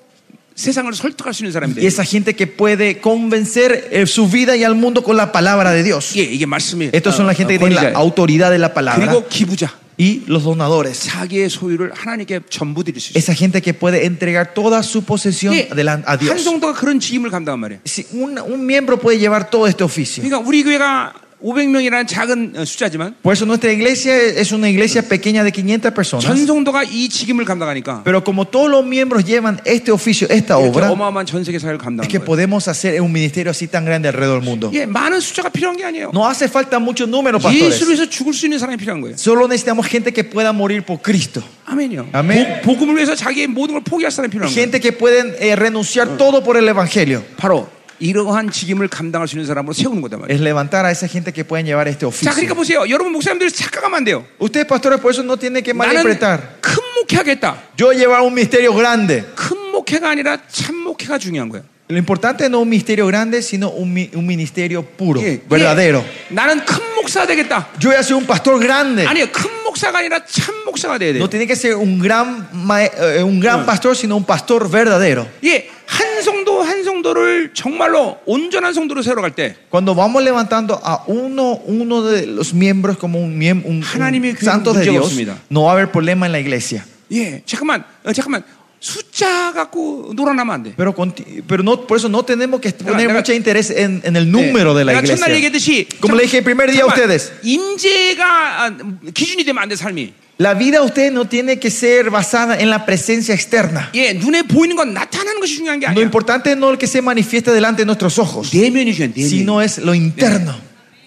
Speaker 1: 세상을 설득할 수 있는 사람이
Speaker 2: y
Speaker 1: 돼요.
Speaker 2: esa gente que puede convencer eh, su vida y al mundo con la palabra de Dios.
Speaker 1: 예, 이게 말씀이에요.
Speaker 2: Estos son la gente que tiene la
Speaker 1: 권위자예요.
Speaker 2: autoridad de la palabra
Speaker 1: 그리고 기부자,
Speaker 2: y los donadores.
Speaker 1: 자기의 소유를 하나님께 전부 드릴 수 있어요.
Speaker 2: Esa gente que puede entregar toda su posesión
Speaker 1: 예,
Speaker 2: adelan- a
Speaker 1: 한
Speaker 2: Dios.
Speaker 1: 성도가 그런 직임을 감당한 말이에요.
Speaker 2: Si un, un miembro puede llevar todo este oficio.
Speaker 1: 그러니까 우리 교회가 500명이라는 작은 어, 숫자지만
Speaker 2: Por eso nuestra iglesia es una iglesia pequeña de 500 personas.
Speaker 1: 전성도가 이 직임을 감당하니까
Speaker 2: Pero como todos los miembros llevan este oficio, esta
Speaker 1: 이렇게
Speaker 2: obra,
Speaker 1: 어마어마한 전 세계 사회를
Speaker 2: es
Speaker 1: 감당하는
Speaker 2: que
Speaker 1: 거예요.
Speaker 2: podemos hacer un ministerio así tan grande alrededor del mundo.
Speaker 1: 예, 많은 숫자가 필요한 게 아니에요.
Speaker 2: No hace falta mucho número, pastores.
Speaker 1: 예수로 해서 죽을 수 있는 사람이 필요한 거예요.
Speaker 2: Solo necesitamos gente que pueda morir por Cristo.
Speaker 1: 아멘이요.
Speaker 2: 아멘.
Speaker 1: 복, 복음을 위해서 자기의 모든 걸 포기할 사람이 필요한 거예요.
Speaker 2: Gente que pueden eh, renunciar todo por el Evangelio.
Speaker 1: 바로 이러한 직임을 감당할 수 있는 사람으로 세우는 거다 말이에요.
Speaker 2: Es levantar a esa gente que pueden llevar este
Speaker 1: 자, 그러니까
Speaker 2: oficio.
Speaker 1: 보세요. 여러분 목사님들 착각하면 안 돼요.
Speaker 2: Ustedes, pastores, por eso no tienen que
Speaker 1: 나는
Speaker 2: malinterpretar.
Speaker 1: 큰 목회하겠다.
Speaker 2: Yo llevar un misterio grande.
Speaker 1: 큰 목회가 아니라 참 목회가 중요한 거예요.
Speaker 2: Lo importante no un misterio grande, sino un, mi- un ministerio puro,
Speaker 1: 예,
Speaker 2: verdadero.
Speaker 1: 예, 나는 큰 목사 되겠다.
Speaker 2: Yo voy a ser un pastor grande.
Speaker 1: 아니요, 큰 목사가 아니라 참 목사가 돼야 돼요.
Speaker 2: No tiene que ser un gran, ma- eh, un gran pastor, sino un pastor verdadero.
Speaker 1: 예, 한 성도 한 성도를 정말로 온전한 성도로 세우러 갈 때
Speaker 2: Cuando vamos levantando a uno, uno de los miembros como un, miembro un,
Speaker 1: 하나님의
Speaker 2: un santo
Speaker 1: 교회는
Speaker 2: de
Speaker 1: 문제가
Speaker 2: Dios,
Speaker 1: 없습니다.
Speaker 2: no va a haber problema en la iglesia.
Speaker 1: 예, 잠깐만, 어, 잠깐만. 숫자 갖고 놀아나면 안 돼.
Speaker 2: Pero, conti- pero no, por eso no tenemos que poner
Speaker 1: 내가-
Speaker 2: mucho interés en, en el número de la
Speaker 1: 내가
Speaker 2: iglesia.
Speaker 1: 첫날 얘기했듯이
Speaker 2: Como le dije el primer día a
Speaker 1: 잠깐만,
Speaker 2: ustedes,
Speaker 1: 임재가 아, 기준이 되면 안 돼 삶이
Speaker 2: la vida de ustedes no tiene que ser basada en la presencia externa.
Speaker 1: 예 눈에 보이는 건 나타나는 것이 중요한 게
Speaker 2: Lo
Speaker 1: 아니야 네
Speaker 2: importante no es lo que se manifiesta delante de nuestros ojos,
Speaker 1: 내면이 중요해 내면
Speaker 2: sino es lo interno.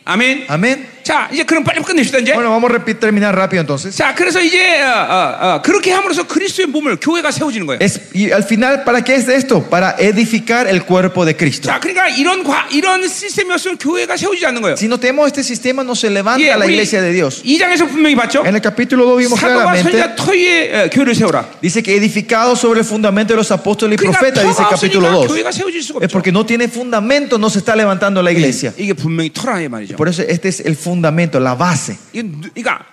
Speaker 1: 아멘
Speaker 2: Amén.
Speaker 1: 자 이제 그럼 빨리 끝냅시다 이제
Speaker 2: Bueno, vamos a repi- terminar rápido entonces.
Speaker 1: 자 그래서 이제 어, 어, 어, 그렇게 함으로써 그리스도의 몸을 교회가 세워지는 거예요
Speaker 2: Es, y al final, ¿para qué es esto? Para edificar el cuerpo de Cristo.
Speaker 1: 자 그러니까 이런 과, 이런 시스템이었으면 교회가 세워지지 않는 거예요
Speaker 2: Si no tenemos este sistema, no se levanta
Speaker 1: 예,
Speaker 2: la
Speaker 1: 우리
Speaker 2: iglesia de Dios.
Speaker 1: 이 장에서 분명히 봤죠
Speaker 2: En el capítulo 2 vimos
Speaker 1: 사도와
Speaker 2: claramente,
Speaker 1: 선지자 터위에 어, 교회를 세워라
Speaker 2: dice que edificado sobre el fundamento de los apóstoles y
Speaker 1: 그러니까
Speaker 2: profetas, dice el
Speaker 1: 터가
Speaker 2: capítulo
Speaker 1: 없으니까
Speaker 2: 2.
Speaker 1: 교회가 세워질 수가
Speaker 2: Es
Speaker 1: 없죠 예,
Speaker 2: porque no tiene fundamento, no se está levantando la iglesia.
Speaker 1: 이게 분명히 터라의 말이죠
Speaker 2: Por eso este es el fundamento, la base.
Speaker 1: 이건 누- 그러니까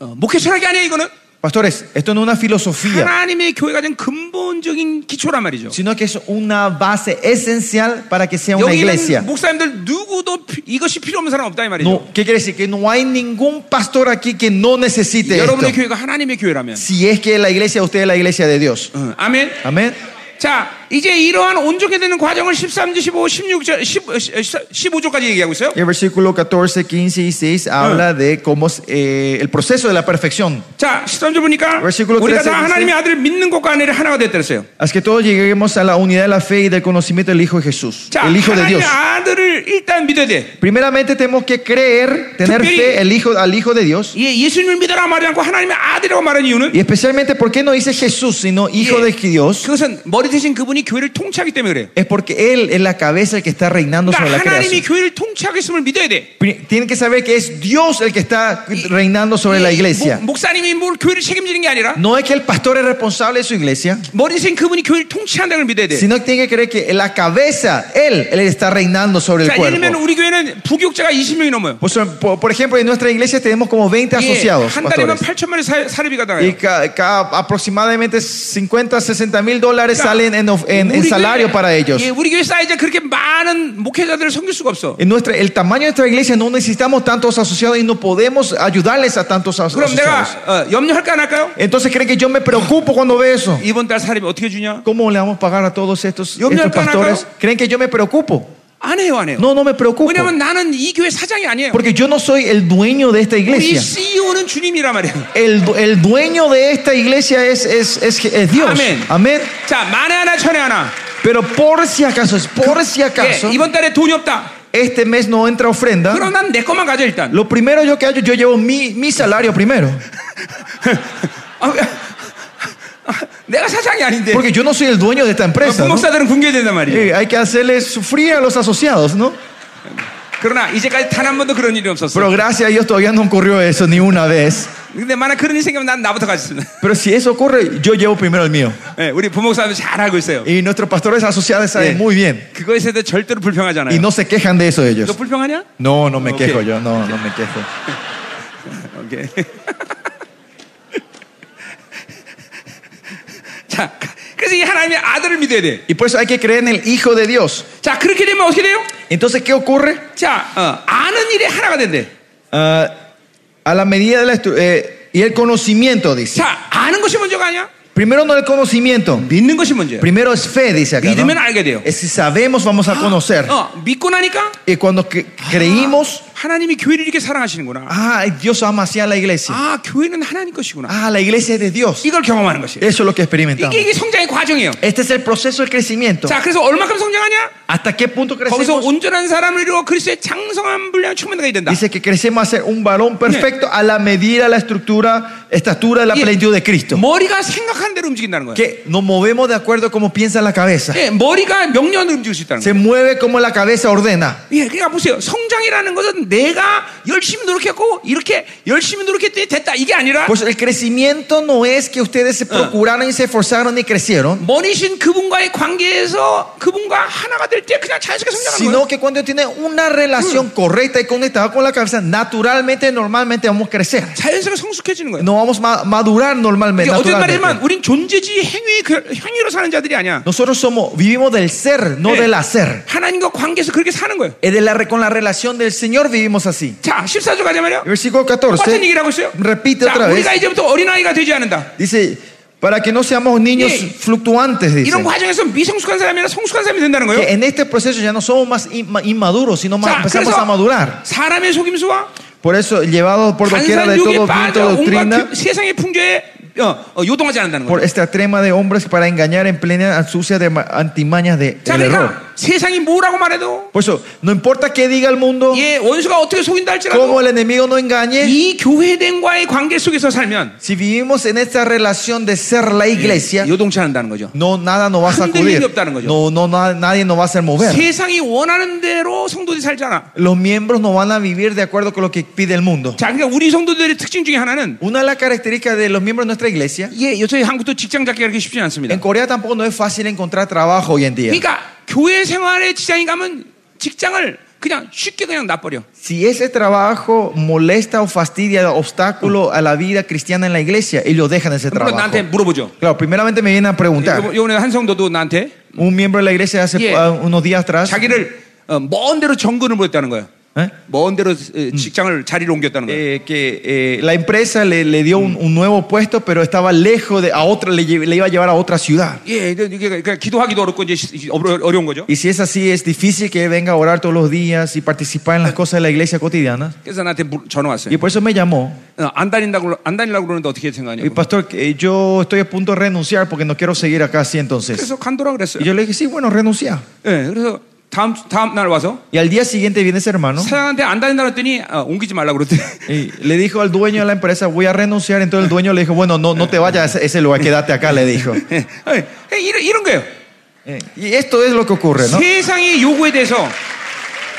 Speaker 1: 어, 목회 철학이 아니에요 이거는
Speaker 2: Pastores, esto no es una
Speaker 1: 예.
Speaker 2: filosofía,
Speaker 1: 하나님의 교회가 된 근본적인 기초란 말이죠.
Speaker 2: sino que es una base esencial para que sea una iglesia.
Speaker 1: 여기는 목사님들 누구도 피- 이것이 필요 없는 사람 없다 이 말이죠.
Speaker 2: No, ¿Qué quiere decir? Que no hay ningún pastor aquí que no
Speaker 1: 네,
Speaker 2: necesite esto.
Speaker 1: 여러분의 교회가 하나님의 교회라면.
Speaker 2: Si es que la iglesia de usted es la iglesia de Dios.
Speaker 1: 응, 아멘.
Speaker 2: Amén.
Speaker 1: 자, 이제 이러한 온전히 되는 과정을 13절, 15, 16절, 15, 절까지 얘기하고 있어요.
Speaker 2: Y el versículo 14, 15 y 6 habla de cómo es, eh, el proceso de la perfección.
Speaker 1: 자, 13절 보니까
Speaker 2: Versículo
Speaker 1: 우리가
Speaker 2: 13,
Speaker 1: 다 하나님의 아들을 믿는 것과 아내를 하나가 됐다 그랬어요.
Speaker 2: Hasta que todos lleguemos a la unidad de la fe y del conocimiento del Hijo de Jesús,
Speaker 1: 자,
Speaker 2: el Hijo de Dios.
Speaker 1: 하나님의 아들을 일단 믿어야 돼.
Speaker 2: Primeramente tenemos que creer, tener
Speaker 1: Superi-
Speaker 2: fe el hijo, al Hijo de Dios.
Speaker 1: 예, 예수님을 믿어라 말하지 않고 하나님의 아들이라고 말하는 이유는
Speaker 2: Y especialmente, ¿por qué no dice Jesús, sino Hijo
Speaker 1: 예,
Speaker 2: de Dios?
Speaker 1: 그것은 머리 대신 그분이 교회를 통치하기 때문에 그래요.
Speaker 2: Es porque Él es la cabeza el que está reinando sobre
Speaker 1: 그러니까
Speaker 2: la
Speaker 1: 하나님이
Speaker 2: creación.
Speaker 1: 교회를 통치하겠음을 믿어야 돼.
Speaker 2: Pri- Tienen que saber que es Dios el que está reinando sobre la iglesia.
Speaker 1: 목, 사님이뭘 교회를 책임지는 게 아니라
Speaker 2: No es que el pastor es responsable de su iglesia,
Speaker 1: 머리 대신 그분이 교회를 통치한다는 걸 믿어야 돼.
Speaker 2: sino que tiene que creer que la cabeza, Él, Él está reinando sobre el
Speaker 1: 자, 예를 들면
Speaker 2: cuerpo.
Speaker 1: 우리 교회는 부교육자가 20명이 넘어요.
Speaker 2: Por, eso, por- por ejemplo, en nuestra iglesia tenemos como 20
Speaker 1: 예,
Speaker 2: asociados.
Speaker 1: 한 달에만
Speaker 2: pastores.
Speaker 1: 8천만 원 사- 사례비가
Speaker 2: Y
Speaker 1: 나가요.
Speaker 2: ca- ca- aproximadamente 50, 60 mil dólares
Speaker 1: Claro.
Speaker 2: salen en, of- en- en salario para ellos.
Speaker 1: 예, 우리 교회 사이즈 그렇게 많은 목회자들을 섬길 수가 없어.
Speaker 2: En nuestra, el tamaño de nuestra iglesia no necesitamos tantos asociados y no podemos ayudarles a tantos as-
Speaker 1: 그럼
Speaker 2: asociados.
Speaker 1: 내가 어, 염려할까 안 할까요?
Speaker 2: Entonces creen que yo me preocupo cuando veo eso.
Speaker 1: 이번 달 사례비 어떻게 주냐?
Speaker 2: ¿Cómo le vamos a pagar a todos estos,
Speaker 1: Yo me
Speaker 2: estos
Speaker 1: alcanzo.
Speaker 2: pastores? ¿Creen que yo me preocupo?
Speaker 1: 안 해요, 안 해요.
Speaker 2: No, no me preocupo.
Speaker 1: 왜냐면 나는 이 교회 사장이 아니에요.
Speaker 2: Porque yo no soy el dueño de esta
Speaker 1: 우리
Speaker 2: iglesia.
Speaker 1: CEO는 주님이란 말이에요.
Speaker 2: El, du- el dueño de esta iglesia es, es, es, es Dios.
Speaker 1: Amén.
Speaker 2: Amén.
Speaker 1: 자, 만에 하나 천에 하나.
Speaker 2: Pero por si acaso, es por si acaso,
Speaker 1: 예, 이번 달에 돈이 없다.
Speaker 2: este mes no entra ofrenda.
Speaker 1: 그럼 난 내 것만 가져 일단.
Speaker 2: Lo primero yo que hago, yo llevo mi, mi salario primero.
Speaker 1: 아, 왜- 아, 내가 사장이 아닌데.
Speaker 2: Porque yo no soy el dueño de esta empresa. ¿no?
Speaker 1: 목사들은 굶겨야 된단 말이에요.
Speaker 2: Eh, hay que hacerle sufrir a los asociados, ¿no?
Speaker 1: 그러나 이제까지 단 한 번도 그런 일이 없었어.
Speaker 2: Pero gracias a Dios todavía no ocurrió eso ni una vez.
Speaker 1: 근데 만약 그런 일이 생기면 난 나부터 가졌습니다.
Speaker 2: Pero si eso ocurre, yo llevo primero el mío.
Speaker 1: 예, 우리 부목사도 잘 알고 있어요.
Speaker 2: Y nuestros pastores asociados saben
Speaker 1: Eh.
Speaker 2: muy bien.
Speaker 1: 그거에 대해 절대로 불평하지
Speaker 2: Y
Speaker 1: 않아요.
Speaker 2: no se quejan de eso
Speaker 1: 너
Speaker 2: ellos.
Speaker 1: 불평하냐?
Speaker 2: No, no me
Speaker 1: Ok.
Speaker 2: quejo yo, no, no me quejo.
Speaker 1: 오케이. <laughs> 자, 그래서 이 하나님의 아들을 믿어야 돼.
Speaker 2: Y por eso hay que creer en el Hijo de Dios.
Speaker 1: 자, 그렇게 되면 어떻게 돼요?
Speaker 2: Entonces, ¿qué ocurre?
Speaker 1: 자, 어, 아는 일에 하나가 된대.
Speaker 2: Ah, a la medida de la... estru- eh, y el conocimiento, dice.
Speaker 1: 자, 아는 것이 먼저가 아니야?
Speaker 2: Primero no el conocimiento.
Speaker 1: 믿는 것이 먼저야.
Speaker 2: Primero es fe, dice acá.
Speaker 1: 믿으면 알게 돼요. Ah,
Speaker 2: Es si sabemos, vamos a conocer.
Speaker 1: 어, 믿고 나니까
Speaker 2: Y cuando cre- creímos,
Speaker 1: 하나님이 교회를 이렇게 사랑하시는구나.
Speaker 2: Ah, Dios ama así a la iglesia.
Speaker 1: 아, 교회는 하나님 것이구나.
Speaker 2: Ah, la iglesia es de Dios.
Speaker 1: 이걸 경험하는 것이에요.
Speaker 2: Eso es lo que experimentamos.
Speaker 1: 이게, 이게 성장의 과정이에요.
Speaker 2: Este es el proceso del crecimiento.
Speaker 1: 자, 그래서 얼마큼 성장하냐?
Speaker 2: ¿Hasta qué punto
Speaker 1: 거기서
Speaker 2: crecemos?
Speaker 1: 온전한 사람을 이루어 그리스도의 장성한 분량 충만하게 된다.
Speaker 2: Dice que crecemos a ser un varón perfecto a la medida, la estructura, estatura de la
Speaker 1: Yeah.
Speaker 2: plenitud de Cristo.
Speaker 1: 머리가 생각하는 대로 움직인다는 거예요.
Speaker 2: Que nos movemos de acuerdo a como piensa la cabeza.
Speaker 1: 예, 머리가 명령으로 움직일 수 있다는 거예요.
Speaker 2: Se mueve como la cabeza ordena.
Speaker 1: 예, 그러니까 보세요. 성장이라는 것은 내가 열심히 노력했고 이렇게 열심히 노력했더니 됐다 이게 아니라
Speaker 2: Pues el crecimiento no es que ustedes se procuraron y se esforzaron y crecieron,
Speaker 1: 머니신 그분과의 관계에서 그분과 하나가 될 때 그냥 자연스럽게 성장하는 거예요.
Speaker 2: sino que cuando tienen una relación correcta y conectada con la cabeza, naturalmente, normalmente vamos a crecer.
Speaker 1: 자연스럽게 성숙해지는 거예요.
Speaker 2: No vamos a ma- madurar normalmente.
Speaker 1: 이게 어떤 말이지만
Speaker 2: naturalmente.
Speaker 1: 우린 존재지 행위 그- 행위로 사는 자들이 아니야.
Speaker 2: Nosotros somos, vivimos del ser, no
Speaker 1: Yeah.
Speaker 2: del hacer.
Speaker 1: 하나님과 관계에서 그렇게 사는 거예요.
Speaker 2: Es de la- con la relación del Señor vivimos así.
Speaker 1: 자, 14절 가자 말이요.
Speaker 2: Versículo
Speaker 1: 똑같은
Speaker 2: 14.
Speaker 1: 얘기를 하고 있어요.
Speaker 2: repite
Speaker 1: 자,
Speaker 2: otra vez.
Speaker 1: 우리가 이제부터 어린아이가 되지 않는다.
Speaker 2: Dice, para que no seamos niños
Speaker 1: Yeah.
Speaker 2: fluctuantes, dice.
Speaker 1: 이런 과정에서 미성숙한 사람이 아니라 성숙한 사람이 된다는 거예요.
Speaker 2: Que en este proceso ya no somos más inma- inmaduros, sino más,
Speaker 1: 자,
Speaker 2: empezamos a madurar.
Speaker 1: 그래서 사람의 속임수와
Speaker 2: Por eso, llevados por doquiera
Speaker 1: 간사한
Speaker 2: de
Speaker 1: 욕에
Speaker 2: todo viento de
Speaker 1: 빠져 온갖
Speaker 2: doctrina,
Speaker 1: 그- 세상의 풍조에 어, 어, 요동하지 않는다는 거예요.
Speaker 2: por esta trema de hombres para engañar en plena astucia de ma- antimañas de,
Speaker 1: 자,
Speaker 2: del error.
Speaker 1: 그러니까 세상이 뭐라고 말해도
Speaker 2: Por eso, no importa qué diga el mundo,
Speaker 1: 예, 원수가 어떻게 속인다 할지라도
Speaker 2: cómo el enemigo no engañe,
Speaker 1: 이 교회된과의 관계 속에서 살면
Speaker 2: si vivimos en esta relación de ser la iglesia,
Speaker 1: 요동치 않는다는 거죠.
Speaker 2: no, nada nos va a
Speaker 1: 흔들림이
Speaker 2: sacudir.
Speaker 1: 없다는 거죠.
Speaker 2: No, no, na- nadie nos va a hacer mover.
Speaker 1: 세상이 원하는 대로 성도들이 살잖아.
Speaker 2: Los miembros no van a vivir de acuerdo con lo que pide el mundo.
Speaker 1: 자, 그러니까 우리 성도들의 특징 중에 하나는
Speaker 2: Una de las características de los miembros de nuestra iglesia,
Speaker 1: 예, 요새 한국도 직장 잡기가 그렇게 쉽지 않습니다.
Speaker 2: en Corea tampoco no es fácil encontrar trabajo hoy en día.
Speaker 1: 그러니까 교회 생활에 지장이 가면 직장을 그냥 쉽게 그냥 놔버려.
Speaker 2: Si ese trabajo molesta o fastidia, obstáculo a la vida cristiana en la iglesia, ellos dejan ese
Speaker 1: 물론 나한테
Speaker 2: trabajo.
Speaker 1: 물어보죠.
Speaker 2: Claro, primeramente me vienen a preguntar.
Speaker 1: 요- 요번에 한 성도도 나한테
Speaker 2: Un miembro de la iglesia hace
Speaker 1: Yeah.
Speaker 2: ah, unos días atrás,
Speaker 1: 자기를 어, 먼 데로 정근을 보였다는 거예요.
Speaker 2: ¿eh?
Speaker 1: 먼 데로 에, 직장을 자리를 옮겼다는 거예요.
Speaker 2: Eh, que eh, la empresa le, le dio un, un nuevo puesto, pero estaba lejos de a otra, le, lle- le iba a llevar a otra ciudad.
Speaker 1: 예, 이게 그러니까 기도하기도 어렵고 이제 시- 어려- 어려운 거죠.
Speaker 2: Y si es así, es difícil que venga a orar todos los días y participar en las cosas de la iglesia cotidiana.
Speaker 1: 그래서 나한테 물- 전화 왔어요.
Speaker 2: Y por eso me llamó.
Speaker 1: 어, 안 다닌다고 안 다니려고 그러는데 어떻게
Speaker 2: Y
Speaker 1: 생각하냐고.
Speaker 2: pastor, eh, yo estoy a punto de renunciar porque no quiero seguir acá así entonces.
Speaker 1: 그래서 간도라
Speaker 2: Y
Speaker 1: 그랬어요.
Speaker 2: yo le dije, sí, bueno, renuncia.
Speaker 1: 예, 그래서 다음 다음 날 와서
Speaker 2: Y al día siguiente viene ese hermano
Speaker 1: 사장한테 안 다닌다 그랬더니 어, 옮기지 말라 그랬더니 <laughs>
Speaker 2: y le dijo al dueño de la empresa, voy a renunciar. Entonces el dueño le dijo, bueno, no, no te vayas a ese, ese lugar, quédate acá, le dijo.
Speaker 1: 예, 이런 이런 거예요.
Speaker 2: Eh, Y esto es lo que ocurre, ¿no?
Speaker 1: 세상의 요구에 대해서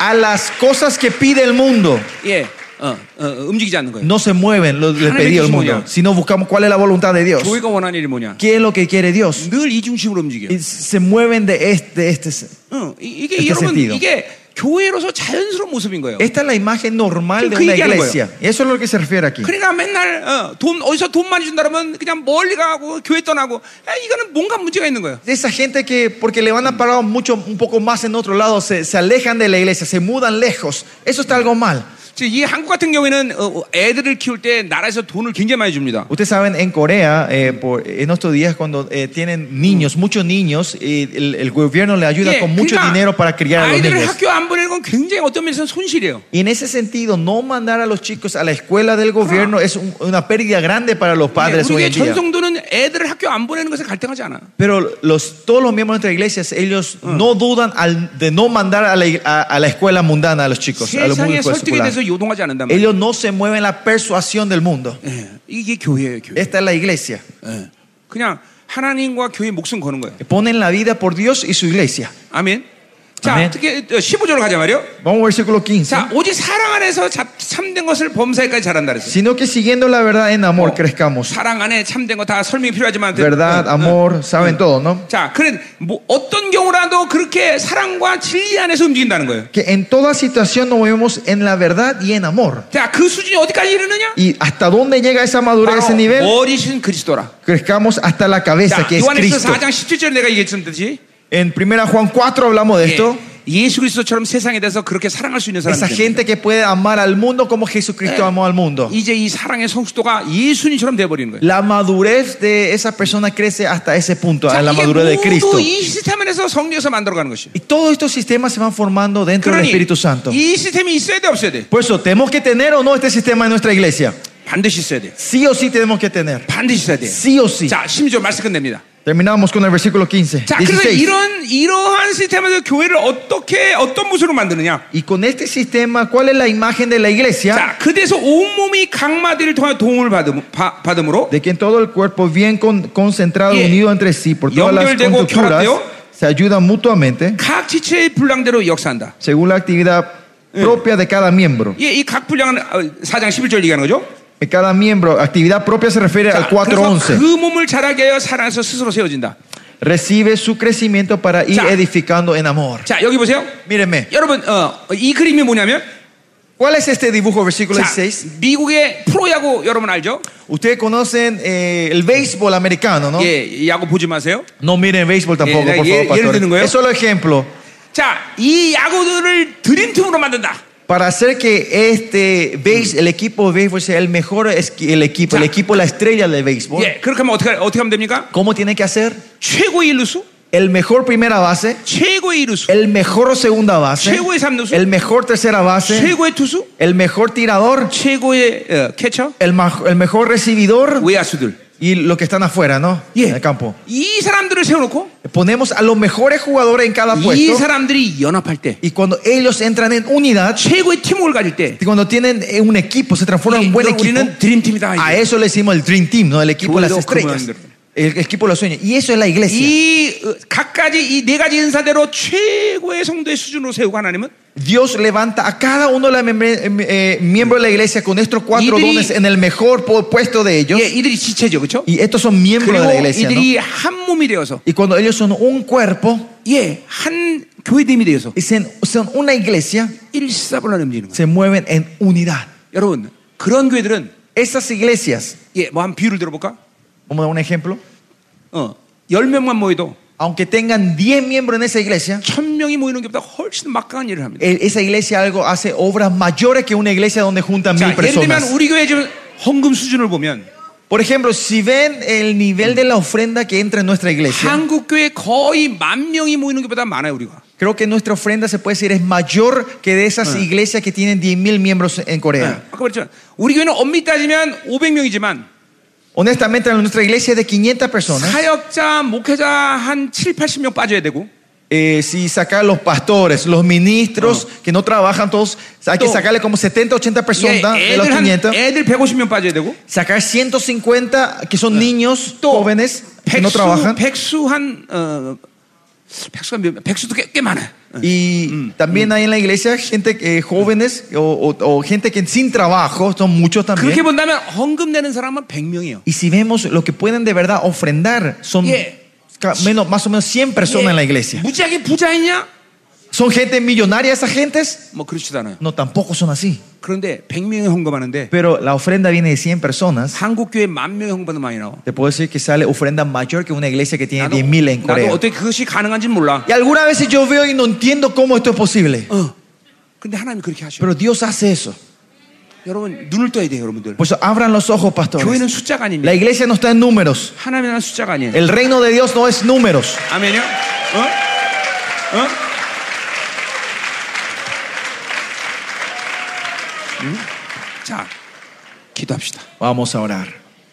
Speaker 2: A las cosas que pide el mundo
Speaker 1: 예, 어, 어, 움직이지 않는 거예요.
Speaker 2: no se mueven, lo le pedí al mundo, sino buscamos cuál es la voluntad de Dios.
Speaker 1: 교회가 원하는 일이 뭐냐?
Speaker 2: ¿Qué es lo que quiere Dios?
Speaker 1: 늘 이 중심으로 움직여.
Speaker 2: Y se mueven de este, este.
Speaker 1: 응, 이- 이게
Speaker 2: 이렇게
Speaker 1: 여러분
Speaker 2: sentido.
Speaker 1: 이게 교회로서 자연스러운 모습인 거예요.
Speaker 2: Esta es la imagen normal de
Speaker 1: Que- que
Speaker 2: una
Speaker 1: 얘기하는
Speaker 2: iglesia. Eso es lo que se refiere aquí.
Speaker 1: 그러니까 맨날 어, 돈 어디서 돈 많이 준다 그러면 그냥 멀리 가고 교회 떠나고 아, 이거는 뭔가 문제가 있는 거예요.
Speaker 2: Esa gente que, porque le van a pagar mucho, un poco más en otro lado, se, se alejan de la iglesia, se mudan lejos. Eso está algo mal.
Speaker 1: 지금 이 한국 같은 경우에는 어, 어, 애들을 키울 때 나라에서 돈을 굉장히 많이 줍니다.
Speaker 2: Ustedes saben, en Corea, eh, por- en estos días, cuando eh, tienen niños, muchos niños, eh, el, el gobierno le ayuda
Speaker 1: 예,
Speaker 2: con mucho
Speaker 1: 그러니까
Speaker 2: dinero para criar a los
Speaker 1: 아이들을
Speaker 2: niños.
Speaker 1: 학교 안 보내는 건 굉장히 어떤 면에서는 손실이에요. 예,
Speaker 2: Y en ese sentido, no mandar a los chicos a la escuela del gobierno es un- una pérdida grande para los
Speaker 1: 예,
Speaker 2: padres hoy
Speaker 1: 우리의
Speaker 2: en día.
Speaker 1: 전성도는 애들을 학교 안 보내는 것에 갈등하지 않아.
Speaker 2: Pero los, todos los miembros de nuestra iglesia, ellos no dudan al- de no mandar a la, ig- a- a la escuela mundana a los chicos. A los
Speaker 1: 세상의
Speaker 2: mundo
Speaker 1: 설득에
Speaker 2: escolar.
Speaker 1: 대해서 요동하지 않는단 말이에요.
Speaker 2: Ellos no se mueven la persuasión del mundo.
Speaker 1: 예, 이게 교회예요, 교회.
Speaker 2: Esta es la iglesia.
Speaker 1: 예. 그냥 하나님과 교회 목숨 거는 거예요.
Speaker 2: Ponen la vida por Dios y su iglesia.
Speaker 1: 아멘. 자,
Speaker 2: 아멘. 음.
Speaker 1: 특히 15절로 가자 말이요.
Speaker 2: Vamos al versículo 15.
Speaker 1: 자, 오직 사랑 안에서 잡- 참된 것을 범사에까지 잘한다 그랬어요.
Speaker 2: Sino que siguiendo la verdad en amor <laughs> crezcamos.
Speaker 1: 사랑 안에 참된 거 다 설명이 필요하지만
Speaker 2: Verdad, <laughs> amor, saben todo, ¿no?
Speaker 1: 자, 그런 뭐 어떤 경우라도 그렇게 사랑과 진리 안에서 움직인다는 거예요.
Speaker 2: Que en toda situación nos movemos en la verdad y en amor.
Speaker 1: 자, 그 수준이 어디까지 이르느냐?
Speaker 2: Y hasta dónde llega esa madurez, ese
Speaker 1: 바로
Speaker 2: nivel,
Speaker 1: 머리신 그리스도라.
Speaker 2: crezcamos hasta la
Speaker 1: 자,
Speaker 2: cabeza, que es
Speaker 1: 요한에서
Speaker 2: Cristo.
Speaker 1: 4장 17절에 내가 얘기했듯이
Speaker 2: En 1 Juan 4 hablamos de esto.
Speaker 1: 예, 예수 그리스도처럼 세상에 대해서 그렇게 사랑할 수 있는
Speaker 2: Esa
Speaker 1: 사람들.
Speaker 2: gente Eh. que puede amar al mundo como Jesucristo amó al mundo.
Speaker 1: 이제 이 사랑의 성숙도가 예수님처럼 돼버리는 거예요.
Speaker 2: La madurez de esa persona crece hasta ese punto, a
Speaker 1: 자,
Speaker 2: la
Speaker 1: 이게
Speaker 2: madurez de Cristo.
Speaker 1: 모두 이 시스템 안에서 성령에서 만들어가는 것이.
Speaker 2: Y todos estos sistemas se van formando dentro del
Speaker 1: 그러니
Speaker 2: Espíritu Santo.
Speaker 1: 이 시스템이 있어야 돼 없어야 돼.
Speaker 2: Por eso, ¿tenemos que tener o no este sistema en nuestra iglesia?
Speaker 1: 반드시 있어야 돼.
Speaker 2: Sí o sí tenemos que tener.
Speaker 1: 반드시 있어야 돼.
Speaker 2: Sí o sí.
Speaker 1: 자, 심지어 말씀 끝냅니다.
Speaker 2: Terminamos con el versículo 15.
Speaker 1: 자, 그래서
Speaker 2: 16.
Speaker 1: 이런 이러한 시스템에서 교회를 어떻게 어떤 모습으로 만드느냐?
Speaker 2: Y con este sistema, ¿cuál es la imagen de la iglesia?
Speaker 1: 자, 그대에서 온 몸이 각마디를 통해 도움을 받음, 바- 받음으로
Speaker 2: De que en todo el cuerpo, bien con- concentrado,
Speaker 1: Yeah.
Speaker 2: unido entre sí por todas las
Speaker 1: 연결되고
Speaker 2: conjunturas,
Speaker 1: 결합되어
Speaker 2: se ayudan mutuamente
Speaker 1: 각 지체의 분량대로 역사한다.
Speaker 2: según la actividad propia de cada miembro.
Speaker 1: 예, 이각 분량은 어, 4장 11절 얘기하는 거죠?
Speaker 2: De cada miembro, actividad propia se refiere al
Speaker 1: 자, 그래서
Speaker 2: 4.11.
Speaker 1: 그 몸을 자라게 하여 사랑에서 스스로 세워진다.
Speaker 2: Recibe su crecimiento para ir
Speaker 1: 자.
Speaker 2: edificando en amor.
Speaker 1: 자, 여기 보세요.
Speaker 2: Mírenme,
Speaker 1: 여러분, 어, 이 그림이 뭐냐면
Speaker 2: ¿cuál es este dibujo, versículo
Speaker 1: 자,
Speaker 2: 16?
Speaker 1: 미국의 프로야구 여러분 알죠?
Speaker 2: Ustedes conocen eh, el béisbol americano, ¿no?
Speaker 1: 예, 야구 보지 마세요.
Speaker 2: No miren béisbol tampoco,
Speaker 1: Yeah,
Speaker 2: por
Speaker 1: yeah,
Speaker 2: favor,
Speaker 1: yeah,
Speaker 2: pastores.
Speaker 1: yeah, yeah.
Speaker 2: Es solo ejemplo.
Speaker 1: 자, 이 야구들을 드림팀으로 만든다.
Speaker 2: Para hacer que este béis- el equipo de béisbol sea el mejor esqui- el equipo, el
Speaker 1: Ya.
Speaker 2: equipo la estrella del béisbol.
Speaker 1: 예, 그렇게 하면 어떻게 어떻게 하면 됩니까?
Speaker 2: ¿Cómo tiene que hacer?
Speaker 1: 최고의 일루수,
Speaker 2: El mejor primera base,
Speaker 1: 최고의 일루수,
Speaker 2: el mejor segunda base,
Speaker 1: 최고의 삼루수,
Speaker 2: el mejor tercera base,
Speaker 1: 최고의 투수,
Speaker 2: el mejor tirador,
Speaker 1: 최고의 어, 캐쳐,
Speaker 2: el, ma- el mejor recibidor
Speaker 1: 외야수들.
Speaker 2: y los que están afuera, ¿no?
Speaker 1: Yeah.
Speaker 2: En el campo.
Speaker 1: 이 사람들을 세워놓고
Speaker 2: Ponemos a los mejores jugadores en cada
Speaker 1: 이
Speaker 2: puesto
Speaker 1: 사람들이 연합할 때
Speaker 2: y cuando ellos entran en unidad,
Speaker 1: 최고의 팀워크를 가질 때
Speaker 2: Y cuando tienen eh, un equipo, se transforman en
Speaker 1: 이-
Speaker 2: un buen
Speaker 1: 이걸
Speaker 2: equipo.
Speaker 1: 우리는 드림팀이다.
Speaker 2: A
Speaker 1: 이게.
Speaker 2: eso le decimos el Dream Team, ¿no? El equipo de las
Speaker 1: Bueno,
Speaker 2: estrellas.
Speaker 1: commander.
Speaker 2: El equipo de los sueños. Y eso es la iglesia.
Speaker 1: 이 어, 각가지 이 네 가지 은사대로 최고의 성도의 수준으로 세우고 하나님은
Speaker 2: Dios levanta a cada uno de los membre- em- eh, miembros de la iglesia con estos cuatro
Speaker 1: Y-
Speaker 2: dones en el mejor po- puesto de ellos.
Speaker 1: 예, 이들이 지체죠, 그렇죠?
Speaker 2: Y estos son miembros de
Speaker 1: 그리고
Speaker 2: la iglesia, ¿no?
Speaker 1: 이들이 한 몸이 되어서
Speaker 2: Y cuando ellos son un cuerpo,
Speaker 1: 예, 한 교회됨이 되어서
Speaker 2: y sen- son una iglesia,
Speaker 1: 일사분란 움직이는 거예요.
Speaker 2: se mueven en unidad.
Speaker 1: 여러분, 그런 교회들은
Speaker 2: Esas iglesias,
Speaker 1: 예, 뭐 한 비유를 들어볼까?
Speaker 2: vamos a dar un ejemplo.
Speaker 1: 어, 열 명만 모여도
Speaker 2: Aunque tengan 10 miembros en esa iglesia,
Speaker 1: 천 명이 모이는 것보다 훨씬 막강한 일을 합니다.
Speaker 2: el- esa iglesia algo hace obras mayores que una iglesia donde juntan
Speaker 1: 자,
Speaker 2: mil
Speaker 1: 예를 들면
Speaker 2: personas.
Speaker 1: 우리 교회 지금 헌금 수준을 보면
Speaker 2: Por ejemplo, si ven el nivel de la ofrenda que entra en nuestra iglesia,
Speaker 1: 한국 교회 거의 만 명이 모이는 것보다 많아요 우리가.
Speaker 2: creo que nuestra ofrenda se puede decir es mayor que de
Speaker 1: Ah.
Speaker 2: esas iglesias que tienen 10.000 miembros en
Speaker 1: 예,
Speaker 2: Corea.
Speaker 1: 아까 그랬죠. 우리 교회는 엄밀히 따지면 500명이지만
Speaker 2: Honestamente, en nuestra iglesia es de 500 personas.
Speaker 1: 사역자, 목회자 한 7, 80명 빠져야 되고
Speaker 2: Eh, si sacar los pastores, los ministros que no trabajan todos, hay que
Speaker 1: No.
Speaker 2: sacarle como 70, 80
Speaker 1: 예,
Speaker 2: personas de los
Speaker 1: 애들 한
Speaker 2: 500.
Speaker 1: 애들 150명 빠져야 되고
Speaker 2: Sacar 150 que son niños,
Speaker 1: Ah. No.
Speaker 2: jóvenes que no
Speaker 1: 백수,
Speaker 2: trabajan.
Speaker 1: 백수 한 어, 백수가 몇, 백수도 꽤, 꽤 많아요. 어.
Speaker 2: Y
Speaker 1: Mm.
Speaker 2: también hay en la iglesia gente eh, jóvenes o, o- o gente que sin trabajo, son muchos también.
Speaker 1: 그렇게 본다면 헌금 내는 사람은 100명이에요.
Speaker 2: Y si vemos lo que pueden de verdad ofrendar, son
Speaker 1: Yeah.
Speaker 2: ca- menos, más o menos 100 personas en la iglesia.
Speaker 1: 무지하게 부자이냐?
Speaker 2: ¿Son gente millonaria esas gentes?
Speaker 1: 뭐 그렇지도 않아요.
Speaker 2: No, tampoco son así.
Speaker 1: 그런데 100명이 헌금하는데
Speaker 2: Pero la ofrenda viene de 100 personas.
Speaker 1: 한국 교회 만 명이 헌금도 많이 나와.
Speaker 2: Te puedo decir que sale ofrenda mayor que una iglesia que tiene
Speaker 1: 나도,
Speaker 2: 10.000 en
Speaker 1: 나도
Speaker 2: Corea.
Speaker 1: 어떻게 그것이 가능한지 몰라.
Speaker 2: Y algunas veces yo veo y no entiendo cómo esto es posible.
Speaker 1: 어. 근데 하나님 그렇게 하셔.
Speaker 2: Pero Dios hace eso.
Speaker 1: 여러분 눈을 떠야 돼요, 여러분들.
Speaker 2: Por eso abran los ojos, pastores.
Speaker 1: 교회는 숫자가 아닙니다.
Speaker 2: La iglesia no está en números.
Speaker 1: 하나님은 숫자가 아니에요.
Speaker 2: El reino de Dios no es números.
Speaker 1: 아멘요? 어? 어? 응? 음? 자, 기도합시다.
Speaker 2: Vamos a orar.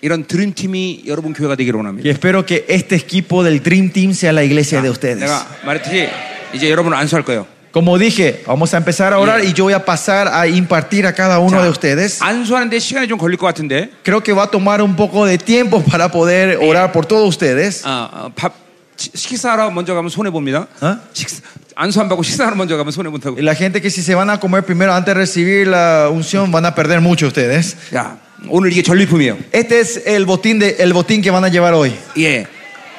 Speaker 1: 이런 드림팀이 여러분 교회가 되기를 원합니다.
Speaker 2: Y espero que este equipo del Dream Team sea la iglesia de ustedes.
Speaker 1: 내가 말했듯이 이제 여러분을 안수할 거예요.
Speaker 2: Como dije, vamos a empezar a orar
Speaker 1: Yeah.
Speaker 2: y yo voy a pasar a impartir a cada uno
Speaker 1: 자,
Speaker 2: de
Speaker 1: Ah.
Speaker 2: ustedes.
Speaker 1: 안수하는데 시간이 좀 걸릴 것 같은데
Speaker 2: Creo que va a tomar un poco de tiempo <laughs> para poder orar por todos ustedes.
Speaker 1: 아, 아, 밥 시- 식사하러 먼저 가면 손해 봅니다.
Speaker 2: 어?
Speaker 1: 식사, 안수 안 받고 식사하러 먼저 가면 손해 본다고.
Speaker 2: Y La gente que si se van a comer primero antes de recibir la unción van a perder mucho ustedes.
Speaker 1: 야, 오늘 이게 전리품이에요.
Speaker 2: Este es el botín, de, el botín que van a llevar hoy.
Speaker 1: 예,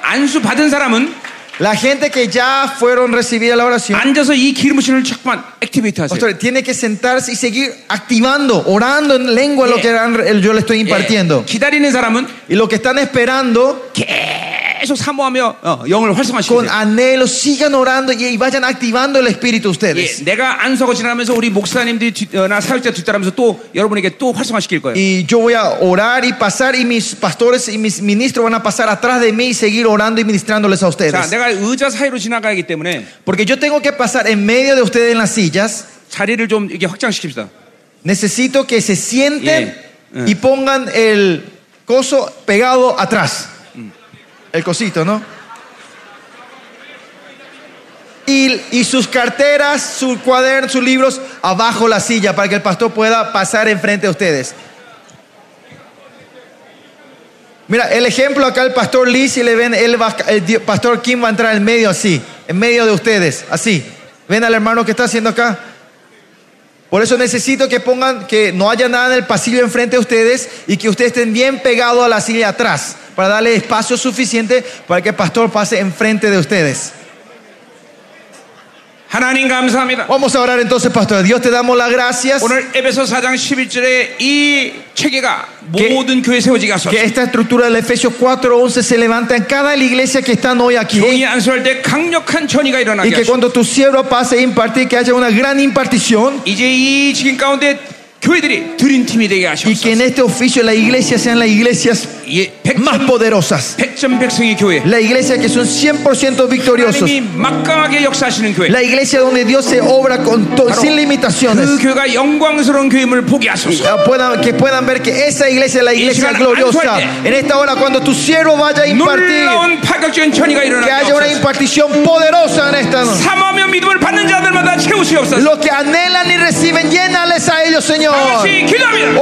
Speaker 1: 안수 받은 사람은
Speaker 2: La gente que ya fueron recibida la oración,
Speaker 1: 앉아서 이 기름부신을 자꾸만 액티베이트하세요.
Speaker 2: pastor, tiene que sentarse y seguir activando, orando en lengua lo
Speaker 1: Yeah.
Speaker 2: que han- yo le estoy
Speaker 1: 예,
Speaker 2: impartiendo.
Speaker 1: 기다리는 사람은
Speaker 2: Y lo que están esperando,
Speaker 1: 계속 사모하며 어, 영을 활성화시키세요.
Speaker 2: Con anhelo, sigan orando y, y vayan activando el espíritu
Speaker 1: 예,
Speaker 2: ustedes.
Speaker 1: 내가 안서고 지나면서 우리 목사님들이 뒤, 어, 나 사역자 뒤따라면서 또 여러분에게 또 활성화시킬 거예요.
Speaker 2: Y yo voy a orar y pasar y mis pastores y mis ministros van a pasar atrás de mí y seguir orando y ministrándoles a
Speaker 1: 자,
Speaker 2: ustedes.
Speaker 1: 내가 의자 사이로 지나가기 때문에
Speaker 2: Porque yo tengo que pasar en medio de ustedes en las sillas.
Speaker 1: 자리를 좀 이게 확장시킵시다.
Speaker 2: Necesito que se sienten
Speaker 1: Yeah.
Speaker 2: y pongan el coso pegado atrás. El cosito, ¿no? Y, y sus carteras, sus cuadernos, sus libros abajo la silla para que el pastor pueda pasar enfrente de ustedes. Mira, el ejemplo acá, el pastor Liz, y le ven, él va- el di- pastor Kim va a entrar en medio así, en medio de ustedes, así. Ven al hermano que está haciendo acá. Por eso necesito que pongan, que no haya nada en el pasillo enfrente de ustedes y que ustedes estén bien pegados a la silla atrás para darle espacio suficiente para que el pastor pase enfrente de ustedes.
Speaker 1: 하나님 감사합니다.
Speaker 2: Vamos a orar entonces, pastor. Dios te damos las gracias.
Speaker 1: 오늘 에베소 4장 11절에 이 체계가
Speaker 2: 게-
Speaker 1: 모든 교회 세워지게 하소서.
Speaker 2: Que esta estructura del Efesios 4:11 se levanta en cada la iglesia que están hoy aquí.
Speaker 1: 종이 안수할 때 강력한 전이가
Speaker 2: Y
Speaker 1: 일어나게
Speaker 2: que
Speaker 1: 하소서.
Speaker 2: cuando tu siervo pase a impartir, que haya una gran impartición.
Speaker 1: 이제 이 지금 가운데 교회들이 드림팀이 되게
Speaker 2: Y
Speaker 1: 하소서.
Speaker 2: que en este oficio las iglesias sean las iglesias
Speaker 1: 예, 백,
Speaker 2: más poderosas.
Speaker 1: 백점 백성의 교회.
Speaker 2: La iglesia que son 100% victoriosos.
Speaker 1: 하나님이 막강하게 역사하시는 교회.
Speaker 2: La iglesia donde Dios se obra con to- sin limitaciones.
Speaker 1: 그 교회가 영광스러운 교임을 보게 하소서.
Speaker 2: Ya puedan- que puedan ver que esa iglesia es la iglesia
Speaker 1: sigan
Speaker 2: gloriosa.
Speaker 1: actuando.
Speaker 2: En esta hora, cuando tu siervo vaya a impartir,
Speaker 1: 놀라운 파격적인 전이가
Speaker 2: que
Speaker 1: 일어나게
Speaker 2: haya una
Speaker 1: 하소서.
Speaker 2: impartición poderosa en esta noche.
Speaker 1: 사모하며 믿음을 받는 자들마다 채우시옵소서.
Speaker 2: Los que anhelan y reciben, llénales a ellos, Señor.
Speaker 1: 다같이 기도합니다.